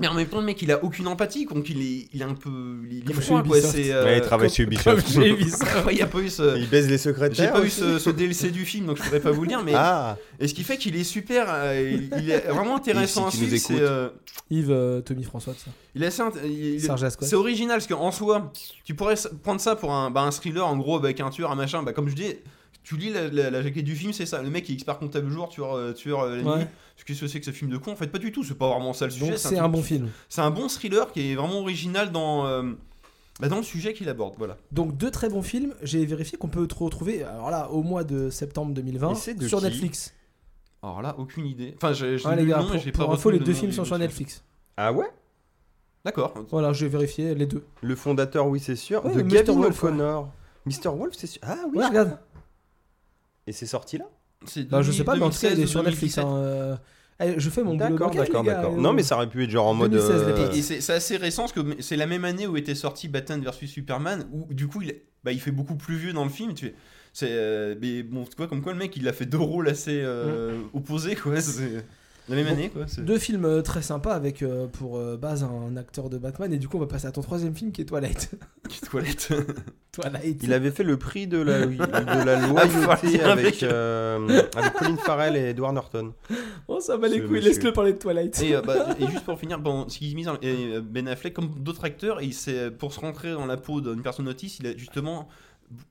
Speaker 3: mais en même temps, le mec, il a aucune empathie, donc il est, il est un peu. Il, il est
Speaker 2: Comme
Speaker 3: froid,
Speaker 2: chez
Speaker 3: quoi.
Speaker 2: Ubisoft.
Speaker 3: c'est, euh,
Speaker 1: Ouais, il travaille
Speaker 2: comme-
Speaker 1: chez Ubisoft.
Speaker 2: J'ai vu ça.
Speaker 3: ouais, il y a pas eu ce.
Speaker 1: Il baise les
Speaker 3: J'ai
Speaker 1: secrétaires.
Speaker 3: pas eu
Speaker 1: aussi.
Speaker 3: ce, ce DLC du film, donc je pourrais pas vous le dire, mais.
Speaker 1: Ah
Speaker 3: Et ce qui fait qu'il est super, euh, il, il est vraiment intéressant
Speaker 1: Et si tu nous
Speaker 3: ensuite. C'est,
Speaker 1: écoutes.
Speaker 3: euh,
Speaker 2: Yves, euh, Tommy François, tout ça.
Speaker 3: il est assez int- il- il-
Speaker 2: Serge Asquith.
Speaker 3: c'est original parce qu'en soi, tu pourrais s- prendre ça pour un, bah, un thriller en gros avec un tueur, un machin. Bah, comme je dis, tu lis la, la- la jaquette du film, c'est ça. Le mec il est expert comptable jour, tueur, euh, tueur euh, la nuit.
Speaker 2: Ouais.
Speaker 3: Ce que c'est que ce film de con En fait, pas du tout. C'est pas vraiment ça le sujet.
Speaker 2: Donc, c'est
Speaker 3: truc-
Speaker 2: un bon film.
Speaker 3: C'est un bon thriller qui est vraiment original dans, euh, bah, dans le sujet qu'il aborde. Voilà.
Speaker 2: Donc, deux très bons films. J'ai vérifié qu'on peut te retrouver, alors là, au mois de septembre
Speaker 1: Et
Speaker 2: 2020,
Speaker 1: c'est de
Speaker 2: sur
Speaker 1: qui
Speaker 2: Netflix.
Speaker 3: Alors là, aucune idée. Enfin, j'ai j'ai
Speaker 2: Ouais,
Speaker 3: lu
Speaker 2: les
Speaker 3: le
Speaker 2: gars,
Speaker 3: nom et
Speaker 2: pour,
Speaker 3: j'ai
Speaker 2: pour
Speaker 3: pas
Speaker 2: info,
Speaker 3: retenu
Speaker 2: les
Speaker 3: le
Speaker 2: deux
Speaker 3: nom
Speaker 2: films
Speaker 3: du-
Speaker 2: sont
Speaker 3: du
Speaker 2: sur
Speaker 3: film.
Speaker 2: Netflix.
Speaker 1: Ah ouais
Speaker 3: D'accord.
Speaker 2: Voilà, j'ai vérifié les deux.
Speaker 1: Le fondateur, oui, c'est sûr.
Speaker 2: Ouais,
Speaker 1: de
Speaker 2: Mr.
Speaker 1: Gavin
Speaker 2: Wolf, ouais.
Speaker 1: O'Connor. Mr. Wolf, c'est sûr. Ah oui
Speaker 2: Ouais, regarde.
Speaker 1: Et c'est sorti là
Speaker 3: C'est
Speaker 2: Bah, je sais pas, mais en tout cas, il est
Speaker 3: 2016,
Speaker 2: sur Netflix.
Speaker 3: 2017.
Speaker 2: hein, euh. Eh, Je fais mon boulot.
Speaker 1: D'accord,
Speaker 2: bancal,
Speaker 1: d'accord,
Speaker 2: les gars,
Speaker 1: d'accord.
Speaker 2: euh.
Speaker 1: Non, mais ça aurait pu être genre en mode.
Speaker 2: 2016, la
Speaker 1: euh,
Speaker 3: Et, et c'est c'est assez récent parce que c'est la même année où était sorti Batman vs Superman où du coup il, bah, il fait beaucoup plus vieux dans le film. Tu sais. c'est euh, mais bon tu vois comme quoi le mec il a fait deux rôles assez euh, opposés quoi. C'est la même
Speaker 2: Bon.
Speaker 3: année quoi. c'est-
Speaker 2: Deux films euh, très sympas avec euh, pour euh, base un acteur de Batman et du coup on va passer à ton troisième film qui est Twilight.
Speaker 3: Petite toilette.
Speaker 2: Twilight.
Speaker 1: Il avait fait le prix de la, de la
Speaker 3: Farty
Speaker 1: loyauté avec,
Speaker 3: avec-
Speaker 1: euh, avec Colin Farrell et Edward Norton.
Speaker 2: Oh ça va
Speaker 1: Ce
Speaker 2: les couilles,
Speaker 1: monsieur.
Speaker 2: laisse-le parler de Twilight.
Speaker 3: et, euh, bah, et juste pour finir, bon, ce qui mise en- et, euh, Ben Affleck comme d'autres acteurs, il s'est pour se rentrer dans la peau d'une personne autiste, il a justement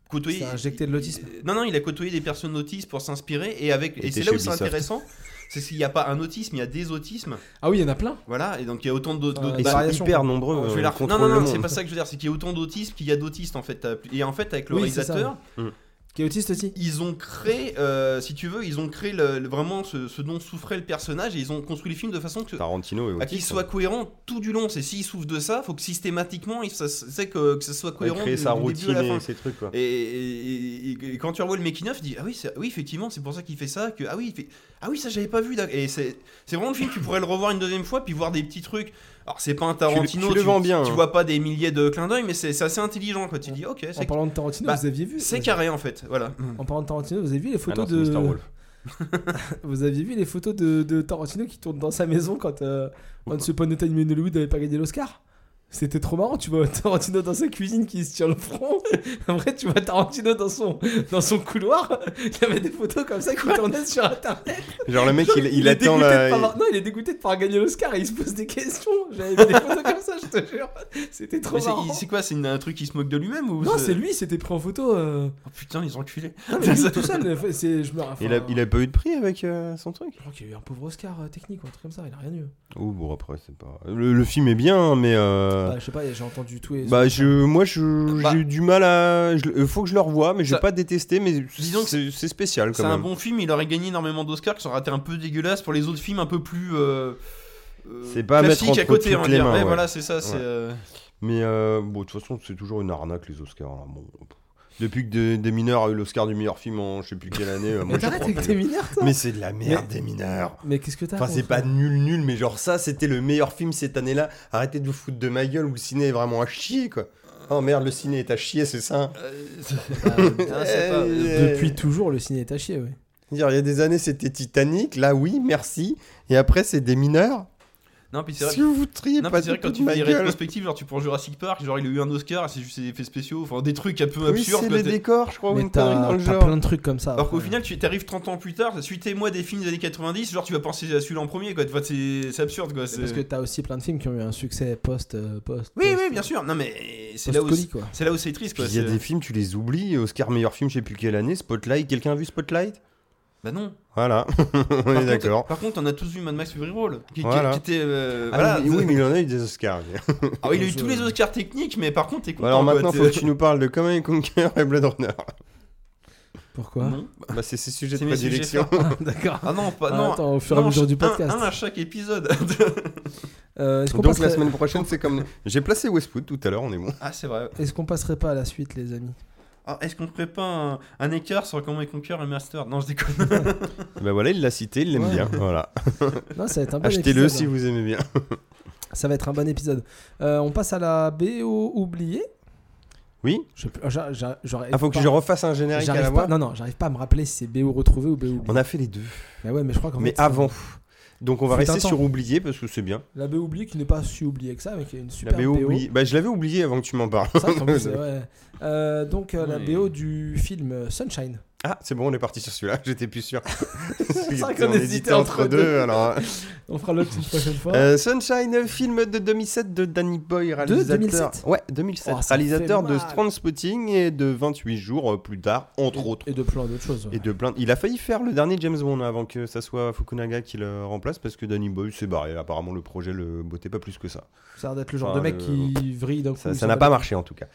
Speaker 3: côtoyé.
Speaker 2: Ça a injecté de l'autisme.
Speaker 3: il- Non non, il a côtoyé des personnes autistes pour s'inspirer et avec
Speaker 1: Et
Speaker 3: et
Speaker 1: t'es
Speaker 3: c'est là
Speaker 1: chez
Speaker 3: où c'est
Speaker 1: Ubisoft.
Speaker 3: intéressant, c'est qu'il n'y a pas un autisme, il y a des autismes.
Speaker 2: Ah oui, il y en a plein.
Speaker 3: Voilà, et donc il y a autant d'autres.
Speaker 2: Euh,
Speaker 3: d'autres-
Speaker 1: Ils
Speaker 2: bah,
Speaker 1: sont
Speaker 2: variation.
Speaker 1: hyper nombreux.
Speaker 3: Ah, je
Speaker 1: euh,
Speaker 3: vais la-
Speaker 1: contre
Speaker 3: Non, non,
Speaker 1: le
Speaker 3: non,
Speaker 1: monde.
Speaker 3: c'est pas ça que je veux dire, c'est qu'il y a autant d'autistes qu'il y a d'autistes en fait. T'as plus- Et en fait, avec le
Speaker 2: Oui, c'est ça.
Speaker 3: réalisateur,
Speaker 2: Qui est autiste aussi.
Speaker 3: ils ont créé, euh, si tu veux, ils ont créé le- le- vraiment ce, ce dont souffrait le personnage et ils ont construit le film de façon que.
Speaker 1: Tarantino et
Speaker 3: À qu'il
Speaker 1: autiste,
Speaker 3: soit cohérent tout du long, c'est s'il souffre de ça, faut que systématiquement, il ça- c'est que, que ça
Speaker 1: hein.
Speaker 3: soit
Speaker 1: Ouais,
Speaker 3: cohérent
Speaker 1: créer
Speaker 3: du,
Speaker 1: sa
Speaker 3: du début à
Speaker 1: routine
Speaker 3: la fin.
Speaker 1: et ses trucs quoi.
Speaker 3: Et, et- et- et quand tu revois le making of, tu dis ah oui, c'est- oui effectivement, c'est pour ça qu'il fait ça. Que ah oui, il fait- ah oui, ça j'avais pas vu. d'ac- Et c'est c'est vraiment le film tu pourrais le revoir une deuxième fois puis voir des petits trucs. Alors c'est pas un Tarantino,
Speaker 1: tu le vends bien,
Speaker 3: tu
Speaker 1: hein.
Speaker 3: vois pas des milliers de clins d'œil, mais c'est c'est assez intelligent quoi. Tu dis ok,
Speaker 2: En
Speaker 3: c'est
Speaker 2: parlant de Tarantino,
Speaker 3: Bah,
Speaker 2: vous aviez vu euh,
Speaker 3: c'est carré en fait. Voilà.
Speaker 2: En parlant de Tarantino, vous avez vu les
Speaker 1: Ah non,
Speaker 2: photos
Speaker 1: c'est Mr.
Speaker 2: de
Speaker 1: Wolf.
Speaker 2: vous aviez vu les photos de, de Tarantino qui tourne dans sa maison quand euh, Once Upon a Time in Hollywood n'avait pas gagné l'Oscar. C'était trop marrant, tu vois Tarantino dans sa cuisine qui se tire le front. Après, tu vois Tarantino dans son, dans son couloir. Il y avait des photos comme ça qui tournaient sur Internet.
Speaker 1: Genre le mec il, il
Speaker 2: est
Speaker 1: attend
Speaker 2: dégoûté de
Speaker 1: la.
Speaker 2: pas avoir- Non, il est dégoûté de pas avoir gagné l'Oscar et il se pose des questions. J'avais vu des photos comme ça, je te jure. C'était trop
Speaker 3: Mais c'est-
Speaker 2: marrant.
Speaker 3: il- C'est quoi C'est une- un truc qui se moque de lui-même ou
Speaker 2: Non, c'est lui, c'était pris en photo. euh,
Speaker 3: Oh, putain, ils ont enculé.
Speaker 2: Non, mais lui, tout seul. C'est... Je me... enfin,
Speaker 1: Il a, il a pas eu de prix avec euh, son truc
Speaker 2: Je crois qu'il y a eu un pauvre Oscar euh, technique ou un truc comme ça, il a rien eu.
Speaker 1: Oh bon après c'est pas. Le, le film est bien hein, mais. euh,
Speaker 2: Bah, je sais pas, j'ai entendu tout et.
Speaker 1: Bah je, moi je,
Speaker 3: Bah.
Speaker 1: j'ai eu du mal à, je- euh, faut que je le revoie mais j'ai
Speaker 3: Ça-
Speaker 1: pas détesté mais
Speaker 3: Disons que
Speaker 1: c'est, c'est spécial quand
Speaker 3: C'est un
Speaker 1: même.
Speaker 3: bon film, il aurait gagné énormément d'Oscars, qui aurait été un peu dégueulasse pour les autres films un peu plus. euh, euh,
Speaker 1: C'est pas à mettre
Speaker 3: classique à
Speaker 1: entre
Speaker 3: côté,
Speaker 1: toutes
Speaker 3: on va
Speaker 1: les
Speaker 3: dire.
Speaker 1: mains,
Speaker 3: Ouais,
Speaker 1: ouais.
Speaker 3: voilà, c'est ça. c'est,
Speaker 1: Ouais.
Speaker 3: euh,
Speaker 1: Mais euh, bon, de toute façon, c'est toujours une arnaque les Oscars. alors bon. Depuis que des, des mineurs a eu l'Oscar du meilleur film en je sais plus quelle année, euh, moi
Speaker 2: Mais
Speaker 1: je
Speaker 2: t'arrêtes
Speaker 1: crois
Speaker 2: avec
Speaker 1: plus.
Speaker 2: tes mineurs, toi
Speaker 1: Mais c'est de la merde des mineurs.
Speaker 2: Mais qu'est-ce que t'as
Speaker 1: Enfin, c'est
Speaker 2: contre-
Speaker 1: pas nul, nul, mais genre ça, c'était le meilleur film cette année-là. Arrêtez de vous foutre de ma gueule où le ciné est vraiment à chier, quoi. Oh merde, le ciné est à chier, c'est ça.
Speaker 3: euh,
Speaker 1: Ah,
Speaker 3: ah, c'est pas-
Speaker 2: Bah, Depuis toujours, le ciné est à chier, ouais.
Speaker 1: Dire, il y a des années, c'était Titanic. Là, oui, merci. Et après, c'est des mineurs.
Speaker 3: Non, puis c'est vrai.
Speaker 1: Si vous voudriez
Speaker 3: Non,
Speaker 1: pas
Speaker 3: mais c'est vrai
Speaker 1: du
Speaker 3: que quand
Speaker 1: tout
Speaker 3: tu
Speaker 1: de
Speaker 3: fais des
Speaker 1: ma gueule.
Speaker 3: rétrospectives, genre tu prends Jurassic Park, genre il a eu un Oscar, c'est juste des effets spéciaux, enfin des trucs un peu
Speaker 1: Oui,
Speaker 3: absurdes.
Speaker 1: c'est
Speaker 3: quoi,
Speaker 1: les
Speaker 3: t'es-
Speaker 1: décors, je crois, ou
Speaker 2: Mais
Speaker 1: une connerie dans
Speaker 2: t'as
Speaker 1: le
Speaker 2: t'as
Speaker 1: genre.
Speaker 2: plein de trucs comme ça.
Speaker 3: Alors qu'au
Speaker 2: ouais.
Speaker 3: final, tu t'arrives 30 ans plus tard, suitez-moi des films des années 90, genre tu vas penser à celui-là en premier, quoi. Enfin, c'est c'est absurde, quoi.
Speaker 2: C'est
Speaker 3: c'est-
Speaker 2: Parce que t'as aussi plein de films qui ont eu un succès post. euh, post
Speaker 3: Oui, oui, bien sûr. Non, mais c'est là où
Speaker 2: Post-Covid, quoi.
Speaker 3: c'est là où c'est triste,
Speaker 1: Puis
Speaker 3: quoi.
Speaker 1: il y a
Speaker 3: c'est-
Speaker 1: des films, tu les oublies. Oscar meilleur film, je sais plus quelle année. Spotlight, quelqu'un a vu Spotlight
Speaker 3: Bah non.
Speaker 1: Voilà, on
Speaker 3: Par
Speaker 1: est
Speaker 3: contre-
Speaker 1: d'accord.
Speaker 3: Par contre, on a tous vu Mad Max Fury Road, qui, qui-
Speaker 1: Voilà.
Speaker 3: qui était. euh,
Speaker 1: Ah,
Speaker 3: voilà.
Speaker 1: mais- oui, mais il en a eu des Oscars.
Speaker 3: Alors, il a eu tous les Oscars techniques, mais par contre, t'es content.
Speaker 1: Bah Alors maintenant,
Speaker 3: quoi,
Speaker 1: faut
Speaker 3: t'es-
Speaker 1: que tu nous parles de Command Conquer et Blade Runner.
Speaker 2: Pourquoi
Speaker 3: Non.
Speaker 1: Bah, c'est ses sujets
Speaker 3: C'est
Speaker 1: de
Speaker 3: mes sujets
Speaker 1: prédilection.
Speaker 2: Ah, D'accord.
Speaker 3: Ah non, pas
Speaker 2: Ah,
Speaker 3: non.
Speaker 2: Attends, au fur et à
Speaker 3: non,
Speaker 2: mesure du
Speaker 3: un-
Speaker 2: podcast.
Speaker 3: Un, à chaque épisode.
Speaker 2: Euh, Est-ce qu'on
Speaker 1: Donc la
Speaker 2: passerait-
Speaker 1: semaine prochaine, c'est comme. J'ai placé Westwood tout à l'heure, on est bon.
Speaker 3: ah, c'est vrai.
Speaker 2: est-ce qu'on passerait pas à la suite, les amis
Speaker 3: Ah, Est-ce qu'on ferait pas un, un écart sur comment il conquiert le master Non, je déconne.
Speaker 1: Bah voilà, il l'a cité, il l'aime
Speaker 2: Ouais.
Speaker 1: bien. Voilà.
Speaker 2: Non, ça va être un bon
Speaker 1: Achetez-le
Speaker 2: épisode.
Speaker 1: si vous aimez bien.
Speaker 2: Ça va être un bon épisode. Euh, on passe à la BO oubliée.
Speaker 1: Oui
Speaker 2: Je- j'a- j'a- J'aurais.
Speaker 1: Ah, faut que
Speaker 2: pas-
Speaker 1: je refasse un générique à la
Speaker 2: J'arrive
Speaker 1: voix
Speaker 2: pas. Non, non, j'arrive pas à me rappeler si c'est BO retrouvé ou BO oubliée.
Speaker 1: On a fait les deux,
Speaker 2: Mais ouais, mais je crois qu'en
Speaker 1: mais
Speaker 2: fait, c'est-
Speaker 1: avant. Donc on va
Speaker 2: Fut un
Speaker 1: rester
Speaker 2: temps.
Speaker 1: sur oublié parce que c'est bien.
Speaker 2: La BO oubliée qui n'est pas si oubliée que ça, mais qui est une
Speaker 1: La
Speaker 2: super
Speaker 1: BO
Speaker 2: BO.
Speaker 1: oubliée. Bah je l'avais oublié avant que tu m'en parles.
Speaker 2: Ça, en plus, ouais. Euh, donc euh, la
Speaker 3: Ouais.
Speaker 2: BO du film euh, Sunshine.
Speaker 1: Ah, c'est bon, on est parti sur celui-là, j'étais plus sûr. c'est
Speaker 2: vrai qu'on hésitait entre deux.
Speaker 1: alors. hein.
Speaker 2: On fera l'autre une prochaine fois.
Speaker 1: Euh, Sunshine, film de 2007 de Danny Boy, réalisateur.
Speaker 2: 2007?
Speaker 1: ouais, 2007.
Speaker 2: Oh, ça
Speaker 1: réalisateur
Speaker 2: fait
Speaker 1: de
Speaker 2: mal.
Speaker 1: Transpotting et de 28 jours euh, plus tard, entre autres.
Speaker 2: Et de plein d'autres choses. ouais.
Speaker 1: Et de plein. Il a failli faire le dernier James Bond avant que ça soit Fukunaga qui le remplace parce que Danny Boy s'est barré. Apparemment, le projet le bottait pas plus que ça.
Speaker 2: Ça a l'air d'être le genre
Speaker 1: Enfin,
Speaker 2: de mec
Speaker 1: euh,
Speaker 2: qui vrille d'un coup.
Speaker 1: Ça
Speaker 2: il
Speaker 1: ça
Speaker 2: s'en
Speaker 1: n'a
Speaker 2: va
Speaker 1: pas
Speaker 2: d'un-
Speaker 1: marché en tout cas.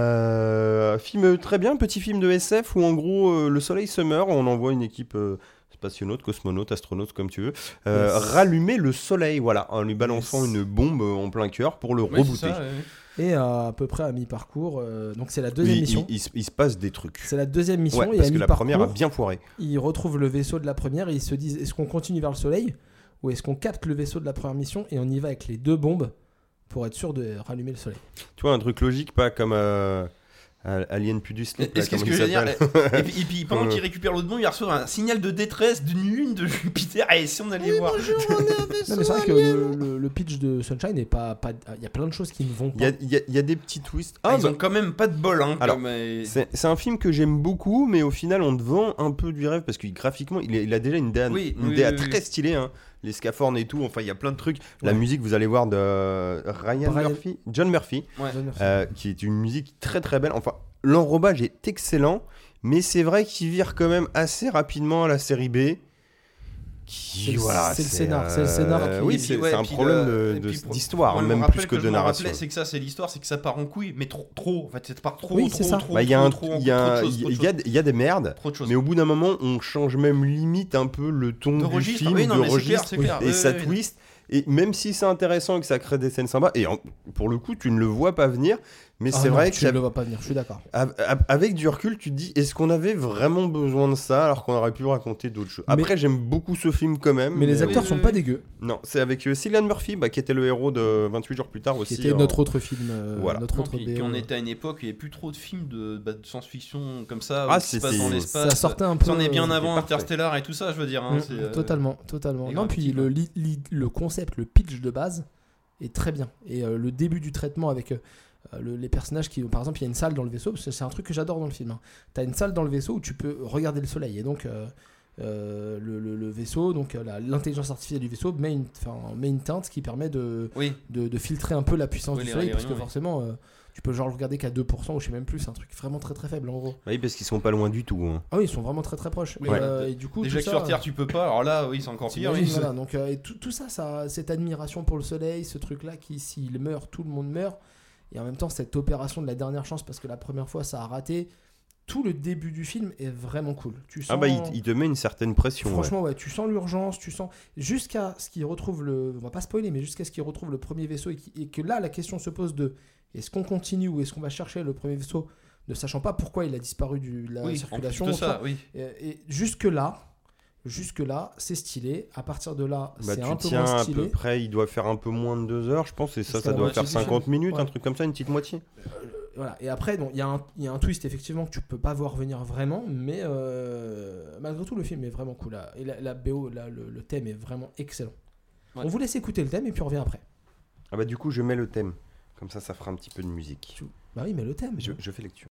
Speaker 1: Euh, film très bien, petit film de SF où en gros euh, le soleil se meurt, on envoie une équipe euh, spationaute, cosmonaute, astronaute, comme tu veux, euh,
Speaker 2: Yes.
Speaker 1: rallumer le soleil, voilà, en lui balançant
Speaker 2: Yes.
Speaker 1: une bombe euh, en plein cœur pour le
Speaker 3: Ouais, c'est
Speaker 1: rebooter.
Speaker 3: ça, ouais.
Speaker 2: Et euh, à, à peu près à mi-parcours. euh, donc c'est la
Speaker 1: Il,
Speaker 2: deuxième mission.
Speaker 1: il- il se- il se passe des trucs.
Speaker 2: C'est la deuxième mission.
Speaker 1: Ouais,
Speaker 2: et
Speaker 1: parce
Speaker 2: à
Speaker 1: que la
Speaker 2: mi-parcours,
Speaker 1: première a bien foiré.
Speaker 2: ils retrouvent le vaisseau de la première et ils se disent est-ce qu'on continue vers le soleil ou est-ce qu'on capte le vaisseau de la première mission et on y va avec les deux bombes pour être sûr de rallumer le soleil.
Speaker 1: Tu vois, un truc logique, pas comme euh, Al- Alien Pudus.
Speaker 3: Et- Est-ce que ce que je veux dire Et puis, et puis, pendant
Speaker 1: Euh.
Speaker 3: qu'il récupère l'autre bombe, il reçoit un signal de détresse d'une lune de Jupiter. Et si on allait voir
Speaker 4: Bonjour, on est un
Speaker 2: Non
Speaker 4: vaisseau
Speaker 2: mais c'est vrai que
Speaker 4: alien.
Speaker 2: le, le- le pitch de Sunshine n'est pas pas- il y a plein de choses qui ne vont
Speaker 1: Il y a,
Speaker 2: pas.
Speaker 1: il y a- il y a des petits twists.
Speaker 3: Ah,
Speaker 1: Ah,
Speaker 3: Ils
Speaker 1: bah,
Speaker 3: ont quand même pas de bol. Hein,
Speaker 1: Alors,
Speaker 3: comme, euh,
Speaker 1: C'est c'est un film que j'aime beaucoup, mais au final, on te vend un peu du rêve parce que graphiquement, il, est- il a déjà une DA,
Speaker 3: Oui,
Speaker 1: une
Speaker 3: oui,
Speaker 1: DA
Speaker 3: oui, oui.
Speaker 1: très stylée. hein. Les scaphandres et tout, enfin, il y a plein de trucs. La
Speaker 2: Ouais.
Speaker 1: musique, vous allez voir, de Ryan
Speaker 2: Brian-
Speaker 1: Murphy, John Murphy,
Speaker 2: John Murphy.
Speaker 1: euh, qui est une musique très très belle. Enfin, l'enrobage est excellent, mais c'est vrai qu'il vire quand même assez rapidement à la série B.
Speaker 2: C'est
Speaker 1: Qui,
Speaker 2: le-
Speaker 1: voilà, euh,
Speaker 2: c'est le scénar, c'est le scénar qui-
Speaker 1: oui,
Speaker 3: Et puis,
Speaker 1: c'est
Speaker 3: ouais,
Speaker 1: c'est
Speaker 3: et
Speaker 1: un
Speaker 3: puis
Speaker 1: problème
Speaker 3: le-
Speaker 1: de-
Speaker 3: et
Speaker 1: de-
Speaker 3: puis,
Speaker 1: d'histoire,
Speaker 3: moi, le
Speaker 1: même
Speaker 3: rappel
Speaker 1: plus que
Speaker 3: je
Speaker 1: de
Speaker 3: me
Speaker 1: narration.
Speaker 3: rappelais, C'est que ça, c'est l'histoire, c'est que ça part en couille, mais trop, trop. En fait, c'est part trop,
Speaker 2: Oui,
Speaker 3: trop,
Speaker 2: c'est ça.
Speaker 3: trop,
Speaker 1: Bah, Il y a un-
Speaker 3: trop,
Speaker 1: il y a-
Speaker 3: trop de choses, trop de
Speaker 1: il y a- il y a des merdes.
Speaker 3: trop de choses.
Speaker 1: Mais au bout d'un moment, on change même limite un peu le ton du
Speaker 3: de registre, Ah
Speaker 1: film,
Speaker 3: oui, non,
Speaker 1: de
Speaker 3: mais c'est
Speaker 1: registre,
Speaker 3: clair, c'est clair.
Speaker 1: et
Speaker 3: oui,
Speaker 1: ça
Speaker 3: oui, oui.
Speaker 1: twist. Et même si c'est intéressant et que ça crée des scènes sympas, et en- pour le coup, tu ne le vois pas venir, mais
Speaker 2: Ah
Speaker 1: c'est
Speaker 2: non,
Speaker 1: vrai
Speaker 2: tu ne le
Speaker 1: qu'avec
Speaker 2: vois pas venir. Je suis d'accord.
Speaker 1: Mm, avec du recul, tu te dis est-ce qu'on avait vraiment besoin de ça alors qu'on aurait pu raconter d'autres choses
Speaker 2: Mais-
Speaker 1: Après, j'aime beaucoup ce film quand même.
Speaker 2: Mais les acteurs
Speaker 3: oui,
Speaker 2: sont
Speaker 3: oui,
Speaker 2: pas
Speaker 3: oui.
Speaker 2: dégueux.
Speaker 1: Non, c'est avec euh, Cillian Murphy, bah, qui était le héros de 28 jours plus tard
Speaker 2: Qui
Speaker 1: aussi.
Speaker 2: était
Speaker 1: hein.
Speaker 2: notre autre film, euh,
Speaker 1: Voilà.
Speaker 2: notre
Speaker 3: Non,
Speaker 2: autre
Speaker 3: puis, puis
Speaker 2: BO.
Speaker 3: on était à une époque où il n'y avait plus trop de films de, bah, de science-fiction comme ça,
Speaker 1: Ah,
Speaker 3: ou qui se
Speaker 1: c'est-
Speaker 3: passent dans
Speaker 1: c'est-
Speaker 2: Ça
Speaker 3: l'espace.
Speaker 2: sortait un peu.
Speaker 3: Ça, on est bien avant
Speaker 1: Mmh, parfait. Mmh,
Speaker 3: Interstellar et tout ça, je veux dire. hein,
Speaker 2: Mm,
Speaker 3: c'est, euh,
Speaker 2: totalement, totalement.
Speaker 3: les
Speaker 2: Non, puis
Speaker 3: graphiques,
Speaker 2: le,
Speaker 3: ouais.
Speaker 2: li- li- le concept, le pitch de base est très bien. Et euh, le début du traitement avec euh, le- les personnages qui. Par exemple, il y a une salle dans le vaisseau, parce que c'est un truc que j'adore dans le film. hein. T'as une salle dans le vaisseau où tu peux regarder le soleil. Et donc. euh, euh, le, le- le vaisseau, donc euh, la- l'intelligence artificielle du vaisseau met une, enfin, met une teinte qui permet de,
Speaker 3: Oui,
Speaker 2: de, de filtrer un peu la puissance
Speaker 3: Oui,
Speaker 2: du
Speaker 3: les
Speaker 2: soleil,
Speaker 3: rayons,
Speaker 2: parce que
Speaker 3: oui.
Speaker 2: forcément, euh, tu peux genre le regarder qu'à 2% ou je sais même plus, c'est un truc vraiment très très faible en gros.
Speaker 1: Ah Oui, parce qu'ils sont pas loin du tout. hein.
Speaker 2: Ah oui, ils sont vraiment très très proches.
Speaker 3: Oui,
Speaker 2: Et,
Speaker 3: ouais.
Speaker 2: euh, et du coup,
Speaker 3: déjà
Speaker 2: tout
Speaker 3: que
Speaker 2: ça,
Speaker 3: sur Terre, tu peux pas. Alors là, oui, c'est encore pire.
Speaker 2: T'imagines,
Speaker 3: oui.
Speaker 2: voilà, donc, euh, et tout, tout ça, ça, cette admiration pour le soleil, ce truc-là qui, s'il meurt, tout le monde meurt. Et en même temps, cette opération de la dernière chance, parce que la première fois, ça a raté. tout le début du film est vraiment cool. Tu sens,
Speaker 1: Ah bah, il, il te met une certaine pression. ouais.
Speaker 2: franchement, ouais. tu sens l'urgence, tu sens jusqu'à ce qu'il retrouve le, on va pas spoiler, mais jusqu'à ce qu'il retrouve le premier vaisseau et, qui- et que là la question se pose de est-ce qu'on continue ou est-ce qu'on va chercher le premier vaisseau, ne sachant pas pourquoi il a disparu du- de la
Speaker 3: oui, en plus
Speaker 2: circulation.
Speaker 3: de
Speaker 2: enfin,
Speaker 3: ça, oui.
Speaker 2: Euh, et, et jusque-là, jusque-là, c'est stylé. À partir de là,
Speaker 1: Bah,
Speaker 2: c'est
Speaker 1: tu
Speaker 2: un peu
Speaker 1: tiens
Speaker 2: moins
Speaker 1: à
Speaker 2: stylé.
Speaker 1: peu près, il doit faire un peu moins de deux heures, je pense, et ça,
Speaker 2: Parce
Speaker 1: ça
Speaker 2: que la
Speaker 1: doit
Speaker 2: moitié
Speaker 1: faire
Speaker 2: du film.
Speaker 1: 50 minutes,
Speaker 2: Ouais.
Speaker 1: un truc comme ça, une petite moitié.
Speaker 2: Voilà. Et après, bon, il y, a un- il y a un twist effectivement que tu peux pas voir venir vraiment, mais euh, malgré tout, le film est vraiment cool. là. Et la, la BO, là, le, le thème est vraiment excellent.
Speaker 3: Ouais.
Speaker 2: On vous laisse écouter le thème et puis on revient après.
Speaker 1: Ah bah, du coup, je mets le thème. Comme ça, ça fera un petit peu de musique.
Speaker 2: Bah oui, mais le thème.
Speaker 1: Je, je fais lecture.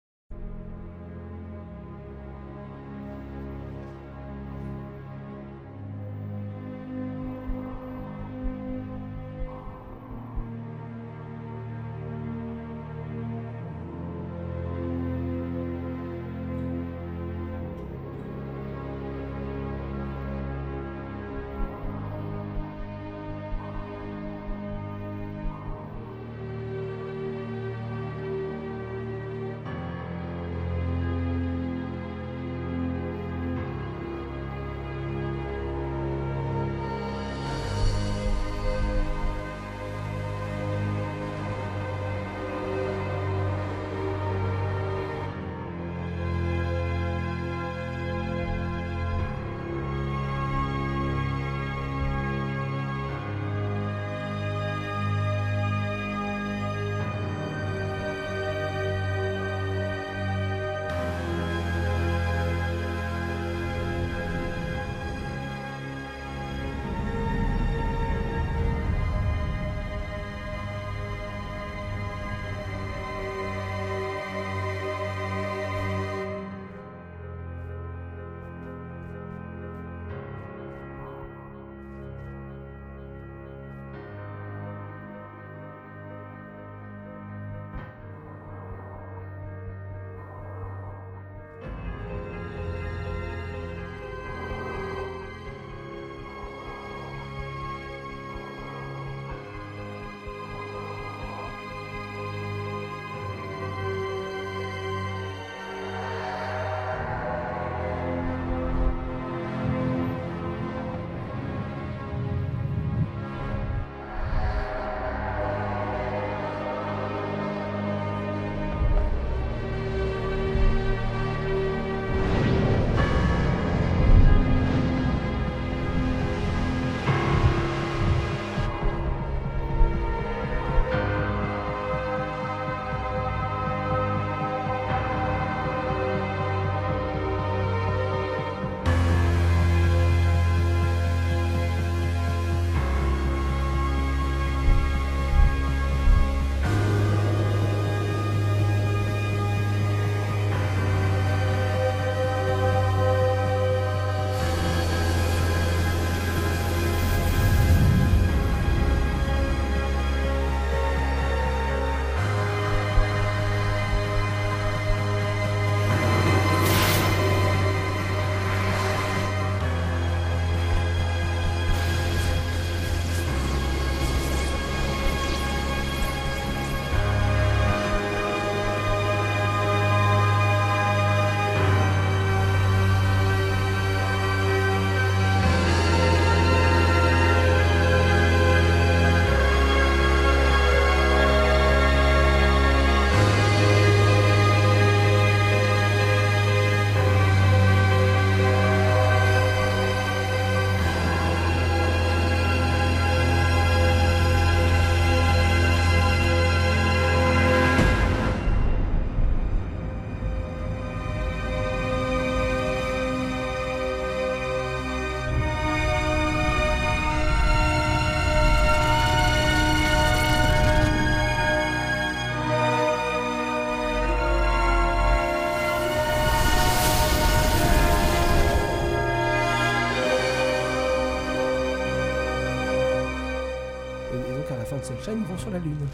Speaker 2: Et, et donc à la fin de Sunshine, ils vont sur la lune.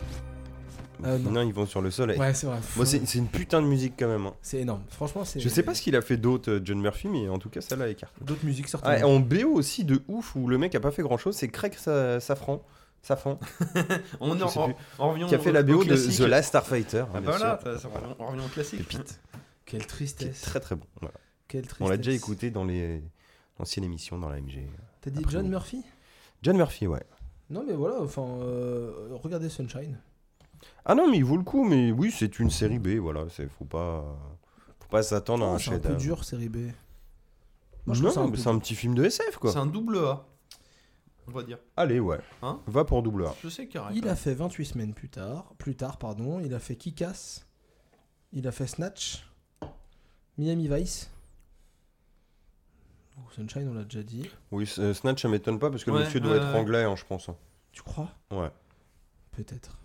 Speaker 2: Euh, non.
Speaker 1: non. ils vont sur le soleil.
Speaker 2: Ouais, c'est vrai.
Speaker 1: Bon, c'est c'est une putain de musique quand même. hein.
Speaker 2: C'est énorme. Franchement, c'est.
Speaker 1: Je sais pas ce qu'il a fait d'autre, euh, John Murphy, mais en tout cas, ça l'a écarte.
Speaker 2: D'autres musiques sortent.
Speaker 1: Ah, et en BO aussi de ouf, où le mec a pas fait grand chose, c'est Craig Sa- Safran. Safran,
Speaker 3: On
Speaker 1: Je
Speaker 3: en,
Speaker 1: sais
Speaker 3: en-
Speaker 1: plus.
Speaker 3: en revient
Speaker 1: qui a fait
Speaker 3: au-
Speaker 1: la
Speaker 3: au
Speaker 1: BO de
Speaker 3: classique.
Speaker 1: The Last Starfighter. hein,
Speaker 3: Ah,
Speaker 1: bien
Speaker 3: bah voilà,
Speaker 1: sûr.
Speaker 3: ça- ça- on revient au classique.
Speaker 1: Pépite.
Speaker 2: Quelle
Speaker 1: qui est
Speaker 2: tristesse.
Speaker 1: très très bon. Voilà.
Speaker 2: Quelle tristesse.
Speaker 1: On l'a déjà écouté dans les anciennes émissions dans la MG.
Speaker 2: T'as dit
Speaker 1: Après,
Speaker 2: John
Speaker 1: oui.
Speaker 2: Murphy
Speaker 1: John Murphy, ouais.
Speaker 2: Non, mais voilà, enfin, euh, regardez Sunshine.
Speaker 1: Ah non, mais il vaut le coup, mais oui, c'est une série B, voilà. C'est, faut pas, faut pas s'attendre à un
Speaker 2: c'est un
Speaker 1: chef
Speaker 2: peu
Speaker 1: d'œuvre.
Speaker 2: dur, série B. Moi, je trouve ça un
Speaker 1: Non, mais
Speaker 2: peu
Speaker 1: c'est un petit film de SF, quoi.
Speaker 3: C'est un double A. On va dire.
Speaker 1: Allez, ouais.
Speaker 3: Hein
Speaker 1: Va pour double A.
Speaker 3: Je sais carrément.
Speaker 2: Il a fait 28 semaines plus tard, plus tard pardon, il a fait Kick-Ass, il a fait Snatch, Miami Vice. Oh, Sunshine, on l'a déjà dit.
Speaker 1: Oui, s- euh, Snatch, ça m'étonne pas parce que le
Speaker 3: Ouais,
Speaker 1: monsieur doit
Speaker 3: ouais,
Speaker 1: être
Speaker 3: ouais.
Speaker 1: anglais, hein, je pense. hein.
Speaker 2: Tu crois
Speaker 1: Ouais.
Speaker 2: Peut-être.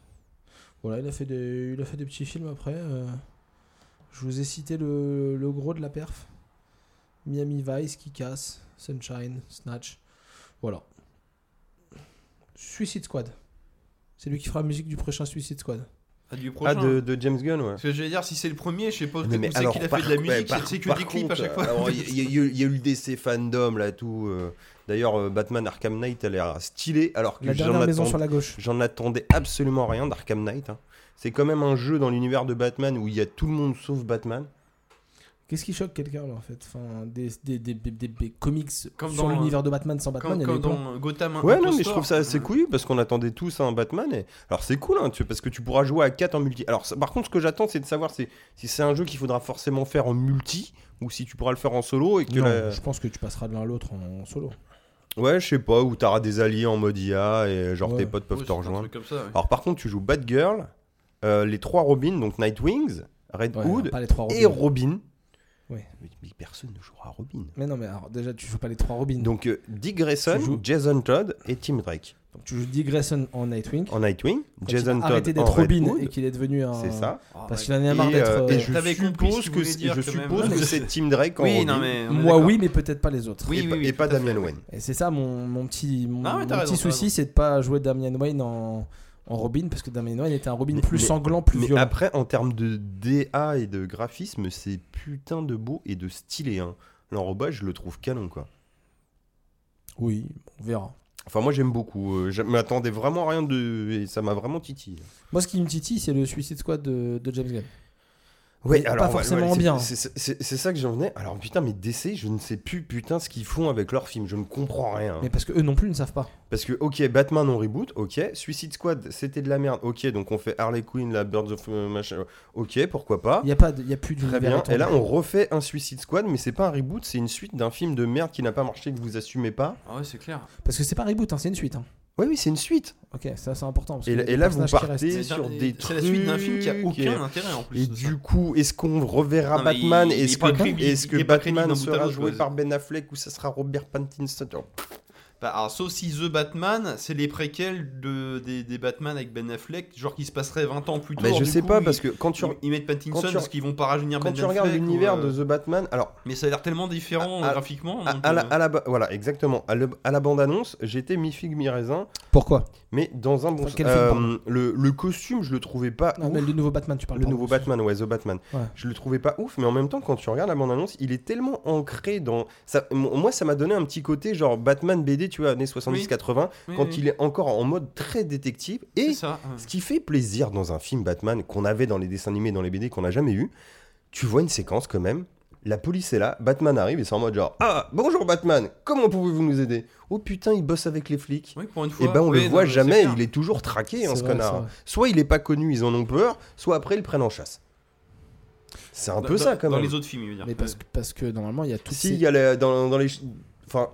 Speaker 2: Voilà, il a fait des, il a fait des petits films après. euh, je vous ai cité le, le gros de la perf. Miami Vice, Kick-Ass, Sunshine, Snatch. Voilà. Suicide Squad. C'est lui qui fera la musique du prochain Suicide Squad.
Speaker 3: Ah, du prochain.
Speaker 1: Ah, de, de James Gunn, ouais.
Speaker 3: Parce que j'allais dire, si c'est le premier, je sais pas
Speaker 1: Mais,
Speaker 3: où c'est
Speaker 1: alors,
Speaker 3: qu'il a
Speaker 1: par-
Speaker 3: fait de la
Speaker 1: ouais,
Speaker 3: musique,
Speaker 1: par-
Speaker 3: c'est que
Speaker 1: par
Speaker 3: des clips à
Speaker 1: contre,
Speaker 3: chaque fois.
Speaker 1: alors, Il y, a- il y a eu- il y a eu le DC fandom, là, tout. euh, D'ailleurs, euh, Batman Arkham Knight a l'air stylé, alors que
Speaker 2: La
Speaker 1: j'en
Speaker 2: dernière maison
Speaker 1: attends-
Speaker 2: sur la gauche.
Speaker 1: J'en attendais absolument rien d'Arkham Knight. hein. C'est quand même un jeu dans l'univers de Batman où il y a tout le monde sauf Batman.
Speaker 2: Qu'est-ce qui choque quelqu'un là en fait enfin, des, des, des, des, des- des comics
Speaker 3: Comme
Speaker 2: sur
Speaker 3: dans,
Speaker 2: l'univers de Batman
Speaker 1: euh,
Speaker 2: sans Batman, il y
Speaker 3: Comme,
Speaker 2: en a eu
Speaker 3: comme
Speaker 2: plein.
Speaker 3: dans Gotham.
Speaker 1: Ouais,
Speaker 3: Impostor.
Speaker 1: non, mais je trouve ça assez couillu parce qu'on attendait tous un Batman. Et... Alors, c'est cool, hein, tu... parce que tu pourras jouer à 4 en multi. Alors, ça- par contre, ce que j'attends, c'est de savoir si, si c'est un jeu qu'il faudra forcément faire en multi ou si tu pourras le faire en solo et que.
Speaker 2: Non,
Speaker 1: la-
Speaker 2: Je pense que tu passeras de l'un à l'autre en, en solo.
Speaker 1: Ouais, je sais pas, où t'auras des alliés en mode IA et genre
Speaker 2: Ouais.
Speaker 1: tes potes peuvent
Speaker 3: Ouais,
Speaker 1: te
Speaker 3: c'est un
Speaker 1: rejoindre.
Speaker 3: truc comme ça, ouais.
Speaker 1: Alors, par contre, tu joues Batgirl, euh, les trois Robins, donc Nightwings, Red
Speaker 2: Ouais,
Speaker 1: Hood
Speaker 2: pas les trois
Speaker 1: et
Speaker 2: Robins.
Speaker 1: Robin.
Speaker 2: Ouais.
Speaker 1: Mais- mais personne ne jouera à Robin.
Speaker 2: Mais non, mais alors, déjà, tu joues pas les trois Robins. Donc,
Speaker 1: Donc euh, Dick
Speaker 2: Tu
Speaker 1: Grayson,
Speaker 2: joues-
Speaker 1: Jason Todd et Tim Drake.
Speaker 2: tu joues Dick Grayson en Nightwing.
Speaker 1: En Nightwing,
Speaker 2: quand il
Speaker 1: Jason
Speaker 2: a arrêté
Speaker 1: Todd en
Speaker 2: d'être
Speaker 1: Red
Speaker 2: Robin
Speaker 1: Hood,
Speaker 2: et qu'il est devenu un.
Speaker 1: c'est ça.
Speaker 3: Ah,
Speaker 2: Parce
Speaker 3: ouais.
Speaker 2: qu'il en a marre
Speaker 1: et,
Speaker 2: d'être.
Speaker 1: euh, et
Speaker 2: euh,
Speaker 1: je
Speaker 3: T'avais compris
Speaker 1: suppose
Speaker 3: ce qu'il
Speaker 1: que,
Speaker 3: voulait
Speaker 1: c'est-
Speaker 3: dire
Speaker 1: je
Speaker 3: quand même.
Speaker 1: suppose que c'est Tim Drake en
Speaker 3: Oui,
Speaker 1: Robin
Speaker 3: non, mais. on est
Speaker 2: Moi,
Speaker 3: d'accord.
Speaker 2: oui, mais peut-être pas les autres.
Speaker 3: Oui,
Speaker 1: et,
Speaker 3: oui,
Speaker 1: pas-
Speaker 3: oui,
Speaker 1: et pas
Speaker 3: tout à fait,
Speaker 1: Damian
Speaker 3: oui.
Speaker 1: Wayne.
Speaker 2: Et c'est ça mon, mon petit, mon,
Speaker 3: Ah ouais, t'as
Speaker 2: mon
Speaker 3: raison,
Speaker 2: petit
Speaker 3: t'as
Speaker 2: souci, c'est de pas jouer Damian Wayne en, en Robin, parce que Damian Wayne était un Robin
Speaker 1: Mais-
Speaker 2: plus
Speaker 1: mais-
Speaker 2: sanglant, plus
Speaker 1: Mais
Speaker 2: violent.
Speaker 1: après, en termes de DA et de graphisme, c'est putain de beau et de stylé. Hein. L'enrobage, je le trouve canon quoi.
Speaker 2: Oui, on verra.
Speaker 1: Enfin, moi j'aime beaucoup. euh, Je m'attendais vraiment à rien de. Et ça m'a vraiment titillé.
Speaker 2: Moi, ce qui me titille, c'est le Suicide Squad de, de James Gunn.
Speaker 1: Ouais,
Speaker 2: Mais pas forcément bien.
Speaker 1: C'est c'est- c'est- c'est ça que j'en venais. Alors putain, mais DC, je ne sais plus putain ce qu'ils font avec leurs films. Je ne comprends rien.
Speaker 2: Mais parce que eux non plus ne savent pas.
Speaker 1: Parce que, ok, Batman, on reboot, ok. Suicide Squad, c'était de la merde, ok. Donc on fait Harley Quinn, la Birds of euh, machin, ok, pourquoi pas.
Speaker 2: Il n'y a, pas de- y a plus d'une
Speaker 1: Très bien. Et là, on refait un Suicide Squad, mais c'est pas un reboot, c'est une suite d'un film de merde qui n'a pas marché, que vous assumez pas.
Speaker 3: Ah ouais, c'est clair.
Speaker 2: Parce que c'est pas un reboot, hein, c'est une suite. hein.
Speaker 1: Oui, oui, c'est une suite.
Speaker 2: Ok, ça c'est important. Parce
Speaker 1: Et,
Speaker 2: qu'il y a
Speaker 1: là-
Speaker 2: des
Speaker 1: et là, vous
Speaker 2: personnages qui restent.
Speaker 1: partez
Speaker 3: C'est
Speaker 1: sur
Speaker 3: un-
Speaker 1: des
Speaker 3: C'est
Speaker 1: trucs.
Speaker 3: la suite d'un film qui a aucun intérêt en plus.
Speaker 1: Et
Speaker 3: de
Speaker 1: du
Speaker 3: ça.
Speaker 1: coup, est-ce qu'on reverra
Speaker 3: Non, mais il-
Speaker 1: Batman
Speaker 3: il est
Speaker 1: Est-ce que,
Speaker 3: pas crédible,
Speaker 1: est-ce que
Speaker 3: il est pas crédible
Speaker 1: Batman
Speaker 3: d'un bout à
Speaker 1: sera
Speaker 3: l'autre,
Speaker 1: joué
Speaker 3: quoi.
Speaker 1: par Ben Affleck ou ça sera Robert Pattinson
Speaker 3: Bah, alors, sauf si The Batman, c'est les préquels de, des, des Batman avec Ben Affleck, genre qui se passerait 20 ans plus tôt.
Speaker 1: Mais je
Speaker 3: du
Speaker 1: sais
Speaker 3: coup,
Speaker 1: pas
Speaker 3: ils-
Speaker 1: parce que quand tu
Speaker 3: Ils, ils mettent Pattinson
Speaker 1: quand tu-
Speaker 3: parce qu'ils vont pas rajeunir
Speaker 1: quand
Speaker 3: Ben
Speaker 1: tu regardes
Speaker 3: Affleck, ou,
Speaker 1: l'univers
Speaker 3: euh,
Speaker 1: de The Batman, alors
Speaker 3: Mais ça a l'air tellement différent
Speaker 1: À- à-
Speaker 3: graphiquement.
Speaker 1: À,
Speaker 3: donc,
Speaker 1: à la,
Speaker 3: euh,
Speaker 1: à la ba- voilà, exactement. À, le- à la bande-annonce, j'étais mi-figue, mi-raisin,
Speaker 2: Pourquoi
Speaker 1: mais dans un bon
Speaker 2: Enfin,
Speaker 1: sens.
Speaker 2: quel film,
Speaker 1: Euh,
Speaker 2: pardon
Speaker 1: le, le costume, je le trouvais pas
Speaker 2: Non,
Speaker 1: ouf.
Speaker 2: Ah, mais le nouveau Batman, tu parles
Speaker 1: Le
Speaker 2: pardon.
Speaker 1: nouveau Batman, ouais, The Batman.
Speaker 2: Ouais.
Speaker 1: Je le trouvais pas ouf, mais en même temps, quand tu regardes la bande-annonce, il est tellement ancré dans. Ça, m- moi, ça m'a donné un petit côté, genre Batman BD, tu vois, années 70-80,
Speaker 3: oui,
Speaker 1: quand
Speaker 3: oui,
Speaker 1: il est encore en mode très détective. Et
Speaker 3: c'est ça. euh.
Speaker 1: ce qui fait plaisir dans un film Batman qu'on avait dans les dessins animés, dans les BD qu'on n'a jamais eu, tu vois une séquence quand même. La police est là, Batman arrive et c'est en mode genre Ah, bonjour Batman, comment pouvez-vous nous aider Oh putain, il bosse avec les flics.
Speaker 3: Oui, pour une
Speaker 1: Et
Speaker 3: fois.
Speaker 1: ben on
Speaker 3: oui,
Speaker 1: le
Speaker 3: non,
Speaker 1: voit
Speaker 3: mais c'est
Speaker 1: jamais,
Speaker 3: clair.
Speaker 1: il est toujours traqué hein,
Speaker 2: C'est
Speaker 1: ce
Speaker 2: vrai, c'est
Speaker 1: connard.
Speaker 2: vrai.
Speaker 1: Soit il est pas connu, ils en ont peur, soit après ils le prennent en chasse. C'est un
Speaker 3: Dans-
Speaker 1: peu ça
Speaker 3: dans-
Speaker 1: quand
Speaker 3: Dans
Speaker 1: même.
Speaker 3: les autres films, je veux dire.
Speaker 2: Mais parce, que- parce que normalement, il y a tout.
Speaker 1: Si, il y a la- dans, dans les. Enfin.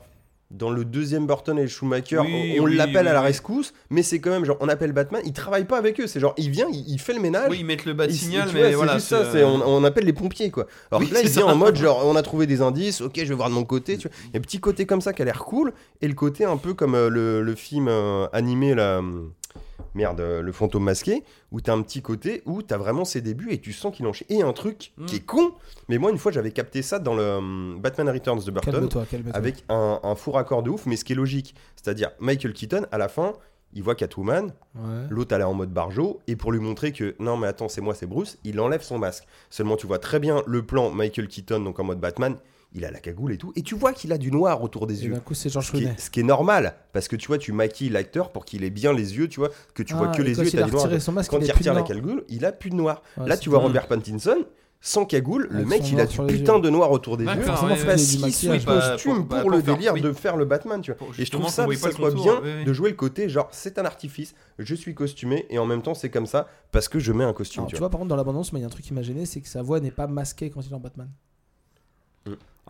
Speaker 1: Dans le deuxième Burton et Schumacher,
Speaker 3: Oui,
Speaker 1: on, on
Speaker 3: oui,
Speaker 1: l'appelle à la
Speaker 3: oui.
Speaker 1: rescousse, mais c'est quand même genre on appelle Batman, il travaille pas avec eux, c'est genre il vient, il, il fait le ménage,
Speaker 3: Oui, ils mettent le bas de
Speaker 1: Il-
Speaker 3: signal,
Speaker 1: tu vois,
Speaker 3: mais voilà.
Speaker 1: C'est juste ça,
Speaker 3: euh,
Speaker 1: c'est- on, on appelle les pompiers, quoi. Alors
Speaker 3: Oui,
Speaker 1: que là, il
Speaker 3: c'est
Speaker 1: vient
Speaker 3: ça.
Speaker 1: en mode, genre, on a trouvé des indices, ok, je vais voir de mon côté, tu vois. Il y a un petit côté comme ça qui a l'air cool, et le côté un peu comme euh, le, le film euh, animé, là, hum, merde, euh, le fantôme masqué, où t'as un petit côté où t'as vraiment ses débuts et tu sens qu'il enchaîne. Et un truc
Speaker 3: Mm.
Speaker 1: qui est con, mais moi, une fois, j'avais capté ça dans le hum, Batman Returns de Burton,
Speaker 2: Calme-toi, calme-toi.
Speaker 1: avec un, un faux raccord de ouf, mais ce qui est logique. C'est-à-dire, Michael Keaton, à la fin, il voit Catwoman,
Speaker 2: Ouais.
Speaker 1: L'autre allait en mode barjo, et pour lui montrer que non, mais attends, c'est moi, c'est Bruce, il enlève son masque. Seulement, tu vois très bien le plan Michael Keaton, donc en mode Batman, il a la cagoule et tout, et tu vois qu'il a du noir autour des
Speaker 2: Et
Speaker 1: yeux.
Speaker 2: d'un coup, c'est George
Speaker 1: Ce qui,
Speaker 2: Clooney.
Speaker 1: est, ce qui est normal, parce que tu vois, tu maquilles l'acteur pour qu'il ait bien les yeux, tu vois, que tu vois
Speaker 2: Ah,
Speaker 1: que
Speaker 2: et
Speaker 1: les
Speaker 2: quand
Speaker 1: yeux,
Speaker 2: il
Speaker 1: t'as
Speaker 2: a
Speaker 1: du noir.
Speaker 2: retiré son masque,
Speaker 1: Quand
Speaker 2: il
Speaker 1: il
Speaker 2: est plus
Speaker 1: retire la
Speaker 2: blanc.
Speaker 1: cagoule, il a plus de noir.
Speaker 2: Ouais,
Speaker 1: Là,
Speaker 2: c'est
Speaker 1: tu vois
Speaker 2: dingue.
Speaker 1: Robert Pattinson, sans cagoule, le
Speaker 2: Avec
Speaker 1: mec
Speaker 2: son
Speaker 1: il a
Speaker 2: noir
Speaker 1: du
Speaker 2: sur les yeux.
Speaker 1: putain de noir autour des yeux.
Speaker 3: D'accord,
Speaker 2: forcément,
Speaker 3: ouais,
Speaker 2: faut
Speaker 3: ouais.
Speaker 2: qu'il y
Speaker 1: Parce
Speaker 2: ait du
Speaker 1: qu'il se
Speaker 2: maquillage.
Speaker 3: Oui, bah,
Speaker 1: costume
Speaker 3: pour- bah,
Speaker 1: pour,
Speaker 3: pour
Speaker 1: le
Speaker 3: faire-
Speaker 1: délire
Speaker 3: oui.
Speaker 1: de faire le Batman, tu vois.
Speaker 3: Pour-
Speaker 1: Et je
Speaker 3: justement,
Speaker 1: trouve
Speaker 3: qu'on
Speaker 1: ça,
Speaker 3: voyait
Speaker 1: ça
Speaker 3: pas le
Speaker 1: soit
Speaker 3: contour,
Speaker 1: bien
Speaker 3: ouais, ouais.
Speaker 1: de jouer le côté genre c'est un artifice, je suis costumé et en même temps c'est comme ça parce que je mets un costume.
Speaker 2: Alors,
Speaker 1: tu
Speaker 2: Ah, tu vois, par contre, dans l'abondance, mais il y a un truc qui m'a gêné, c'est que sa voix n'est pas masquée quand il est en Batman.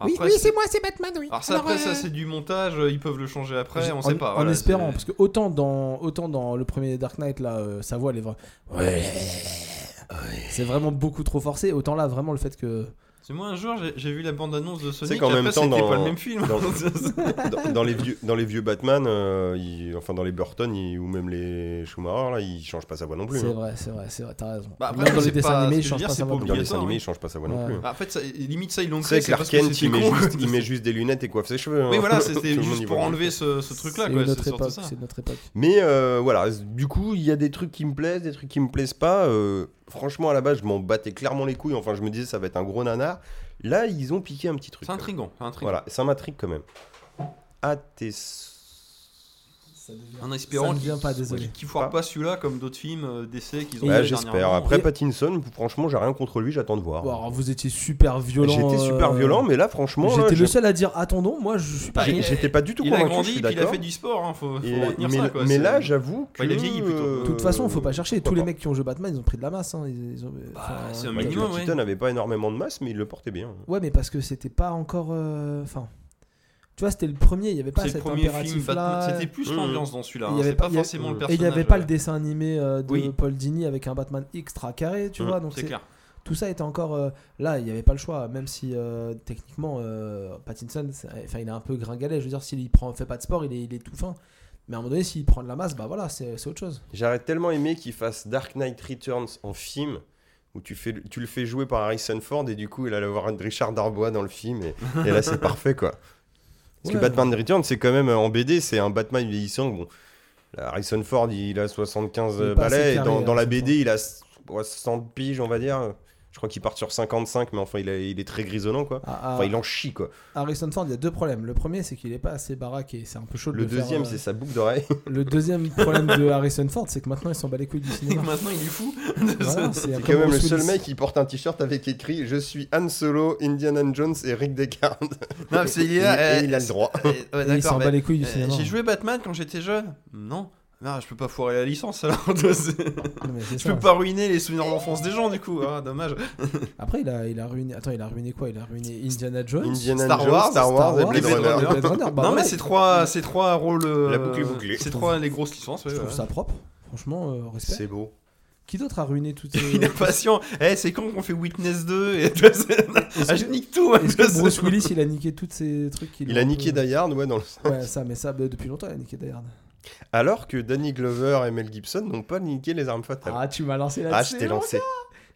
Speaker 4: Oui,
Speaker 3: Après,
Speaker 4: oui,
Speaker 3: c'est-
Speaker 4: c'est moi, c'est Batman, oui.
Speaker 3: Alors ça,
Speaker 4: Alors,
Speaker 3: après,
Speaker 4: euh,
Speaker 3: ça c'est du montage, euh, ils peuvent le changer après,
Speaker 2: J'ai-
Speaker 3: on
Speaker 2: en,
Speaker 3: sait pas.
Speaker 2: En
Speaker 3: voilà,
Speaker 2: espérant,
Speaker 3: c'est-
Speaker 2: parce que autant dans, autant dans le premier Dark Knight, là, euh, sa voix, elle est vraie. C'est vraiment beaucoup trop forcé. Autant là, vraiment, le fait que.
Speaker 3: C'est moi un jour, j'ai- j'ai vu la bande-annonce de Sonic,
Speaker 1: qu'en
Speaker 3: après,
Speaker 1: même temps,
Speaker 3: c'était
Speaker 1: dans-
Speaker 3: pas le même film.
Speaker 1: dans- dans, dans les vieux, dans les vieux Batman, euh, il- enfin dans les Burton il- ou même les Schumacher, là, ils changent pas sa voix non plus.
Speaker 2: C'est
Speaker 1: hein.
Speaker 2: vrai, c'est vrai, c'est vrai, t'as raison.
Speaker 3: Bah, après,
Speaker 2: Même dans
Speaker 3: c'est
Speaker 2: les dessins
Speaker 3: pas-
Speaker 2: animés,
Speaker 3: ce que je veux
Speaker 2: je change
Speaker 3: dire,
Speaker 2: pas
Speaker 3: c'est
Speaker 2: sa voix.
Speaker 3: pour
Speaker 1: Dans les
Speaker 3: obligatoire,
Speaker 1: dessins animés,
Speaker 3: oui.
Speaker 1: ils changent pas sa voix non
Speaker 2: Ouais.
Speaker 1: plus. hein.
Speaker 3: Bah, en fait, ça- limite ça, ils l'ont
Speaker 1: Tu sais,
Speaker 3: créé.
Speaker 1: Clark
Speaker 3: parce que
Speaker 1: Kent,
Speaker 3: c'était
Speaker 1: il met,
Speaker 3: con,
Speaker 1: juste,
Speaker 3: quoi.
Speaker 1: il met juste des lunettes et coiffe ses cheveux. hein.
Speaker 3: Oui, voilà,
Speaker 1: Tout le
Speaker 3: c'était
Speaker 1: monde y
Speaker 3: juste pour
Speaker 1: voit. hein.
Speaker 3: enlever ce, ce truc-là,
Speaker 2: C'est
Speaker 3: quoi.
Speaker 2: une autre
Speaker 3: C'est surtout
Speaker 2: époque,
Speaker 3: ça.
Speaker 2: c'est notre époque.
Speaker 1: Mais euh, voilà, c- du coup, il y a des trucs qui me plaisent, des trucs qui me plaisent pas. Euh, franchement, à la base, je m'en battais clairement les couilles. Enfin, je me disais, ça va être un gros nanar. Là, ils ont piqué un petit truc.
Speaker 3: C'est intriguant. c'est intriguant.
Speaker 1: Voilà, ça m'intrigue quand même. À tes.
Speaker 3: Un espérant
Speaker 2: Ça ne
Speaker 3: qui-
Speaker 2: vient pas, désolé.
Speaker 3: qui- qui foire pas celui-là comme d'autres films euh, d'essai qu'ils ont
Speaker 1: Bah,
Speaker 3: fait
Speaker 1: j'espère.
Speaker 3: dernièrement.
Speaker 1: Après,
Speaker 2: Et-
Speaker 1: Pattinson, franchement, j'ai rien contre lui, j'attends de voir.
Speaker 2: Bon, alors, vous étiez super violent.
Speaker 1: Oh. J'étais super
Speaker 2: euh,
Speaker 1: violent, mais là, franchement, là,
Speaker 2: J'étais le
Speaker 1: j'ai-
Speaker 2: seul à dire attendons, moi je suis pas.
Speaker 3: Bah,
Speaker 1: j'ai-
Speaker 3: il-
Speaker 1: j'étais pas du tout
Speaker 3: Il a
Speaker 1: convaincu. je
Speaker 3: grandi,
Speaker 1: suis
Speaker 3: puis il a
Speaker 1: d'accord.
Speaker 3: fait du sport, hein, faut, faut
Speaker 1: Et-
Speaker 3: retenir
Speaker 1: mais,
Speaker 3: ça. Quoi,
Speaker 1: mais
Speaker 3: c'est-
Speaker 1: là, j'avoue que.
Speaker 3: Enfin, il a vieilli, plutôt.
Speaker 1: euh,
Speaker 2: De toute façon, faut pas chercher. Tous les
Speaker 1: pas.
Speaker 2: mecs qui ont joué Batman, ils ont pris de la masse. hein. Ils- ils ont- enfin,
Speaker 3: Bah,
Speaker 2: euh,
Speaker 3: c'est un
Speaker 1: Michael
Speaker 3: minimum, ouais.
Speaker 1: Keaton n'avait pas énormément de masse, mais il le portait bien.
Speaker 2: Ouais, mais parce que c'était pas encore. euh, Enfin, tu vois, c'était le premier. Il y avait pas
Speaker 3: c'est le
Speaker 2: cet
Speaker 3: premier film Batman.
Speaker 2: impératif-là.
Speaker 3: C'était plus
Speaker 1: Mmh.
Speaker 3: l'ambiance dans celui-là.
Speaker 2: Il y
Speaker 3: hein,
Speaker 2: avait
Speaker 3: C'est
Speaker 2: pas-
Speaker 3: pas
Speaker 2: il y a-
Speaker 3: forcément le
Speaker 2: Et
Speaker 3: personnage.
Speaker 2: il n'y avait pas le
Speaker 3: ouais.
Speaker 2: dessin animé euh, de
Speaker 3: Oui. Mmh.
Speaker 2: Paul Dini avec un Batman extra carré, tu
Speaker 1: Mm,
Speaker 2: vois. Donc
Speaker 3: C'est
Speaker 2: c'est-
Speaker 3: clair.
Speaker 2: tout ça était encore euh, là. Il n'y avait pas le choix, même si euh, techniquement euh, Pattinson, c'est- enfin, il est un peu gringalet. Je veux dire, s'il y prend, fait pas de sport, il est, il est tout fin. Mais à un moment donné, s'il prend de la masse, bah voilà, c'est c'est autre chose.
Speaker 1: J'aurais tellement aimé qu'il fasse Dark Knight Returns en film où tu, fais, tu le fais jouer par Harrison Ford et du coup il allait avoir Richard Darbois dans le film et, et là c'est parfait quoi. Parce
Speaker 2: Ouais.
Speaker 1: que Batman Returns c'est quand même euh, en BD c'est un Batman vieillissant. Bon, là, Harrison Ford il a 75
Speaker 2: Il est
Speaker 1: euh,
Speaker 2: pas assez
Speaker 1: balais et
Speaker 2: carré, hein,
Speaker 1: dans, dans la
Speaker 2: Harrison
Speaker 1: BD il a 60 piges on va dire. Je crois qu'il part sur 55 mais enfin il, a- il est très grisonnant quoi.
Speaker 2: À- à-
Speaker 1: Enfin il en chie quoi.
Speaker 2: Harrison Ford, il y a deux problèmes. Le premier, c'est qu'il est pas assez baraque et c'est un peu chaud de
Speaker 1: Le
Speaker 2: le faire,
Speaker 1: deuxième
Speaker 2: euh,
Speaker 1: c'est sa boucle d'oreille.
Speaker 2: Le deuxième problème de Harrison Ford, c'est que maintenant, ils s'en bat les couilles du cinéma.
Speaker 3: Maintenant, il est fou.
Speaker 2: Voilà,
Speaker 1: C'est quand même le seul mec qui porte un t-shirt avec écrit Je suis Han Solo, Indiana Jones et Rick Deckard.
Speaker 3: Non, c'est
Speaker 1: Et- et il a le droit.
Speaker 3: Eh, ouais,
Speaker 2: Et il hein.
Speaker 3: d'accord,
Speaker 2: s'en
Speaker 3: mais,
Speaker 2: bat les
Speaker 1: eh,
Speaker 2: couilles du
Speaker 3: euh,
Speaker 2: cinéma.
Speaker 3: J'ai joué Batman quand j'étais jeune. Non. Non, je peux pas foirer la licence alors. je
Speaker 2: Non, mais c'est ça.
Speaker 3: peux pas ruiner les souvenirs d'enfance des gens du coup. Ah, dommage.
Speaker 2: Bah, Après, il a, il a ruiné. Attends, il a ruiné quoi Il a ruiné Indiana Jones.
Speaker 1: Indiana
Speaker 3: Star
Speaker 1: Jones,
Speaker 3: Wars,
Speaker 1: Star Wars,
Speaker 2: Star Wars,
Speaker 1: et Blade Runner.
Speaker 2: Blade Runner, bah
Speaker 3: non,
Speaker 2: voilà,
Speaker 3: mais c'est trois, c'est trois rôles. euh,
Speaker 1: La boucle est bouclée.
Speaker 3: C'est trois les grosses licences. ouais,
Speaker 2: Je trouve
Speaker 3: ouais.
Speaker 2: ça propre. Franchement, euh, respect.
Speaker 1: C'est beau.
Speaker 2: Qui d'autre a ruiné toutes ces.
Speaker 3: Il est patient. Eh, c'est quand qu'on fait Witness 2 et tout ça.
Speaker 2: Est-ce
Speaker 3: Ah, je
Speaker 2: que-
Speaker 3: nique tout. hein,
Speaker 2: est-ce
Speaker 3: je
Speaker 2: que
Speaker 3: sais.
Speaker 2: Bruce Willis, il a niqué tous ces trucs qu'il
Speaker 1: Il a niqué
Speaker 2: d'ailleurs.
Speaker 1: Die Hard, ouais, dans le...
Speaker 2: Ouais, ça, mais ça, bah, depuis longtemps, il a niqué d'ailleurs.
Speaker 1: Alors que Danny Glover et Mel Gibson n'ont pas niqué les armes fatales.
Speaker 2: Ah, tu m'as lancé
Speaker 1: Ah,
Speaker 2: là
Speaker 1: je t'ai lancé.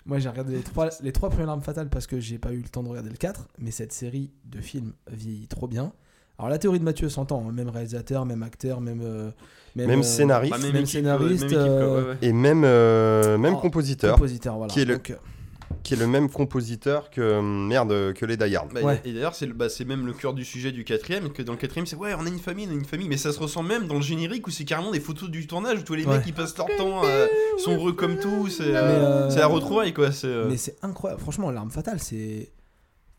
Speaker 2: Moi, j'ai regardé les trois, les trois premières Larmes Fatales parce que j'ai pas eu le temps de regarder le 4, mais cette série de films vieillit trop bien. Alors, la théorie de Mathieu s'entend, hein, même réalisateur, même acteur, même. euh,
Speaker 1: Même
Speaker 2: euh,
Speaker 1: scénariste.
Speaker 3: Bah,
Speaker 2: même,
Speaker 3: équipe,
Speaker 2: scénariste,
Speaker 3: même équipe, quoi,
Speaker 2: euh,
Speaker 3: ouais, ouais.
Speaker 1: Et même, euh, même
Speaker 2: Oh,
Speaker 1: compositeur,
Speaker 2: compositeur, voilà.
Speaker 1: Qui est le-
Speaker 2: Donc, euh,
Speaker 1: qui est le même compositeur que, euh, merde, que les Die Hard.
Speaker 3: Bah,
Speaker 2: Ouais.
Speaker 3: Et d'ailleurs, c'est le- bah, c'est même le cœur du sujet du quatrième, que dans le quatrième, c'est ouais, on a une famille, on a une famille, mais ça se ressent même dans le générique où c'est carrément des photos du tournage où tous les
Speaker 2: Ouais.
Speaker 3: mecs ils passent leur temps, euh, ils sont heureux comme tout, c'est
Speaker 2: Mais, euh,
Speaker 3: euh, c'est à retrouvaille quoi. c'est, euh,
Speaker 2: Mais c'est incroyable. Franchement, l'arme fatale, c'est.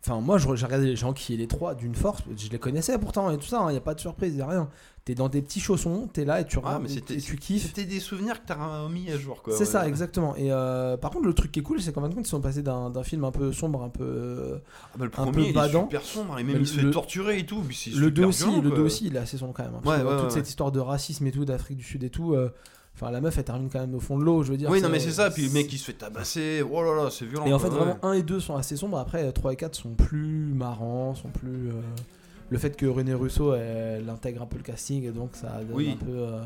Speaker 2: Enfin, moi, je- j'ai regardé les gens qui, les trois, d'une force. Je les connaissais pourtant et tout ça. Il n'y a pas de surprise, il a rien. T'es dans des petits chaussons, t'es là et tu regardes
Speaker 3: Ah, mais
Speaker 2: et
Speaker 3: c'était-
Speaker 2: tu- et tu kiffes.
Speaker 3: C'était des souvenirs que t'as remis à jour quoi.
Speaker 2: C'est
Speaker 3: ouais.
Speaker 2: ça, exactement. Et euh, par contre, le truc qui est cool, c'est qu'en fin de compte, ils sont passés d'un d'un film un peu sombre, un peu. euh,
Speaker 3: Ah, bah, le
Speaker 2: Un peu
Speaker 3: premier il est
Speaker 2: badant.
Speaker 3: super sombre hein, et même
Speaker 2: Mais
Speaker 3: il se
Speaker 2: le-
Speaker 3: fait torturer et tout. puis c'est
Speaker 2: Le 2
Speaker 3: super
Speaker 2: aussi,
Speaker 3: violent,
Speaker 2: le
Speaker 3: quoi.
Speaker 2: 2 aussi, il est assez sombre quand même. hein, parce
Speaker 3: Ouais,
Speaker 2: que,
Speaker 3: ouais,
Speaker 2: toute
Speaker 3: ouais.
Speaker 2: cette histoire de racisme et tout, d'Afrique du Sud et tout. euh, Enfin, la meuf, elle termine quand même au fond de l'eau, je veux dire.
Speaker 3: Oui, non, mais c'est ça. Puis le mec il se fait tabasser, oh là là, c'est violent.
Speaker 2: Et en
Speaker 3: quoi,
Speaker 2: fait,
Speaker 3: ouais.
Speaker 2: vraiment, 1 et 2 sont assez sombres. Après, 3 et 4 sont plus marrants, sont plus. euh, Le fait que René Russo, elle, intègre un peu le casting, et donc ça donne
Speaker 3: Oui.
Speaker 2: un peu. euh,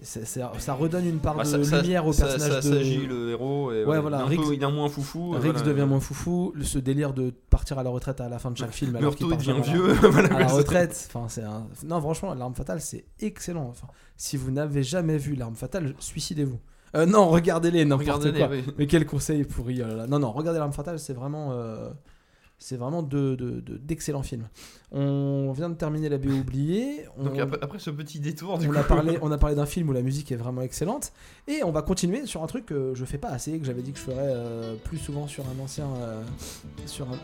Speaker 2: c'est- c'est- ça redonne une part
Speaker 3: Bah,
Speaker 2: de lumière au
Speaker 3: ça-
Speaker 2: personnage
Speaker 3: ça
Speaker 2: de.
Speaker 3: s'agit le héros. Et,
Speaker 2: Ouais, voilà,
Speaker 3: il est un
Speaker 2: Riggs-
Speaker 3: peu- il est un moins foufou. et
Speaker 2: Riggs
Speaker 3: voilà.
Speaker 2: devient moins foufou. le- Ce délire de partir à la retraite à la fin de chaque film. alors qu'il
Speaker 3: Meurtho il
Speaker 2: part
Speaker 3: devient
Speaker 2: jamais à la-
Speaker 3: vieux. voilà,
Speaker 2: À la
Speaker 3: quoi, ça-
Speaker 2: retraite. Enfin, c'est un... Non, franchement, L'arme fatale, c'est excellent. Enfin, si vous n'avez jamais vu L'arme fatale, suicidez-vous. Euh, non, regardez-les, n'importe
Speaker 3: Regardez-les,
Speaker 2: quoi.
Speaker 3: oui.
Speaker 2: Mais quel conseil pourri. oh là là. Non, non, regardez l'arme fatale, c'est vraiment. euh, C'est vraiment deux- deux- deux- d'excellents films. On vient de terminer La Baie oubliée. On,
Speaker 3: Donc après, après ce petit détour, du
Speaker 2: on
Speaker 3: coup,
Speaker 2: a parlé, on a parlé d'un film où la musique est vraiment excellente. Et on va continuer sur un truc que je fais pas assez, que j'avais dit que je ferais euh, plus souvent sur un ancien. euh, sur un...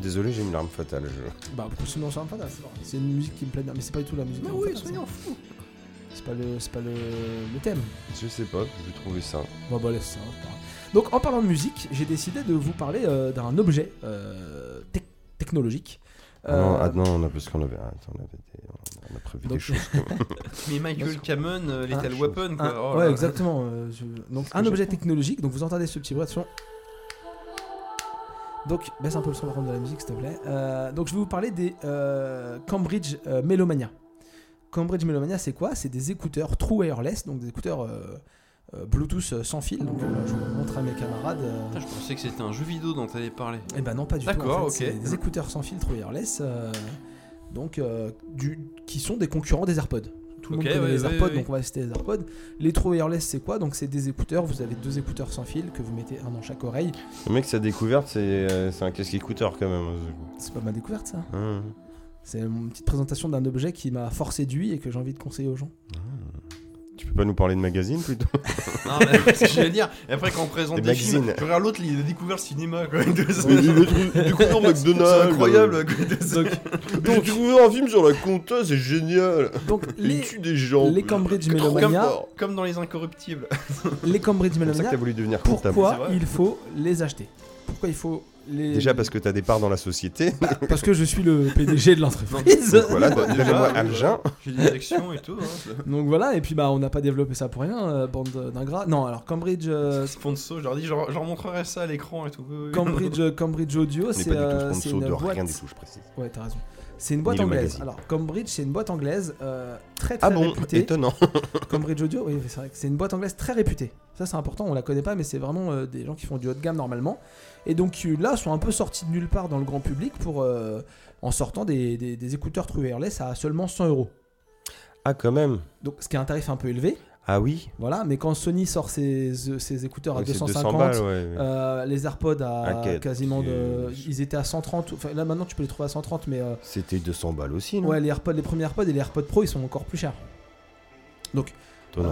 Speaker 1: Désolé, j'ai une larme fatale. je-
Speaker 2: Bah, plus souvent sur un Fanta, c'est bon. C'est une musique qui me plaît bien, mais c'est pas du tout la musique.
Speaker 3: Mais
Speaker 2: d'un
Speaker 3: oui,
Speaker 2: Fanta, ça.
Speaker 3: soyons fous.
Speaker 2: C'est pas le, c'est pas le, le thème.
Speaker 1: Je sais pas, j'ai trouvé ça.
Speaker 2: Bon, bah, laisse ça. c'est pas grave. Donc, en parlant de musique, j'ai décidé de vous parler euh, d'un objet euh, tec- technologique.
Speaker 1: Ah non,
Speaker 2: Euh,
Speaker 1: ah non, on a parce qu'on avait, ah, attends, on avait des- on a prévu
Speaker 2: donc-
Speaker 1: des choses.
Speaker 3: Mais Michael Cameron, euh, Lethal
Speaker 1: Un-
Speaker 3: Weapon, quoi.
Speaker 2: un-
Speaker 3: Oh là
Speaker 2: Ah, ouais,
Speaker 3: là.
Speaker 2: exactement. euh, je- donc,
Speaker 1: C'est ce
Speaker 2: un
Speaker 1: que
Speaker 2: objet technologique. Donc, vous entendez ce petit bruit. Attention. Donc, baisse un peu le son par contre, de la musique, s'il te plaît. Euh, donc, je vais vous parler des euh, Cambridge euh, Melomania. Cambridge Melomania, c'est quoi C'est des écouteurs true wireless, donc des écouteurs euh, euh, Bluetooth euh, sans fil. Donc, euh, je vous le montre à mes camarades. euh,
Speaker 3: Putain, je pensais que c'était un jeu vidéo dont t'avais parlé.
Speaker 2: Eh ben non, pas du tout.
Speaker 3: D'accord,
Speaker 2: en fait.
Speaker 3: ok.
Speaker 2: C'est Des écouteurs sans filtre wireless, euh, donc euh, du, qui sont des concurrents des AirPods. Tout le
Speaker 3: Ok,
Speaker 2: monde connaît
Speaker 3: ouais,
Speaker 2: les
Speaker 3: ouais,
Speaker 2: AirPods,
Speaker 3: ouais,
Speaker 2: donc on va citer les AirPods. Les true wireless, c'est quoi Donc c'est des écouteurs. Vous avez deux écouteurs sans fil que vous mettez un dans chaque oreille.
Speaker 1: Le mec, sa découverte, c'est euh, c'est un casque écouteur quand même.
Speaker 2: C'est pas ma découverte ça.
Speaker 1: Hein.
Speaker 2: C'est une petite présentation d'un objet qui m'a fort séduit et que j'ai envie de conseiller aux gens.
Speaker 1: Tu peux pas nous parler de magazine plutôt
Speaker 3: Non, Ah, mais ce que je veux dire, et après quand on présente
Speaker 1: Des
Speaker 3: des, films,
Speaker 1: magazines.
Speaker 3: je regarde l'autre, il a découvert le cinéma, quoi. Du coup,
Speaker 1: découvert
Speaker 3: C'est incroyable, quoi.
Speaker 1: J'ai découvert un film sur la compta, c'est génial
Speaker 2: Donc les,
Speaker 1: des gens
Speaker 2: les Cambridge
Speaker 3: Comme,
Speaker 2: Melomania,
Speaker 3: comme dans Les Incorruptibles.
Speaker 2: les Cambridge
Speaker 1: C'est comme ça que
Speaker 2: Melomania.
Speaker 1: t'as voulu devenir comptable.
Speaker 3: c'est
Speaker 2: Pourquoi
Speaker 3: vrai.
Speaker 2: il faut les acheter Pourquoi il faut les
Speaker 1: Déjà parce que t'as des parts dans la société.
Speaker 2: parce que je suis le PDG de l'entreprise.
Speaker 1: Donc voilà,
Speaker 3: Bah, déjà,
Speaker 1: donnez-moi
Speaker 3: oui,
Speaker 1: Algin.
Speaker 3: J'ai des actions et tout. Hein.
Speaker 2: Donc voilà, et puis bah on n'a pas développé ça pour rien, euh, bande d'ingrats. Non, alors Cambridge, euh,
Speaker 3: Sponso, je leur dis, je leur je leur montrerai ça à l'écran et tout. Oui, oui.
Speaker 2: Cambridge, euh, Cambridge Audio,
Speaker 1: On n'est
Speaker 2: c'est
Speaker 1: pas du
Speaker 2: euh,
Speaker 1: tout
Speaker 2: c'est
Speaker 1: sponsor
Speaker 2: une
Speaker 1: de
Speaker 2: boîte.
Speaker 1: rien du tout, je précise.
Speaker 2: Ouais, t'as raison. C'est une boîte
Speaker 1: Ni le
Speaker 2: anglaise.
Speaker 1: magazine.
Speaker 2: Alors Cambridge, c'est une boîte anglaise euh, très très
Speaker 1: Ah bon,
Speaker 2: réputée.
Speaker 1: étonnant.
Speaker 2: Cambridge Audio, oui, c'est vrai que c'est une boîte anglaise très réputée. Ça, c'est important, on la connaît pas, mais c'est vraiment euh, des gens qui font du haut de gamme normalement. Et donc, qui, là, sont un peu sortis de nulle part dans le grand public pour, euh, en sortant des, des- des écouteurs True Wireless à seulement 100 euros.
Speaker 1: Ah quand même.
Speaker 2: Donc, ce qui est un tarif un peu élevé,
Speaker 1: Ah oui.
Speaker 2: voilà. Mais quand Sony sort ses, euh, ses écouteurs à
Speaker 1: Ouais, c'est
Speaker 2: 250,
Speaker 1: 200 balles, ouais.
Speaker 2: euh, les AirPods à
Speaker 1: Ah, quel-
Speaker 2: quasiment de,
Speaker 1: c'est-
Speaker 2: ils étaient à 130. Enfin, là maintenant tu peux les trouver à 130, mais euh,
Speaker 1: C'était 200 balles aussi, non
Speaker 2: ouais les AirPods, les premiers AirPods et les AirPods Pro ils sont encore plus chers.
Speaker 1: Étonnant.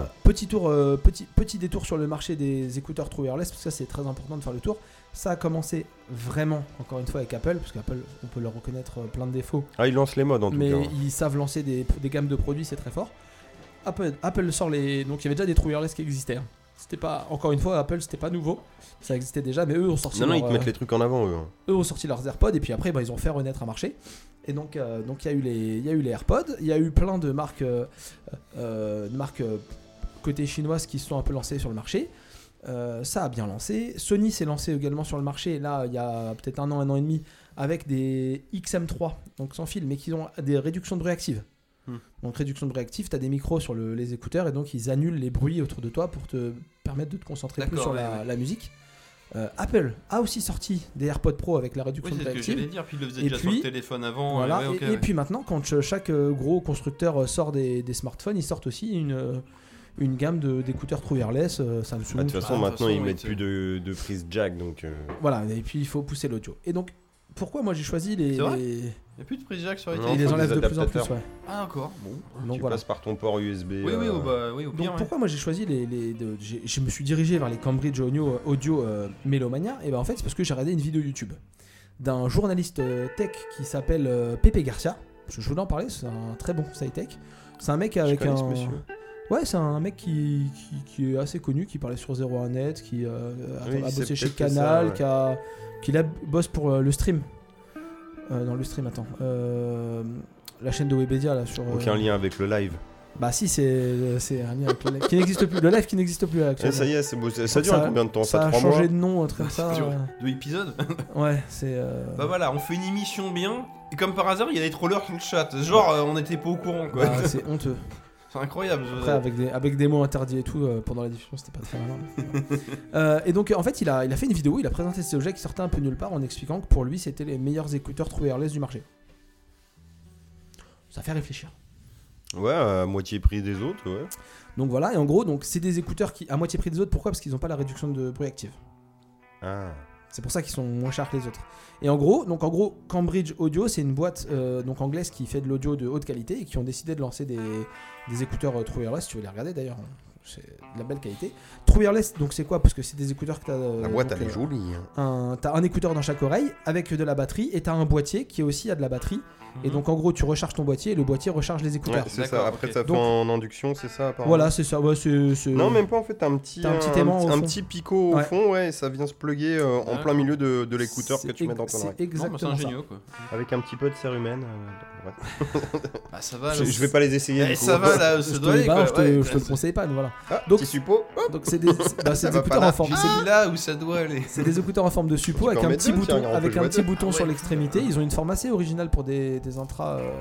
Speaker 2: Euh, petit tour, euh, petit petit détour sur le marché des écouteurs True Wireless parce que ça c'est très important de faire le tour. Ça a commencé vraiment encore une fois avec Apple parce qu'Apple on peut leur reconnaître euh, plein de défauts,
Speaker 1: Ah, ils lancent les modes en tout
Speaker 2: mais
Speaker 1: cas.
Speaker 2: ils savent lancer des, des gammes de produits c'est très fort. Apple, Apple sort les donc il y avait déjà des True Wireless qui existaient. hein. C'était pas encore une fois Apple c'était pas nouveau, ça existait déjà mais eux ont sorti
Speaker 1: Non, non,
Speaker 2: leur,
Speaker 1: ils te
Speaker 2: euh,
Speaker 1: mettent les trucs en avant, eux. hein.
Speaker 2: eux ont sorti leurs AirPods et puis après bah, ils ont fait renaître un marché. Et donc euh, donc il y a eu les il y a eu les AirPods, il y a eu plein de marques euh, euh, de marques euh, côté chinoise qui se sont un peu lancées sur le marché. Euh, ça a bien lancé. Sony s'est lancé également sur le marché là il y a peut-être un an un an et demi avec des XM3 donc sans fil mais qui ont des réductions de bruit actives.
Speaker 3: Hmm.
Speaker 2: Donc réduction de bruit active, t'as des micros sur le- les écouteurs et donc ils annulent les bruits autour de toi pour te permettre de te concentrer plus
Speaker 3: D'accord,
Speaker 2: sur
Speaker 3: ouais,
Speaker 2: la,
Speaker 3: ouais.
Speaker 2: la musique. Euh, Apple a aussi sorti des AirPods Pro avec la
Speaker 3: Oui,
Speaker 2: réduction
Speaker 3: c'est
Speaker 2: de
Speaker 3: ce
Speaker 2: bruit
Speaker 3: que
Speaker 2: active.
Speaker 3: j'allais dire, puis ils le faisaient
Speaker 2: Et
Speaker 3: déjà sur
Speaker 2: puis-
Speaker 3: le téléphone avant.
Speaker 2: Voilà.
Speaker 3: ouais, ouais, ok,
Speaker 2: et, et
Speaker 3: ouais.
Speaker 2: puis maintenant, quand ch- chaque euh, gros constructeur euh, sort des, des smartphones, ils sortent aussi une, euh, une gamme de- d'écouteurs True Wireless. euh, Samsung.
Speaker 1: Ah, De toute façon,
Speaker 3: Bah, de toute
Speaker 1: maintenant,
Speaker 3: façon,
Speaker 1: ils
Speaker 3: oui,
Speaker 1: mettent
Speaker 3: c'est-
Speaker 1: plus de, de prise jack, donc. euh,
Speaker 2: Voilà, et puis il faut pousser l'audio. Et donc, pourquoi moi j'ai choisi les.
Speaker 3: C'est vrai
Speaker 2: les-
Speaker 3: Y a plus de prise jack sur les
Speaker 1: Non,
Speaker 2: ils
Speaker 3: téléphones.
Speaker 1: faut
Speaker 2: les
Speaker 1: des
Speaker 2: enlèvent de plus en plus,
Speaker 1: adaptateurs.
Speaker 2: ouais.
Speaker 3: Ah, encore Bon.
Speaker 2: Donc
Speaker 1: tu
Speaker 2: voilà.
Speaker 1: passes par ton port USB.
Speaker 3: Oui, oui,
Speaker 1: euh,
Speaker 3: au, bah, oui, au
Speaker 2: Donc
Speaker 3: pire. ouais.
Speaker 2: pourquoi moi j'ai choisi les, les de- j'ai- je me suis dirigé vers les Cambridge Audio, Audio euh, Melomania et ben en fait c'est parce que j'ai regardé une vidéo YouTube d'un journaliste euh, tech qui s'appelle euh, Pepe Garcia. Je, je voulais en parler, c'est un très bon conseil tech. C'est un mec
Speaker 1: je
Speaker 2: avec
Speaker 1: connais
Speaker 2: un
Speaker 1: ce monsieur.
Speaker 2: ouais c'est un mec qui, qui, qui est assez connu, qui parlait sur 01net, qui euh, a-
Speaker 1: Oui,
Speaker 2: a,
Speaker 1: c'est
Speaker 2: bossé chez
Speaker 1: peut-être ça,
Speaker 2: Canal,
Speaker 1: ouais.
Speaker 2: qui a qui là, bosse pour euh, le stream. Euh, dans le stream attends. Euh, la chaîne de Webedia là sur euh,
Speaker 1: Aucun lien avec le live.
Speaker 2: bah si, c'est c'est un lien avec le live qui n'existe plus. Le live qui n'existe plus là,
Speaker 1: Eh,
Speaker 2: actuellement.
Speaker 1: ça y est, c'est beau. Ça, ça dure
Speaker 2: Ça-
Speaker 1: combien de temps
Speaker 2: ça
Speaker 1: Ça,
Speaker 2: a
Speaker 1: 3
Speaker 2: changé
Speaker 1: mois
Speaker 2: de nom, un truc comme ça.
Speaker 3: Sur Deux épisodes
Speaker 2: Ouais, c'est. euh,
Speaker 3: Bah voilà, on fait une émission bien, et comme par hasard, il y a des trollers sur le chat. Genre, euh, on était pas au courant, quoi.
Speaker 2: bah, c'est honteux.
Speaker 3: C'est incroyable. je-
Speaker 2: Après, avec des, avec des mots interdits et tout, euh, pendant la diffusion, c'était pas très malin. Euh, et donc, euh, en fait, il a, il a fait une vidéo, il a présenté cet objet qui sortait un peu nulle part en expliquant que pour lui, c'était les meilleurs écouteurs trouvés wireless du marché. Ça fait réfléchir.
Speaker 1: Ouais, à moitié prix des autres, ouais.
Speaker 2: Donc voilà, et en gros, donc c'est des écouteurs qui, à moitié prix des autres, pourquoi Parce qu'ils n'ont pas la réduction de bruit active.
Speaker 1: Ah.
Speaker 2: C'est pour ça qu'ils sont moins chers que les autres. Et en gros, donc en gros, Cambridge Audio, c'est une boîte euh, donc anglaise qui fait de l'audio de haute qualité et qui ont décidé de lancer des, des écouteurs euh, True Wireless. Si tu veux les regarder d'ailleurs, hein. c'est de la belle qualité. True Wireless, donc c'est quoi Parce que c'est des écouteurs que t'as. euh,
Speaker 1: La boîte,
Speaker 2: donc,
Speaker 1: elle est
Speaker 2: euh,
Speaker 1: jolie. hein.
Speaker 2: un- T'as un écouteur dans chaque oreille avec de la batterie et t'as un boîtier qui aussi a de la batterie. Et donc en gros, tu recharges ton boîtier et le boîtier recharge les
Speaker 1: Mhm. Ouais,
Speaker 2: écouteurs.
Speaker 1: c'est
Speaker 3: D'accord,
Speaker 1: ça. Après,
Speaker 3: ok.
Speaker 1: ça fait
Speaker 2: Donc-
Speaker 1: en induction, c'est ça apparemment.
Speaker 2: voilà, c'est ça. Ouais, c'est- c'est-
Speaker 1: Non, même pas en fait, t'as un petit,
Speaker 2: T'as un petit
Speaker 1: un-
Speaker 2: aimant au
Speaker 1: un
Speaker 2: fond.
Speaker 1: petit picot au
Speaker 2: Ouais.
Speaker 1: fond, ouais, et ça vient se plugger euh, en plein milieu de, de l'écouteur que
Speaker 2: c'est
Speaker 1: tu mets dans
Speaker 2: ex-
Speaker 1: ton
Speaker 2: c'est
Speaker 1: oreille.
Speaker 3: Non, mais c'est
Speaker 2: Exactement. ça.
Speaker 3: ingénieux quoi.
Speaker 1: Avec un petit peu de serre humaine. euh, ouais.
Speaker 3: Bah ça va.
Speaker 1: je,
Speaker 3: là,
Speaker 1: je vais pas les essayer.
Speaker 3: Eh,
Speaker 1: du coup.
Speaker 3: ça va là,
Speaker 2: Je
Speaker 3: ça
Speaker 2: te,
Speaker 3: doit aller
Speaker 2: bah
Speaker 3: quoi.
Speaker 2: non, je te-
Speaker 3: ouais,
Speaker 2: je te le
Speaker 3: ça-
Speaker 2: conseille pas, mais voilà.
Speaker 1: Ah,
Speaker 2: Donc-
Speaker 1: petit suppôt. hop,
Speaker 2: Donc c'est des, c'est- bah, c'est des
Speaker 1: va
Speaker 2: écouteurs
Speaker 1: pas
Speaker 2: en forme.
Speaker 3: C'est là où ça doit aller.
Speaker 2: C'est des écouteurs en forme de
Speaker 1: Tu
Speaker 2: suppôt
Speaker 1: peux
Speaker 2: avec
Speaker 1: en
Speaker 2: un
Speaker 1: mettre
Speaker 2: petit
Speaker 1: deux, tiens,
Speaker 2: bouton,
Speaker 1: on peut
Speaker 2: avec
Speaker 1: jouer
Speaker 2: un
Speaker 1: à
Speaker 2: petit
Speaker 1: deux.
Speaker 2: bouton
Speaker 3: Ah
Speaker 2: sur
Speaker 3: ouais.
Speaker 2: l'extrémité. Ils ont une forme assez originale pour des, des intras, euh,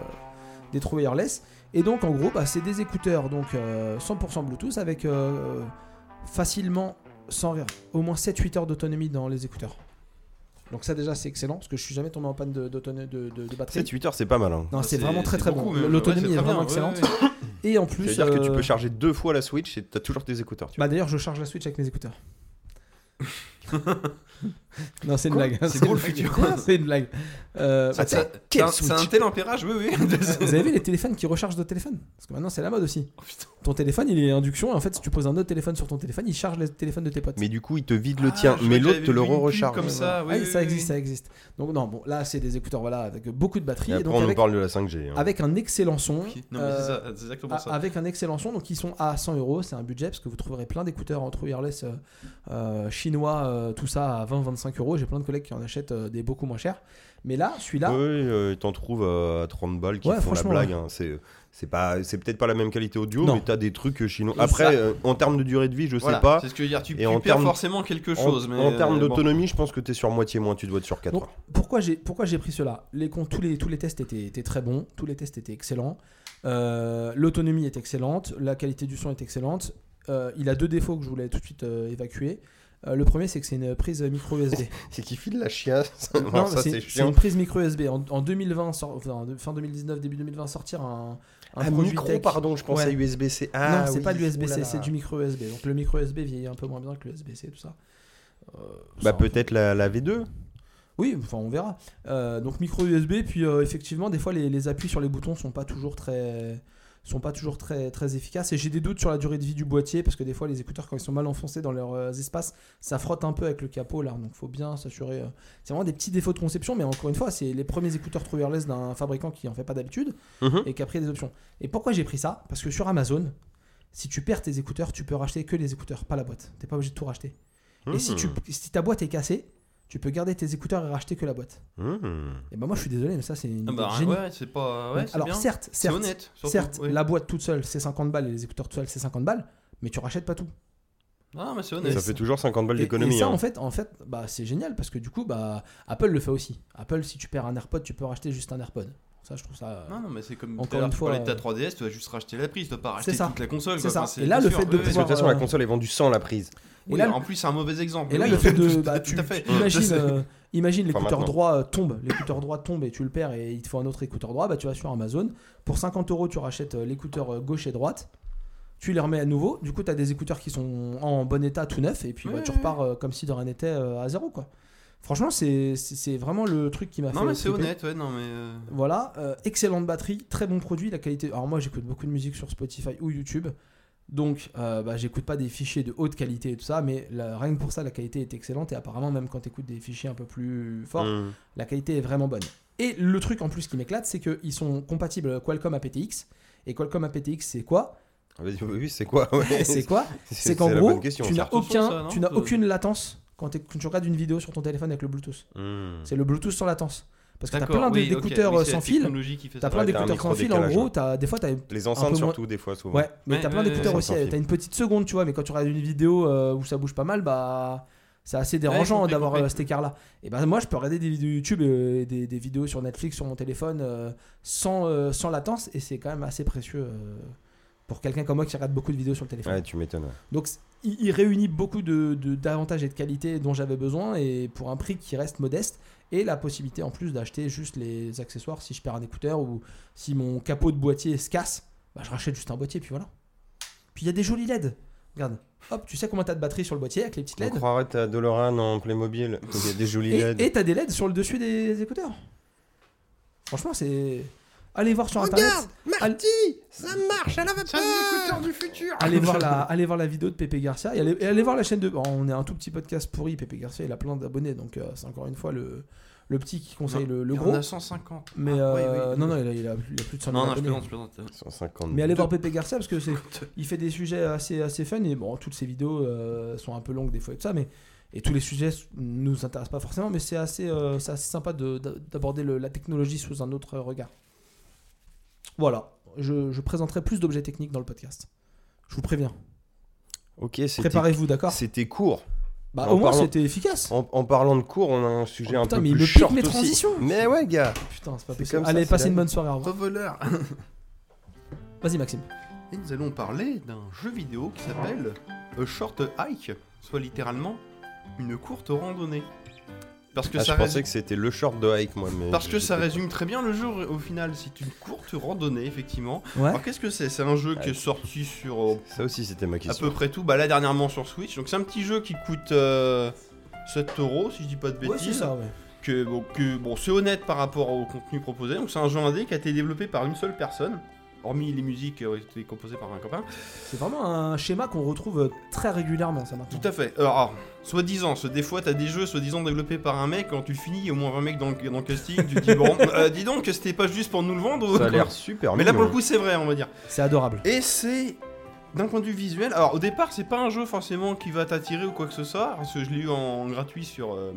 Speaker 2: des trous wireless. Et donc en gros, bah, c'est des écouteurs donc euh, 100% Bluetooth avec euh, facilement, sans rire, au moins 7-8 heures d'autonomie dans les écouteurs. Donc ça déjà c'est excellent parce que je suis jamais tombé en panne de, d'autonomie- de, de- de batterie.
Speaker 1: 7-8 heures, c'est pas mal. hein.
Speaker 2: Non, Ah, c'est
Speaker 3: C'est-
Speaker 2: vraiment très
Speaker 3: c'est
Speaker 2: très
Speaker 3: beaucoup,
Speaker 2: bon.
Speaker 3: mais- ouais,
Speaker 2: L'autonomie
Speaker 3: c'est
Speaker 2: est
Speaker 3: très
Speaker 2: vraiment
Speaker 3: bien,
Speaker 2: excellente.
Speaker 3: ouais, ouais.
Speaker 2: Et en plus,
Speaker 1: C'est-à-dire que tu
Speaker 2: euh,
Speaker 1: peux charger deux fois la Switch et t'as toujours tes écouteurs. Tu
Speaker 2: bah d'ailleurs, je charge la Switch avec mes écouteurs. non, c'est une
Speaker 3: Quoi
Speaker 2: blague.
Speaker 3: C'est
Speaker 2: une
Speaker 3: gros le
Speaker 2: blague.
Speaker 3: futur.
Speaker 2: C'est une blague. Euh,
Speaker 3: Ça-
Speaker 2: bah,
Speaker 3: ça- C'est un- c'est un tel empérage, oui, oui.
Speaker 2: vous avez vu les téléphones qui rechargent d'autres téléphones Parce que maintenant, c'est la mode aussi.
Speaker 3: Oh, putain.
Speaker 2: Ton téléphone, il est induction. Et en fait, si tu poses un autre téléphone sur ton téléphone, il charge le téléphone de tes potes.
Speaker 1: Mais du coup, il te vide
Speaker 3: Ah,
Speaker 1: le tien,
Speaker 3: je croyais
Speaker 1: mais
Speaker 3: que
Speaker 1: l'autre
Speaker 3: j'avais
Speaker 1: te le
Speaker 3: vu une pub
Speaker 1: recharge.
Speaker 3: comme ça, oui,
Speaker 2: Ah,
Speaker 3: oui,
Speaker 2: ça
Speaker 3: oui.
Speaker 2: existe, ça existe. Donc, non, bon, là, c'est des écouteurs voilà, avec beaucoup de batterie.
Speaker 1: Et
Speaker 2: Et
Speaker 1: après,
Speaker 2: donc,
Speaker 1: on nous
Speaker 2: avec,
Speaker 1: parle de la 5G. hein.
Speaker 2: avec un excellent son.
Speaker 3: Ok. Non, mais
Speaker 2: euh,
Speaker 3: c'est ça, c'est exactement
Speaker 2: Ah,
Speaker 3: ça.
Speaker 2: avec un excellent son. Donc ils sont à 100 euros, c'est un budget parce que vous trouverez plein d'écouteurs entre wireless euh, euh, chinois, euh, tout ça à 20-25 euros. J'ai plein de collègues qui en achètent euh, des beaucoup moins chers. Mais là, celui-là,
Speaker 1: Oui, euh, t'en trouves euh, à 30 balles qui
Speaker 2: Ouais,
Speaker 1: font la
Speaker 2: franchement,
Speaker 1: blague. hein. C'est, c'est, pas, c'est peut-être pas la même qualité audio,
Speaker 2: Non.
Speaker 1: mais t'as des trucs chinois.
Speaker 3: Ça-
Speaker 1: Après, euh, en termes de durée de vie, je
Speaker 3: Voilà,
Speaker 1: sais pas.
Speaker 3: C'est ce que je veux dire, tu,
Speaker 1: Et
Speaker 3: tu
Speaker 1: en
Speaker 3: perds
Speaker 1: termes-
Speaker 3: forcément quelque chose.
Speaker 1: en,
Speaker 3: mais,
Speaker 1: en
Speaker 3: euh,
Speaker 1: termes
Speaker 3: bon.
Speaker 1: d'autonomie, je pense que t'es sur moitié moins, tu dois être sur 4
Speaker 2: donc,
Speaker 1: heures.
Speaker 2: pourquoi j'ai pourquoi j'ai pris cela Les comptes, tous les tous les tests étaient, étaient très bons, tous les tests étaient excellents. Euh, L'autonomie est excellente, la qualité du son est excellente. Euh, il a deux défauts que je voulais tout de suite euh, évacuer. Euh, le premier, c'est que c'est une prise micro USB.
Speaker 1: C'est qui file la chiasse.
Speaker 2: Non,
Speaker 1: Alors
Speaker 2: mais
Speaker 1: ça,
Speaker 2: c'est
Speaker 1: c'est
Speaker 2: c'est une
Speaker 1: chiant.
Speaker 2: prise micro USB. En, en 2020, sort- enfin, de- fin 2019, début 2020, sortir un, un
Speaker 1: Ah,
Speaker 2: produit
Speaker 1: micro,
Speaker 2: tech.
Speaker 1: pardon, je pensais
Speaker 2: Ouais.
Speaker 1: à USB-C.
Speaker 2: non,
Speaker 1: Ah,
Speaker 2: c'est
Speaker 1: oui,
Speaker 2: pas de l'USB-C,
Speaker 1: oulala.
Speaker 2: c'est du micro USB. Donc le micro USB vieillit un peu moins bien que l'USB-C, tout ça. Euh, ça,
Speaker 1: Bah,
Speaker 2: on-
Speaker 1: peut-être la, la V2.
Speaker 2: Oui, enfin on verra. Euh, donc micro USB, puis euh, effectivement, des fois les, les appuis sur les boutons sont pas toujours très sont pas toujours très très efficaces et j'ai des doutes sur la durée de vie du boîtier parce que des fois les écouteurs quand ils sont mal enfoncés dans leurs euh, espaces ça frotte un peu avec le capot là donc faut bien s'assurer euh. c'est vraiment des petits défauts de conception mais encore une fois c'est les premiers écouteurs true wireless d'un fabricant qui en fait pas d'habitude
Speaker 1: Mhm.
Speaker 2: et qui a pris des options et pourquoi j'ai pris ça parce que sur Amazon si tu perds tes écouteurs tu peux racheter que les écouteurs pas la boîte t'es pas obligé de tout racheter et si,
Speaker 3: Hmm.
Speaker 2: tu, si ta boîte est cassée tu peux garder tes écouteurs et racheter que la boîte
Speaker 1: Mmh.
Speaker 2: et bah moi je suis désolé, mais ça c'est une
Speaker 3: Ah
Speaker 2: idée
Speaker 3: bah,
Speaker 2: de génie.
Speaker 3: ouais, c'est pas. Ouais, c'est
Speaker 2: Alors
Speaker 3: bien.
Speaker 2: certes,
Speaker 3: c'est
Speaker 2: certes,
Speaker 3: honnête. surtout,
Speaker 2: certes,
Speaker 3: oui.
Speaker 2: la boîte toute seule c'est 50 balles et les écouteurs tout seuls c'est 50 balles, mais tu rachètes pas tout.
Speaker 3: Non, mais c'est honnête.
Speaker 1: Ça fait toujours 50 balles
Speaker 2: Et- Et,
Speaker 1: d'économie.
Speaker 2: ça
Speaker 1: hein.
Speaker 2: en fait, en fait, bah c'est génial parce que du coup bah Apple le fait aussi. Apple si tu perds un AirPod, tu peux racheter juste un AirPod. Ça je trouve ça.
Speaker 3: Non, non, mais c'est comme
Speaker 2: Encore
Speaker 3: tout à l'heure,
Speaker 2: une
Speaker 3: tu
Speaker 2: fois,
Speaker 3: parlais de ta
Speaker 2: euh,
Speaker 3: 3DS, tu vas juste racheter la prise, tu vas pas racheter
Speaker 2: ça.
Speaker 3: toute la console.
Speaker 2: C'est
Speaker 3: quoi.
Speaker 2: ça.
Speaker 3: Enfin,
Speaker 2: Et là,
Speaker 3: bien
Speaker 2: le
Speaker 3: sûr,
Speaker 2: fait de
Speaker 3: oui,
Speaker 1: Parce que de
Speaker 2: pouvoir,
Speaker 1: toute façon, la
Speaker 2: euh,
Speaker 1: console est vendue sans la prise.
Speaker 2: Et
Speaker 3: oui,
Speaker 2: là, le-
Speaker 3: en plus, c'est un mauvais exemple.
Speaker 2: Et là
Speaker 3: oui,
Speaker 2: le fait
Speaker 3: tout
Speaker 2: de
Speaker 3: à-
Speaker 2: bah,
Speaker 3: tout
Speaker 2: tu
Speaker 3: à fait.
Speaker 2: imagine
Speaker 3: Ça, c'est-
Speaker 2: euh, imagine l'écouteur
Speaker 1: maintenant.
Speaker 2: droit euh, tombe, l'écouteur droit tombe et tu le perds et il te faut un autre écouteur droit, bah tu vas sur Amazon pour 50 euros tu rachètes euh, l'écouteur euh, gauche et droite. Tu les remets à nouveau, du coup tu as des écouteurs qui sont en bon état tout neuf et puis bah,
Speaker 3: Ouais,
Speaker 2: tu
Speaker 3: ouais,
Speaker 2: repars euh, comme si de rien n'était euh, à zéro quoi. Franchement, c'est c'est- c'est vraiment le truc qui m'a fait
Speaker 3: Non, mais c'est
Speaker 2: flipper.
Speaker 3: honnête, ouais, non, mais. euh,
Speaker 2: Voilà, euh, excellente batterie, très bon produit, la qualité. Alors moi j'écoute beaucoup de musique sur Spotify ou YouTube, donc euh, bah, j'écoute pas des fichiers de haute qualité et tout ça, mais la- rien que pour ça la qualité est excellente et apparemment même quand t'écoutes des fichiers un peu plus forts,
Speaker 1: Mmh.
Speaker 2: la qualité est vraiment bonne. Et le truc en plus qui m'éclate, c'est qu'ils sont compatibles Qualcomm aptX. Et Qualcomm aptX c'est quoi
Speaker 1: Vas-y, Ah bah, Oui, c'est quoi ouais.
Speaker 2: C'est quoi C'est qu'en
Speaker 1: la
Speaker 2: gros,
Speaker 1: bonne question,
Speaker 2: tu
Speaker 1: ça.
Speaker 2: n'as
Speaker 3: Surtout
Speaker 2: aucun,
Speaker 3: ça, non
Speaker 2: tu n'as
Speaker 3: Euh.
Speaker 2: aucune latence quand, t'éc- quand tu regardes une vidéo sur ton téléphone avec le Bluetooth.
Speaker 1: Mmh.
Speaker 2: C'est le Bluetooth sans latence. Parce que t'as
Speaker 3: d'accord,
Speaker 2: plein de-
Speaker 3: oui, ok,
Speaker 2: d'écouteurs
Speaker 3: oui,
Speaker 2: euh,
Speaker 3: c'est
Speaker 2: sans
Speaker 3: la
Speaker 2: fil.
Speaker 3: technologie qui fait
Speaker 2: T'as
Speaker 3: ça.
Speaker 2: plein
Speaker 1: Ouais, t'as un
Speaker 2: d'écouteurs sans fil, en
Speaker 1: micro-décalage,
Speaker 2: gros,
Speaker 1: ouais.
Speaker 2: t'as des fois t'as
Speaker 1: Les
Speaker 2: un peu
Speaker 1: enceintes surtout,
Speaker 2: moins-
Speaker 1: des fois, souvent.
Speaker 2: ouais, mais
Speaker 3: Ouais,
Speaker 2: t'as plein
Speaker 3: ouais,
Speaker 2: d'écouteurs
Speaker 1: ouais,
Speaker 2: aussi.
Speaker 1: sans fil.
Speaker 2: T'as une petite seconde, tu vois, mais quand tu regardes une vidéo euh, où ça bouge pas mal, bah c'est assez dérangeant
Speaker 3: compris,
Speaker 2: d'avoir
Speaker 3: compris.
Speaker 2: euh, cet écart-là. Et ben moi, je peux regarder des vidéos YouTube, euh, et des, des vidéos sur Netflix sur mon téléphone euh, sans euh, sans latence, et c'est quand même assez précieux. euh, pour quelqu'un comme moi qui regarde beaucoup de vidéos sur le téléphone.
Speaker 1: Ouais, tu m'étonnes. ouais.
Speaker 2: Donc c- il, il réunit beaucoup de, de- d'avantages et de qualités dont j'avais besoin et pour un prix qui reste modeste et la possibilité en plus d'acheter juste les accessoires si je perds un écouteur ou si mon capot de boîtier se casse, bah, je rachète juste un boîtier puis voilà. Puis il y a des jolis LED. Regarde. Hop, tu sais combien t'as de batterie sur le boîtier avec les petites
Speaker 1: On
Speaker 2: LED
Speaker 1: croirait ta Doloran en Playmobil. Il y a des jolies
Speaker 2: Et
Speaker 1: LED.
Speaker 2: et t'as des LED sur le dessus des écouteurs. Franchement, c'est. Allez voir sur internet.
Speaker 4: Regarde, Marty, ça marche à la
Speaker 3: C'est un
Speaker 4: vapeur.
Speaker 3: écouteur du futur
Speaker 2: Allez voir, la, allez voir la vidéo de Pépé Garcia et allez, et allez voir la chaîne de. bon, on est un tout petit podcast pourri. Pépé Garcia, il a plein d'abonnés, donc euh, c'est encore une fois le, le petit qui conseille le, le
Speaker 3: Il y en
Speaker 2: gros.
Speaker 3: a 150.
Speaker 2: Mais
Speaker 3: Ah, oui,
Speaker 2: euh,
Speaker 3: oui.
Speaker 2: non, non, il a, il a- il a plus de 100 000
Speaker 3: Non, non, je
Speaker 2: abonnés.
Speaker 3: plaisante, je plaisante.
Speaker 1: 150.
Speaker 2: Mais allez voir Pépé Garcia parce que c'est, il fait des sujets assez, assez fun et bon, toutes ses vidéos euh, sont un peu longues des fois et tout ça, mais et tous les sujets s- nous intéressent pas forcément, mais c'est assez, euh, c'est assez sympa de- d'a- d'aborder le- la technologie sous un autre regard. Voilà, je, je présenterai plus d'objets techniques dans le podcast. Je vous préviens.
Speaker 1: Ok, c'était-
Speaker 2: Préparez-vous, d'accord
Speaker 1: c'était court.
Speaker 2: Bah,
Speaker 1: en
Speaker 2: au moins
Speaker 1: parlant-
Speaker 2: c'était efficace.
Speaker 1: En, en parlant de cours, on a un sujet
Speaker 2: Oh,
Speaker 1: un
Speaker 2: putain,
Speaker 1: peu
Speaker 2: mais il
Speaker 1: plus
Speaker 2: me pique
Speaker 1: short
Speaker 2: mes
Speaker 1: aussi.
Speaker 2: transitions.
Speaker 1: Mais ouais, gars.
Speaker 2: Putain, c'est pas
Speaker 1: C'est
Speaker 2: possible.
Speaker 1: comme ça,
Speaker 2: Allez,
Speaker 1: c'est
Speaker 2: passez
Speaker 1: la
Speaker 2: une
Speaker 1: vie.
Speaker 2: bonne soirée. au revoir.
Speaker 3: Revoleur
Speaker 2: Vas-y, Maxime.
Speaker 3: Et nous allons parler d'un jeu vidéo qui s'appelle A Short Hike, soit littéralement une courte randonnée. Parce que
Speaker 1: Ah, je
Speaker 3: ça
Speaker 1: pensais
Speaker 3: résume...
Speaker 1: que c'était le short de Hike, moi. Mais
Speaker 3: Parce que ça
Speaker 1: j'étais-
Speaker 3: résume très bien le jeu au final, c'est une courte randonnée effectivement.
Speaker 2: Ouais.
Speaker 3: Alors qu'est-ce que c'est C'est un jeu qui est sorti sur euh,
Speaker 1: Ça aussi, c'était ma
Speaker 3: à
Speaker 1: question.
Speaker 3: peu près tout, bah là dernièrement sur Switch. Donc c'est un petit jeu qui coûte euh, 7 euros si je dis pas de
Speaker 2: Ouais, c'est
Speaker 3: bêtises.
Speaker 2: ça, ouais.
Speaker 3: que bon, que, bon, c'est honnête par rapport au contenu proposé. Donc c'est un jeu indé qui a été développé par une seule personne, hormis les musiques euh, qui ont été composées par un copain.
Speaker 2: C'est vraiment un schéma qu'on retrouve euh, très régulièrement, ça maintenant.
Speaker 3: Tout à fait. Alors, alors, soi-disant, ce- des fois t'as des jeux soi-disant développés par un mec, quand tu le finis, il y a au moins 20 mecs dans le, dans le casting, tu te dis bon, euh, dis donc, c'était pas juste pour nous le vendre.
Speaker 1: Ça a l'air super.
Speaker 3: Mais là pour le
Speaker 1: mignon. hein.
Speaker 3: coup c'est vrai, on va dire.
Speaker 2: C'est adorable.
Speaker 3: Et c'est d'un point de vue visuel. Alors au départ, c'est pas un jeu forcément qui va t'attirer ou quoi que ce soit, parce que je l'ai eu en, gratuit sur euh,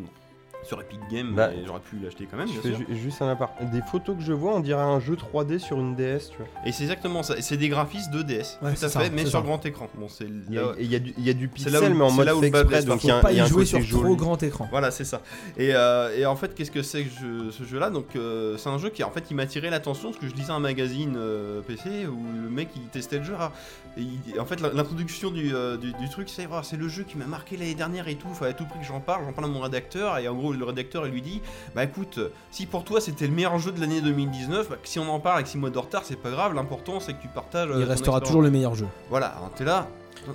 Speaker 3: sur Epic Games,
Speaker 1: Bah,
Speaker 3: et j'aurais pu l'acheter quand même.
Speaker 1: Je
Speaker 3: Ah, bien
Speaker 1: fais
Speaker 3: sûr.
Speaker 1: ju- juste un appart. Des photos que je vois, on dirait un jeu 3D sur une DS, tu vois.
Speaker 3: Et c'est exactement ça. Et C'est des graphismes 2DS,
Speaker 2: Ouais,
Speaker 3: tout
Speaker 2: c'est
Speaker 3: à
Speaker 2: ça,
Speaker 3: fait, mais
Speaker 2: c'est
Speaker 3: sur
Speaker 2: ça.
Speaker 3: grand écran. Bon, c'est
Speaker 1: Il y, a,
Speaker 3: là-
Speaker 1: et il y a du- il y a du
Speaker 3: Ah C'est
Speaker 1: pixel,
Speaker 3: là où-
Speaker 1: mais en
Speaker 3: c'est
Speaker 1: mode
Speaker 3: là où
Speaker 1: fait
Speaker 3: le hein. bas
Speaker 1: exprès,
Speaker 3: blesse, par
Speaker 1: donc
Speaker 2: Faut
Speaker 1: il y a, un-
Speaker 2: pas
Speaker 1: il y a
Speaker 2: y
Speaker 1: un
Speaker 2: jouer
Speaker 1: côté
Speaker 2: sur trop
Speaker 1: joli.
Speaker 2: grand écran.
Speaker 3: Voilà, c'est ça. Et, euh, et en fait, qu'est-ce que c'est que je- ce jeu-là Donc, euh, c'est un jeu qui, en fait, il m'a attiré l'attention parce que je lisais un magazine euh, PC où le mec il testait le jeu. Ah, et il- en fait, la- l'introduction du, euh, du- du truc, c'est Ah, c'est le jeu qui m'a marqué l'année dernière et tout. Enfin, à tout prix que j'en parle, j'en parle à mon rédacteur et en gros, le rédacteur il lui dit Bah écoute, si pour toi c'était le meilleur jeu de l'année 2019, bah, si on en parle avec 6 mois de retard, c'est pas grave. L'important c'est que tu partages. euh,
Speaker 2: Il
Speaker 3: ton
Speaker 2: restera
Speaker 3: expérience.
Speaker 2: toujours le meilleur jeu.
Speaker 3: Voilà, alors, t'es là.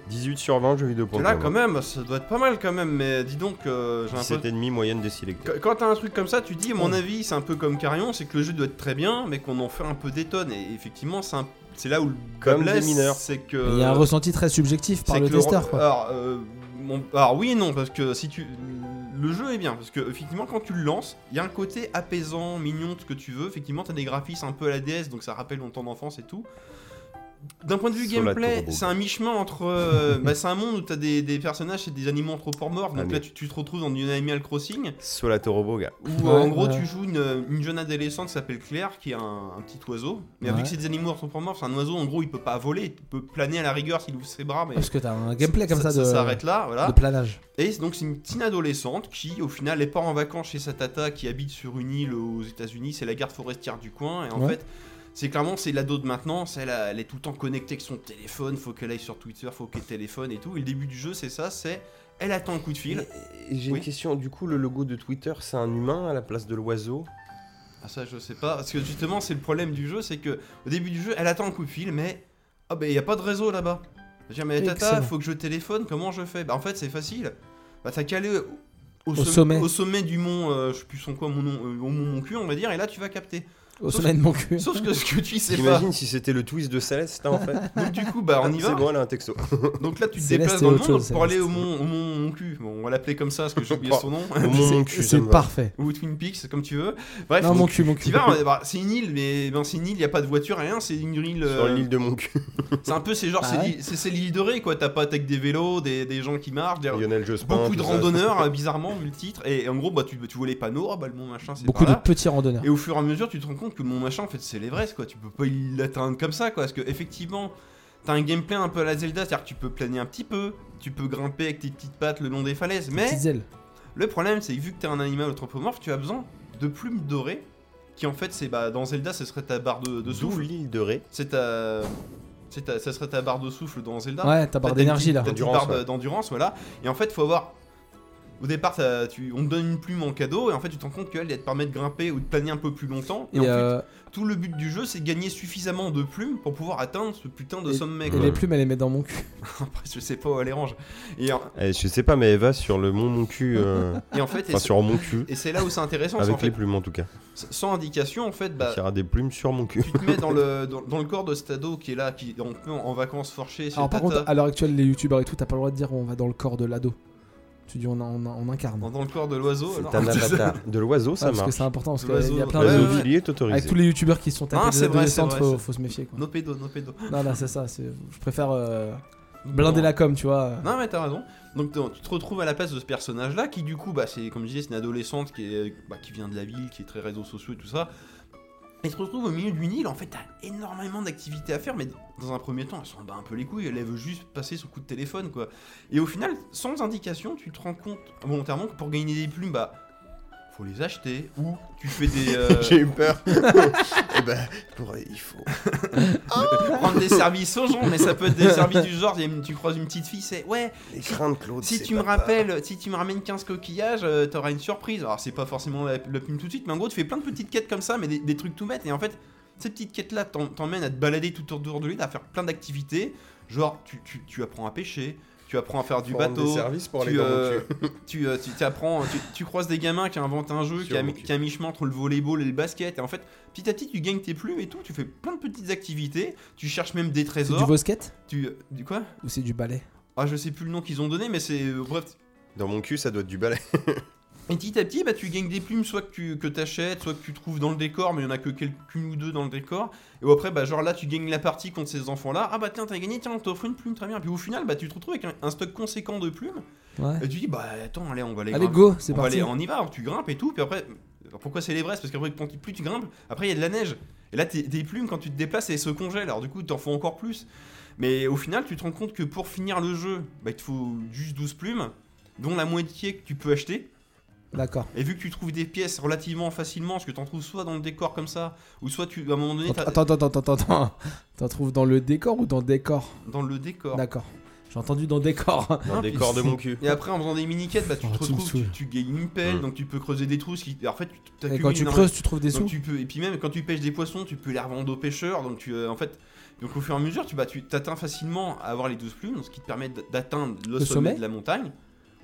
Speaker 1: 18 sur 20 jeux vidéo
Speaker 3: T'es là quand même, ça doit être pas mal quand même, mais dis donc, euh, j'ai un peu...
Speaker 1: 7,5 moyenne des sélecteurs.
Speaker 3: Qu- Quand t'as un truc comme ça, tu dis, à mon avis, c'est un peu comme Carillon, c'est que le jeu doit être très bien, mais qu'on en fait un peu des tonnes, et effectivement, c'est un- c'est là où le
Speaker 1: Comme
Speaker 3: bas
Speaker 1: des
Speaker 3: blesse,
Speaker 1: mineurs.
Speaker 3: c'est
Speaker 2: Mais
Speaker 3: que...
Speaker 2: Il y a un ressenti très subjectif par
Speaker 3: Euh, c'est
Speaker 2: le
Speaker 3: que re-
Speaker 2: testeur. quoi.
Speaker 3: Alors, euh, bon, alors oui et non, parce que si tu... Le jeu est bien, parce que effectivement, quand tu le lances, il y a un côté apaisant, mignon, tout ce que tu veux, effectivement, t'as des graphismes un peu à la DS, donc ça rappelle mon temps d'enfance et tout. D'un point de vue
Speaker 1: Sur la
Speaker 3: gameplay,
Speaker 1: Turbo.
Speaker 3: c'est un mi-chemin entre. euh, bah, c'est un monde où t'as des, des personnages et des animaux anthropomorphes, donc
Speaker 1: Ah, mais-
Speaker 3: là tu, tu te retrouves dans du Animal Crossing,
Speaker 1: Solato Robo, gars.
Speaker 3: où euh, en
Speaker 2: Ouais,
Speaker 3: gros
Speaker 2: ouais.
Speaker 3: tu joues une, une jeune adolescente qui s'appelle Claire, qui est un, un petit oiseau, mais
Speaker 2: Ouais.
Speaker 3: vu que c'est des animaux anthropomorphes, c'est un oiseau, en gros il peut pas voler, il peut planer à la rigueur s'il ouvre ses bras, mais.
Speaker 2: Parce que t'as un gameplay comme ça, de,
Speaker 3: s'arrête là, voilà.
Speaker 2: de planage.
Speaker 3: Et donc c'est une petite adolescente qui au final est pas en vacances chez sa tata qui habite sur une île aux États-Unis, c'est la garde forestière du coin et en
Speaker 2: Ouais.
Speaker 3: fait c'est clairement c'est l'ado de maintenance, elle, a- elle est tout le temps connectée avec son téléphone, faut qu'elle aille sur Twitter, faut qu'elle téléphone et tout. Et le début du jeu c'est ça, c'est elle attend un coup de fil.
Speaker 1: J'ai
Speaker 3: Oui.
Speaker 1: une question. Du coup, le logo de Twitter, c'est un humain à la place de l'oiseau
Speaker 3: Ah ça je sais pas, parce que justement c'est le problème du jeu, c'est que au début du jeu elle attend un coup de fil mais ah ben il y a pas de réseau là-bas. Je veux dire, mais tata
Speaker 2: Excellent.
Speaker 3: faut que je téléphone, comment je fais Bah en fait c'est facile, bah t'as qu'à aller au, au
Speaker 2: Au
Speaker 3: somm-
Speaker 2: sommet.
Speaker 3: au sommet du mont, euh, je sais plus son quoi, mon nom, euh, au mont mon cul on va dire, et là tu vas capter.
Speaker 2: Au
Speaker 3: Sauf
Speaker 2: sommet de mon cul.
Speaker 3: Sauf que ce que tu sais pas,
Speaker 1: T'imagines si c'était le twist de Céleste, là, en fait
Speaker 3: donc du coup bah on y va.
Speaker 1: C'est bon, elle a un texto.
Speaker 3: Donc là tu te
Speaker 2: Céleste
Speaker 3: déplaces
Speaker 2: et
Speaker 3: dans le
Speaker 2: autre
Speaker 3: monde
Speaker 2: chose,
Speaker 3: pour aller
Speaker 2: Céleste.
Speaker 3: au mont, au mont mon cul, bon on va l'appeler comme ça parce que j'ai oublié son nom,
Speaker 1: Mon
Speaker 2: C'est-
Speaker 1: cul, ça
Speaker 2: C'est
Speaker 1: me va.
Speaker 2: parfait.
Speaker 3: ou Twin Peaks comme tu veux. Bref,
Speaker 2: non,
Speaker 3: donc,
Speaker 2: mon cul, mon
Speaker 3: t'y
Speaker 2: cul.
Speaker 3: vas, on- bah, c'est une île, mais ben, c'est une île, il a pas de voiture, rien, c'est une île.
Speaker 1: Sur
Speaker 3: euh,
Speaker 1: l'île de mon cul.
Speaker 3: C'est un peu, c'est genre,
Speaker 2: Ah
Speaker 3: c'est
Speaker 2: ouais.
Speaker 3: l'île- c'est c'est l'île de Ré, quoi. T'as pas t'as que des vélos, des, des gens qui marchent, des-
Speaker 1: Lionel Jospin.
Speaker 3: Ah beaucoup de
Speaker 1: tout ça.
Speaker 3: randonneurs, euh, bizarrement, vu le titre. Et, et en gros, bah, tu, tu vois les panneaux, ah, bah, le mont machin, c'est
Speaker 2: Beaucoup
Speaker 3: par
Speaker 2: de
Speaker 3: là.
Speaker 2: petits randonneurs.
Speaker 3: Et au fur et à mesure, tu te rends compte que le mont machin, en fait, c'est l'Everest, quoi. Tu peux pas l'atteindre comme ça, quoi. Parce que, effectivement, t'as un gameplay un peu à la Zelda, c'est-à-dire que tu peux planer un petit peu, tu peux grimper avec tes petites pattes le long des falaises, mais.
Speaker 2: Petites ailes.
Speaker 3: Le problème, c'est que vu que t'es un animal anthropomorphe, tu as besoin de plumes dorées, qui en fait, c'est bah, dans Zelda, ce serait ta barre de, de
Speaker 1: D'où
Speaker 3: souffle.
Speaker 1: l'île de Ré.
Speaker 3: C'est ta. c'est ta- Ça serait ta barre de souffle dans Zelda.
Speaker 2: Ouais, ta
Speaker 3: T'as
Speaker 2: barre
Speaker 3: des
Speaker 2: d'énergie
Speaker 3: petites-
Speaker 2: là.
Speaker 3: t'as des
Speaker 1: Endurance,
Speaker 3: barres
Speaker 1: ouais.
Speaker 3: d'endurance, voilà. Et en fait, faut avoir Au départ, ça- tu, on te donne une plume en cadeau, et en fait, tu te rends compte qu'elle, elle te permet de grimper ou de planer un peu plus longtemps. Et,
Speaker 2: Et,
Speaker 3: en fait,
Speaker 2: euh,
Speaker 3: tout le but du jeu, c'est de gagner suffisamment de plumes pour pouvoir atteindre ce putain de
Speaker 2: Et-
Speaker 3: sommet.
Speaker 2: et
Speaker 3: Quoi.
Speaker 2: les plumes, elle les met dans mon cul.
Speaker 3: Après, je sais pas où elle les range. Et en,
Speaker 1: Eh, je sais pas, mais Eva sur le mont mon cul, euh,
Speaker 3: et en fait, et
Speaker 1: enfin
Speaker 3: c'est-
Speaker 1: sur mon cul,
Speaker 3: et c'est là où c'est intéressant, c'est en
Speaker 1: avec
Speaker 3: fait,
Speaker 1: les plumes en tout cas.
Speaker 3: sans indication, en fait, bah,
Speaker 1: Il y aura des plumes sur mon cul.
Speaker 3: tu te mets dans le, dans, dans le corps de cet ado qui est là, qui est un peu en, en vacances forchées.
Speaker 2: Alors, par contre, à l'heure actuelle, les youtubeurs et tout, t'as pas le droit de dire on va dans le corps de l'ado. Tu dis on, a- on, a- on incarne.
Speaker 3: dans, dans le corps de l'oiseau. alors.
Speaker 1: C'est un avatar de l'oiseau,
Speaker 2: Ouais,
Speaker 1: ça Ah,
Speaker 2: parce que
Speaker 1: marche.
Speaker 2: c'est important, parce
Speaker 3: L'oiseau-
Speaker 2: qu'il y a plein
Speaker 3: Ouais,
Speaker 2: de.
Speaker 3: ouais, ouais.
Speaker 1: L'oiseau est
Speaker 2: Avec
Speaker 1: autorisé.
Speaker 2: tous les youtubeurs qui se sont tapés
Speaker 3: Ah,
Speaker 2: des
Speaker 3: c'est vrai, c'est
Speaker 2: adolescentes,
Speaker 3: vrai,
Speaker 2: faut,
Speaker 3: c'est-
Speaker 2: faut se méfier quoi.
Speaker 3: No pédo, no pédo.
Speaker 2: Non, là, c'est ça, c'est- je préfère euh, blinder la com, tu vois.
Speaker 3: Non mais t'as raison. Donc t'en- tu te retrouves à la place de ce personnage là qui du coup bah c'est comme je disais c'est une adolescente qui est bah, qui vient de la ville qui est très réseaux sociaux et tout ça. Elle se retrouve au milieu d'une île en fait t'as énormément d'activités à faire mais dans un premier temps elle s'en bat un peu les couilles elle elle veut juste passer son coup de téléphone quoi. Et au final sans indication tu te rends compte volontairement que pour gagner des plumes bah faut les acheter ou tu fais des euh,
Speaker 1: J'ai eu peur. Eh ben, pour- il faut.
Speaker 3: prendre des services aux gens mais ça peut être des services du genre tu croises une petite fille c'est ouais
Speaker 1: Les crins de Claude.
Speaker 3: Si
Speaker 1: c'est
Speaker 3: tu me
Speaker 1: papa.
Speaker 3: rappelles, si tu me ramènes 15 coquillages, euh, t'auras une surprise. Alors c'est pas forcément la, la plume tout de suite, mais en gros tu fais plein de petites quêtes comme ça, mais des, des trucs tout bêtes. Et en fait, ces petites quêtes là t'emmènent à te balader tout autour de l'île, à faire plein d'activités. Genre tu, tu- tu apprends à pêcher, tu apprends à faire du
Speaker 1: Pour rendre
Speaker 3: bateau,
Speaker 1: des services pour aller
Speaker 3: tu,
Speaker 1: dans
Speaker 3: euh,
Speaker 1: mon cul.
Speaker 3: tu, euh, tu- tu apprends, tu, tu croises des gamins qui inventent un jeu
Speaker 1: Sur
Speaker 3: qui est à
Speaker 1: mon
Speaker 3: mi-
Speaker 1: cul.
Speaker 3: qui est à mi-chemin entre le volleyball et le basket. Et en fait, petit à petit tu gagnes tes plumes et tout, tu fais plein de petites activités, tu cherches même des
Speaker 2: C'est du
Speaker 3: trésors.
Speaker 2: bosquet
Speaker 3: Tu, euh, du quoi
Speaker 2: ou c'est du ballet
Speaker 3: Ah je sais plus le nom qu'ils ont donné, mais c'est... euh, bref,
Speaker 1: Dans mon cul, ça doit être du balai.
Speaker 3: Et petit à petit, bah, tu gagnes des plumes, soit que tu que t'achètes, soit que tu trouves dans le décor, mais il y en a que quelqu'une ou deux dans le décor. Et après, bah, genre là, tu gagnes la partie contre ces enfants-là. Ah bah tiens, t'as gagné, tiens, on t'offre une plume, très bien. Puis au final, bah, tu te retrouves avec un, un stock conséquent de plumes.
Speaker 2: Ouais.
Speaker 3: Et tu dis, bah attends, allez, on va les
Speaker 2: Allez,
Speaker 3: grimper.
Speaker 2: go, c'est
Speaker 3: on, va
Speaker 2: parti.
Speaker 3: aller- on y va, tu grimpes et tout. Puis après, alors, pourquoi c'est les braises Parce qu'après, quand tu- plus tu grimpes, après, il y a de la neige. Et là, tes tes plumes, quand tu te déplaces, elles se congèlent. Alors du coup, t'en faut encore plus. Mais au final, tu te rends compte que pour finir le jeu, bah, il te faut juste 12 plumes, dont la moitié que tu peux acheter.
Speaker 2: D'accord.
Speaker 3: Et vu que tu trouves des pièces relativement facilement, parce que t'en trouves soit dans le décor comme ça, ou soit tu, à un moment donné, t'as-
Speaker 2: Attends, attends, attends, attends, attends. T'en trouves dans le décor ou dans le décor
Speaker 3: dans le décor.
Speaker 2: D'accord. J'ai entendu dans décor.
Speaker 1: Dans
Speaker 3: Non,
Speaker 1: des
Speaker 3: puis
Speaker 1: corps de
Speaker 2: c'est-
Speaker 1: mon cul.
Speaker 3: Et après, en faisant des mini-quêtes, bah, tu
Speaker 2: Oh,
Speaker 3: te
Speaker 2: tu me
Speaker 3: retrouves, tu,
Speaker 2: saoules.
Speaker 3: tu gagnes une pelle,
Speaker 1: Mm.
Speaker 3: donc tu peux creuser des trous. Ce qui... En fait, tu
Speaker 2: Et
Speaker 3: t'accumules
Speaker 2: quand tu
Speaker 3: énormément.
Speaker 2: creuses, tu trouves des
Speaker 3: Donc
Speaker 2: sous.
Speaker 3: tu peux, et puis même quand tu pêches des poissons, tu peux les revendre aux pêcheurs. Donc tu, euh, en fait, donc au fur et à mesure, tu bah, tu t'atteins facilement à avoir les 12 plumes, ce qui te permet d- d'atteindre le,
Speaker 2: Le
Speaker 3: sommet,
Speaker 2: sommet
Speaker 3: de la montagne.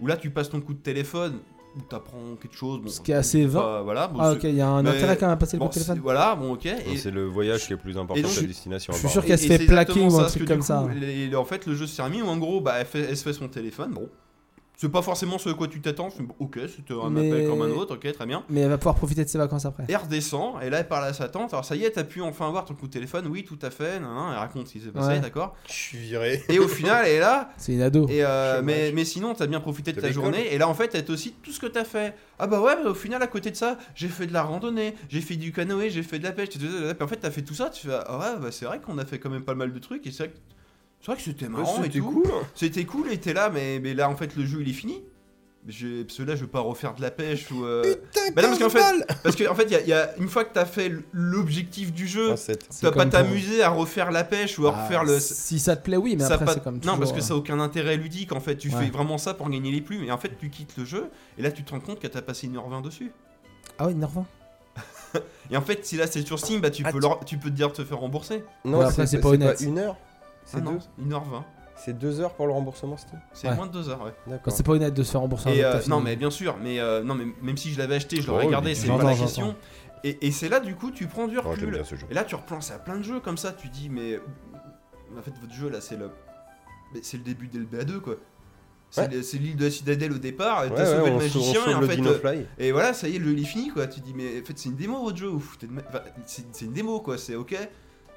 Speaker 3: Où là, tu passes ton coup de téléphone, ou t'apprends quelque chose. Bon,
Speaker 2: Ce qui est assez vain.
Speaker 3: bah, voilà. bon,
Speaker 2: Ah,
Speaker 3: c'est-
Speaker 2: ok, il y a un
Speaker 3: mais-
Speaker 2: intérêt quand même à passer le
Speaker 3: bon,
Speaker 2: coup de téléphone.
Speaker 3: c'est- Voilà, bon, ok.
Speaker 1: Non,
Speaker 3: et-
Speaker 1: C'est le voyage qui est le plus important
Speaker 3: donc,
Speaker 1: à
Speaker 3: je-
Speaker 1: destination.
Speaker 2: je suis
Speaker 1: apparemment.
Speaker 2: sûr qu'elle se
Speaker 3: Et-
Speaker 2: fait
Speaker 3: et c'est exactement
Speaker 2: plaquer ou un
Speaker 3: ça,
Speaker 2: truc
Speaker 3: parce que
Speaker 2: comme
Speaker 3: du
Speaker 2: ça.
Speaker 3: coup, les- les- en fait, le jeu s'est remis où en gros, bah, elle, fait, elle se fait son téléphone. Bon, c'est pas forcément ce à quoi tu t'attends. c'est- Ok, c'était un
Speaker 2: Mais-
Speaker 3: appel comme un autre. Ok, très bien.
Speaker 2: Mais elle va pouvoir profiter de ses vacances après.
Speaker 3: Elle redescend et là, elle parle à sa tante. Alors ça y est, t'as pu enfin avoir ton coup de téléphone. Oui, tout à fait. nan, nan, elle raconte ce qui s'est passé,
Speaker 2: Ouais.
Speaker 3: d'accord.
Speaker 1: Je suis viré.
Speaker 3: Et au final, elle est là.
Speaker 2: C'est une ado.
Speaker 3: Et euh,
Speaker 1: Chômage.
Speaker 3: mais, mais sinon, t'as bien profité de
Speaker 1: De
Speaker 3: ta
Speaker 1: l'école.
Speaker 3: journée. Et là, en fait, elle aussi tout ce que t'as fait. Ah bah ouais, bah, au final, à côté de ça, j'ai fait de la randonnée, j'ai fait du canoë, j'ai fait de la pêche. Puis en fait, t'as fait tout ça. Tu fais ah ouais, bah c'est vrai qu'on a fait quand même pas mal de trucs. Et c'est vrai que c'est vrai que c'était marrant et
Speaker 1: C'était
Speaker 3: tout.
Speaker 1: cool.
Speaker 2: hein.
Speaker 3: C'était cool. Et t'es là, mais mais là, en fait, le jeu il est fini. Je- Parce que là, je veux pas refaire de la pêche ou. euh,
Speaker 1: Putain,
Speaker 3: Bah non, parce qu'en fait- Parce que en fait, il y a- il y, a une fois que t'as fait l'objectif du jeu,
Speaker 2: Ah, C'est
Speaker 3: t'as pas
Speaker 2: comme pour-
Speaker 3: t'amuser à refaire la pêche ou à
Speaker 2: Ah,
Speaker 3: refaire le.
Speaker 2: Si ça te plaît, oui, mais
Speaker 3: Ça
Speaker 2: après,
Speaker 3: pas-
Speaker 2: c'est comme
Speaker 3: non,
Speaker 1: hein.
Speaker 3: parce
Speaker 2: toujours,
Speaker 3: que
Speaker 2: euh,
Speaker 3: ça a aucun intérêt ludique en fait. Tu
Speaker 2: Ouais.
Speaker 3: fais vraiment ça pour gagner les plumes. Et en fait, tu quittes le jeu. Et là, tu te rends compte que t'as passé 1h20 dessus.
Speaker 2: Ah ouais, énervant.
Speaker 3: Et en fait, si là c'est sur Steam, bah tu, peux, leur- tu peux te dire de te faire rembourser.
Speaker 1: Non,
Speaker 2: Ouais, après, c'est pas honnête.
Speaker 1: une heure. C'est
Speaker 3: Ah non,
Speaker 1: deux.
Speaker 3: 1h20.
Speaker 1: C'est deux heures pour le remboursement, c'était.
Speaker 3: C'est
Speaker 2: Ouais.
Speaker 3: moins de 2h, ouais.
Speaker 2: Quand
Speaker 1: D'accord.
Speaker 2: c'est pas honnête de se faire rembourser.
Speaker 3: Et
Speaker 2: un
Speaker 3: euh,
Speaker 2: acte,
Speaker 3: non,
Speaker 2: finalement.
Speaker 3: mais bien sûr. Mais euh, non, mais même si je l'avais acheté, je l'aurais
Speaker 1: Oh,
Speaker 3: gardé.
Speaker 1: oui,
Speaker 3: C'est
Speaker 2: j'entends,
Speaker 3: pas la
Speaker 2: j'entends.
Speaker 3: question. Et, et c'est là, du coup, tu prends du
Speaker 1: Oh,
Speaker 3: recul.
Speaker 1: J'aime bien ce jeu.
Speaker 3: Et là, tu repenses à plein de jeux comme ça, tu dis, mais. En fait, votre jeu là, c'est le. mais C'est le début d'Elba 2, quoi. C'est
Speaker 1: Ouais.
Speaker 3: le- c'est l'île de la citadelle au départ, et
Speaker 1: Ouais,
Speaker 3: t'as sauvé
Speaker 1: ouais,
Speaker 3: le
Speaker 1: on sauve- on
Speaker 3: magicien, et
Speaker 1: sauve
Speaker 3: en
Speaker 1: le
Speaker 3: fait.
Speaker 1: Dino
Speaker 3: euh,
Speaker 1: Fly.
Speaker 3: et voilà, ça y est, le il est fini, quoi. Tu dis, mais en fait, c'est une démo votre jeu, vous vous foutez de ma- enfin, c'est c'est une démo, quoi, c'est ok.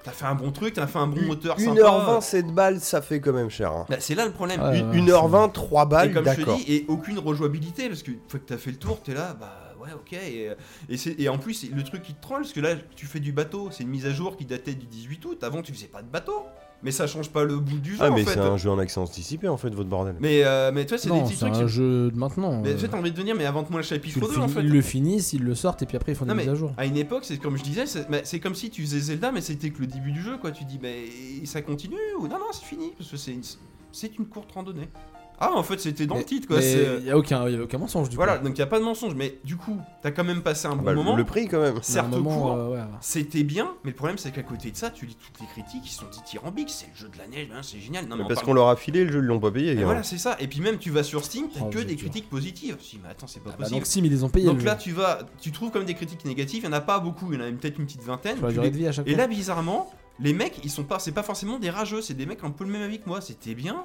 Speaker 3: T'as fait un bon truc, t'as fait un bon moteur sympa.
Speaker 1: 1h20, 7 balles, ça fait quand même cher. hein.
Speaker 3: Bah, c'est là le problème.
Speaker 2: Ouais.
Speaker 1: Une- 1h20, 3
Speaker 3: et
Speaker 1: balles,
Speaker 3: comme je te
Speaker 1: d'accord.
Speaker 3: dis, et aucune rejouabilité, parce que une fois que t'as fait le tour, t'es là, bah ouais, ok. Et, et c'est- et en plus, c'est le truc qui te troll, parce que là, tu fais du bateau, c'est une mise à jour qui datait du 18 août, avant tu faisais pas de bateau. Mais ça change pas le bout du jeu,
Speaker 1: Ah,
Speaker 3: en
Speaker 1: mais
Speaker 3: fait.
Speaker 1: c'est un jeu en accès anticipé en fait, votre bordel.
Speaker 3: Mais, euh, mais toi, c'est des
Speaker 2: Non,
Speaker 3: petits
Speaker 2: c'est
Speaker 3: trucs. c'est-
Speaker 2: un jeu de maintenant.
Speaker 3: Mais
Speaker 2: euh,
Speaker 3: tu sais, t'as envie de venir, mais invente-moi le chapitre
Speaker 2: tu le
Speaker 3: 2, en
Speaker 2: finis-
Speaker 3: fait.
Speaker 2: Ils le finissent, ils le sortent et puis après ils font des
Speaker 3: Non, mais-
Speaker 2: mises à jour.
Speaker 3: À une époque, c'est comme je disais, c'est bah, c'est comme si tu faisais Zelda, mais c'était que le début du jeu, quoi. Tu dis, mais ça continue ou non, non, c'est fini, parce que c'est une, c'est une courte randonnée. Ah, en fait, c'était dans
Speaker 2: Mais-
Speaker 3: le titre, quoi.
Speaker 2: mais
Speaker 3: c'est-
Speaker 2: Il n'y a, aucun il y a aucun mensonge du
Speaker 3: Voilà,
Speaker 2: coup.
Speaker 3: donc il n'y a pas de mensonge, mais du coup, t'as quand même passé un bon
Speaker 1: Bah, le-
Speaker 3: moment.
Speaker 1: le prix quand même.
Speaker 2: Il y a un
Speaker 3: certes
Speaker 2: moment,
Speaker 3: court,
Speaker 2: euh, ouais, ouais.
Speaker 3: c'était bien, mais le problème c'est qu'à côté de ça, tu lis toutes les critiques, ils sont dithyrambiques, c'est le jeu de la neige, hein, c'est génial. Non, mais on
Speaker 1: Parce
Speaker 3: parle-
Speaker 1: qu'on leur a filé le hein. jeu, ils l'ont pas payé.
Speaker 3: Mais
Speaker 1: gars.
Speaker 3: voilà, c'est ça. Et puis même, tu vas sur Steam, t'as
Speaker 2: Oh,
Speaker 3: que
Speaker 2: vous
Speaker 3: des
Speaker 2: êtes dur.
Speaker 3: critiques positives. Je dis, mais attends, c'est pas
Speaker 2: Ah bah,
Speaker 3: possible.
Speaker 2: donc Sim, ils les ont payés.
Speaker 3: donc
Speaker 2: le
Speaker 3: là,
Speaker 2: jeu.
Speaker 3: tu vas, tu trouves comme des critiques négatives, il y en a pas beaucoup, il y en a même peut-être une petite vingtaine.
Speaker 2: Sur la
Speaker 3: tu
Speaker 2: durée
Speaker 3: les-
Speaker 2: de vie à chaque
Speaker 3: Et
Speaker 2: fois.
Speaker 3: là, bizarrement, les mecs, ils sont pas, c'est pas forcément des rageux, c'est des mecs un peu le même avis que moi. C'était bien,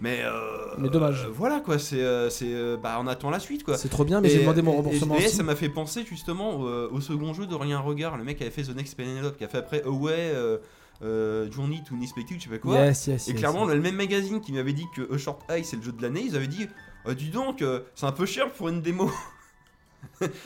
Speaker 3: mais euh,
Speaker 2: Mais dommage.
Speaker 3: euh, voilà quoi, c'est, euh, c'est, euh, bah, on attend la suite quoi.
Speaker 2: C'est trop bien, mais j'ai
Speaker 3: Et-
Speaker 2: demandé mon
Speaker 3: et-
Speaker 2: remboursement.
Speaker 3: et- et
Speaker 2: à
Speaker 3: ça
Speaker 2: Steam.
Speaker 3: m'a fait penser justement au, euh, au second jeu de Rien Regard. Le mec avait fait The Next Penelope, qui a fait après Away, euh, euh, Journey to Unexpected, je sais pas quoi.
Speaker 2: Yes, yes,
Speaker 3: et
Speaker 2: yes,
Speaker 3: clairement,
Speaker 2: yes.
Speaker 3: le même magazine qui m'avait dit que A Short High c'est le jeu de l'année, ils avaient dit Euh, dis donc, euh, c'est un peu cher pour une démo.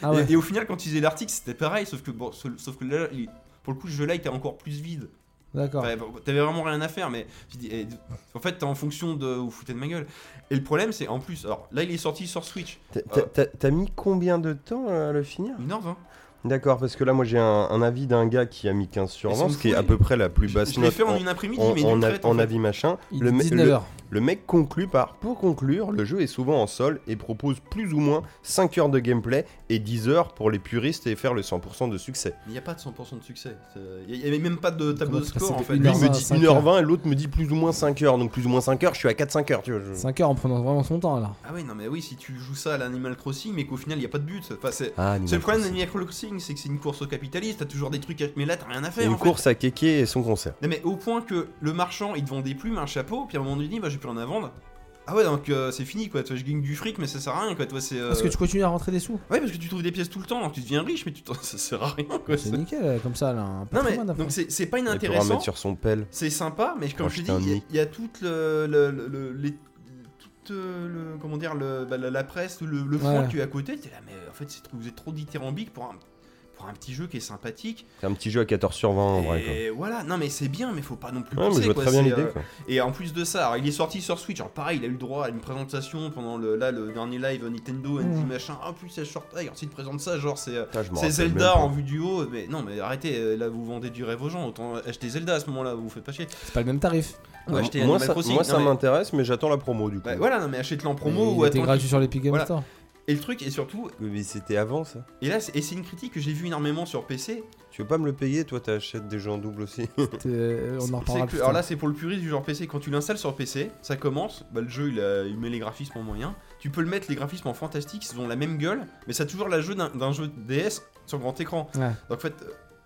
Speaker 2: Ah ouais.
Speaker 3: et, et au final, quand ils faisaient l'article, c'était pareil, sauf que, bon, sauf sauf que là, il- pour le coup, ce jeu-là il était encore plus vide.
Speaker 2: D'accord.
Speaker 3: Ouais, bon, T'avais vraiment rien à faire, mais tu dis, eh, en fait, t'es en fonction de. Vous foutez de ma gueule. Et le problème, c'est en plus, alors là, il est sorti sur Switch,
Speaker 1: T'as- t'as- T'as t'as mis combien de temps euh, à le finir
Speaker 3: 1h20.
Speaker 1: D'accord, parce que là, moi, j'ai un, un avis d'un gars qui a mis 15 sur
Speaker 3: Ils sont
Speaker 1: 20, ce qui est à
Speaker 3: fous,
Speaker 1: peu près la plus
Speaker 3: Je,
Speaker 1: basse
Speaker 3: je l'ai
Speaker 1: note
Speaker 3: fait en,
Speaker 1: en-
Speaker 3: une après-midi,
Speaker 1: en-
Speaker 3: mais
Speaker 1: en
Speaker 3: d'une
Speaker 1: a-
Speaker 3: traite, en
Speaker 1: en
Speaker 3: fait.
Speaker 1: avis machin.
Speaker 2: Il
Speaker 1: le
Speaker 2: dit
Speaker 1: me-
Speaker 2: 19h.
Speaker 1: Le mec conclut par Pour conclure, le jeu est souvent en sol et propose plus ou moins 5 heures de gameplay et 10 heures pour les puristes et faire le 100% de succès.
Speaker 3: Mais il n'y a pas de 100% de succès. Il n'y avait même pas de tableau
Speaker 2: Comment
Speaker 3: de
Speaker 2: ça,
Speaker 3: score en
Speaker 2: c'était
Speaker 3: fait.
Speaker 2: une
Speaker 1: Lui
Speaker 2: heure
Speaker 3: Lui,
Speaker 1: me
Speaker 2: vingt,
Speaker 1: dit
Speaker 2: cinq
Speaker 1: 1h20 et l'autre me dit plus ou moins 5 heures. Donc plus ou moins 5 heures, je suis à 4-5 heures, tu vois. je-
Speaker 2: 5 heures en prenant vraiment son temps là.
Speaker 3: Ah oui, non mais oui, si tu joues ça à l'Animal Crossing, mais qu'au final il n'y a pas de but. Enfin, c'est
Speaker 1: Ah,
Speaker 3: c'est le problème d'Animal Crossing, c'est que c'est une course au capitaliste, t'as toujours des trucs, à- mais là t'as rien à faire.
Speaker 1: Et une
Speaker 3: en fait.
Speaker 1: course à Kéké et son concert.
Speaker 3: Non mais au point que le marchand il te vend des plumes, un chapeau, puis à un moment il dit bah j'ai plus rien à vendre. Ah ouais donc euh, c'est fini quoi, tu vois, je gagne du fric mais ça sert à rien quoi, toi c'est... euh,
Speaker 2: Est-ce que tu continues à rentrer des sous
Speaker 3: Ouais parce que tu trouves des pièces tout le temps, alors tu deviens riche mais tu t'en- ça sert à rien quoi.
Speaker 2: C'est
Speaker 3: c'est-
Speaker 2: nickel euh, comme ça là. un
Speaker 3: Non mais
Speaker 2: patrimoine, après.
Speaker 3: donc c'est c'est pas
Speaker 1: Il pourra
Speaker 3: inintéressant,
Speaker 1: mettre sur son pelle.
Speaker 3: c'est sympa mais comme
Speaker 1: Oh,
Speaker 3: je te dis,
Speaker 1: putain,
Speaker 3: il y a-
Speaker 1: Nick.
Speaker 3: il y, a toute le... le- le- le- les- toute, euh, le- comment dire, le- bah, la, la presse, le, le fond
Speaker 2: Ouais.
Speaker 3: que tu es à côté, t'es là, mais en fait, c'est trop- vous êtes trop dithyrambique pour un, pour un petit jeu qui est sympathique.
Speaker 1: C'est un petit jeu à 14 sur 20 en vrai. Quoi.
Speaker 3: et voilà, non, mais c'est bien, mais faut pas non plus.
Speaker 1: Ouais, mais
Speaker 3: pousser,
Speaker 1: je vois
Speaker 3: quoi,
Speaker 1: très bien
Speaker 3: c'est,
Speaker 1: l'idée.
Speaker 3: euh,
Speaker 1: quoi.
Speaker 3: Et en plus de ça, alors, il est sorti sur Switch. Alors pareil, il a eu le droit à une présentation pendant le, là, le dernier live Nintendo, Andy
Speaker 1: Mm.
Speaker 2: Mhm.
Speaker 3: machin. Ah, plus c'est short. Ah, alors s'il te présente ça, genre c'est. euh,
Speaker 1: Putain, je m'en
Speaker 3: C'est
Speaker 1: rappelle même
Speaker 3: Zelda
Speaker 1: pas.
Speaker 3: en vue du haut, mais non, mais arrêtez, euh, là vous vendez du rêve aux gens, autant acheter Zelda à ce moment-là, vous vous faites pas chier.
Speaker 2: C'est pas le même tarif.
Speaker 3: Ou
Speaker 1: Ouais,
Speaker 3: acheter
Speaker 1: moi,
Speaker 3: Animal
Speaker 1: ça,
Speaker 3: Crossing,
Speaker 1: moi,
Speaker 3: non,
Speaker 1: ça
Speaker 3: mais-
Speaker 1: m'intéresse, mais j'attends la promo du coup.
Speaker 3: Bah, voilà, non, mais achète-le en promo
Speaker 2: Il
Speaker 3: ou
Speaker 2: était
Speaker 3: attends.
Speaker 2: gratuit sur l'Epic Game
Speaker 3: Voilà.
Speaker 2: Store.
Speaker 3: Et le truc, et surtout,
Speaker 1: Mais c'était avant ça.
Speaker 3: et là, c'est- et c'est une critique que j'ai vue énormément sur PC,
Speaker 1: Tu veux pas me le payer Toi, t'achètes des jeux en double aussi.
Speaker 2: Euh, On en
Speaker 3: C'est
Speaker 2: reparlera
Speaker 3: que-
Speaker 2: plus.
Speaker 3: alors
Speaker 2: tard.
Speaker 3: là, c'est pour le puriste du genre PC. Quand tu l'installes sur PC, ça commence. Bah, le jeu, il, a- il met les graphismes en moyen. Tu peux le mettre les graphismes en fantastique, ils ont la même gueule, mais ça a toujours la jeu d'un d'un jeu DS sur grand écran.
Speaker 2: Ouais.
Speaker 3: Donc en fait,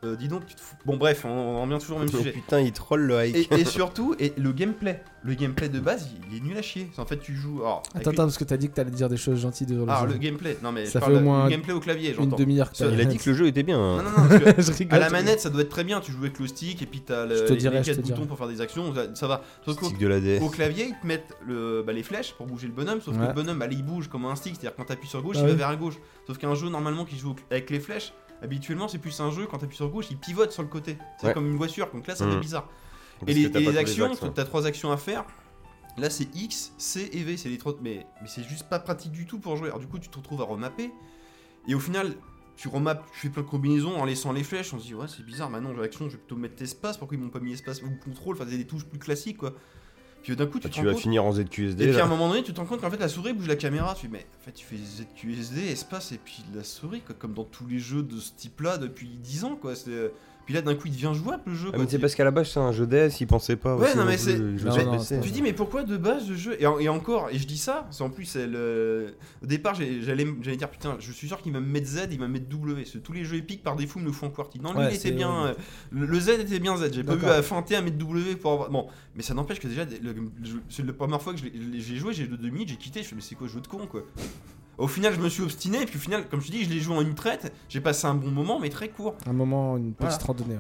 Speaker 3: euh, dis donc, tu te fous. Bon, bref, on, on revient toujours au même
Speaker 1: Oh,
Speaker 3: sujet.
Speaker 1: putain, il troll le hike.
Speaker 3: Et, et surtout, et le gameplay. Le gameplay de base, il, il est nul à chier. En fait, tu joues. Alors, avec
Speaker 2: Attends,
Speaker 3: une-
Speaker 2: attends, parce que t'as dit que t'allais dire des choses gentilles de
Speaker 3: Ah, le gameplay. Non, mais je
Speaker 2: Ça
Speaker 3: parle
Speaker 2: fait au
Speaker 3: de-
Speaker 2: moins
Speaker 3: le gameplay au clavier,
Speaker 2: une
Speaker 3: j'entends.
Speaker 2: demi-heure. que
Speaker 3: Ça,
Speaker 2: t'as-
Speaker 1: Il a dit que le jeu était bien. hein.
Speaker 3: Non, non, non, parce que-
Speaker 2: je rigole.
Speaker 3: À la manette, ça doit être très bien. Tu joues avec le stick et puis t'as le-
Speaker 2: Je te
Speaker 3: les-
Speaker 2: dirai,
Speaker 3: les
Speaker 2: je te
Speaker 3: quatre
Speaker 2: dirai.
Speaker 3: boutons pour faire des actions. Ça, ça va. Sauf qu'au
Speaker 1: Stick de la DS.
Speaker 3: Au clavier, ils te mettent le, bah, les flèches pour bouger le bonhomme, sauf que
Speaker 2: Ouais.
Speaker 3: le bonhomme, bah, là, il bouge comme un stick, c'est-à-dire quand t'appuies sur gauche,
Speaker 2: Ah
Speaker 3: il va
Speaker 2: oui.
Speaker 3: vers la gauche. Sauf qu'un jeu, normalement, qui joue avec les flèches, habituellement, c'est plus un jeu, quand t'appuies sur gauche, il pivote sur le côté. C'est
Speaker 1: Ouais.
Speaker 3: comme une voiture, donc là, ça fait
Speaker 1: Mhm.
Speaker 3: bizarre.
Speaker 1: Parce
Speaker 3: Et les,
Speaker 1: que t'as
Speaker 3: et
Speaker 1: pas
Speaker 3: les
Speaker 1: tous
Speaker 3: actions,
Speaker 1: axes, hein.
Speaker 3: t'as trois actions à faire. Là, c'est X, C et V, c'est les trois. Mais, mais c'est juste pas pratique du tout pour jouer. Alors, du coup, tu te retrouves à remapper. Et au final, tu remappes, tu fais plein de combinaisons en laissant les flèches. On se dit, ouais, c'est bizarre, maintenant, j'ai action, je vais plutôt mettre espace. Pourquoi ils m'ont pas mis espace ou contrôle Enfin, c'est des touches plus classiques, quoi. Puis euh, d'un coup, tu
Speaker 1: Ah,
Speaker 3: te
Speaker 1: Tu
Speaker 3: rends
Speaker 1: vas
Speaker 3: compte.
Speaker 1: finir en
Speaker 3: Et
Speaker 1: ZQSD.
Speaker 3: puis à
Speaker 1: là.
Speaker 3: un moment donné, tu te rends compte qu'en fait la souris bouge la caméra. Tu fais, mais en fait, tu fais ZQSD, espace, et puis la souris, quoi, comme dans tous les jeux de ce type-là depuis 10 ans, quoi. c'est- euh, Puis là, d'un coup, il devient jouable le jeu.
Speaker 1: Ah,
Speaker 3: quoi.
Speaker 1: mais c'est
Speaker 3: Tu-
Speaker 1: parce qu'à la base, c'est un jeu DS, il pensait pas.
Speaker 3: Ouais,
Speaker 1: aussi
Speaker 3: non, mais
Speaker 1: plus,
Speaker 3: c'est-
Speaker 1: le jeu
Speaker 2: Non,
Speaker 1: sur
Speaker 2: non,
Speaker 1: PC.
Speaker 2: c'est-
Speaker 3: Tu dis, mais pourquoi de base le jeu et, en- et encore, et je dis ça, c'est en plus, c'est le... au départ, j'ai- j'allais j'allais dire, putain, je suis sûr qu'il va me mettre Z, il va me mettre W. Parce que tous les jeux épiques, par défaut, me le font en quartile. Non, lui,
Speaker 2: Ouais,
Speaker 3: il était
Speaker 2: c'est-
Speaker 3: bien. euh, Le, le Z était bien Z, j'ai pas eu
Speaker 2: D'accord.
Speaker 3: à feinter à mettre W pour avoir. Bon, mais ça n'empêche que déjà, le- le- c'est la première fois que je l'ai- j'ai joué, j'ai joué deux minutes, j'ai quitté, je fais, mais c'est quoi, ce jeu de con, quoi. Au final, je me suis obstiné, et puis au final, comme je te dis, je l'ai joué en une traite, j'ai passé un bon moment, mais très court.
Speaker 2: Un moment, une petite
Speaker 3: Voilà.
Speaker 2: randonnée. ouais.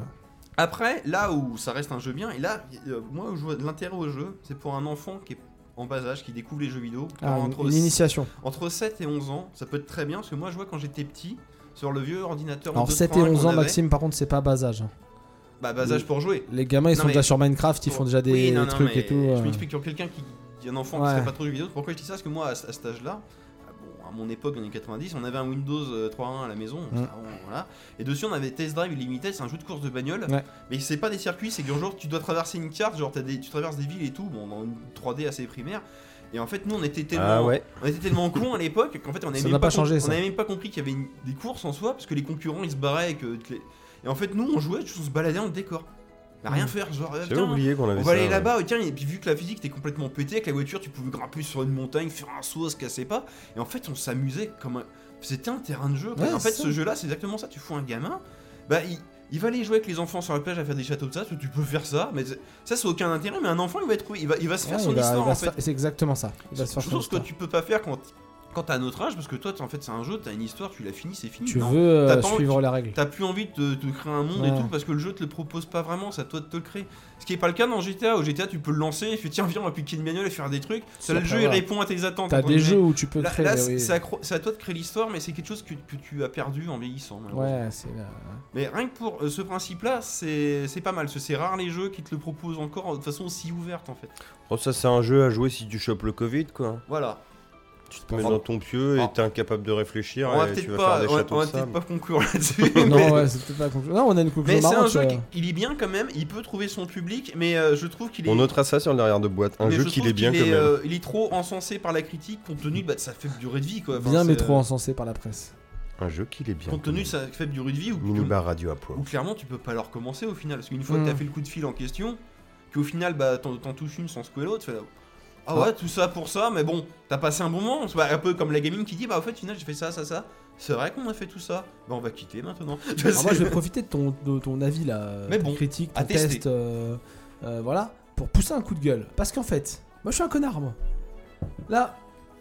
Speaker 3: Après, là où ça reste un jeu bien, et là, euh, moi, où je vois de l'intérêt au jeu, c'est pour un enfant qui est en bas âge, qui découvre les jeux vidéo.
Speaker 2: Ah, une,
Speaker 3: entre,
Speaker 2: une initiation.
Speaker 3: entre 7 et 11 ans, ça peut être très bien, parce que moi, je vois quand j'étais petit, sur le vieux ordinateur.
Speaker 2: Alors 7 et
Speaker 3: 231
Speaker 2: 11
Speaker 3: qu'on
Speaker 2: ans,
Speaker 3: avait,
Speaker 2: Maxime, par contre, c'est pas bas âge. hein.
Speaker 3: Bah, bas âge pour jouer.
Speaker 2: Les gamins, ils
Speaker 3: Non,
Speaker 2: sont
Speaker 3: mais-
Speaker 2: déjà sur Minecraft, ils
Speaker 3: Pour-
Speaker 2: font déjà des
Speaker 3: Oui, non, non,
Speaker 2: des trucs
Speaker 3: mais
Speaker 2: et tout.
Speaker 3: Je
Speaker 2: euh.
Speaker 3: m'explique sur quelqu'un qui. qui est Un enfant
Speaker 2: Ouais.
Speaker 3: qui serait pas trop jeu vidéo. Pourquoi je dis ça Parce que moi, à, ce- à cet âge-là, ah bon, à mon époque, dans les 90, on avait un Windows euh, 3.1 à la maison.
Speaker 2: Mm.
Speaker 3: ça, bon, voilà. Et dessus, on avait Test Drive Illimité, c'est un jeu de course de bagnole.
Speaker 2: Ouais.
Speaker 3: Mais c'est pas des circuits, c'est que genre, tu dois traverser une carte, genre, t'as des, tu traverses des villes et tout, bon, dans une 3D assez primaire. Et en fait, nous, on était tellement,
Speaker 1: Ah ouais.
Speaker 3: on était tellement cons à l'époque qu'en fait, on n'avait
Speaker 2: Ça
Speaker 3: même,
Speaker 2: n'a pas
Speaker 3: com-
Speaker 2: changé, ça.
Speaker 3: on avait même pas compris qu'il y avait une- des courses en soi, parce que les concurrents ils se barraient. Et, que, que les- et en fait, nous, on jouait, juste, on se baladait dans le décor. On
Speaker 2: Mm.
Speaker 3: a rien faire, genre, euh,
Speaker 1: J'avais
Speaker 3: tiens,
Speaker 1: oublié qu'on avait
Speaker 3: on
Speaker 1: ça.
Speaker 3: va aller
Speaker 1: ouais.
Speaker 3: là-bas, oh, tiens, et puis vu que la physique était complètement pétée, avec la voiture, tu pouvais grimper sur une montagne, faire un saut, ça se casser pas. Et en fait, on s'amusait comme un... C'était un terrain de jeu. quoi.
Speaker 2: Ouais,
Speaker 3: en fait,
Speaker 2: c'est
Speaker 3: ce jeu-là, c'est exactement ça. Tu fous un gamin, bah, il, il va aller jouer avec les enfants sur la plage à faire des châteaux de ça, tu peux faire ça, mais c'est- ça, c'est aucun intérêt. Mais un enfant, il va être, il va, il va se faire
Speaker 2: Ouais,
Speaker 3: son
Speaker 2: il va- il
Speaker 3: histoire,
Speaker 2: va
Speaker 3: en
Speaker 2: se
Speaker 3: fait.
Speaker 2: faire- C'est exactement ça. Il va se faire son
Speaker 3: Chose que
Speaker 2: histoire.
Speaker 3: tu peux pas faire quand, quand t'as notre âge, parce que toi, t'es- en fait, c'est un jeu, t'as une histoire, tu l'as fini, c'est fini.
Speaker 2: Tu
Speaker 3: Non.
Speaker 2: veux euh,
Speaker 3: t'as pas envie-
Speaker 2: suivre la règle.
Speaker 3: T'as plus envie de, de créer un monde et
Speaker 2: Ouais.
Speaker 3: tout parce que le jeu te le propose pas vraiment, c'est à toi de te le créer. Ce qui est pas le cas dans GTA. Au GTA, tu peux le lancer et tu tiens, viens, on va piquer le manuel et faire des trucs.
Speaker 2: C'est
Speaker 3: Ça, le
Speaker 2: pas
Speaker 3: jeu, il
Speaker 2: vrai.
Speaker 3: répond à tes attentes.
Speaker 2: T'as
Speaker 3: entre
Speaker 2: des
Speaker 3: guillemets.
Speaker 2: jeux où tu peux
Speaker 3: Là,
Speaker 2: créer.
Speaker 3: là,
Speaker 2: oui.
Speaker 3: c'est c'est à cro- c'est à toi de créer l'histoire, mais c'est quelque chose que, que tu as perdu en vieillissant. malheureusement.
Speaker 2: Ouais, c'est. euh,
Speaker 3: Mais rien que pour euh, ce principe-là, c'est c'est pas mal. parce que C'est rare les jeux qui te le proposent encore de façon aussi ouverte en fait.
Speaker 1: Oh, ça, c'est un jeu à jouer si tu chopes le Covid, quoi.
Speaker 3: Voilà.
Speaker 1: Tu te mets
Speaker 3: Oh.
Speaker 1: dans ton pieu et
Speaker 3: Oh.
Speaker 1: t'es incapable de réfléchir
Speaker 3: on va
Speaker 1: et tu
Speaker 3: peut-être
Speaker 1: vas
Speaker 3: pas,
Speaker 1: faire des
Speaker 3: on va-
Speaker 1: châteaux
Speaker 3: on
Speaker 1: de
Speaker 3: va peut-être
Speaker 1: sable.
Speaker 3: pas conclure là-dessus. mais-
Speaker 2: Non, ouais, c'est peut-être pas la conclusion. Non, on a une conclusion
Speaker 3: Mais c'est un
Speaker 2: marrante.
Speaker 3: jeu
Speaker 2: euh.
Speaker 3: qui il est bien quand même, il peut trouver son public, mais euh, je trouve qu'il est
Speaker 1: On notera ça sur le derrière de boîte. Un
Speaker 3: Mais
Speaker 1: jeu
Speaker 3: je
Speaker 1: qu'il
Speaker 3: trouve
Speaker 1: est bien
Speaker 3: qu'il
Speaker 1: quand
Speaker 3: est,
Speaker 1: même.
Speaker 3: euh, il est trop encensé par la critique compte tenu bah, de sa faible durée de vie. Quoi. Enfin,
Speaker 2: Bien, mais
Speaker 3: c'est,
Speaker 2: trop
Speaker 3: euh,
Speaker 2: encensé par la presse.
Speaker 1: Un jeu qu'il est bien.
Speaker 3: Compte
Speaker 1: quand
Speaker 3: tenu de
Speaker 1: même.
Speaker 3: sa faible durée de vie, ou
Speaker 1: Minibar radio à poids.
Speaker 3: ou clairement tu peux pas leur recommencer au final. Parce qu'une fois que t'as
Speaker 2: Mm.
Speaker 3: fait le coup de fil en question, qu'au final bah, t'en, t'en touches une sans secouer l'autre, tu fais, Ah ouais, tout ça pour ça, mais bon, t'as passé un bon moment. C'est pas un peu comme la gaming qui dit Bah au fait, au final j'ai fait ça, ça, ça. C'est vrai qu'on a fait tout ça. Bah on va quitter maintenant. Ah, Tu vois,
Speaker 2: Alors Ah, moi,
Speaker 3: c'est-
Speaker 2: je vais profiter de ton, de ton avis là, euh,
Speaker 3: Mais
Speaker 2: ton
Speaker 3: bon,
Speaker 2: critique,
Speaker 3: à
Speaker 2: ton
Speaker 3: tester.
Speaker 2: test, euh, euh, voilà, pour pousser un coup de gueule. Parce qu'en fait, moi, je suis un connard, moi. Là,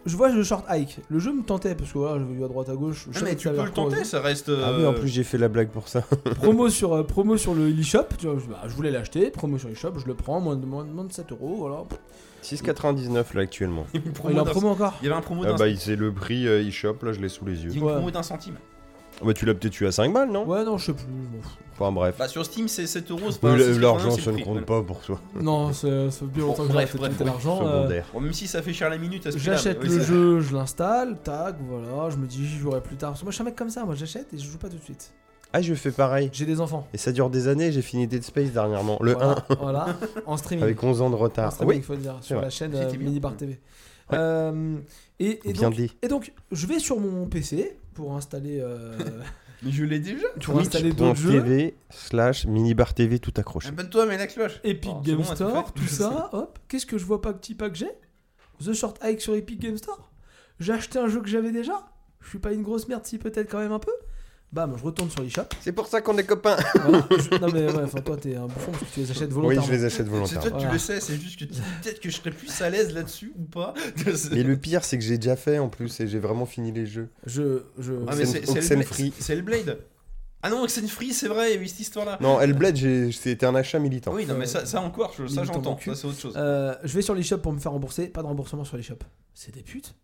Speaker 2: je vois le short hike. Le jeu me tentait parce que voilà, je vu à droite à gauche. je
Speaker 3: Ah, mais
Speaker 2: savais que
Speaker 3: tu
Speaker 2: ça avait
Speaker 3: peux le
Speaker 2: l'air cool.
Speaker 3: tenter, ça reste.
Speaker 1: Ah oui, en
Speaker 3: euh,
Speaker 1: plus j'ai fait la blague pour ça.
Speaker 2: promo sur euh, promo sur le e-shop. tu vois, je, bah, je voulais l'acheter, promo sur l'e-shop, je le prends, moins de, moins de- moins de 7 euros, voilà.
Speaker 1: 6,99 là actuellement.
Speaker 3: Il y avait une promo
Speaker 2: Ah, Il en
Speaker 3: d'un-
Speaker 2: promo encore.
Speaker 3: il y avait un promo
Speaker 1: Ah
Speaker 3: d'un
Speaker 1: bah il- c'est le prix euh, e-shop là, je l'ai sous les
Speaker 3: il y
Speaker 1: yeux.
Speaker 3: avait une
Speaker 2: Ouais.
Speaker 3: promo d'un centime.
Speaker 1: Ah bah tu l'as peut-être eu à 5 balles non
Speaker 2: Ouais, non, je sais plus. je m'en fous.
Speaker 1: Enfin bref.
Speaker 3: Bah sur Steam c'est 7 euros, c'est pas
Speaker 1: Oui,
Speaker 3: un
Speaker 1: le-
Speaker 3: 6,80,
Speaker 1: L'argent
Speaker 3: c'est
Speaker 1: ça
Speaker 3: le
Speaker 1: ne
Speaker 3: prix,
Speaker 1: compte
Speaker 3: ouais.
Speaker 1: pas pour toi.
Speaker 2: Non, c'est- ça fait bien
Speaker 3: Bon,
Speaker 2: longtemps que j'ai
Speaker 3: bref,
Speaker 2: arrêté de
Speaker 3: bref,
Speaker 2: compter
Speaker 3: oui,
Speaker 2: l'argent. euh,
Speaker 1: Secondaire.
Speaker 3: Bon, même si ça fait cher la minute, à ce prix-là,
Speaker 2: J'achète
Speaker 3: mais oui,
Speaker 2: le
Speaker 3: c'est-
Speaker 2: jeu, je l'installe, tac, voilà, je me dis j'y jouerai plus tard. Parce que moi je suis un mec comme ça, moi j'achète et je joue pas tout de suite.
Speaker 1: Ah je fais pareil.
Speaker 2: J'ai des enfants.
Speaker 1: Et ça dure des années, j'ai fini Dead Space dernièrement. Le
Speaker 2: voilà, voilà, en
Speaker 1: 1
Speaker 2: streaming.
Speaker 1: Euh, avec 11 ans de
Speaker 2: en
Speaker 1: retard.
Speaker 2: streaming,
Speaker 1: Oui,
Speaker 2: faut le dire, sur
Speaker 1: vrai.
Speaker 2: la chaîne
Speaker 3: C'était
Speaker 2: euh,
Speaker 3: bien.
Speaker 2: Minibar TV. Euh, et, et
Speaker 1: bien
Speaker 2: donc,
Speaker 1: dit.
Speaker 2: et donc, je vais sur mon PC pour installer, euh,
Speaker 3: Mais je l'ai déjà.
Speaker 2: pour installer d'autres jeux.
Speaker 1: Twitch.tv slash minibar TV tout accroché.
Speaker 3: Abonne-toi, mets la cloche.
Speaker 2: Epic
Speaker 3: Oh, c'est
Speaker 2: Game
Speaker 3: bon, elle te
Speaker 2: Store,
Speaker 3: fait.
Speaker 2: tout ça, hop. Qu'est-ce que je vois pas petit pas que j'ai The Short Hike sur Epic Game Store J'ai acheté un jeu que j'avais déjà Je suis pas une grosse merde si peut-être quand même un peu Bam, je retourne sur l'eShop.
Speaker 1: C'est pour ça qu'on est copains.
Speaker 2: Voilà. Je- Non mais ouais, enfin toi t'es un bouffon parce que tu les achètes
Speaker 1: Oui,
Speaker 2: volontairement.
Speaker 1: je les achète
Speaker 3: C'est
Speaker 1: volontairement.
Speaker 3: toi, tu
Speaker 2: Voilà.
Speaker 3: le sais, c'est juste que tu- peut-être que je serais plus à l'aise là-dessus ou pas.
Speaker 1: Mais le pire, c'est que j'ai déjà fait en plus et j'ai vraiment fini les jeux.
Speaker 2: Je, je...
Speaker 3: Ah, mais
Speaker 1: Oxen-
Speaker 3: c'est- c'est le-
Speaker 1: Oxenfree.
Speaker 3: c'est le Blade. Ah non, Oxenfree, c'est vrai, il y a eu cette histoire-là.
Speaker 1: Non, Hellblade, j'ai- c'était un achat militant.
Speaker 3: Oui, non, mais ça, ça encore, je- ça
Speaker 2: Militant dans
Speaker 3: j'entends,
Speaker 2: le cul.
Speaker 3: ça c'est autre chose.
Speaker 2: Euh, je vais sur l'eShop pour me faire rembourser. Pas de remboursement sur l'eShop. C'est des putes.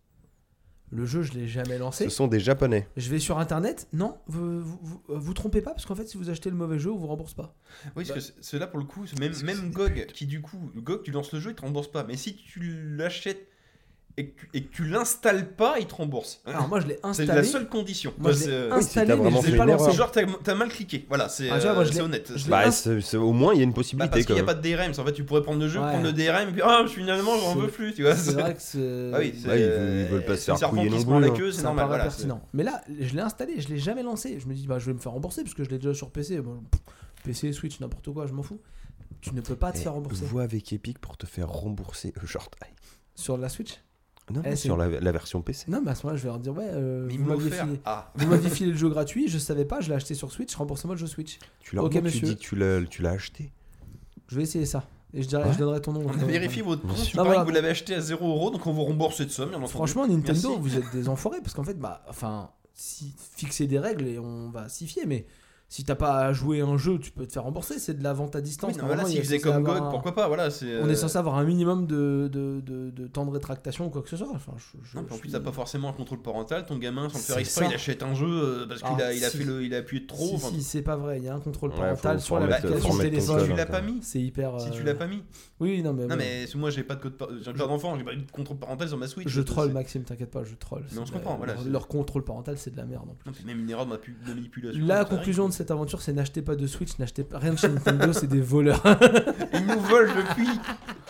Speaker 2: Le jeu, je l'ai jamais lancé.
Speaker 1: Ce sont des japonais.
Speaker 2: Je vais sur internet. Non, vous vous, vous- euh, vous trompez pas parce qu'en fait, si vous achetez le mauvais jeu, on vous rembourse pas.
Speaker 3: Oui, parce que c'est- c'est là pour le coup, c'est même, même GOG, qui du coup, GOG, tu lances le jeu, il te rembourse pas. Mais si tu l'achètes et que, tu- et que tu l'installes pas, il te rembourse.
Speaker 2: Alors moi, je l'ai
Speaker 3: C'est
Speaker 2: Ah, installé.
Speaker 3: la seule condition.
Speaker 2: Moi, je
Speaker 3: C'est,
Speaker 2: l'ai
Speaker 3: euh,
Speaker 2: installé,
Speaker 1: t'as
Speaker 2: mais
Speaker 1: vraiment
Speaker 2: je l'ai
Speaker 1: fait
Speaker 2: pas
Speaker 1: une
Speaker 2: lancé.
Speaker 1: erreur.
Speaker 3: C'est genre t'as t'as mal cliqué, voilà, c'est
Speaker 2: Ah, tu vois, moi,
Speaker 3: euh,
Speaker 2: je
Speaker 3: c'est
Speaker 2: l'ai-
Speaker 3: honnête.
Speaker 2: je l'ai
Speaker 1: Bah,
Speaker 2: Ah.
Speaker 1: c'est- c'est- au moins, il y a une
Speaker 3: Bah,
Speaker 1: possibilité.
Speaker 3: parce qu'il n'y a
Speaker 1: quand
Speaker 3: pas
Speaker 1: même.
Speaker 3: de DRM, en fait tu pourrais prendre le jeu,
Speaker 2: Ouais.
Speaker 3: prendre le DRM et puis ah finalement j'en
Speaker 2: C'est-
Speaker 3: veux plus, tu vois.
Speaker 2: C'est vrai que c'est.
Speaker 3: Ah oui, c'est-
Speaker 1: Ouais, ils veulent- ils veulent pas se
Speaker 3: c'est
Speaker 1: faire
Speaker 3: le serpent
Speaker 1: couiller
Speaker 3: qui
Speaker 1: non
Speaker 3: se prend
Speaker 1: plus,
Speaker 3: la
Speaker 1: hein.
Speaker 3: queue,
Speaker 2: Ça
Speaker 3: c'est
Speaker 2: me
Speaker 3: normal.
Speaker 2: paraît
Speaker 3: voilà,
Speaker 2: pertinent. Mais là, je l'ai installé, je l'ai jamais lancé. Je me dis, bah, je vais me faire rembourser parce que je l'ai déjà sur PC. Bon, pff, PC, Switch, n'importe quoi, je m'en fous. Tu ne peux pas te
Speaker 1: Eh,
Speaker 2: faire rembourser.
Speaker 1: Vois avec Epic pour te faire rembourser euh, le short.
Speaker 2: Sur la Switch
Speaker 1: Non,
Speaker 2: Eh,
Speaker 1: non,
Speaker 2: c'est-
Speaker 1: sur la, la version PC.
Speaker 2: Non, mais à ce moment-là, je vais leur dire, ouais, euh,
Speaker 3: Mais ils
Speaker 2: vous
Speaker 3: me l'ont
Speaker 2: m'aviez
Speaker 3: offert.
Speaker 2: filé.
Speaker 3: Ah,
Speaker 2: Vous m'aviez filé le jeu gratuit, je savais pas, je l'ai acheté sur Switch, remboursez-moi le jeu Switch.
Speaker 1: Tu l'as
Speaker 2: Ok,
Speaker 1: tu
Speaker 2: monsieur.
Speaker 1: dis que tu l'as- tu l'as acheté.
Speaker 2: Je vais essayer ça. Et je, dirai,
Speaker 1: Ouais.
Speaker 2: je donnerai ton nom.
Speaker 3: on a vérifié votre compte,
Speaker 1: Bien
Speaker 3: tu
Speaker 1: sûr.
Speaker 2: Non,
Speaker 3: parais que
Speaker 2: voilà.
Speaker 3: vous l'avez acheté à 0€, donc on vous rembourse cette somme, bien entendu.
Speaker 2: Franchement, Nintendo,
Speaker 3: Merci.
Speaker 2: vous êtes des enfoirés parce qu'en fait, bah, enfin, si, fixer des règles et on va s'y fier, mais si t'as pas à jouer à un jeu, tu peux te faire rembourser, c'est de la vente à distance.
Speaker 3: Oui, non,
Speaker 2: Normalement,
Speaker 3: voilà,
Speaker 2: il
Speaker 3: s'ils
Speaker 2: est
Speaker 3: faisaient
Speaker 2: censé
Speaker 3: comme
Speaker 2: avoir
Speaker 3: God,
Speaker 2: un-
Speaker 3: pourquoi pas, voilà, c'est.
Speaker 2: On est
Speaker 3: euh,
Speaker 2: censé avoir un minimum de, de, de- de temps de rétractation ou quoi que ce soit. Enfin, je, je-
Speaker 3: non, puis en plus,
Speaker 2: je
Speaker 3: t'as
Speaker 2: suis-
Speaker 3: pas forcément un contrôle parental, ton gamin, sans le faire
Speaker 2: C'est
Speaker 3: exprès,
Speaker 2: ça.
Speaker 3: il achète un jeu euh, parce qu'il
Speaker 2: Ah,
Speaker 3: a, il a,
Speaker 2: si.
Speaker 3: fait le- il a appuyé trop.
Speaker 2: Si,
Speaker 3: enfin,
Speaker 2: si, c'est pas vrai, il y a un contrôle
Speaker 1: Ouais,
Speaker 2: parental
Speaker 1: faut-
Speaker 2: sur
Speaker 1: faut
Speaker 3: bah,
Speaker 1: remettre-
Speaker 2: l'application
Speaker 1: faut
Speaker 3: si
Speaker 1: remettre
Speaker 2: téléphone.
Speaker 1: ton
Speaker 3: tu
Speaker 1: code,
Speaker 3: l'as
Speaker 1: hein,
Speaker 3: pas mis,
Speaker 2: C'est hyper.
Speaker 3: si tu
Speaker 2: euh,
Speaker 3: l'as pas mis.
Speaker 2: Oui, non, mais.
Speaker 3: Non,
Speaker 2: bon.
Speaker 3: mais parce que moi j'ai pas de code par- j'ai un code d'enfant, j'ai pas eu de contrôle parental sur ma Switch.
Speaker 2: Je
Speaker 3: donc,
Speaker 2: troll,
Speaker 3: c'est-
Speaker 2: Maxime, t'inquiète pas, je troll.
Speaker 3: Mais on se
Speaker 2: C'est-
Speaker 3: comprend, voilà,
Speaker 2: leur-
Speaker 3: c'est-
Speaker 2: Leur contrôle parental, c'est de la merde en plus.
Speaker 3: Non, puis même une erreur de ma- de manipulation.
Speaker 2: La
Speaker 3: ça arrive.
Speaker 2: conclusion de cette aventure, c'est n'achetez pas de Switch, n'achetez pas rien de chez Nintendo, c'est des voleurs.
Speaker 3: Ils nous volent depuis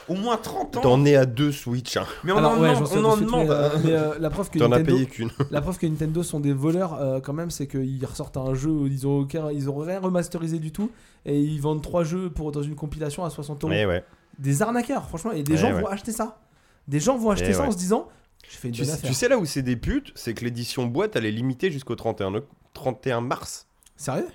Speaker 3: au moins 30 ans.
Speaker 1: T'en es à deux Switch, hein.
Speaker 3: Mais on
Speaker 2: Alors,
Speaker 3: en
Speaker 2: ouais, j'en
Speaker 3: demande.
Speaker 2: sais
Speaker 3: On
Speaker 2: de
Speaker 3: en
Speaker 2: suite, mais,
Speaker 3: demande.
Speaker 2: euh, mais, euh, la preuve que
Speaker 1: t'en as
Speaker 2: Nintendo,
Speaker 1: payé qu'une.
Speaker 2: la preuve que Nintendo sont des voleurs euh, quand même, c'est qu'ils ressortent un jeu, où ils ont aucun, ils ont rien remasterisé du tout, et ils vendent trois jeux pour dans une compilation à 60 euros.
Speaker 1: Mais Eh ouais.
Speaker 2: Des arnaqueurs, franchement, et des
Speaker 1: Eh
Speaker 2: gens
Speaker 1: ouais.
Speaker 2: vont acheter ça. Des gens vont acheter
Speaker 1: Eh
Speaker 2: ça en
Speaker 1: ouais.
Speaker 2: se disant, je fais une
Speaker 1: Tu,
Speaker 2: bonne
Speaker 1: sais-
Speaker 2: affaire.
Speaker 1: tu sais là où c'est des putes, c'est que l'édition boîte elle est limitée jusqu'au 31, oct- 31 mars.
Speaker 2: Sérieux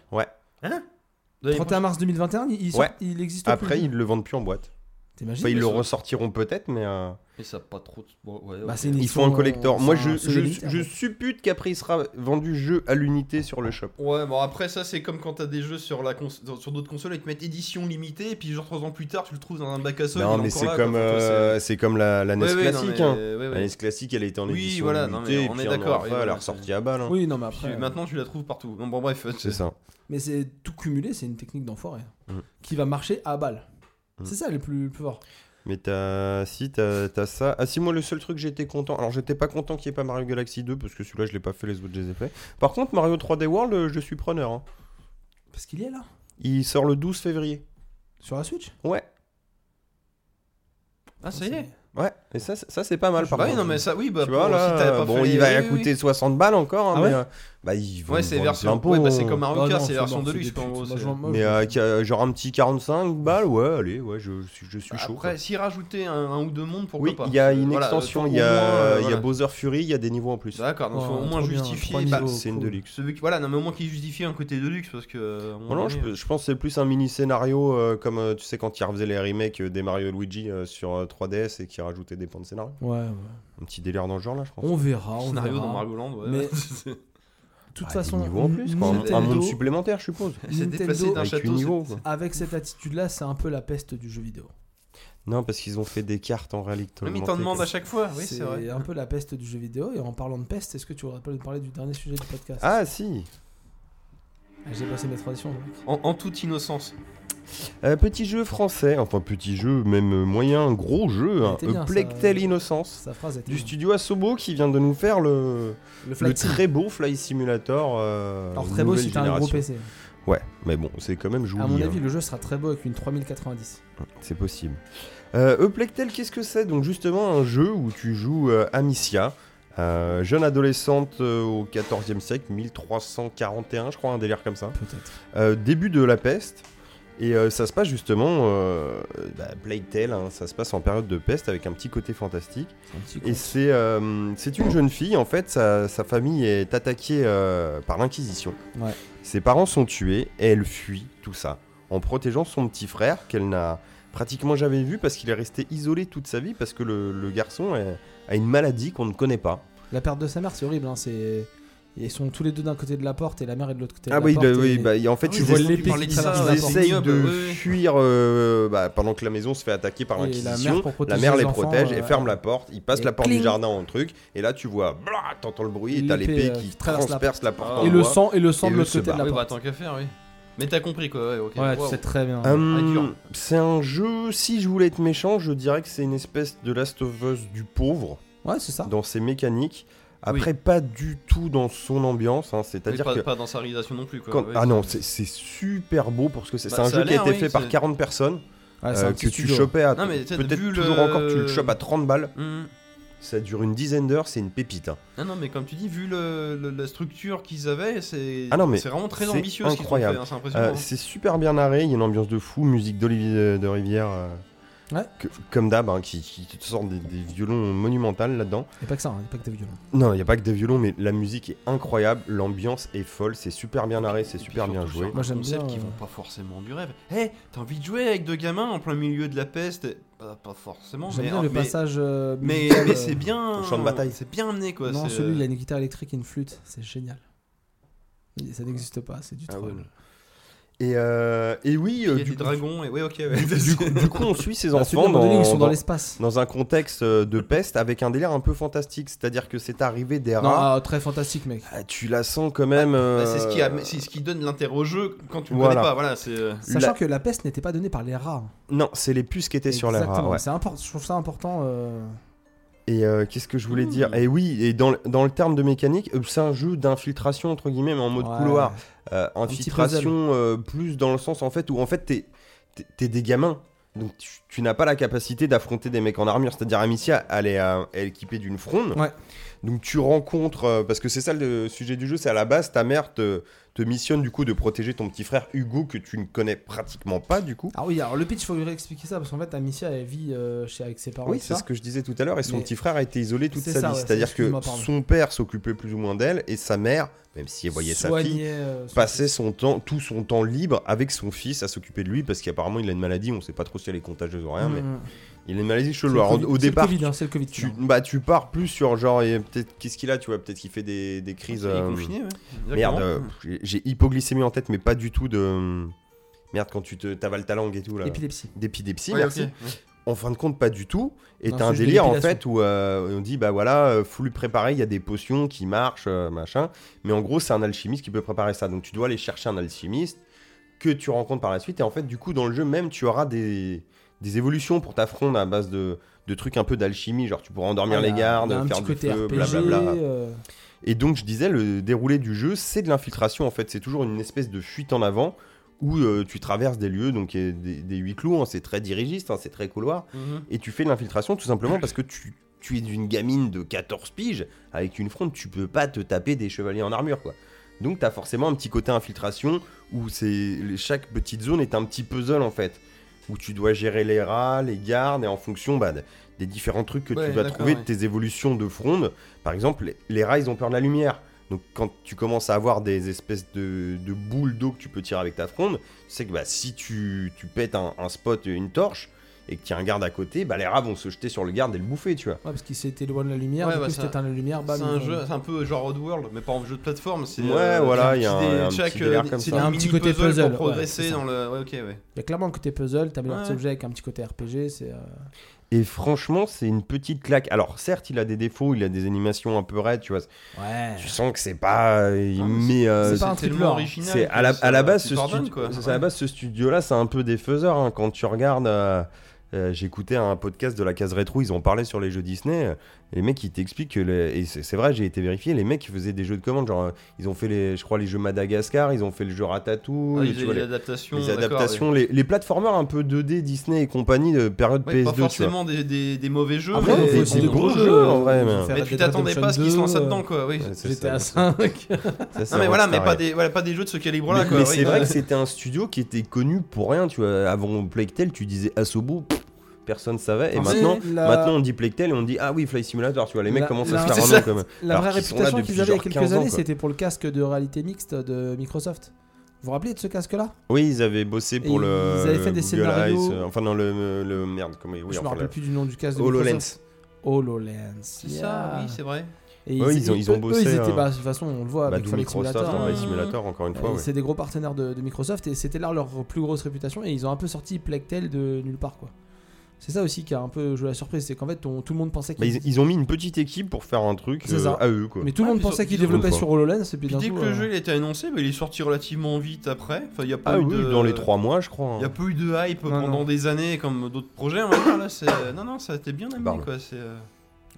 Speaker 3: Vous avez
Speaker 2: 31 mars 2021, il, il sort-
Speaker 1: Ouais.
Speaker 2: il existe
Speaker 1: Après
Speaker 2: plus.
Speaker 1: ils le vendent plus en boîte.
Speaker 2: T'imagines
Speaker 1: Enfin ils
Speaker 3: mais
Speaker 1: le
Speaker 3: ça-
Speaker 1: ressortiront peut-être mais euh,
Speaker 3: Mais ça a pas trop. de- bon, ouais,
Speaker 2: Bah,
Speaker 3: ok.
Speaker 2: c'est une-
Speaker 1: ils
Speaker 2: Ils
Speaker 1: font un
Speaker 2: sont,
Speaker 1: collector.
Speaker 2: euh,
Speaker 1: Moi
Speaker 2: c'est
Speaker 1: je,
Speaker 2: un
Speaker 1: je,
Speaker 2: solennité,
Speaker 1: je
Speaker 2: ouais.
Speaker 1: suppute qu'après il sera vendu jeu à l'unité sur le shop.
Speaker 3: Ouais, bon après ça c'est comme quand t'as des jeux sur la cons- dans- sur d'autres consoles et te mettent édition limitée et puis genre 3 ans plus tard tu le trouves dans un bac à sol.
Speaker 1: non
Speaker 3: il est
Speaker 1: mais
Speaker 3: encore
Speaker 1: c'est
Speaker 3: là,
Speaker 1: comme
Speaker 3: quoi. Enfin, toi, c'est-
Speaker 1: euh, c'est comme la, la NES
Speaker 3: Ouais, ouais, non,
Speaker 1: classique.
Speaker 3: mais,
Speaker 1: hein.
Speaker 3: ouais, ouais.
Speaker 1: La NES classique elle était en
Speaker 3: Oui,
Speaker 1: édition
Speaker 3: voilà, non,
Speaker 1: limitée
Speaker 3: mais
Speaker 1: et
Speaker 3: on
Speaker 1: puis
Speaker 3: est
Speaker 1: un an
Speaker 3: d'accord,
Speaker 1: après,
Speaker 3: oui,
Speaker 1: elle est
Speaker 3: oui,
Speaker 1: ressortie à balle. hein.
Speaker 2: Oui, non, mais
Speaker 3: Puis
Speaker 2: après.
Speaker 3: maintenant tu la trouves partout. Non, bon bref, euh,
Speaker 1: C'est ça.
Speaker 2: Mais c'est tout cumulé, c'est une technique d'enfoiré
Speaker 1: Mm.
Speaker 2: qui va marcher à balle.
Speaker 1: Mm.
Speaker 2: C'est ça le plus, le plus fort.
Speaker 1: Mais t'as si t'as t'as ça. Ah si moi le seul truc j'étais content. Alors j'étais pas content qu'il y ait pas Mario Galaxy 2 parce que celui-là je l'ai pas fait les autres je les ai fait. Par contre Mario 3D World euh, je suis preneur. hein.
Speaker 2: Parce qu'il y est là,
Speaker 1: Il sort le 12 février.
Speaker 2: sur la Switch.
Speaker 1: Ouais.
Speaker 3: Ah ça y est.
Speaker 1: Ouais. Et ça c'est- ça c'est pas mal par
Speaker 3: Bah oui,
Speaker 1: contre.
Speaker 3: non mais ça oui bah
Speaker 1: tu
Speaker 3: pour-
Speaker 1: vois là,
Speaker 3: si t'avais pas
Speaker 1: bon
Speaker 3: fait
Speaker 1: il
Speaker 3: les-
Speaker 1: va
Speaker 3: oui, oui, oui.
Speaker 1: coûter 60 balles encore. hein,
Speaker 2: Ah
Speaker 1: mais,
Speaker 2: ouais
Speaker 1: euh, bah ils vont
Speaker 3: Ouais, c'est
Speaker 1: vendre
Speaker 3: version
Speaker 1: plein pot,
Speaker 3: ouais, bah, c'est
Speaker 1: hein.
Speaker 3: comme Mario
Speaker 2: Ah
Speaker 3: Kart,
Speaker 2: non,
Speaker 3: c'est
Speaker 2: c'est
Speaker 3: version
Speaker 2: mort,
Speaker 3: de
Speaker 2: c'est
Speaker 3: luxe
Speaker 2: des
Speaker 3: quoi, en
Speaker 2: putes.
Speaker 3: gros.
Speaker 2: Moi,
Speaker 3: c'est-
Speaker 2: je m'en-
Speaker 1: Mais euh, qui a- genre un petit 45 balles, ouais, allez, ouais, je, je suis- je suis chaud. quoi.
Speaker 3: Après, s'y rajouter un, un ou deux mondes, pourquoi
Speaker 1: oui,
Speaker 3: pas
Speaker 1: il y a une
Speaker 3: Voilà,
Speaker 1: extension,
Speaker 3: autant
Speaker 1: il y, a,
Speaker 3: au moins, euh,
Speaker 1: il y a
Speaker 3: voilà. Bah,
Speaker 1: Bowser Fury, il y a des niveaux en plus.
Speaker 3: D'accord, donc faut
Speaker 2: Oh,
Speaker 3: au moins
Speaker 2: trop bien, trois
Speaker 3: justifier. bah,
Speaker 2: niveaux.
Speaker 1: c'est une
Speaker 2: cool.
Speaker 1: deluxe.
Speaker 3: celui qui- voilà, non mais au moins qu'il justifie un côté deluxe parce que. euh, à un moment
Speaker 1: Non, non,
Speaker 3: donné,
Speaker 1: je,
Speaker 3: euh,
Speaker 1: peux- je pense que c'est plus un mini scénario euh, comme euh, tu sais quand ils refaisaient les remakes euh, des Mario et Luigi euh, sur euh, 3DS et qui rajoutaient des pans de scénario.
Speaker 2: Ouais, ouais.
Speaker 1: Un petit délire dans le genre là, je pense.
Speaker 2: On verra. On
Speaker 3: Scénario
Speaker 2: verra.
Speaker 3: dans Mario Land, ouais.
Speaker 2: Mais-
Speaker 3: ouais.
Speaker 2: De toute
Speaker 1: Ah, des
Speaker 2: façon,
Speaker 1: niveaux en plus, quoi. Un-
Speaker 2: Nintendo,
Speaker 1: un monde supplémentaire, je suppose.
Speaker 3: C'est déplacé
Speaker 2: Nintendo,
Speaker 3: d'un
Speaker 1: Avec huit
Speaker 3: château.
Speaker 1: niveaux,
Speaker 3: c'est-
Speaker 1: quoi.
Speaker 2: avec cette attitude-là, c'est un peu la peste du jeu vidéo.
Speaker 1: Non, parce qu'ils ont fait des cartes en réalité.
Speaker 3: Oui, mais t'en
Speaker 1: augmentée,
Speaker 3: demandes
Speaker 1: quoi.
Speaker 3: à chaque fois, Ah oui, c'est vrai.
Speaker 2: c'est un peu la peste du jeu vidéo. Et en parlant de peste, est-ce que tu voudrais pas nous parler du dernier sujet du podcast Ah,
Speaker 1: Ah si.
Speaker 2: J'ai passé mes traditions. mec.
Speaker 3: En, en toute innocence.
Speaker 1: Euh, petit jeu français, enfin petit jeu, même euh, moyen, gros jeu, hein.
Speaker 2: était bien,
Speaker 1: Euh,
Speaker 2: ça,
Speaker 1: Plectel
Speaker 2: euh,
Speaker 1: Innocence,
Speaker 2: Sa phrase était
Speaker 1: du
Speaker 2: bien.
Speaker 1: studio Asobo qui vient de nous faire le,
Speaker 2: le flat
Speaker 1: le très beau Fly Simulator. euh,
Speaker 2: Alors très beau
Speaker 1: nouvelle
Speaker 2: si t'as un gros
Speaker 1: génération.
Speaker 2: PC.
Speaker 1: Ouais, mais bon, c'est quand même joli.
Speaker 2: À mon
Speaker 1: hein.
Speaker 2: avis, le jeu sera très beau avec une 3090.
Speaker 1: C'est possible. Euh, Plectel, qu'est-ce que c'est Donc justement un jeu où tu joues euh, Amicia, euh, jeune adolescente euh, au 14e siècle, 1341 je crois, un délire comme ça.
Speaker 2: Peut-être.
Speaker 1: Euh, début de la peste. Et euh, ça se passe justement, euh, bah, Plague Tale, hein, ça se passe en période de peste avec un petit côté fantastique.
Speaker 2: C'est un petit con.
Speaker 1: Et c'est euh, c'est une jeune fille, en fait, sa, sa famille est attaquée euh, par l'Inquisition.
Speaker 2: Ouais.
Speaker 1: Ses parents sont tués et elle fuit tout ça en protégeant son petit frère qu'elle n'a pratiquement jamais vu parce qu'il est resté isolé toute sa vie parce que le, le garçon est- a une maladie qu'on ne connaît pas.
Speaker 2: La perte de sa mère, c'est horrible. Hein, c'est... Ils sont tous les deux d'un côté de la porte et la mère est de l'autre côté. de
Speaker 1: Ah
Speaker 2: la
Speaker 1: oui,
Speaker 2: porte,
Speaker 1: bah, oui,
Speaker 2: et-
Speaker 1: bah, en fait,
Speaker 3: Ah
Speaker 1: tu
Speaker 3: oui,
Speaker 1: vois
Speaker 3: c'est-
Speaker 1: l'épée
Speaker 3: tu parlais
Speaker 2: qui
Speaker 3: de ça,
Speaker 2: traverse
Speaker 1: Ils
Speaker 3: ouais,
Speaker 2: la
Speaker 3: c'est
Speaker 2: porte.
Speaker 1: essayent
Speaker 3: ignoble,
Speaker 1: de
Speaker 3: ouais, ouais.
Speaker 1: fuir euh, bah, pendant que la maison se fait attaquer par
Speaker 2: Et la
Speaker 1: l'inquisition.
Speaker 2: mère, pour
Speaker 1: La
Speaker 2: protéger
Speaker 1: mère
Speaker 2: les
Speaker 1: les
Speaker 2: enfants,
Speaker 1: protège et
Speaker 2: euh,
Speaker 1: ferme la porte. Ils passent
Speaker 2: et
Speaker 1: la porte du
Speaker 2: cling.
Speaker 1: jardin en truc. Et là, tu vois, blah, t'entends le bruit et t'as
Speaker 2: L'épée,
Speaker 1: l'épée
Speaker 2: euh,
Speaker 1: qui
Speaker 2: qui traverse la
Speaker 1: transperce la porte.
Speaker 3: Ah.
Speaker 1: en
Speaker 2: Et le
Speaker 1: bois.
Speaker 2: sang et le sang
Speaker 1: Et
Speaker 2: de
Speaker 1: eux
Speaker 2: l'autre
Speaker 1: se
Speaker 2: côté de la
Speaker 3: Oui, bah
Speaker 2: porte.
Speaker 3: tant qu'à faire, oui. Mais t'as compris quoi, ouais, ok.
Speaker 2: Ouais, tu
Speaker 3: waouh.
Speaker 2: sais très bien.
Speaker 1: Hum,
Speaker 3: Ah, dur.
Speaker 1: c'est un jeu, si je voulais être méchant, je dirais que c'est une espèce de Last of Us du pauvre
Speaker 2: Ouais, c'est ça.
Speaker 1: dans ses mécaniques. Après, pas du tout dans son ambiance. hein,
Speaker 3: Mais
Speaker 1: C'est-à-dire
Speaker 3: pas,
Speaker 1: que.
Speaker 3: pas dans sa réalisation non plus quoi.
Speaker 1: quand-
Speaker 3: ouais.
Speaker 1: Ah non, c'est c'est super beau pour ce que c'est.
Speaker 3: Bah,
Speaker 1: c'est un
Speaker 3: ça a
Speaker 1: jeu qui a
Speaker 3: l'air,
Speaker 1: été
Speaker 3: oui,
Speaker 1: fait par
Speaker 3: c'est-
Speaker 1: 40 personnes.
Speaker 2: Ouais, Ah, c'est
Speaker 1: euh,
Speaker 2: un
Speaker 1: que
Speaker 2: petit
Speaker 1: tu
Speaker 2: studio.
Speaker 1: chopais à.
Speaker 3: Non, mais tu sais,
Speaker 1: Peut-être
Speaker 3: vu le-
Speaker 1: toujours encore, tu le chopes à 30 balles.
Speaker 3: Hum.
Speaker 1: Ça dure une dizaine d'heures, c'est une pépite. hein.
Speaker 3: Ah non, mais comme tu dis, vu le- le- la structure qu'ils avaient, c'est
Speaker 1: Ah non, mais
Speaker 3: c'est vraiment très
Speaker 1: c'est
Speaker 3: ambitieux ce qu'ils ont fait,
Speaker 1: incroyable.
Speaker 3: hein, c'est
Speaker 1: Euh,
Speaker 3: impressionnant.
Speaker 1: c'est super bien narré, il y a une ambiance de fou, musique d'Olivier de, de Rivière. euh,
Speaker 2: Ouais.
Speaker 1: que- comme d'hab, hein, qui, qui te sort des, des violons monumentales là-dedans.
Speaker 2: Et pas que ça, hein, y a pas que des violons.
Speaker 1: Non, il n'y a pas que des violons, mais la musique est incroyable, l'ambiance est folle, c'est super bien narré, c'est
Speaker 3: Et puis
Speaker 1: super bien
Speaker 3: surtout
Speaker 1: joué.
Speaker 3: sur
Speaker 2: Moi,
Speaker 3: un
Speaker 2: j'aime
Speaker 3: concept
Speaker 2: bien,
Speaker 3: qui
Speaker 2: euh,
Speaker 3: vont pas forcément du rêve. Hé, t'as envie de jouer avec deux gamins en plein milieu de la peste et- bah, Pas forcément,
Speaker 2: J'aime
Speaker 3: mais, ah,
Speaker 2: bien le
Speaker 3: mais,
Speaker 2: passage. euh,
Speaker 3: mais,
Speaker 2: musical,
Speaker 3: mais
Speaker 2: euh,
Speaker 3: c'est bien.
Speaker 1: Au champ de bataille.
Speaker 3: C'est bien amené quoi.
Speaker 2: Non,
Speaker 3: c'est- euh,
Speaker 2: celui, il y a une guitare électrique et une flûte. C'est génial. Mais Ça n'existe pas, c'est du
Speaker 1: Ah
Speaker 2: troll.
Speaker 1: ouais. Et, euh, et oui,
Speaker 3: Il y a
Speaker 1: euh,
Speaker 3: des
Speaker 1: du, coup,
Speaker 3: dragons et ouais, ok. ouais.
Speaker 1: du coup- du coup, on suit ces
Speaker 2: Parce que, à
Speaker 1: enfants
Speaker 2: un moment donné, Bah, ils sont dans
Speaker 1: dans,
Speaker 2: l'espace.
Speaker 1: dans un contexte euh, de peste avec un délire un peu fantastique, c'est-à-dire que c'est arrivé des
Speaker 2: Non,
Speaker 1: rats.
Speaker 2: ah, très fantastique, mec.
Speaker 1: Ah, tu la sens quand même.
Speaker 3: Bah, c'est ce qui,
Speaker 1: euh,
Speaker 3: a- c'est ce qui donne l'intérêt au jeu quand tu le
Speaker 1: Voilà.
Speaker 3: connais pas. Voilà, c'est. euh,
Speaker 2: Sachant que la peste n'était pas donnée par les rats. hein.
Speaker 1: Non, c'est les puces qui étaient sur les rats.
Speaker 2: Exactement,
Speaker 1: ouais.
Speaker 2: c'est important. Je trouve ça important. euh,
Speaker 1: Et euh, qu'est-ce que je voulais
Speaker 3: Mmh.
Speaker 1: dire Et oui, et dans, le- dans le terme de mécanique, euh, c'est un jeu d'infiltration entre guillemets, mais en mode
Speaker 2: ouais.
Speaker 1: couloir. Euh,
Speaker 2: petit
Speaker 1: infiltration euh, plus dans le sens en fait où en fait t'es t'es- t'es des gamins Donc tu, tu n'as pas la capacité d'affronter des mecs en armure. C'est-à-dire Amicia, elle est, euh, elle est équipée d'une fronde.
Speaker 2: Ouais.
Speaker 1: Donc tu rencontres, euh, parce que c'est ça le sujet du jeu, c'est à la base ta mère te, te missionne du coup de protéger ton petit frère Hugo que tu ne connais pratiquement pas du coup.
Speaker 2: Ah oui, alors le pitch, faut lui réexpliquer ça parce qu'en fait, Amicia, elle vit euh, chez, avec ses parents.
Speaker 1: Oui,
Speaker 2: tout
Speaker 1: Ah c'est
Speaker 2: ça.
Speaker 1: ce que je disais tout à l'heure. Et son
Speaker 2: Mais-
Speaker 1: petit frère a été isolé toute
Speaker 2: C'est
Speaker 1: sa
Speaker 2: ça,
Speaker 1: vie.
Speaker 2: ouais,
Speaker 1: C'est-à-dire que
Speaker 2: excuse-moi, pardon.
Speaker 1: son père s'occupait plus ou moins d'elle et sa mère, même si elle voyait sa fille,
Speaker 2: Soignait, euh, son
Speaker 1: passait
Speaker 2: fils.
Speaker 1: son temps, tout son temps libre avec son fils à s'occuper de lui parce qu'apparemment il a une maladie. On sait pas trop si elle est contagieuse ou rien, mais
Speaker 2: Mmh.
Speaker 1: il a une maladie
Speaker 2: C'est le
Speaker 1: chelou. Alors,
Speaker 2: Covid-
Speaker 1: au
Speaker 2: c'est le
Speaker 1: départ,
Speaker 2: Covid, hein, c'est le Covid.
Speaker 1: tu,
Speaker 2: non.
Speaker 1: bah, tu pars plus sur genre, et peut-être qu'est-ce qu'il a, tu vois, peut-être qu'il fait des,
Speaker 2: Ah,
Speaker 1: des crises.
Speaker 3: Il est
Speaker 1: euh,
Speaker 3: confiné, ouais.
Speaker 1: merde,
Speaker 3: Exactement.
Speaker 1: euh, j'ai- j'ai hypoglycémie en tête, mais pas du tout de. Merde, quand tu te t'avales ta langue et tout là.
Speaker 2: Épilepsie.
Speaker 1: D'épilepsie,
Speaker 3: Ouais,
Speaker 1: merci.
Speaker 3: ok.
Speaker 1: En fin de compte, pas du tout. Et
Speaker 2: Non,
Speaker 1: t'as un
Speaker 2: c'est juste des
Speaker 1: délire en fait
Speaker 2: dépilations.
Speaker 1: où euh, on dit bah voilà, euh, faut lui préparer. Il y a des potions qui marchent, euh, machin. Mais en gros, c'est un alchimiste qui peut préparer ça. Donc tu dois aller chercher un alchimiste que tu rencontres par la suite. Et en fait, du coup, dans le jeu même, tu auras des, des évolutions pour ta fronde à base de, de trucs un peu d'alchimie. Genre, tu pourras endormir
Speaker 2: Ah, Il y a-
Speaker 1: les gardes,
Speaker 2: il y a un
Speaker 1: faire
Speaker 2: petit
Speaker 1: du
Speaker 2: côté
Speaker 1: feu,
Speaker 2: RPG,
Speaker 1: blablabla.
Speaker 2: euh,
Speaker 1: Et donc je disais, le déroulé du jeu, c'est de l'infiltration en fait, c'est toujours une espèce de fuite en avant où euh, tu traverses des lieux, donc euh, des, des huis clos, hein, c'est très dirigiste, hein, c'est très couloir,
Speaker 3: Mhm.
Speaker 1: et tu fais de l'infiltration tout simplement parce que tu, tu es une gamine de 14 piges, avec une fronde, tu peux pas te taper des chevaliers en armure quoi. Donc t'as forcément un petit côté infiltration où c'est les- chaque petite zone est un petit puzzle en fait, où tu dois gérer les rats, les gardes, et en fonction bah, de- des différents trucs que
Speaker 3: Ouais,
Speaker 1: tu vas
Speaker 3: d'accord,
Speaker 1: trouver de
Speaker 3: ouais.
Speaker 1: tes évolutions de fronde. Par exemple, les, les rats ils ont peur de la lumière. Donc quand tu commences à avoir des espèces de, de boules d'eau que tu peux tirer avec ta fronde, tu sais que bah, si tu, tu pètes un, un spot, une torche, et qu'il y a un garde à côté, bah, les rats vont se jeter sur le garde et le bouffer, tu vois.
Speaker 2: Ouais, parce qu'il s'est éloigné de la lumière,
Speaker 3: Ouais,
Speaker 2: du
Speaker 3: bah,
Speaker 2: coup,
Speaker 3: c'est
Speaker 2: c'était éteint la lumière, bam.
Speaker 3: C'est
Speaker 2: ils
Speaker 3: un
Speaker 2: ont-
Speaker 3: jeu, c'est un peu genre Oddworld, mais pas en jeu de plateforme. c'est,
Speaker 1: Ouais,
Speaker 3: euh,
Speaker 1: voilà,
Speaker 3: c'est
Speaker 1: il y a
Speaker 3: des-
Speaker 1: un- un
Speaker 3: chaque,
Speaker 1: petit délire
Speaker 3: euh,
Speaker 1: comme
Speaker 3: c'est
Speaker 1: ça.
Speaker 3: des
Speaker 2: Un
Speaker 3: mini
Speaker 2: petit côté
Speaker 3: puzzles
Speaker 2: puzzle, ouais,
Speaker 3: pour progresser
Speaker 2: c'est ça.
Speaker 3: dans le. Ouais, ok, ouais.
Speaker 2: Il y a clairement le côté puzzle, tableau
Speaker 3: Ouais.
Speaker 2: des objets avec un petit côté RPG, c'est. euh,
Speaker 1: Et franchement, c'est une petite claque. Alors certes, il a des défauts, il a des animations un peu raides, tu vois.
Speaker 2: Ouais.
Speaker 1: Tu sens que c'est pas... euh,
Speaker 3: Ah, mais
Speaker 1: mais euh,
Speaker 2: c'est pas un
Speaker 3: tellement
Speaker 2: triple A.
Speaker 3: original
Speaker 1: C'est
Speaker 3: que
Speaker 1: à la,
Speaker 3: ça-
Speaker 1: à la base
Speaker 3: tu
Speaker 1: ce
Speaker 3: pardonnes,
Speaker 1: studio,
Speaker 3: quoi.
Speaker 1: c'est à la base ce studio là, c'est un peu des faiseurs hein. quand tu regardes euh, euh, j'écoutais un podcast de la case rétro, ils ont parlé sur les jeux Disney, euh, les mecs ils t'expliquent que les- et c'est c'est vrai, j'ai été vérifié, les mecs ils faisaient des jeux de commande genre euh, ils ont fait les je crois les jeux Madagascar, ils ont fait le jeu Ratatouille, tu
Speaker 3: Ah, les,
Speaker 1: vois,
Speaker 3: les
Speaker 1: les,
Speaker 3: adaptations.
Speaker 1: les
Speaker 3: d'accord,
Speaker 1: adaptations, les, les plateformers un peu 2D Disney et compagnie de période
Speaker 3: ouais. Ouais, pas
Speaker 1: PS2 tu vois.
Speaker 3: forcément des, des, des mauvais jeux,
Speaker 1: Après,
Speaker 3: mais
Speaker 1: on fait
Speaker 3: des
Speaker 1: aussi des bons
Speaker 3: bons
Speaker 1: jeux, en vrai,
Speaker 2: ils
Speaker 1: mais-
Speaker 2: ont fait
Speaker 3: Mais
Speaker 2: Red
Speaker 3: tu
Speaker 2: Dead
Speaker 3: t'attendais pas à ce
Speaker 2: Redemption euh.
Speaker 3: qu'ils se lançaient
Speaker 2: 2,
Speaker 3: dedans, quoi. Oui.
Speaker 1: Ouais, c'est
Speaker 2: GTA
Speaker 1: ça,
Speaker 2: 5.
Speaker 1: ça, c'est
Speaker 3: Non, mais voilà, mais
Speaker 1: Rockstar,
Speaker 3: pas
Speaker 1: ouais.
Speaker 3: des, voilà, pas des jeux de ce calibre-là,
Speaker 1: Mais,
Speaker 3: quoi.
Speaker 1: mais
Speaker 3: oui.
Speaker 1: c'est vrai que c'était un studio qui était connu pour rien, tu vois. Avant Plectel, tu disais Asobo, pff, personne savait. Et
Speaker 2: Ah,
Speaker 1: maintenant,
Speaker 2: c'est la-
Speaker 1: maintenant on dit Plectel et on dit ah oui Fly Simulator, tu vois. Les mecs
Speaker 2: La-
Speaker 1: commencent
Speaker 2: la-
Speaker 1: à se faire
Speaker 3: c'est
Speaker 1: un
Speaker 3: ça.
Speaker 1: nom quand même.
Speaker 2: La
Speaker 1: Alors
Speaker 2: vraie
Speaker 1: qu'ils sont là
Speaker 2: réputation qu'ils
Speaker 1: depuis
Speaker 2: avaient il y a
Speaker 1: genre
Speaker 2: quelques
Speaker 1: 15 ans,
Speaker 2: années,
Speaker 1: quoi.
Speaker 2: c'était pour le casque de réalité mixte de Microsoft. Vous vous rappelez de ce casque-là
Speaker 1: Oui, ils avaient bossé pour
Speaker 2: ils
Speaker 1: le.
Speaker 2: avaient fait des
Speaker 1: Google
Speaker 2: scénarios.
Speaker 1: Eyes, euh, enfin non le, le merde comment oui,
Speaker 2: Je me
Speaker 1: enfin,
Speaker 2: rappelle
Speaker 1: le-
Speaker 2: plus du nom du casque de Microsoft.
Speaker 1: HoloLens.
Speaker 2: HoloLens.
Speaker 3: C'est ça,
Speaker 2: yeah.
Speaker 3: oui, c'est vrai.
Speaker 2: Et
Speaker 1: Ouais, ils ont-
Speaker 2: eux,
Speaker 1: ils ont bossé,
Speaker 2: Ils étaient,
Speaker 1: hein.
Speaker 2: bah, de toute façon, on le voit
Speaker 1: Bah,
Speaker 2: avec
Speaker 1: d'où
Speaker 2: Flight
Speaker 1: Microsoft,
Speaker 2: Simulator.
Speaker 1: hein,
Speaker 3: ouais.
Speaker 1: Flight Simulator encore une
Speaker 2: Euh,
Speaker 1: fois. ouais.
Speaker 2: C'est des gros partenaires de, de Microsoft et c'était là leur plus grosse réputation et ils ont un peu sorti Plectel de nulle part quoi. C'est ça aussi qui a un peu joué la surprise, c'est qu'en fait on- tout le monde pensait
Speaker 1: Bah,
Speaker 2: qu'ils
Speaker 1: ils, ils ont mis une petite équipe pour faire un truc
Speaker 2: C'est
Speaker 1: euh,
Speaker 2: ça.
Speaker 1: à eux quoi.
Speaker 2: mais tout le
Speaker 3: Ouais,
Speaker 2: monde
Speaker 3: puis ils
Speaker 2: pensait
Speaker 3: ont-
Speaker 2: qu'ils
Speaker 3: ils ont-
Speaker 2: développaient sur HoloLens et puis
Speaker 3: Puis
Speaker 2: d'un
Speaker 3: dès que
Speaker 2: coup
Speaker 3: le
Speaker 2: euh,
Speaker 3: jeu il a été annoncé, bah, il est sorti relativement vite après. Enfin, il y a pas
Speaker 1: Ah
Speaker 3: eu
Speaker 1: oui,
Speaker 3: de-
Speaker 1: dans les trois mois je crois. hein.
Speaker 3: Il n'y a pas eu de hype
Speaker 2: Non,
Speaker 3: pendant
Speaker 2: non.
Speaker 3: des années comme d'autres projets. on va dire, là, c'est- non, non, ça a été bien amené.
Speaker 1: Pardon.
Speaker 3: Quoi, c'est, euh,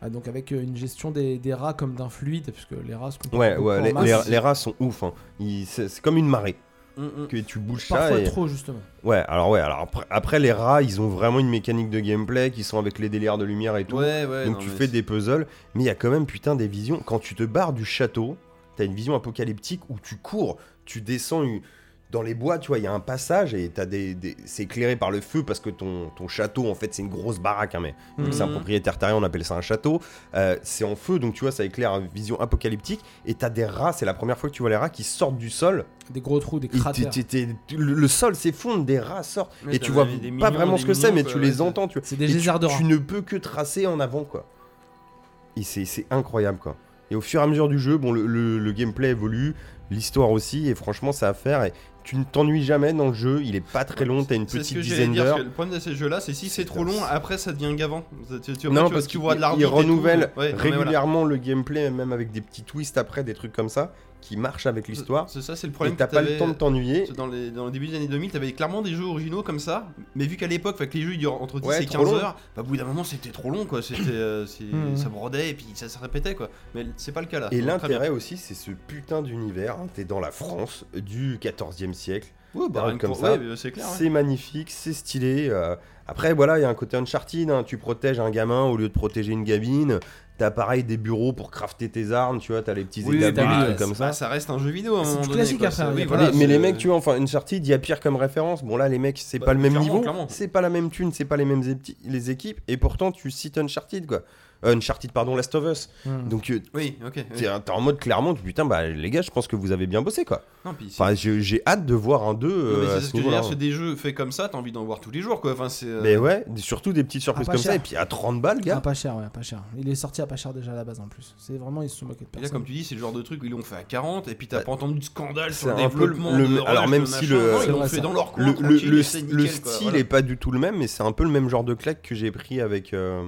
Speaker 2: ah, donc avec euh, une gestion des, des rats comme d'un fluide parce que les rats se comportent
Speaker 1: Ouais,
Speaker 2: beaucoup
Speaker 1: ouais,
Speaker 2: en
Speaker 1: les,
Speaker 2: masse.
Speaker 1: les- les rats sont ouf. hein. Ils- C'est c'est comme une marée
Speaker 3: hum, hum.
Speaker 1: que tu bouges ça
Speaker 2: parfois
Speaker 1: et
Speaker 2: trop justement.
Speaker 1: Ouais, alors ouais, alors après, après, les rats, ils ont vraiment une mécanique de gameplay qui sont avec les délires de lumière et tout.
Speaker 3: Ouais, ouais.
Speaker 1: Donc
Speaker 3: non,
Speaker 1: tu
Speaker 3: mais
Speaker 1: fais
Speaker 3: c'est-
Speaker 1: des puzzles, mais il y a quand même putain des visions. Quand tu te barres du château, t'as une vision apocalyptique où tu cours, tu descends une- dans les bois, tu vois, il y a un passage et t'as des, des- c'est éclairé par le feu parce que ton, ton château, en fait, c'est une grosse baraque, hein, mais vu que c'est un
Speaker 3: Mhm.
Speaker 1: propriétaire terrien, on appelle ça un château. Euh, c'est en feu, donc tu vois, ça éclaire une vision apocalyptique et t'as des rats, c'est la première fois que tu vois les rats qui sortent du sol.
Speaker 2: Des gros trous, des
Speaker 1: Et
Speaker 2: cratères.
Speaker 1: t'es- t'es- t'es- le, le sol s'effondre, des rats sortent,
Speaker 3: Ouais,
Speaker 1: et tu
Speaker 3: t'en
Speaker 1: vois
Speaker 3: avais des
Speaker 1: pas
Speaker 3: millions,
Speaker 1: vraiment
Speaker 3: des
Speaker 1: ce que c'est,
Speaker 3: millions,
Speaker 1: mais
Speaker 3: quoi,
Speaker 1: tu
Speaker 3: ouais,
Speaker 1: les
Speaker 3: c'est-
Speaker 1: entends. Tu,
Speaker 2: C'est des hein.
Speaker 1: et tu,
Speaker 2: geysers de rats.
Speaker 1: tu ne peux que tracer en avant, quoi. Et c'est c'est incroyable, quoi. Et au fur et à mesure du jeu, bon, le, le- le gameplay évolue, l'histoire aussi, et franchement, ça à faire. Et tu ne t'ennuies jamais dans le jeu, il est pas très long, t'as une
Speaker 3: C'est ce
Speaker 1: petite
Speaker 3: que j'allais
Speaker 1: dizaine
Speaker 3: dire. parce
Speaker 1: d'heures.
Speaker 3: que Le problème de ces jeux-là, c'est si c'est
Speaker 1: Putain,
Speaker 3: trop long,
Speaker 1: c'est-
Speaker 3: après ça devient gavant. Tu, tu-
Speaker 1: Non,
Speaker 3: tu-
Speaker 1: parce
Speaker 3: tu vois de
Speaker 1: qu'il-
Speaker 3: l'arbitre
Speaker 1: il
Speaker 3: et tout.
Speaker 1: renouvelle
Speaker 3: Ouais, non, mais voilà.
Speaker 1: régulièrement le gameplay, même avec des petits twists après, des trucs comme ça, qui marchent avec l'histoire.
Speaker 3: C'est ça, c'est le
Speaker 1: Et
Speaker 3: problème.
Speaker 1: t'as
Speaker 3: que
Speaker 1: pas le
Speaker 3: t'avais-
Speaker 1: temps de t'ennuyer.
Speaker 3: Parce que Dans, les, dans le début des années 2000, t'avais clairement des jeux originaux comme ça, mais vu qu'à l'époque, fait que les jeux ils durent entre 10
Speaker 1: Ouais,
Speaker 3: et
Speaker 1: trop
Speaker 3: 15
Speaker 1: long. Mmh.
Speaker 3: heures, bah, au bout d'un moment c'était trop long quoi, c'était, euh, c'est-
Speaker 2: Mhm.
Speaker 3: ça brodait et puis ça se répétait quoi. Mais c'est pas le cas là.
Speaker 1: Et
Speaker 3: Donc, très bien.
Speaker 1: l'intérêt aussi, c'est ce putain d'univers. hein. T'es dans la France du 14e siècle.
Speaker 3: Ouais, bah,
Speaker 1: Parle
Speaker 3: rien que
Speaker 1: comme
Speaker 3: pour-
Speaker 1: ça.
Speaker 3: ouais, euh, c'est clair. ouais.
Speaker 1: C'est magnifique, c'est stylé. euh, après, voilà, il y a un côté Uncharted. hein, tu protèges un gamin au lieu de protéger une gamine. T'as pareil des bureaux pour crafter tes armes. Tu vois, t'as les petits
Speaker 2: Oui,
Speaker 1: établis,
Speaker 2: t'as
Speaker 1: des
Speaker 2: vu,
Speaker 1: trucs comme ça.
Speaker 3: Bah, ça reste un jeu vidéo. à un
Speaker 2: C'est
Speaker 3: moment
Speaker 2: tout
Speaker 3: donné,
Speaker 2: classique
Speaker 3: quoi.
Speaker 2: après,
Speaker 3: C'est-
Speaker 2: hein, y a
Speaker 3: oui,
Speaker 2: pas
Speaker 3: voilà,
Speaker 1: mais, mais les
Speaker 3: c'est-
Speaker 1: mecs, tu vois, enfin, Uncharted, il y a pire comme référence. Bon, là, les mecs, c'est
Speaker 3: Bah,
Speaker 1: pas le même
Speaker 3: clairement,
Speaker 1: niveau,
Speaker 3: clairement.
Speaker 1: c'est pas la même thune, c'est pas les mêmes épi- les équipes, et pourtant, tu cites Uncharted, quoi. Euh, Uncharted, pardon, Last of Us.
Speaker 2: Hmm.
Speaker 1: Donc, euh,
Speaker 3: Oui, ok. oui.
Speaker 1: t'es t'es en mode clairement, putain, bah, les gars, je pense que vous avez bien bossé, quoi.
Speaker 3: Non, puis c'est-
Speaker 1: Enfin, j'ai j'ai hâte de voir un 2.
Speaker 3: non, mais
Speaker 1: euh, à
Speaker 3: c'est
Speaker 1: ce
Speaker 3: ce que je veux
Speaker 1: niveau-là.
Speaker 3: dire, c'est des jeux faits comme ça, t'as envie d'en voir tous les jours, quoi. Enfin, c'est. euh,
Speaker 1: Mais ouais, surtout des petites surprises
Speaker 2: Ah, pas
Speaker 1: comme
Speaker 2: cher.
Speaker 1: ça, et puis à 30 balles,
Speaker 2: Ah,
Speaker 1: gars.
Speaker 2: pas cher, ouais, pas cher. Il est sorti à pas cher déjà à la base en plus. C'est vraiment, ils se sont moqués de
Speaker 3: Et là,
Speaker 2: personne.
Speaker 3: comme tu dis, c'est le genre de truc où ils l'ont fait à 40 et puis t'as
Speaker 1: Bah,
Speaker 3: pas entendu de scandale sur
Speaker 1: c'est
Speaker 3: le
Speaker 1: un peu
Speaker 3: développement.
Speaker 1: le-
Speaker 3: de
Speaker 1: le- alors
Speaker 3: Rush,
Speaker 1: même
Speaker 3: de
Speaker 1: si
Speaker 3: machin.
Speaker 1: le-
Speaker 3: Non,
Speaker 2: c'est
Speaker 3: ils l'ont
Speaker 2: vrai,
Speaker 3: fait
Speaker 2: ça.
Speaker 3: dans leur coin.
Speaker 1: le, le,
Speaker 3: tranquille,
Speaker 1: le-
Speaker 3: et c'est
Speaker 1: le
Speaker 3: nickel, quoi,
Speaker 1: style
Speaker 3: voilà.
Speaker 1: est pas du tout le même, mais c'est un peu le même genre de claque que j'ai pris avec. euh,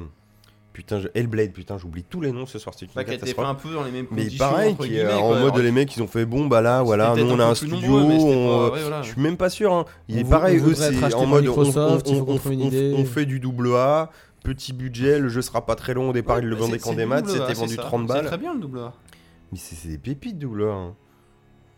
Speaker 1: Putain, je- Hellblade, putain, j'oublie tous les noms ce soir, c'est une
Speaker 3: Pas qu'elle était fait
Speaker 1: catastrophe.
Speaker 3: un peu dans les mêmes
Speaker 1: Mais
Speaker 3: conditions.
Speaker 1: pareil,
Speaker 3: entre
Speaker 1: qui,
Speaker 3: guillemets,
Speaker 1: euh, en
Speaker 3: quoi.
Speaker 1: mode
Speaker 3: Alors,
Speaker 1: les mecs, ils ont fait bon, bah là, voilà,
Speaker 3: c'était
Speaker 1: nous on a
Speaker 3: peut-être
Speaker 1: un
Speaker 3: peu plus
Speaker 1: studio,
Speaker 3: nombreux, mais c'était pas-
Speaker 1: on-
Speaker 3: ouais, voilà.
Speaker 1: je suis même pas sûr. hein. Il
Speaker 2: On
Speaker 1: est
Speaker 2: vou-
Speaker 1: pareil,
Speaker 2: on
Speaker 1: eux,
Speaker 2: voudrait être
Speaker 1: c'est
Speaker 2: acheté
Speaker 1: en
Speaker 2: par
Speaker 1: mode on,
Speaker 2: Microsoft,
Speaker 1: on-
Speaker 2: il faut qu'on
Speaker 1: on-
Speaker 2: trouve une
Speaker 1: on-
Speaker 2: idée.
Speaker 1: on fait du double A, petit budget, le jeu sera pas très long. Au départ,
Speaker 3: Ouais,
Speaker 1: ils le
Speaker 3: bah,
Speaker 1: vendaient
Speaker 3: c'est-
Speaker 1: qu'en
Speaker 3: c'est
Speaker 1: démat,
Speaker 3: double A,
Speaker 1: c'était
Speaker 3: c'est
Speaker 1: vendu
Speaker 3: ça.
Speaker 1: 30
Speaker 3: C'est
Speaker 1: balles.
Speaker 3: très bien le double A.
Speaker 1: Mais c'est c'est des pépites double A, hein.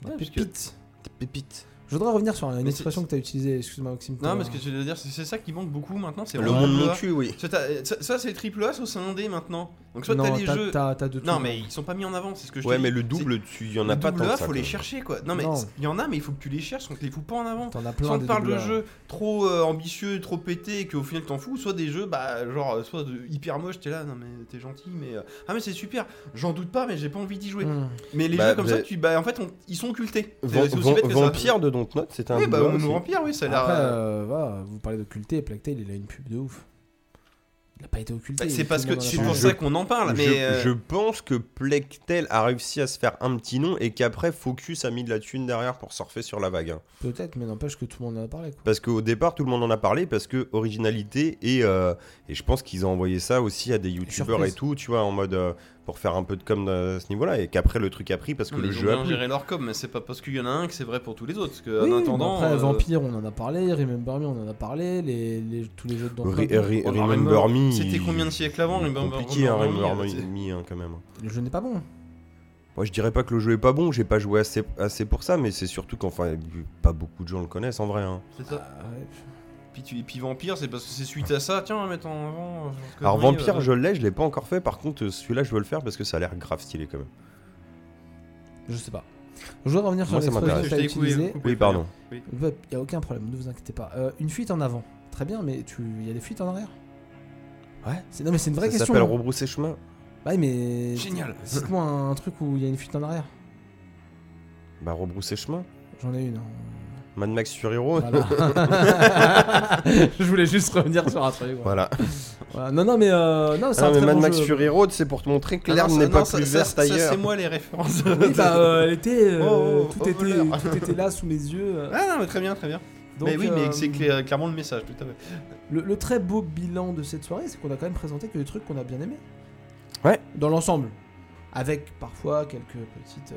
Speaker 2: Ouais,
Speaker 3: parce que-
Speaker 2: pépite.
Speaker 1: des pépites.
Speaker 2: Je voudrais revenir sur une
Speaker 3: Mais
Speaker 2: expression
Speaker 3: c'est-
Speaker 2: que tu as utilisée, excuse-moi Maxime.
Speaker 3: Non,
Speaker 2: t'as-
Speaker 3: mais ce que je veux dire, c'est c'est ça qui manque beaucoup maintenant. C'est
Speaker 1: Le
Speaker 3: vraiment
Speaker 1: monde
Speaker 3: double
Speaker 1: mon
Speaker 3: A.
Speaker 1: cul, oui.
Speaker 3: Ça, t'as- ça- ça, c'est triple A, soit c'est indé maintenant. Donc, soit t'as
Speaker 2: Non,
Speaker 3: les
Speaker 2: t'as-
Speaker 3: jeux.
Speaker 2: t'as- t'as de tout.
Speaker 3: Non, mais ils sont pas mis en avant, c'est ce que je te
Speaker 1: Ouais,
Speaker 3: dis.
Speaker 1: mais le
Speaker 3: C'est-
Speaker 1: double, tu- il y en a
Speaker 3: le
Speaker 1: pas
Speaker 3: double
Speaker 1: tant que
Speaker 3: A,
Speaker 1: ça.
Speaker 3: faut
Speaker 1: quoi.
Speaker 3: les chercher quoi. Non, mais
Speaker 2: Non.
Speaker 3: il y en a, mais il faut que tu les cherches, on te les fout pas en avant.
Speaker 2: hein. T'en as plein
Speaker 3: Soit on
Speaker 2: des
Speaker 3: te parle de
Speaker 2: doubleurs.
Speaker 3: jeux trop euh, ambitieux, trop pétés, et qu'au final t'en fous, soit des jeux, bah, genre, euh, soit de- hyper moche, t'es là, non mais t'es gentil, mais. euh, Ah, mais c'est super, j'en doute pas, mais j'ai pas envie d'y jouer.
Speaker 2: Hmm.
Speaker 3: Mais les
Speaker 1: Bah,
Speaker 3: jeux comme
Speaker 1: mais-
Speaker 3: ça, tu, bah, en fait, on- ils sont occultés. C'est-
Speaker 1: Van-
Speaker 3: c'est aussi
Speaker 1: Van-
Speaker 3: bête que ça.
Speaker 1: Vampire de Dontnod, c'était un
Speaker 3: Oui, bah,
Speaker 1: double A
Speaker 3: on
Speaker 1: aussi.
Speaker 3: vampire, oui, ça a l'air.
Speaker 2: Après,
Speaker 3: euh,
Speaker 2: euh, voilà, vous parlez d'occulté, Plactail, il a une pub de ouf. Il a pas été occulté.
Speaker 3: bah,
Speaker 2: il-
Speaker 3: c'est
Speaker 2: tout
Speaker 3: parce
Speaker 2: le monde
Speaker 3: que
Speaker 2: en a
Speaker 3: c'est
Speaker 2: parlé.
Speaker 3: pour
Speaker 1: Je-
Speaker 3: ça qu'on en parle,
Speaker 1: je,
Speaker 3: mais. euh,
Speaker 1: je pense que Plectel a réussi à se faire un petit nom et qu'après Focus a mis de la thune derrière pour surfer sur la vague. hein.
Speaker 2: Peut-être, mais n'empêche que tout le monde en a parlé. Quoi.
Speaker 1: Parce qu'au départ, tout le monde en a parlé parce que originalité et, euh, et je pense qu'ils ont envoyé ça aussi à des youtubeurs
Speaker 2: Surprise.
Speaker 1: et tout, tu vois, en mode euh, pour faire un peu de com à ce niveau-là et qu'après le truc a pris parce que
Speaker 3: non, mais
Speaker 1: le
Speaker 3: ils ont
Speaker 1: jeu a
Speaker 3: bien
Speaker 1: pris.
Speaker 3: géré leur com, mais c'est pas parce qu'il y en a un que c'est vrai pour tous les autres. Parce que,
Speaker 2: Oui,
Speaker 3: en
Speaker 2: mais
Speaker 3: attendant.
Speaker 2: après,
Speaker 3: euh,
Speaker 2: Vampire, on en a parlé. Remember Me, on en a parlé. Les, les- tous les jeux de Dontnod.
Speaker 1: Re- re-
Speaker 3: Oh,
Speaker 1: Remember
Speaker 3: Remember-
Speaker 1: Me.
Speaker 3: c'était combien de siècles avant, Remember-
Speaker 1: Compliqué, hein,
Speaker 3: Remember Me,
Speaker 1: Remember
Speaker 3: c'est-
Speaker 1: Me, hein, quand même.
Speaker 2: Le jeu n'est pas bon.
Speaker 1: Moi, je dirais pas que le jeu est pas bon, j'ai pas joué assez, assez pour ça, mais c'est surtout qu'enfin, pas beaucoup de gens le connaissent en vrai. hein.
Speaker 3: C'est ça.
Speaker 2: Ah, ouais.
Speaker 3: Puis, tu, et puis Vampire, c'est parce que c'est suite à ça. Tiens, on va mettre en avant. euh, genre,
Speaker 1: Alors,
Speaker 3: connerie,
Speaker 1: Vampire,
Speaker 3: euh,
Speaker 1: je l'ai, je l'ai pas encore fait, par contre, euh, celui-là, je veux le faire parce que ça a l'air grave stylé quand même.
Speaker 2: Je sais pas. Je voudrais revenir sur
Speaker 1: Moi, ça
Speaker 2: l'expression
Speaker 1: m'intéresse.
Speaker 2: que
Speaker 3: je
Speaker 2: tu
Speaker 3: t'ai
Speaker 2: as
Speaker 3: coupé,
Speaker 2: utilisée.
Speaker 3: coupé,
Speaker 1: Oui,
Speaker 3: Fabien.
Speaker 1: pardon.
Speaker 2: Il n'y a aucun problème, ne vous inquiétez pas. Euh, une fuite en avant. Très bien, mais tu... il y a des fuites en arrière
Speaker 1: Ouais.
Speaker 2: C'est- Non, mais c'est une vraie
Speaker 1: ça
Speaker 2: question. hein.
Speaker 1: s'appelle
Speaker 3: hein.
Speaker 1: Rebrousser chemin.
Speaker 2: Ouais, mais.
Speaker 3: Génial.
Speaker 2: Dites-moi un truc où il y a une fuite en arrière.
Speaker 1: Bah, Rebrousser chemin.
Speaker 2: J'en ai une. hein.
Speaker 1: Mad Max sur Hero.
Speaker 2: Voilà. je voulais juste revenir sur un truc. ouais.
Speaker 1: Voilà.
Speaker 2: Voilà. Non, non, mais, euh, non, c'est
Speaker 1: Ah,
Speaker 2: un
Speaker 1: mais
Speaker 2: très
Speaker 1: Mad
Speaker 2: bon
Speaker 1: Max
Speaker 2: jeu.
Speaker 1: Fury Road, c'est pour te montrer que
Speaker 3: Ah non,
Speaker 1: l'herbe
Speaker 3: ça-
Speaker 1: n'est
Speaker 3: non,
Speaker 1: pas
Speaker 3: ça-
Speaker 1: plus
Speaker 3: ça-
Speaker 1: verte
Speaker 3: ça,
Speaker 1: ailleurs.
Speaker 3: c'est moi les références.
Speaker 2: Oui, bah, euh, elle était, euh,
Speaker 3: Oh, oh,
Speaker 2: tout,
Speaker 3: oh,
Speaker 2: était,
Speaker 3: voleur.
Speaker 2: tout était là sous mes yeux. euh.
Speaker 3: Ah non, mais très bien, très bien.
Speaker 2: Donc,
Speaker 3: mais oui,
Speaker 2: euh,
Speaker 3: mais c'est cla- clairement le message, tout à fait.
Speaker 2: Le, le très beau bilan de cette soirée, c'est qu'on a quand même présenté que des trucs qu'on a bien aimés.
Speaker 1: Ouais.
Speaker 2: Dans l'ensemble. Avec parfois quelques petites. euh,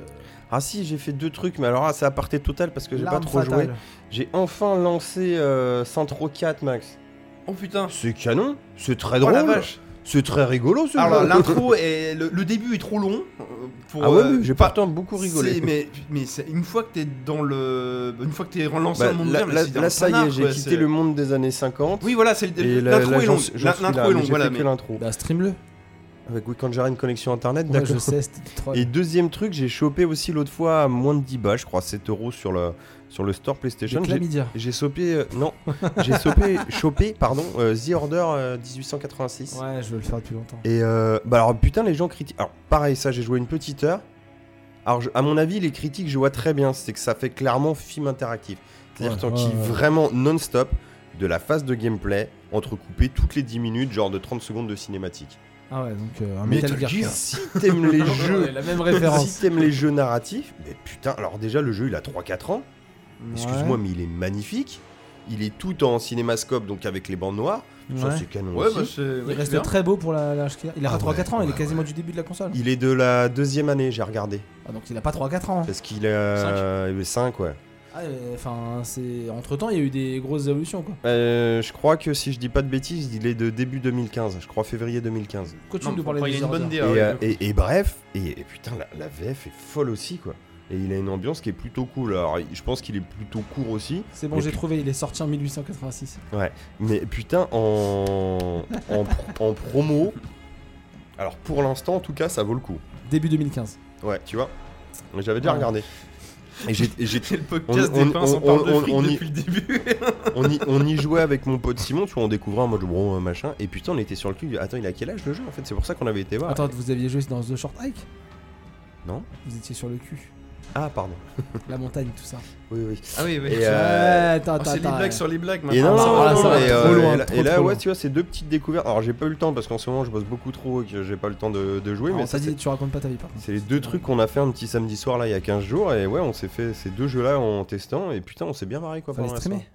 Speaker 1: Ah, si, j'ai fait deux trucs, mais alors, ah, c'est aparté total parce que j'ai pas
Speaker 2: larmes
Speaker 1: trop
Speaker 2: fatales.
Speaker 1: joué. J'ai enfin lancé euh, Centro 4, Max.
Speaker 3: Oh putain.
Speaker 1: C'est canon, c'est très
Speaker 3: Oh
Speaker 1: drôle,
Speaker 3: la vache.
Speaker 1: c'est très rigolo ce
Speaker 3: Alors
Speaker 1: jeu.
Speaker 3: l'intro et le, le début est trop long. euh, Pour,
Speaker 1: Ah ouais,
Speaker 3: euh,
Speaker 1: oui, j'ai
Speaker 3: pas-
Speaker 1: pourtant beaucoup rigolé.
Speaker 3: c'est- Mais, mais c'est- une fois que t'es dans le. Une fois que t'es relancé
Speaker 1: Bah,
Speaker 3: dans le monde
Speaker 1: là,
Speaker 3: vert, mais
Speaker 1: là-
Speaker 3: c'est dans
Speaker 1: là,
Speaker 3: le
Speaker 1: ça y
Speaker 3: nanar,
Speaker 1: est, j'ai
Speaker 3: quoi,
Speaker 1: quitté
Speaker 3: c'est-
Speaker 1: le monde des années 50.
Speaker 3: Oui, voilà, c'est le-
Speaker 1: et la-
Speaker 3: l'intro
Speaker 1: là,
Speaker 3: est
Speaker 1: j'en-
Speaker 3: longue.
Speaker 1: j'en
Speaker 3: La-
Speaker 1: suis là,
Speaker 3: L'intro est
Speaker 1: mais
Speaker 3: longue,
Speaker 1: j'ai
Speaker 3: voilà.
Speaker 1: fait
Speaker 3: mais-
Speaker 1: que l'intro.
Speaker 2: Bah, stream-le.
Speaker 1: Avec oui, quand j'aurai une connexion internet,
Speaker 2: Ouais,
Speaker 1: d'accord.
Speaker 2: je sais, c'était trop.
Speaker 1: Et deuxième truc, j'ai chopé aussi l'autre fois à moins de 10 balles, je crois, 7 euros sur le, sur le store PlayStation. J'ai-
Speaker 2: chlamydia.
Speaker 1: J'ai chopé, euh, non, j'ai chopé, chopé, pardon, euh, The Order euh, 1886.
Speaker 2: Ouais, je veux le faire depuis longtemps.
Speaker 1: Et euh, bah alors putain les gens critiquent. Alors pareil ça j'ai joué une petite heure. Alors je- à mon avis les critiques je vois très bien c'est que ça fait clairement film interactif. C'est-à-dire
Speaker 2: Ouais,
Speaker 1: que t'en
Speaker 2: ouais,
Speaker 1: kiffes
Speaker 2: ouais.
Speaker 1: vraiment non-stop de la phase de gameplay entrecoupée toutes les 10 minutes genre de 30 secondes de cinématique.
Speaker 2: Ah ouais, donc euh, un
Speaker 1: Mais
Speaker 2: Metal, Gear. quoi.
Speaker 1: si t'aimes les jeux
Speaker 2: Ouais, la même
Speaker 1: si t'aimes les jeux narratifs mais putain alors déjà le jeu il a 3-4 ans. Excuse-moi mais il est magnifique. Il est tout en cinémascope donc avec les bandes noires.
Speaker 2: Ouais.
Speaker 1: Ça c'est canon
Speaker 3: Ouais,
Speaker 1: aussi.
Speaker 3: bah c'est.
Speaker 2: Il
Speaker 3: ouais,
Speaker 2: reste
Speaker 3: c'est bien.
Speaker 2: très beau pour la, la HK. Il a
Speaker 1: Ah
Speaker 2: pas 3-4 ans,
Speaker 1: ouais,
Speaker 2: il est
Speaker 1: ouais,
Speaker 2: quasiment du début de la console.
Speaker 1: Il est de la deuxième année j'ai regardé.
Speaker 2: Ah, donc il a pas 3-4 ans.
Speaker 1: Parce qu'il a 5, ouais.
Speaker 2: Ah, euh, Enfin, c'est. Entre temps, il y a eu des grosses évolutions quoi.
Speaker 1: Euh, je crois que si je dis pas de bêtises, il est de début 2015, je crois février 2015.
Speaker 2: Continue
Speaker 3: Non,
Speaker 2: de
Speaker 3: faut
Speaker 2: parler
Speaker 3: pas, il
Speaker 2: des
Speaker 3: y a une hein.
Speaker 2: ordres.
Speaker 3: bonne
Speaker 1: Et,
Speaker 3: DA. ouais.
Speaker 1: euh, et- et bref, et, et putain, la, la VF est folle aussi, quoi. Et il a une ambiance qui est plutôt cool. Alors, je pense qu'il est plutôt court aussi.
Speaker 2: C'est bon,
Speaker 1: Mais
Speaker 2: j'ai
Speaker 1: pu-
Speaker 2: trouvé, il est sorti en 1886.
Speaker 1: Mais putain, en, en, pro- en promo, alors pour l'instant, en tout cas, ça vaut le coup.
Speaker 2: Début 2015.
Speaker 1: Ouais, tu vois. Mais J'avais déjà
Speaker 2: Ouais.
Speaker 1: regardé. Et j'ai- et j'ai-
Speaker 3: C'est le podcast
Speaker 1: On- on-
Speaker 3: des pinces, on,
Speaker 1: on-
Speaker 3: parle de
Speaker 1: on-
Speaker 3: fric
Speaker 1: on y-
Speaker 3: depuis le début.
Speaker 1: on, y, on y jouait avec mon pote Simon, tu vois, on découvrait en mode bon euh, machin. Et putain, on était sur le cul. Attends, il a quel âge le jeu en fait C'est pour ça qu'on avait été voir.
Speaker 2: Attends, vous aviez joué dans The Short Hike
Speaker 1: Ah. Non.
Speaker 2: Vous étiez sur le cul,
Speaker 1: Ah, pardon.
Speaker 2: la montagne, tout ça.
Speaker 1: Oui, oui.
Speaker 3: Ah oui, oui.
Speaker 1: Et, euh,
Speaker 2: Ouais, attends,
Speaker 3: Oh,
Speaker 2: attends,
Speaker 3: c'est des
Speaker 2: attends.
Speaker 3: blagues sur les blagues
Speaker 1: Et
Speaker 3: maintenant.
Speaker 1: non,
Speaker 2: Ah, ça
Speaker 1: non,
Speaker 2: va,
Speaker 1: non,
Speaker 2: ça va,
Speaker 1: mais,
Speaker 2: trop
Speaker 1: euh,
Speaker 2: loin,
Speaker 1: et là-
Speaker 2: trop,
Speaker 1: et là,
Speaker 2: trop
Speaker 1: ouais,
Speaker 2: loin.
Speaker 1: tu vois, c'est deux petites découvertes. Alors, j'ai pas eu le temps parce qu'en ce moment, je bosse beaucoup trop et que j'ai pas le temps de, de jouer.
Speaker 2: Alors,
Speaker 1: mais ça,
Speaker 2: vas-y,
Speaker 1: c'est-
Speaker 2: tu racontes pas ta vie par contre.
Speaker 1: c'est les deux trucs qu'on a fait un petit samedi soir là il y a 15 jours. Et ouais, on s'est fait ces deux jeux là en testant. Et putain, on s'est bien marré quoi.
Speaker 2: Fallait
Speaker 1: pendant la
Speaker 2: streamer.
Speaker 1: soirée.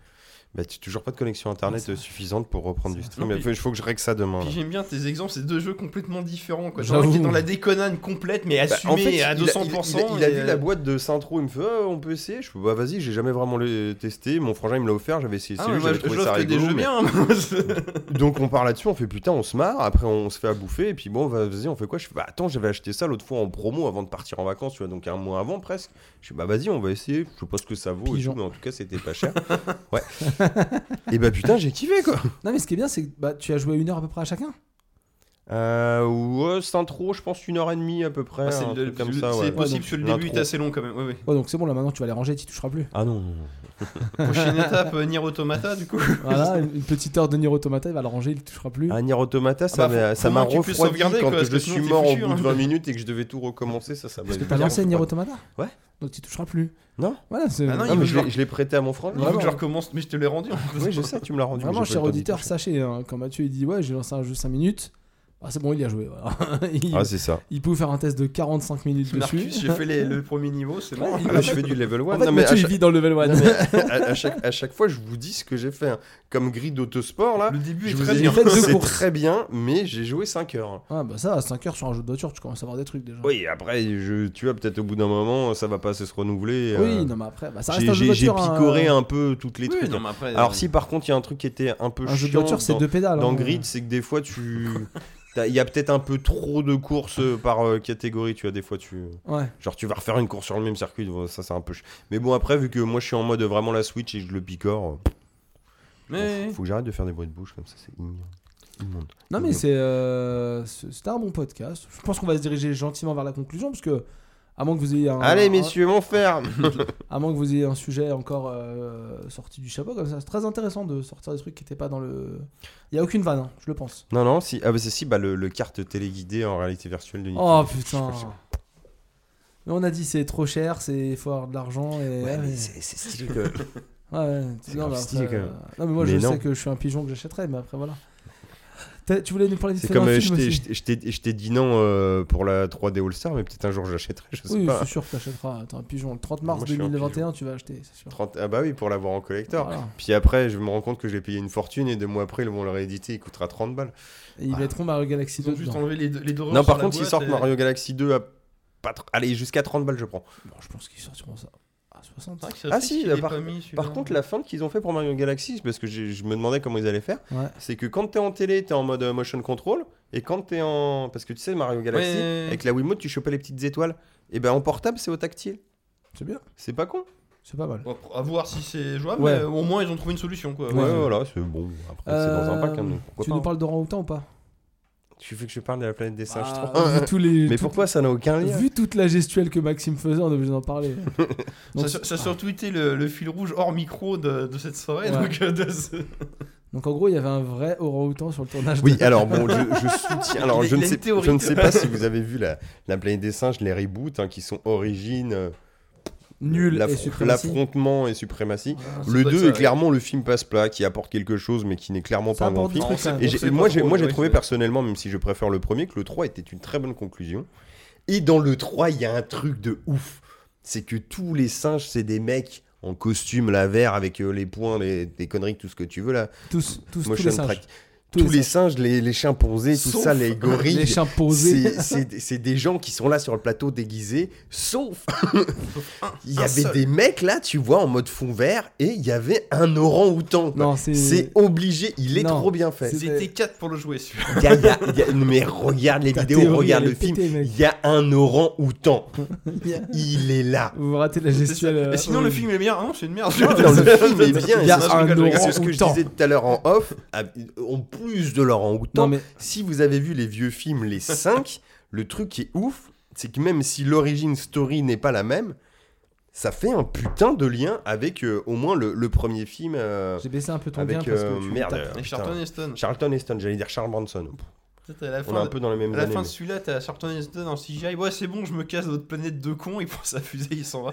Speaker 1: Bah, tu toujours pas de connexion internet
Speaker 2: c'est
Speaker 1: euh, suffisante pour reprendre
Speaker 2: C'est
Speaker 1: du
Speaker 2: vrai.
Speaker 1: stream.
Speaker 3: Non,
Speaker 1: Il faut- Il faut que je règle ça demain. là.
Speaker 3: Puis j'aime bien tes exemples, c'est deux jeux complètement différents. Quoi.
Speaker 2: J'avoue.
Speaker 3: Genre qui est dans la déconnade complète, mais
Speaker 1: Bah,
Speaker 3: assumée
Speaker 1: en fait, il
Speaker 3: à
Speaker 1: a-
Speaker 3: 200%.
Speaker 1: Il, a- il a
Speaker 3: et,
Speaker 1: vu
Speaker 3: euh,
Speaker 1: la boîte de Saint-Tro, il me fait Ah, on peut essayer. Je fais bah vas-y, j'ai jamais vraiment le testé. Mon frangin il me l'a offert, j'avais essayé.
Speaker 3: Ah,
Speaker 1: c'est
Speaker 3: mais
Speaker 1: lui,
Speaker 3: moi,
Speaker 1: j'avais
Speaker 3: je
Speaker 1: trouvé
Speaker 3: l'offre
Speaker 1: ça
Speaker 3: que des
Speaker 1: rigolo.
Speaker 3: jeux
Speaker 1: mais-
Speaker 3: bien.
Speaker 1: Donc on part là-dessus, on fait putain, on se marre. Après on se fait à bouffer et puis bon va- vas-y, on fait quoi Je fais bah attends, j'avais acheté ça l'autre fois en promo avant de partir en vacances, tu vois, donc un mois avant presque. Je fais bah vas-y, on va essayer. Je sais pas ce que ça vaut et
Speaker 2: Pigeon.
Speaker 1: tout, mais en tout cas c'était pas cher. ouais. Et bah putain, j'ai kiffé quoi.
Speaker 2: Non, mais ce qui est bien, c'est que bah, tu as joué une heure à peu près à chacun.
Speaker 1: Euh, ouais, Saint-Tro, je pense une heure et demie à peu près.
Speaker 3: Ah,
Speaker 1: un
Speaker 3: c'est le-
Speaker 1: truc comme ça,
Speaker 3: c'est
Speaker 1: ouais.
Speaker 3: possible
Speaker 1: Ouais,
Speaker 3: que le
Speaker 1: donc,
Speaker 3: début est
Speaker 1: l'intro.
Speaker 3: assez long quand même. Ouais, ouais.
Speaker 2: Ouais, donc c'est bon, là maintenant tu vas les ranger, tu toucheras plus.
Speaker 1: Ah non, non, non.
Speaker 3: Prochaine étape, euh, Nier Automata du coup.
Speaker 2: Voilà, une une petite heure de Nier Automata, il va le ranger, il touchera plus.
Speaker 1: Un Nier Automata, ça
Speaker 3: Ah bah, faut-
Speaker 1: m'a- ça
Speaker 3: faut
Speaker 1: m'a
Speaker 3: que tu puisses
Speaker 1: refroidi
Speaker 3: sauvegarder,
Speaker 1: quand
Speaker 3: quoi, parce
Speaker 1: je
Speaker 3: que
Speaker 1: suis
Speaker 3: sinon, t'es
Speaker 1: mort
Speaker 3: foutu,
Speaker 1: au bout
Speaker 3: hein.
Speaker 1: de 20 minutes et que je devais tout recommencer. Ça, ça m'a
Speaker 2: Parce que
Speaker 1: bien
Speaker 2: t'as lancé
Speaker 1: refroidi.
Speaker 2: Nier Automata
Speaker 1: Ouais.
Speaker 2: Donc tu toucheras plus.
Speaker 1: Non.
Speaker 2: Voilà, c'est.
Speaker 3: Ah non,
Speaker 1: Ah, mais
Speaker 3: Il
Speaker 1: je
Speaker 3: veut
Speaker 1: l'ai- je l'ai prêté à mon frère.
Speaker 3: Il faut que je recommence, mais je te l'ai rendu. en fait.
Speaker 1: Oui, je sais, tu me l'as rendu. mais
Speaker 2: Vraiment,
Speaker 1: j'ai pas eu
Speaker 2: cher
Speaker 1: le temps d'y
Speaker 2: auditeur, sachez, hein, quand Mathieu il dit ouais, j'ai lancé un jeu 5 minutes, ah, c'est bon, il y a joué. voilà. il,
Speaker 1: Ah, c'est ça.
Speaker 2: il peut vous faire un test de 45 minutes dessus.
Speaker 3: Marcus, j'ai fait les- le premier niveau, c'est bon.
Speaker 2: Ouais, il-
Speaker 1: Ah, mais je fais du level 1.
Speaker 2: En fait, Mathieu il vit dans le level 1.
Speaker 1: à, à chaque, à chaque fois, je vous dis ce que j'ai fait. hein. Comme grille d'autosport, là,
Speaker 3: Le début est
Speaker 1: je vous
Speaker 3: très
Speaker 1: ai
Speaker 3: bien.
Speaker 2: fait deux
Speaker 1: c'est
Speaker 2: courses.
Speaker 1: très bien, mais j'ai joué 5 heures. hein.
Speaker 2: Ah bah ça, à 5 heures sur un jeu de voiture, tu commences à voir des trucs déjà.
Speaker 1: Oui, après, je, tu vois, peut-être au bout d'un moment, ça va pas se renouveler. euh,
Speaker 2: Oui, non mais après, bah, ça reste
Speaker 1: j'ai-
Speaker 2: un jeu de
Speaker 1: j'ai j'ai
Speaker 2: voiture. hein.
Speaker 1: picoré un peu toutes les
Speaker 3: Oui,
Speaker 1: trucs. hein.
Speaker 3: non, mais après, euh,
Speaker 1: Alors, si par contre, il y a un truc qui était un peu
Speaker 2: Un jeu de
Speaker 1: chiant
Speaker 2: voiture, c'est
Speaker 1: dans-
Speaker 2: deux pédales.
Speaker 1: Dans
Speaker 2: hein.
Speaker 1: Grid, c'est que des fois, tu. t'as- Il y a peut-être un peu trop de courses euh, par euh, catégorie, tu vois. Des fois, tu.
Speaker 2: Ouais.
Speaker 1: Genre, tu vas refaire une course sur le même circuit, voilà, ça, c'est un peu. ch- Mais bon, après, vu que moi, je suis en mode vraiment la Switch et je le picore, euh,
Speaker 3: Mais...
Speaker 1: faut- faut que j'arrête de faire des bruits de bouche comme ça, c'est ignoble. Immonde.
Speaker 2: Non mais c'est euh, c'est- c'était un bon podcast. Je pense qu'on va se diriger gentiment vers la conclusion parce que à moins que vous ayez un,
Speaker 1: Allez,
Speaker 2: un-
Speaker 1: messieurs, mon fer
Speaker 2: à moins que vous ayez un sujet encore euh, sorti du chapeau comme ça, c'est très intéressant de sortir des trucs qui n'étaient pas dans le. Il y a aucune vanne, hein, je le pense.
Speaker 1: Non, non, si. Ah, bah, c'est si, bah, le, le carte téléguidé en réalité virtuelle de Nintendo.
Speaker 2: Oh putain.
Speaker 1: Je sais pas.
Speaker 2: Mais on a dit c'est trop cher, c'est faut avoir de l'argent et.
Speaker 1: Ouais, mais
Speaker 2: ouais.
Speaker 1: c'est c'est stylé que.
Speaker 2: Ouais, ouais,
Speaker 1: C'est
Speaker 2: non,
Speaker 1: grave
Speaker 2: mais
Speaker 1: stylé,
Speaker 2: après,
Speaker 1: quand même.
Speaker 2: euh, non, mais moi je
Speaker 1: Mais non.
Speaker 2: sais que je suis un pigeon que j'achèterais, mais après voilà. T'as- Tu voulais nous parler vite
Speaker 1: C'est
Speaker 2: fait d'un
Speaker 1: comme euh, je
Speaker 2: film
Speaker 1: t'ai-
Speaker 2: aussi
Speaker 1: je t'ai- je t'ai je t'ai dit non euh, pour la 3D All-Star, mais peut-être un jour, j'achèterai, je sais
Speaker 2: Oui,
Speaker 1: pas.
Speaker 2: c'est sûr que t'achèteras. T'es un pigeon. Le 30 mars
Speaker 1: Moi, je suis un
Speaker 2: 2021, tu vas acheter, c'est sûr.
Speaker 1: 30 Ah, bah oui, pour l'avoir en collector.
Speaker 2: Voilà.
Speaker 1: Puis après, je me rends compte que j'ai payé une fortune et deux mois après, ils vont le rééditer, il coûtera 30 balles.
Speaker 2: Et ils
Speaker 1: Ah.
Speaker 2: mettront Mario Galaxy
Speaker 3: Ils
Speaker 2: 2
Speaker 3: ont juste
Speaker 2: dedans.
Speaker 3: enlevé les deux. les deux
Speaker 1: non, par
Speaker 3: roches sur la
Speaker 1: contre, s'ils
Speaker 3: boîte, euh,
Speaker 1: sortent
Speaker 3: et-
Speaker 1: Mario Galaxy 2 à pas tr- Allez, jusqu'à 30 balles, je prends.
Speaker 2: Bon, je pense qu'ils sortiront ça à 60.
Speaker 3: C'est vrai que c'est
Speaker 1: Ah,
Speaker 3: triste
Speaker 1: si,
Speaker 3: qu'il ait
Speaker 1: par-
Speaker 3: pas mis celui-là.
Speaker 1: Par contre, la fin qu'ils ont fait pour Mario Galaxy, parce que j'ai- je me demandais comment ils allaient faire,
Speaker 2: Ouais.
Speaker 1: c'est que quand t'es en télé, t'es en mode euh, motion control, et quand t'es en. Parce que tu sais, Mario Galaxy,
Speaker 3: Ouais.
Speaker 1: avec la Wiimote, tu chopais les petites étoiles. Et ben en portable, c'est au tactile.
Speaker 2: C'est bien.
Speaker 1: C'est pas con.
Speaker 2: C'est pas mal.
Speaker 3: Bon, à voir si c'est jouable,
Speaker 2: Ouais.
Speaker 3: mais au moins ils ont trouvé une solution quoi.
Speaker 1: Ouais,
Speaker 2: Ouais.
Speaker 1: voilà, c'est bon. Après, c'est dans un
Speaker 2: Euh,
Speaker 1: pack. hein, donc pourquoi
Speaker 2: tu
Speaker 1: pas,
Speaker 2: nous
Speaker 1: hein.
Speaker 2: parles d'Orang-Outan ou pas
Speaker 1: Tu veux que je parle de la planète des singes
Speaker 3: Ah.
Speaker 2: Bah,
Speaker 1: 3
Speaker 2: vu, tous les,
Speaker 1: Ah, euh, Mais
Speaker 2: tout-
Speaker 1: pourquoi ça n'a aucun lien
Speaker 2: vu toute la gestuelle que Maxime faisait, on est obligé d'en parler.
Speaker 3: ça
Speaker 2: Donc, ah.
Speaker 3: sur- ça surtweetait le, le fil rouge hors micro de, de cette soirée.
Speaker 2: Ouais.
Speaker 3: Donc, euh, de ce-
Speaker 2: donc en gros, il y avait un vrai Orang-Outan sur le tournage.
Speaker 1: Oui,
Speaker 2: de-
Speaker 1: alors bon, je, je soutiens. Alors,
Speaker 3: Il a-
Speaker 1: je
Speaker 3: il
Speaker 1: ne,
Speaker 3: a une
Speaker 1: sais,
Speaker 3: théorie.
Speaker 1: je ne sais pas si vous avez vu la, la planète des singes, les reboots hein, qui sont origine, euh,
Speaker 2: Nul
Speaker 1: l'aff-
Speaker 2: et suprématie. Ah,
Speaker 1: l'affrontement et suprématie.
Speaker 2: Voilà.
Speaker 3: ça
Speaker 1: Le
Speaker 3: doit être
Speaker 1: 2
Speaker 3: ça,
Speaker 1: est
Speaker 3: ouais.
Speaker 1: clairement le film passe-plat qui apporte quelque chose, mais qui n'est clairement
Speaker 2: Ça
Speaker 1: pas un grand
Speaker 2: apporte du
Speaker 1: film.
Speaker 2: truc.
Speaker 3: Non, c'est-
Speaker 2: quand même.
Speaker 1: Et
Speaker 3: on
Speaker 1: j'ai-
Speaker 3: sait
Speaker 1: moi,
Speaker 3: pas
Speaker 1: j'ai
Speaker 3: trop,
Speaker 1: moi,
Speaker 3: ouais,
Speaker 1: j'ai
Speaker 3: ouais,
Speaker 1: trouvé
Speaker 3: c'est-
Speaker 1: personnellement, même si je préfère le premier, que le 3 était une très bonne conclusion. Et dans le 3, il y a un truc de ouf. C'est que tous les singes, c'est des mecs en costume, la verre, avec euh, les poings, les, des conneries, tout ce que tu veux là.
Speaker 2: Tous, tous, tous les
Speaker 1: motion
Speaker 2: singes.
Speaker 1: track. tous, les singes, les, les chimpanzés, tout
Speaker 2: Sauf
Speaker 1: ça, les gorilles.
Speaker 2: Les chimpanzés.
Speaker 1: c'est- C'est c'est des gens qui sont là sur le plateau déguisés, sauf il y
Speaker 3: un
Speaker 1: avait
Speaker 3: seul.
Speaker 1: des mecs là, tu vois, en mode fond vert, et il y avait un orang-outan. quoi.
Speaker 2: Non, c'est-
Speaker 1: C'est obligé, il est
Speaker 2: Non.
Speaker 1: trop bien fait.
Speaker 2: C'est-
Speaker 3: Ils étaient 4 pour le jouer, celui-là.
Speaker 1: Y a- y a- y a- mais regarde les
Speaker 2: Ta
Speaker 1: vidéos,
Speaker 2: théorie,
Speaker 1: regarde
Speaker 2: elle
Speaker 1: le
Speaker 2: est
Speaker 1: film,
Speaker 2: pétée, mec.
Speaker 1: il y a un orang-outan.
Speaker 2: Il y a-
Speaker 1: Il est là.
Speaker 2: Vous ratez la
Speaker 3: C'est ça.
Speaker 2: gestuelle. euh,
Speaker 3: Et sinon, le
Speaker 2: horrible.
Speaker 3: film est meilleur. Ah non, c'est une merde.
Speaker 1: Non, le film est bien,
Speaker 2: Il y a
Speaker 1: et c'est-
Speaker 2: un
Speaker 3: je rigole, je rigole.
Speaker 1: C'est ce que je
Speaker 2: orang-outan.
Speaker 1: disais tout à l'heure en off. à- En plus de
Speaker 2: Non,
Speaker 1: l'orang-outan,
Speaker 2: mais
Speaker 1: si vous avez vu les vieux films, les 5, le truc qui est ouf, c'est que même si l'origine story n'est pas la même, ça fait un putain de lien avec euh, au moins le, le premier film euh,
Speaker 2: j'ai baissé un peu ton
Speaker 1: avec
Speaker 2: gain parce
Speaker 1: euh,
Speaker 2: que tu me
Speaker 1: merde,
Speaker 2: tapes.
Speaker 1: euh,
Speaker 3: Et
Speaker 1: putain,
Speaker 3: Charlton Heston.
Speaker 1: Charlton Heston, j'allais dire Charles Bronson.
Speaker 3: Peut-être à la
Speaker 1: On est un
Speaker 3: fin,
Speaker 1: peu dans les mêmes
Speaker 3: à la
Speaker 1: années.
Speaker 3: fin de
Speaker 1: mais-
Speaker 3: celui-là, t'as Charlton Heston en CGI. Ouais, c'est bon, je me casse de votre planète de con. Il prend sa fusée, il s'en va.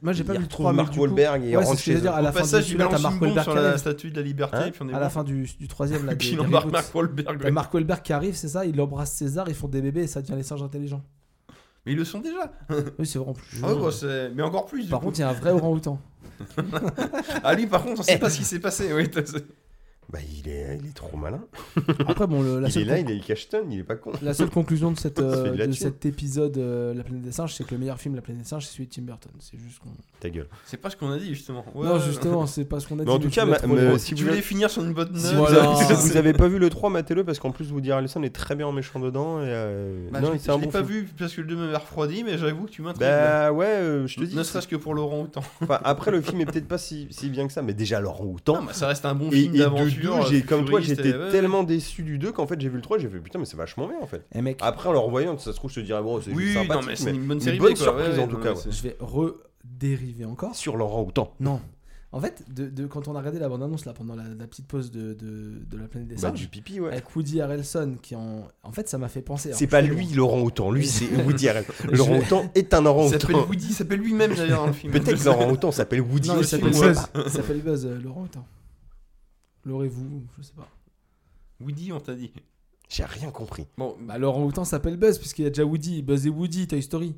Speaker 2: Moi, j'ai pas
Speaker 1: Il
Speaker 2: vu le
Speaker 1: retrouve
Speaker 2: 3 mais
Speaker 1: Mark
Speaker 2: du coup-
Speaker 1: Wahlberg et il
Speaker 2: Ouais,
Speaker 1: rentre
Speaker 2: c'est ce que je
Speaker 1: chez
Speaker 2: veux dire.
Speaker 1: eux.
Speaker 2: À la
Speaker 3: Au
Speaker 2: fin du
Speaker 3: passage, il
Speaker 2: celui-là, t'as
Speaker 3: balance une
Speaker 2: Mark
Speaker 3: bombe
Speaker 2: Wahlberg
Speaker 3: sur
Speaker 2: qui
Speaker 3: la
Speaker 2: arrive.
Speaker 3: statue de la liberté.
Speaker 1: Hein
Speaker 3: et puis on est
Speaker 2: À
Speaker 3: bon.
Speaker 2: la fin du, du troisième, là,
Speaker 3: Et puis
Speaker 2: des,
Speaker 3: il
Speaker 2: des
Speaker 3: embarque
Speaker 2: reboots.
Speaker 3: Mark Wahlberg.
Speaker 2: T'as
Speaker 3: le
Speaker 2: Mark Wahlberg qui arrive, c'est ça, il embrasse César, ils font des bébés et ça devient les singes intelligents.
Speaker 3: mec. Mais ils le sont déjà.
Speaker 2: Oui, c'est vraiment plus.
Speaker 3: Ah ouais, quoi, c'est- mais encore plus. du
Speaker 2: Par
Speaker 3: coup.
Speaker 2: contre, il y a un vrai orang-outan.
Speaker 3: Ah lui, par contre, on
Speaker 1: Eh.
Speaker 3: sait pas ce qui s'est passé. oui, t'as-
Speaker 1: Bah, il est, il est trop malin.
Speaker 2: Après, bon, le- la,
Speaker 1: Il est
Speaker 2: seule
Speaker 1: là,
Speaker 2: con-
Speaker 1: il est Cashton, il est pas con.
Speaker 2: la seule conclusion de, cette,
Speaker 1: Il se fait
Speaker 2: euh,
Speaker 1: de la thune.
Speaker 2: de cet épisode, euh, La planète des singes, c'est que le meilleur film, La planète des singes, c'est celui de Tim Burton. C'est juste qu'on.
Speaker 1: Ta gueule.
Speaker 3: C'est pas ce qu'on a dit justement. Ouais,
Speaker 2: non,
Speaker 3: ouais,
Speaker 2: justement, c'est pas ce qu'on a dit.
Speaker 1: Mais en tout
Speaker 2: mais je
Speaker 1: cas,
Speaker 2: voulais
Speaker 1: ma-
Speaker 2: être
Speaker 1: me-
Speaker 2: drôle.
Speaker 1: si
Speaker 3: Si
Speaker 1: vous
Speaker 3: tu voulais
Speaker 1: avez-
Speaker 3: finir sur une bonne note. euh,
Speaker 1: Si,
Speaker 2: Voilà.
Speaker 1: vous avez, si vous avez pas vu le 3, matez-le parce qu'en plus Woody Harrelson est très bien en méchant dedans. Et euh,
Speaker 3: Bah,
Speaker 1: non,
Speaker 3: je
Speaker 1: c'est un
Speaker 3: je l'ai
Speaker 1: bon
Speaker 3: pas
Speaker 1: film.
Speaker 3: vu parce que le 2 m'avait refroidi, mais j'avoue que tu m'intrigues.
Speaker 1: Bah ouais, euh, je te dis.
Speaker 3: ne serait-ce que pour Laurent Houtan.
Speaker 1: enfin, après, le film est peut-être pas si, si bien que ça, mais déjà Laurent
Speaker 3: Non,
Speaker 1: Houtan.
Speaker 3: bah, ça reste un bon
Speaker 1: Et, et
Speaker 3: film
Speaker 1: de
Speaker 3: d'aventure.
Speaker 1: deux, j'ai-
Speaker 3: euh,
Speaker 1: comme toi,
Speaker 3: futuriste,
Speaker 1: j'étais
Speaker 3: et ouais.
Speaker 1: tellement déçu du 2 qu'en fait, j'ai vu le 3, j'ai fait putain, mais c'est vachement bien en fait.
Speaker 2: Eh, mec,
Speaker 1: Après, en le revoyant, ça se trouve, je te dirais, bon, c'est
Speaker 3: Oui,
Speaker 1: sympa.
Speaker 3: non, mais c'est une bonne série.
Speaker 1: bonne
Speaker 3: B, quoi,
Speaker 1: surprise,
Speaker 3: ouais,
Speaker 1: en tout
Speaker 3: non,
Speaker 1: cas,
Speaker 3: mais c'est-
Speaker 2: je vais redériver encore.
Speaker 1: Sur Laurent Houtan.
Speaker 2: Non. En fait, de, de- quand on a regardé la bande-annonce là pendant la, la petite pause de, de, de la planète des
Speaker 1: Bah,
Speaker 2: singes,
Speaker 1: du pipi, ouais.
Speaker 2: avec Woody Harrelson qui en. En fait, ça m'a fait penser.
Speaker 1: C'est
Speaker 2: alors,
Speaker 1: pas
Speaker 2: je sais
Speaker 1: lui, Laurent Houtan. Lui, c'est Woody Harrelson.
Speaker 2: Je-
Speaker 1: Laurent Houtan est un
Speaker 3: Il
Speaker 1: orang
Speaker 3: s'appelle
Speaker 1: outan.
Speaker 3: Woody, il s'appelle lui-même d'ailleurs dans le film.
Speaker 1: Peut-être que Laurent Houtan s'appelle Woody
Speaker 2: Non, il
Speaker 1: aussi.
Speaker 2: s'appelle
Speaker 3: Buzz.
Speaker 2: Buzz. Il s'appelle Buzz, euh, Laurent, attends. L'aurez-vous Je sais pas.
Speaker 3: Woody, on t'a dit.
Speaker 1: J'ai rien compris.
Speaker 3: Bon,
Speaker 2: Bah, Laurent Houtan s'appelle Buzz, puisqu'il y a déjà Woody, Buzz et Woody, Toy Story.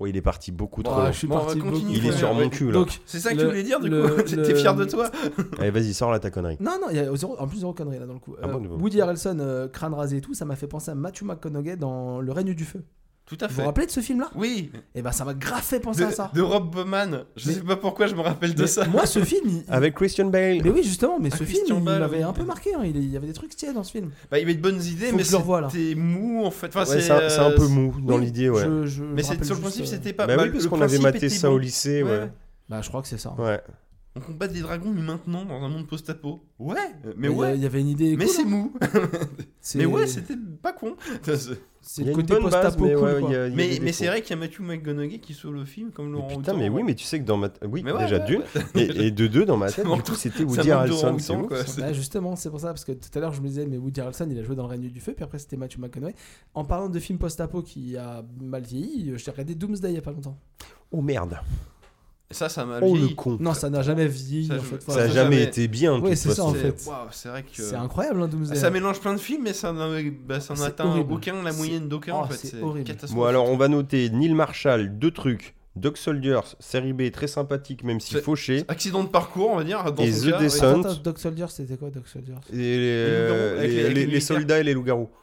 Speaker 1: Ouais, il est parti beaucoup trop
Speaker 2: Ah,
Speaker 1: loin.
Speaker 2: je suis
Speaker 3: Bon, bah, on va
Speaker 2: parti.
Speaker 3: continuer.
Speaker 2: beaucoup.
Speaker 1: Il est
Speaker 3: Ouais,
Speaker 1: sur mon
Speaker 3: ouais.
Speaker 1: cul, là.
Speaker 2: Donc,
Speaker 3: c'est ça que
Speaker 2: Le-
Speaker 3: tu voulais dire du
Speaker 2: le-
Speaker 3: coup T'es fier de
Speaker 2: le-
Speaker 3: toi
Speaker 1: Allez, vas-y, sors là ta connerie.
Speaker 2: non, non, il y a zéro, en plus zéro connerie là dans le coup.
Speaker 1: Ah
Speaker 2: Euh,
Speaker 1: bon, nouveau.
Speaker 2: Woody Harrelson, euh, crâne rasé et tout, ça m'a fait penser à Matthew McConaughey dans Le règne du feu.
Speaker 3: Tout à
Speaker 2: Vous vous
Speaker 3: fait.
Speaker 2: rappelez de ce film là
Speaker 3: Oui,
Speaker 2: Et ben ça m'a grave fait penser à ça.
Speaker 3: de, de Rob Bowman. Je
Speaker 2: Mais-
Speaker 3: sais pas pourquoi je me rappelle de
Speaker 2: Mais
Speaker 3: ça.
Speaker 2: Moi ce film, il-
Speaker 1: Avec Christian Bale.
Speaker 2: mais oui justement, mais
Speaker 3: Ah,
Speaker 2: ce film
Speaker 3: Christian
Speaker 2: il
Speaker 3: Bale,
Speaker 2: m'avait
Speaker 3: oui.
Speaker 2: un peu marqué. hein, Il, il y avait des trucs tièdes dans ce film.
Speaker 3: Bah, il y avait de bonnes idées,
Speaker 2: Faut
Speaker 3: mais
Speaker 2: que je le revoie, là.
Speaker 3: c'était mou en fait. Enfin,
Speaker 1: Ouais, c'est un, c'est un
Speaker 3: euh,
Speaker 1: peu mou dans
Speaker 2: oui,
Speaker 1: l'idée, ouais.
Speaker 2: Je- je me
Speaker 3: Mais c'est-
Speaker 2: rappelle
Speaker 3: sur le
Speaker 2: juste,
Speaker 3: principe,
Speaker 2: euh,
Speaker 3: c'était pas.
Speaker 1: Bah oui,
Speaker 3: le
Speaker 1: parce qu'on avait
Speaker 3: principe
Speaker 1: maté
Speaker 3: était
Speaker 1: ça
Speaker 3: bon.
Speaker 1: au lycée, ouais.
Speaker 2: Bah je crois que c'est ça.
Speaker 1: Ouais.
Speaker 3: On combat des dragons, mais maintenant, dans un monde post-apo. Ouais,
Speaker 1: euh,
Speaker 3: mais
Speaker 2: il y a-
Speaker 3: ouais.
Speaker 2: Il y avait une idée.
Speaker 3: Mais
Speaker 2: cool,
Speaker 3: c'est
Speaker 2: hein.
Speaker 3: mou.
Speaker 2: C'est-
Speaker 3: Mais ouais, c'était pas con.
Speaker 2: C'est
Speaker 1: Il y a
Speaker 2: le
Speaker 1: une
Speaker 2: côté
Speaker 1: bonne base,
Speaker 2: post-apo
Speaker 1: mais
Speaker 2: cool,
Speaker 1: ouais,
Speaker 2: quoi.
Speaker 1: il y a- il y a
Speaker 3: Mais,
Speaker 1: des
Speaker 3: mais c'est
Speaker 1: défauts.
Speaker 3: vrai qu'il y a Matthew McGonaghy qui sauve le film comme
Speaker 1: Mais
Speaker 3: Laurent
Speaker 1: Putain,
Speaker 3: Houtan,
Speaker 1: mais oui,
Speaker 3: ouais.
Speaker 1: mais tu sais que dans ma tête. Oui,
Speaker 3: Mais ouais,
Speaker 1: déjà
Speaker 3: ouais,
Speaker 1: d'une. Et, et de deux, dans ma tête, du
Speaker 3: manque-
Speaker 1: coup, c'était
Speaker 3: manque
Speaker 1: Woody
Speaker 3: de
Speaker 1: Harrelson.
Speaker 3: Laurent
Speaker 1: c'est
Speaker 3: Houtan,
Speaker 1: ouf.
Speaker 3: quoi.
Speaker 1: ça.
Speaker 3: C'est-
Speaker 2: Bah, justement, c'est pour ça, parce que tout à l'heure je me disais, mais Woody Harrelson il a joué dans Le règne du feu, puis après c'était Matthew McConaughey. En parlant de film post-apo qui a mal vieilli, euh, j'ai regardé Doomsday il y a pas longtemps.
Speaker 1: Oh merde.
Speaker 3: Ça, ça m'a
Speaker 1: Oh
Speaker 3: vieilli.
Speaker 1: le con.
Speaker 2: Non, ça n'a jamais vieilli
Speaker 3: Ça,
Speaker 2: en
Speaker 3: je-
Speaker 2: fait.
Speaker 1: Ça
Speaker 3: ça,
Speaker 1: a
Speaker 2: Voilà.
Speaker 1: jamais
Speaker 3: jamais-
Speaker 1: été bien. de
Speaker 2: Ouais,
Speaker 1: toute
Speaker 2: c'est ça,
Speaker 1: façon.
Speaker 2: en fait.
Speaker 3: C'est- Waouh, c'est vrai que.
Speaker 2: C'est incroyable, hein,
Speaker 1: Ah,
Speaker 2: Doomsday.
Speaker 3: Ça mélange plein de films, mais ça n'en bah, ça n'en
Speaker 2: C'est
Speaker 3: atteint
Speaker 2: horrible.
Speaker 3: aucun la
Speaker 2: C'est-
Speaker 3: moyenne d'aucun
Speaker 2: Oh,
Speaker 3: en fait.
Speaker 2: c'est
Speaker 3: C'est
Speaker 2: horrible.
Speaker 3: catastrophe.
Speaker 1: Bon, alors, on va noter Neil Marshall, deux trucs. Doc Soldiers, série B, très sympathique, même si
Speaker 3: C'est-
Speaker 1: fauché.
Speaker 3: Accident de parcours, on va dire. Dans
Speaker 1: Et
Speaker 3: son
Speaker 1: The
Speaker 3: cas,
Speaker 1: Descent.
Speaker 3: ouais.
Speaker 2: Attends, attends, Dog Soldier, c'était quoi Dog Soldier
Speaker 1: Et les,
Speaker 3: loups-garous, avec les-
Speaker 1: les,
Speaker 3: avec les
Speaker 1: les- les
Speaker 3: militaires.
Speaker 1: soldats et les loups-garous.
Speaker 2: Ah,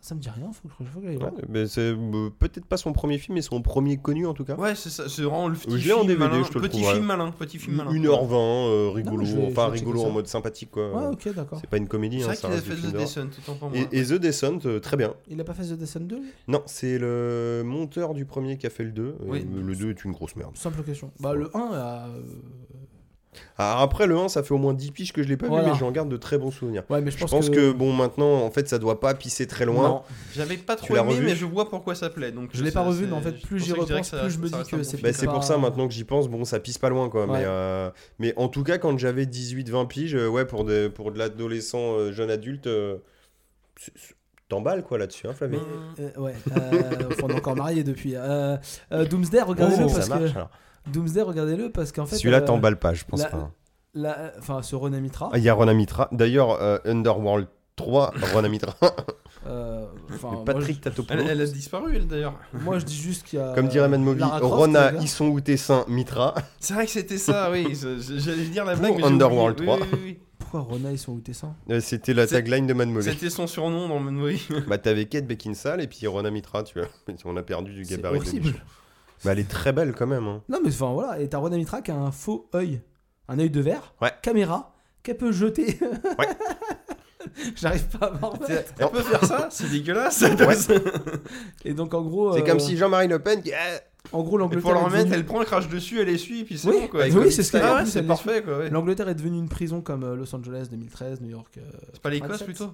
Speaker 2: Ça me dit rien, faut que je faut que j'aille
Speaker 1: Ouais,
Speaker 2: voir.
Speaker 1: mais c'est euh, peut-être pas son premier film, mais son premier connu en tout cas.
Speaker 3: Ouais, c'est ça, c'est vraiment le petit
Speaker 1: Je l'ai en
Speaker 3: film
Speaker 1: DVD,
Speaker 3: malin.
Speaker 1: je te le
Speaker 3: petit
Speaker 1: trouve,
Speaker 3: film malin, petit film malin.
Speaker 1: 1h20, euh, rigolo,
Speaker 2: Non, je vais- je
Speaker 1: enfin
Speaker 2: vais
Speaker 1: rigolo
Speaker 2: checker
Speaker 1: en
Speaker 2: ça.
Speaker 1: mode sympathique quoi.
Speaker 2: Ouais, ok, d'accord.
Speaker 1: C'est pas une comédie,
Speaker 3: C'est
Speaker 1: hein,
Speaker 3: vrai
Speaker 1: ça
Speaker 3: qu'il a
Speaker 1: reste
Speaker 3: fait
Speaker 1: du film
Speaker 3: The
Speaker 1: d'horreur.
Speaker 3: Descent, autant pour moi.
Speaker 1: Et, et The Descent, euh, très bien.
Speaker 2: Il a pas fait The Descent 2 lui
Speaker 1: Non, c'est le monteur du premier qui a fait le 2. euh,
Speaker 3: Oui.
Speaker 1: Le 2 est une grosse merde.
Speaker 2: Simple question. Bah, le 1 a. euh,
Speaker 1: Ah, après le 1, ça fait au moins 10 piges que je l'ai pas
Speaker 2: Voilà.
Speaker 1: vu, mais j'en garde de très bons souvenirs.
Speaker 2: Ouais, mais je
Speaker 1: Je
Speaker 2: pense,
Speaker 1: pense, que... bon, maintenant, en fait, ça doit pas pisser très loin.
Speaker 2: Non.
Speaker 3: J'avais pas trop
Speaker 1: Tu l'as
Speaker 3: aimé,
Speaker 1: revu
Speaker 3: mais je vois pourquoi ça plaît. Donc
Speaker 2: Je l'ai
Speaker 3: c'est-
Speaker 2: pas revu,
Speaker 3: c'est-
Speaker 2: mais en fait,
Speaker 3: c'est
Speaker 2: plus
Speaker 3: pour
Speaker 2: j'y
Speaker 3: ça que je dirais
Speaker 2: repense,
Speaker 3: que ça-
Speaker 2: plus je me
Speaker 3: ça
Speaker 2: dis
Speaker 3: reste
Speaker 2: que
Speaker 3: un bon
Speaker 2: c'est
Speaker 3: film.
Speaker 1: Bah, c'est
Speaker 2: pas-
Speaker 1: pour ça maintenant que j'y pense, bon ça pisse pas loin quoi.
Speaker 2: Ouais.
Speaker 1: Mais, euh, mais en tout cas quand j'avais 18-20 piges, euh, ouais pour de, pour de l'adolescent euh, jeune adulte, euh, c'est- c'est- t'emballes quoi là-dessus, hein, Flavien.
Speaker 3: Hum.
Speaker 2: Euh, ouais, euh, on est encore mariés depuis. Euh, euh, Doomsday, regardez-le
Speaker 1: Oh, ça
Speaker 2: parce
Speaker 1: marche,
Speaker 2: que.
Speaker 1: alors.
Speaker 2: Doomsday, regardez-le parce qu'en fait.
Speaker 1: Celui-là
Speaker 2: euh,
Speaker 1: t'emballes pas, je pense
Speaker 2: la-
Speaker 1: pas. hein.
Speaker 2: la- Enfin, ce Ronan Mitra.
Speaker 1: Ah, Il y a Rona Mitra. D'ailleurs, euh, Underworld 3, Rona Mitra.
Speaker 2: euh, enfin, moi,
Speaker 1: Patrick
Speaker 3: Elle,
Speaker 1: Tatopoulos.
Speaker 3: elle a disparu, elle d'ailleurs.
Speaker 2: je- Moi, je dis juste qu'il y a.
Speaker 1: Comme dirait Mad Moby,
Speaker 2: euh, Lara Croft,
Speaker 1: Rona,
Speaker 2: les gars.
Speaker 1: ils sont où tes seins, Mitra.
Speaker 3: C'est vrai que c'était ça, oui. je- je- J'allais dire la
Speaker 1: Pour
Speaker 3: blague. mais j'ai oublié.
Speaker 1: Underworld
Speaker 3: Oui,
Speaker 1: 3.
Speaker 3: oui, oui, oui.
Speaker 2: Pourquoi Rona ils sont où tes seins
Speaker 1: Euh, C'était la
Speaker 3: C'est-
Speaker 1: tagline de Mad Molly.
Speaker 3: C'était son surnom dans le movie.
Speaker 1: Bah, t'avais Kate Beckinsale et puis Rona Mitra, tu vois. On a perdu du
Speaker 2: C'est
Speaker 1: gabarit. de
Speaker 2: horrible.
Speaker 1: Michon. Bah, elle est très belle quand même. hein.
Speaker 2: Non, mais enfin voilà, et t'as Rona Mitra qui a un faux œil, un œil de verre,
Speaker 1: Ouais.
Speaker 2: caméra, qu'elle peut jeter.
Speaker 1: Ouais.
Speaker 2: J'arrive pas à m'en remettre.
Speaker 3: Elle peut faire ça C'est dégueulasse.
Speaker 1: Ouais.
Speaker 2: Et donc en gros,
Speaker 1: C'est
Speaker 2: euh,
Speaker 1: comme si Jean-Marie Le Pen. qui- Ah
Speaker 2: en gros
Speaker 3: Et pour
Speaker 2: l'Angleterre
Speaker 3: le
Speaker 2: est
Speaker 3: remettre,
Speaker 2: devenue-
Speaker 3: elle prend, elle crache dessus, elle essuie, puis c'est
Speaker 2: Oui,
Speaker 3: bon quoi.
Speaker 2: oui,
Speaker 3: Avec
Speaker 2: c'est ce
Speaker 3: le-
Speaker 2: qu'elle a
Speaker 3: Ah ouais,
Speaker 2: plus,
Speaker 3: c'est
Speaker 2: elle
Speaker 3: parfait quoi. ouais.
Speaker 2: l'Angleterre est devenue une prison comme euh, Los Angeles 2013, New York. euh,
Speaker 3: C'est pas l'Écosse
Speaker 2: 27.
Speaker 3: plutôt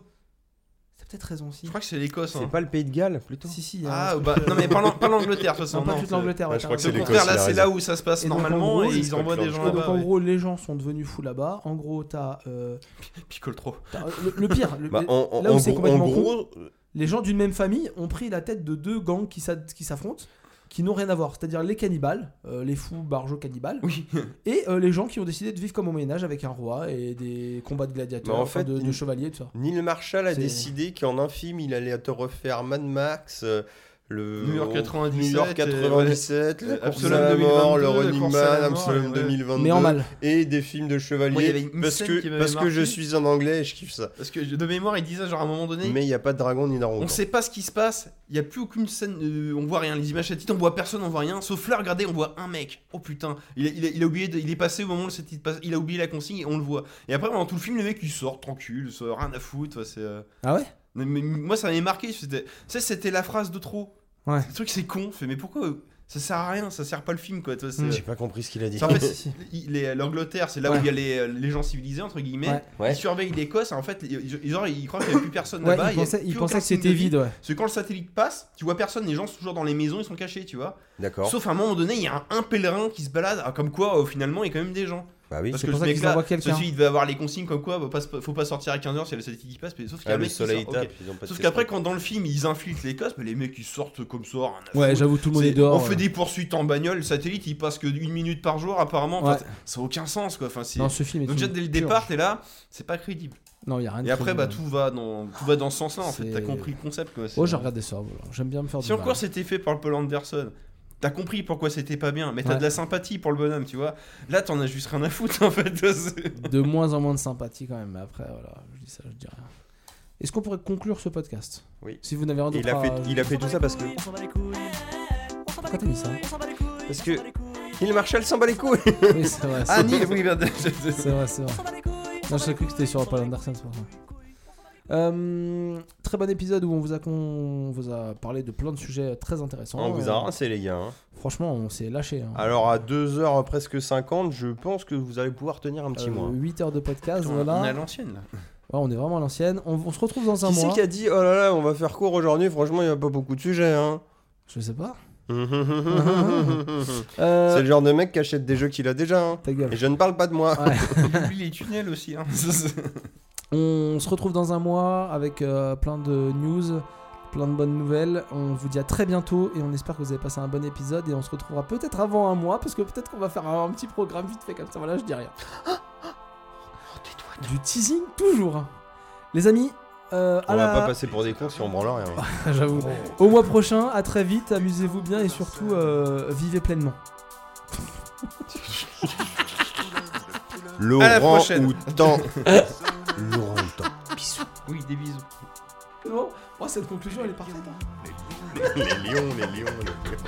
Speaker 2: T'as peut-être raison aussi.
Speaker 3: Je crois que c'est l'Écosse.
Speaker 1: C'est
Speaker 3: hein.
Speaker 1: pas le pays de Galles plutôt
Speaker 2: Si si. il y a un
Speaker 3: Ah,
Speaker 2: truc,
Speaker 3: bah
Speaker 2: euh,
Speaker 3: non, mais pas l'An- pas l'Angleterre, de toute façon.
Speaker 2: non, pas
Speaker 3: non,
Speaker 2: toute
Speaker 3: c'est-
Speaker 2: l'Angleterre.
Speaker 1: Ouais,
Speaker 2: ouais,
Speaker 1: je
Speaker 2: t'as
Speaker 1: crois que
Speaker 3: C'est
Speaker 2: raison.
Speaker 3: le
Speaker 1: l'Écosse,
Speaker 3: contraire,
Speaker 1: il
Speaker 3: là,
Speaker 1: a
Speaker 3: c'est
Speaker 1: raison.
Speaker 3: là où ça se passe
Speaker 2: Et donc, en
Speaker 3: normalement
Speaker 2: gros,
Speaker 3: et
Speaker 2: ils
Speaker 3: ils envoient des
Speaker 1: collectent
Speaker 3: gens
Speaker 2: Et donc
Speaker 3: là-bas.
Speaker 2: en
Speaker 3: oui.
Speaker 2: gros les gens sont devenus fous là-bas. En gros t'as, euh,
Speaker 3: Picole trop.
Speaker 2: t'as- le, le pire, le-
Speaker 1: Bah, en, en-
Speaker 2: là où
Speaker 1: en
Speaker 2: c'est
Speaker 1: gros-
Speaker 2: complètement
Speaker 1: en gros,
Speaker 2: les gens d'une même famille ont pris la tête de deux gangs qui s'ad- qui s'affrontent, qui n'ont rien à voir. C'est-à-dire les cannibales, euh, les fous barjots cannibales,
Speaker 3: Oui.
Speaker 2: et euh, les gens qui ont décidé de vivre comme au Moyen Âge avec un roi et des combats de gladiateurs,
Speaker 1: Mais en
Speaker 2: enfin,
Speaker 1: fait,
Speaker 2: de, de
Speaker 1: il-
Speaker 2: chevaliers, tout ça.
Speaker 1: Neil Marshall a
Speaker 2: C'est-
Speaker 1: décidé qu'en un film, il allait te refaire Mad Max, euh, le
Speaker 3: Euh, New York 97,
Speaker 1: New York
Speaker 3: et-
Speaker 1: 97, le
Speaker 3: euh,
Speaker 1: Course
Speaker 3: Absolum
Speaker 1: à la mort, le
Speaker 3: 2022, la
Speaker 1: Running
Speaker 3: Course à la
Speaker 1: Man,
Speaker 3: mort,
Speaker 1: Absolum
Speaker 3: ouais.
Speaker 1: 2022,
Speaker 2: Mais en mal.
Speaker 1: et des films de chevaliers.
Speaker 3: Moi, il y avait une
Speaker 1: parce
Speaker 3: scène qui
Speaker 1: que,
Speaker 3: m'avait
Speaker 1: parce que je
Speaker 3: marqué.
Speaker 1: suis un anglais et je kiffe ça.
Speaker 3: Parce que je- de mémoire, il disait genre à un moment donné.
Speaker 1: Mais il n'y a pas de dragon ni
Speaker 3: On
Speaker 1: d'arôme.
Speaker 3: sait pas ce qui se passe, il y a plus aucune scène, euh, on voit rien, les images titre, on voit personne, on voit rien, sauf là, regardez, on voit un mec. Oh putain, il a, il a- il a oublié, de- il est passé au moment où cette petite passe- il a oublié la consigne et on le voit. Et après, pendant tout le film, le mec il sort tranquille, ça, rien à foutre, c'est. euh,
Speaker 2: Ah ouais
Speaker 3: mais- mais moi ça m'avait marqué, c'était, tu sais, c'était la phrase de trop.
Speaker 2: Ouais.
Speaker 3: Le truc c'est con, fait, mais pourquoi euh, ça sert à rien, ça sert pas le film quoi. Toi, c'est-
Speaker 1: J'ai pas compris ce qu'il a dit.
Speaker 3: Ça, en fait,
Speaker 2: Mm. Si, si.
Speaker 3: il- les- L'Angleterre, c'est là
Speaker 2: Ouais.
Speaker 3: où il y a les, euh, les gens civilisés, entre guillemets.
Speaker 2: Ouais.
Speaker 1: Ouais.
Speaker 3: Ils surveillent l'Écosse, et en fait, ils, ils- genre, ils croient qu'il n'y a plus personne
Speaker 2: Ouais,
Speaker 3: là-bas.
Speaker 2: il
Speaker 3: y a
Speaker 2: pensait, il
Speaker 3: plus
Speaker 2: pensait
Speaker 3: aucun
Speaker 2: que
Speaker 3: signe
Speaker 2: c'était
Speaker 3: de vie.
Speaker 2: vide, ouais.
Speaker 3: Parce que quand le satellite passe, tu vois personne, les gens sont toujours dans les maisons, ils sont cachés, tu vois.
Speaker 1: D'accord.
Speaker 3: Sauf à un moment donné, il y a un, un pèlerin qui se balade, ah, comme quoi, euh, finalement, il y a quand même des gens.
Speaker 1: Bah oui.
Speaker 3: Parce
Speaker 2: c'est
Speaker 3: que
Speaker 2: pour ça
Speaker 3: ce
Speaker 2: qu'ils
Speaker 3: mec-là,
Speaker 2: envoient quelqu'un.
Speaker 3: ceci, il devait avoir les consignes comme quoi, bah, pas- faut pas sortir à 15h s'il y a le satellite qui passe, mais sauf qu'il y a
Speaker 1: Ah,
Speaker 3: un
Speaker 1: le
Speaker 3: mec qui
Speaker 1: soleil
Speaker 3: sort,
Speaker 1: tape.
Speaker 3: ok.
Speaker 1: ils ont pas de hein.
Speaker 3: Sauf
Speaker 1: question.
Speaker 3: qu'après, quand dans le film, ils infiltrent l'Écosse, mais les mecs, ils sortent comme ça, rien à
Speaker 2: Ouais,
Speaker 3: foutre.
Speaker 2: j'avoue, tout le monde est,
Speaker 3: C'est-
Speaker 2: dehors. euh,
Speaker 3: On fait
Speaker 2: ouais.
Speaker 3: des poursuites en bagnole, le satellite il passe que une minute par jour apparemment. Enfin,
Speaker 2: Ouais.
Speaker 3: ça- ça n'a aucun sens quoi. Enfin, c'est-
Speaker 2: Non, ce film est
Speaker 3: Donc
Speaker 2: une
Speaker 3: déjà dès le
Speaker 2: purge.
Speaker 3: départ t'es là, c'est pas crédible.
Speaker 2: Non, il y a rien de
Speaker 3: Et après
Speaker 2: crédible.
Speaker 3: bah tout va dans tout va dans ce sens-là en fait.
Speaker 2: C'est-
Speaker 3: T'as compris le concept quoi. C'est-
Speaker 2: Oh, j'ai regardé ça, voilà. j'aime bien me faire
Speaker 3: Si
Speaker 2: du mal.
Speaker 3: encore c'était fait par Paul Anderson. T'as compris pourquoi c'était pas bien, mais t'as
Speaker 2: Ouais.
Speaker 3: de la sympathie pour le bonhomme, tu vois. Là, t'en as juste rien à foutre, en fait. C'est-
Speaker 2: De moins en moins de sympathie quand même, mais après, voilà, je dis ça, je dis rien. Est-ce qu'on pourrait conclure ce podcast
Speaker 1: Oui.
Speaker 2: Si vous n'avez rien d'autre
Speaker 1: Il a
Speaker 2: à-
Speaker 1: fait, il
Speaker 3: euh,
Speaker 1: a fait tout ça parce que.
Speaker 2: Pourquoi t'as mis ça
Speaker 1: Parce que. Neil Marshall s'en bat les couilles.
Speaker 2: Oui, c'est vrai.
Speaker 3: Ah,
Speaker 2: c'est-
Speaker 3: Neil, oui, bah, je- je-
Speaker 2: C'est vrai, c'est vrai. Non, je cru que c'était sur Paul Anderson, c'est pour ça. Euh, très bon épisode où on vous a con- on vous a parlé de plein de sujets très
Speaker 3: Oh.
Speaker 2: intéressants.
Speaker 1: On vous a
Speaker 2: Euh,
Speaker 1: rincé, les gars. hein.
Speaker 2: Franchement, on s'est lâché. hein.
Speaker 1: Alors, à 2h presque 50, je pense que vous allez pouvoir tenir un
Speaker 3: Euh,
Speaker 1: petit mois.
Speaker 2: 8 Euh, heures de podcast,
Speaker 3: Putain,
Speaker 2: voilà.
Speaker 3: On est à
Speaker 2: Ouais,
Speaker 3: l'ancienne, là.
Speaker 2: on est vraiment à l'ancienne. On, on se retrouve dans un
Speaker 1: Qui c'est
Speaker 2: mois.
Speaker 1: qui a dit oh là là on va faire court aujourd'hui franchement il n'y a pas beaucoup de sujets hein
Speaker 2: Je sais pas.
Speaker 1: C'est
Speaker 2: Euh,
Speaker 1: le genre de mec qui achète des jeux qu'il a déjà hein.
Speaker 2: Ta gueule.
Speaker 1: Et je ne parle pas de moi
Speaker 2: Ouais.
Speaker 3: J'oublie les tunnels aussi, hein.
Speaker 2: On se retrouve dans un mois avec euh, plein de news, plein de bonnes nouvelles. On vous dit à très bientôt et on espère que vous avez passé un bon épisode et on se retrouvera peut-être avant un mois parce que peut-être qu'on va faire un, un petit programme vite fait comme ça. Voilà, je dis rien. Du teasing toujours. Les amis, euh, à
Speaker 1: On va
Speaker 2: la-
Speaker 1: pas passer pour des cons si on branle rien hein.
Speaker 2: j'avoue. Au mois prochain, à très vite, amusez-vous bien et surtout euh, vivez pleinement.
Speaker 1: Laurent
Speaker 3: prochaine.
Speaker 1: ou tant Laurent ou tant
Speaker 3: Oui, des bisous.
Speaker 2: Non, oh, cette conclusion elle est parfaite. hein.
Speaker 1: Les lions les lions les lions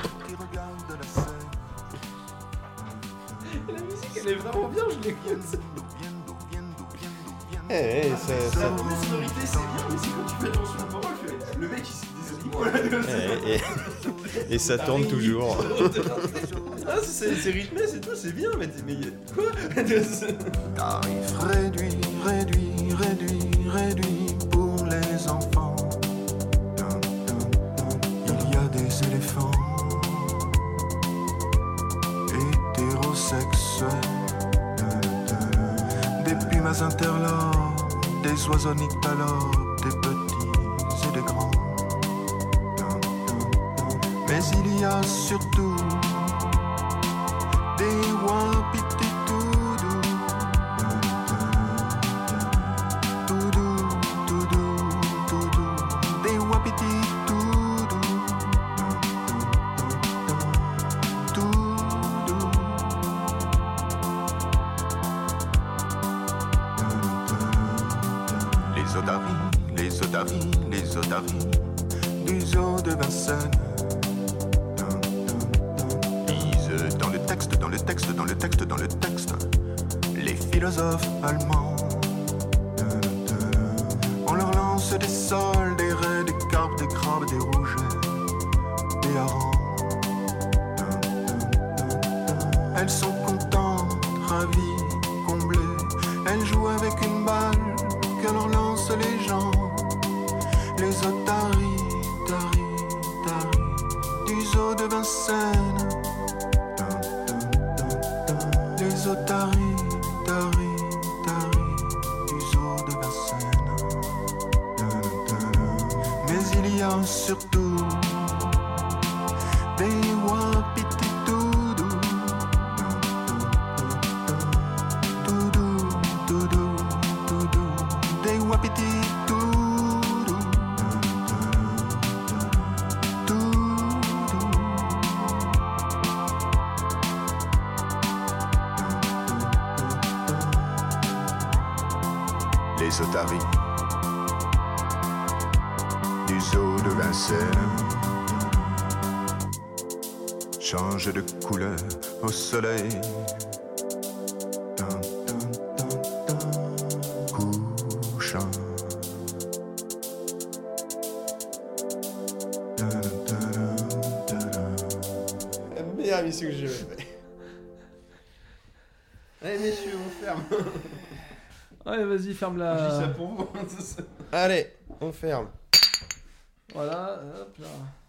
Speaker 2: Et la musique elle est vraiment bien, je l'écoute.
Speaker 1: Eh, eh, ça- ça-
Speaker 3: Le mec, il s'est
Speaker 1: eh, eh, eh. Et ça tourne toujours
Speaker 3: Ah, c'est c'est rythmé, c'est tout, c'est bien, mais, t'es- mais quoi
Speaker 6: Tarif réduit, réduit, réduit, réduit pour les enfants. Tum, tum, tum. Il y a des éléphants hétérosexuels, Tum, tum. des pumas interlopes, des oiseaux nyctalopes, des petits et des grands. Tum, tum, tum. Mais il y a surtout des wapitis tout doux. Toudou, toudou, toudou, des wapiti toudou. Toudou. otaries, les otaries du zoo de Vincennes. Dun, dun, dun. Disent dans le texte, dans le texte, dans le texte, dans le texte, les philosophes allemands. Dun, dun. On leur lance des sols, des raies, des carpes, des crabes, des rouges, des harengs. Dun, dun, dun. Elles sont contentes, ravies, comblées. Elles jouent avec une balle que leur lancent les gens. Les otaries, taris, taris, du zoo de Vincennes. Dun, dun, dun, dun. Les otaries, taris, taris, du zoo de Vincennes. Dun, dun, dun. Mais il y a surtout des wapititoudous. Doudou, doudou, doudou, des wapititoudous. Doudou. Les otaries du zoo de Vincennes change de couleur au soleil. Dun, dun, dun, dun. Couchant. Dun, dun, dun, dun.
Speaker 3: La meilleure émission que j'ai jamais fait. Allez Eh, messieurs, on ferme.
Speaker 2: Ouais, vas-y, ferme
Speaker 3: Je dis ça
Speaker 2: la.
Speaker 3: pour vous.
Speaker 1: Allez, on ferme.
Speaker 2: Voilà, hop là.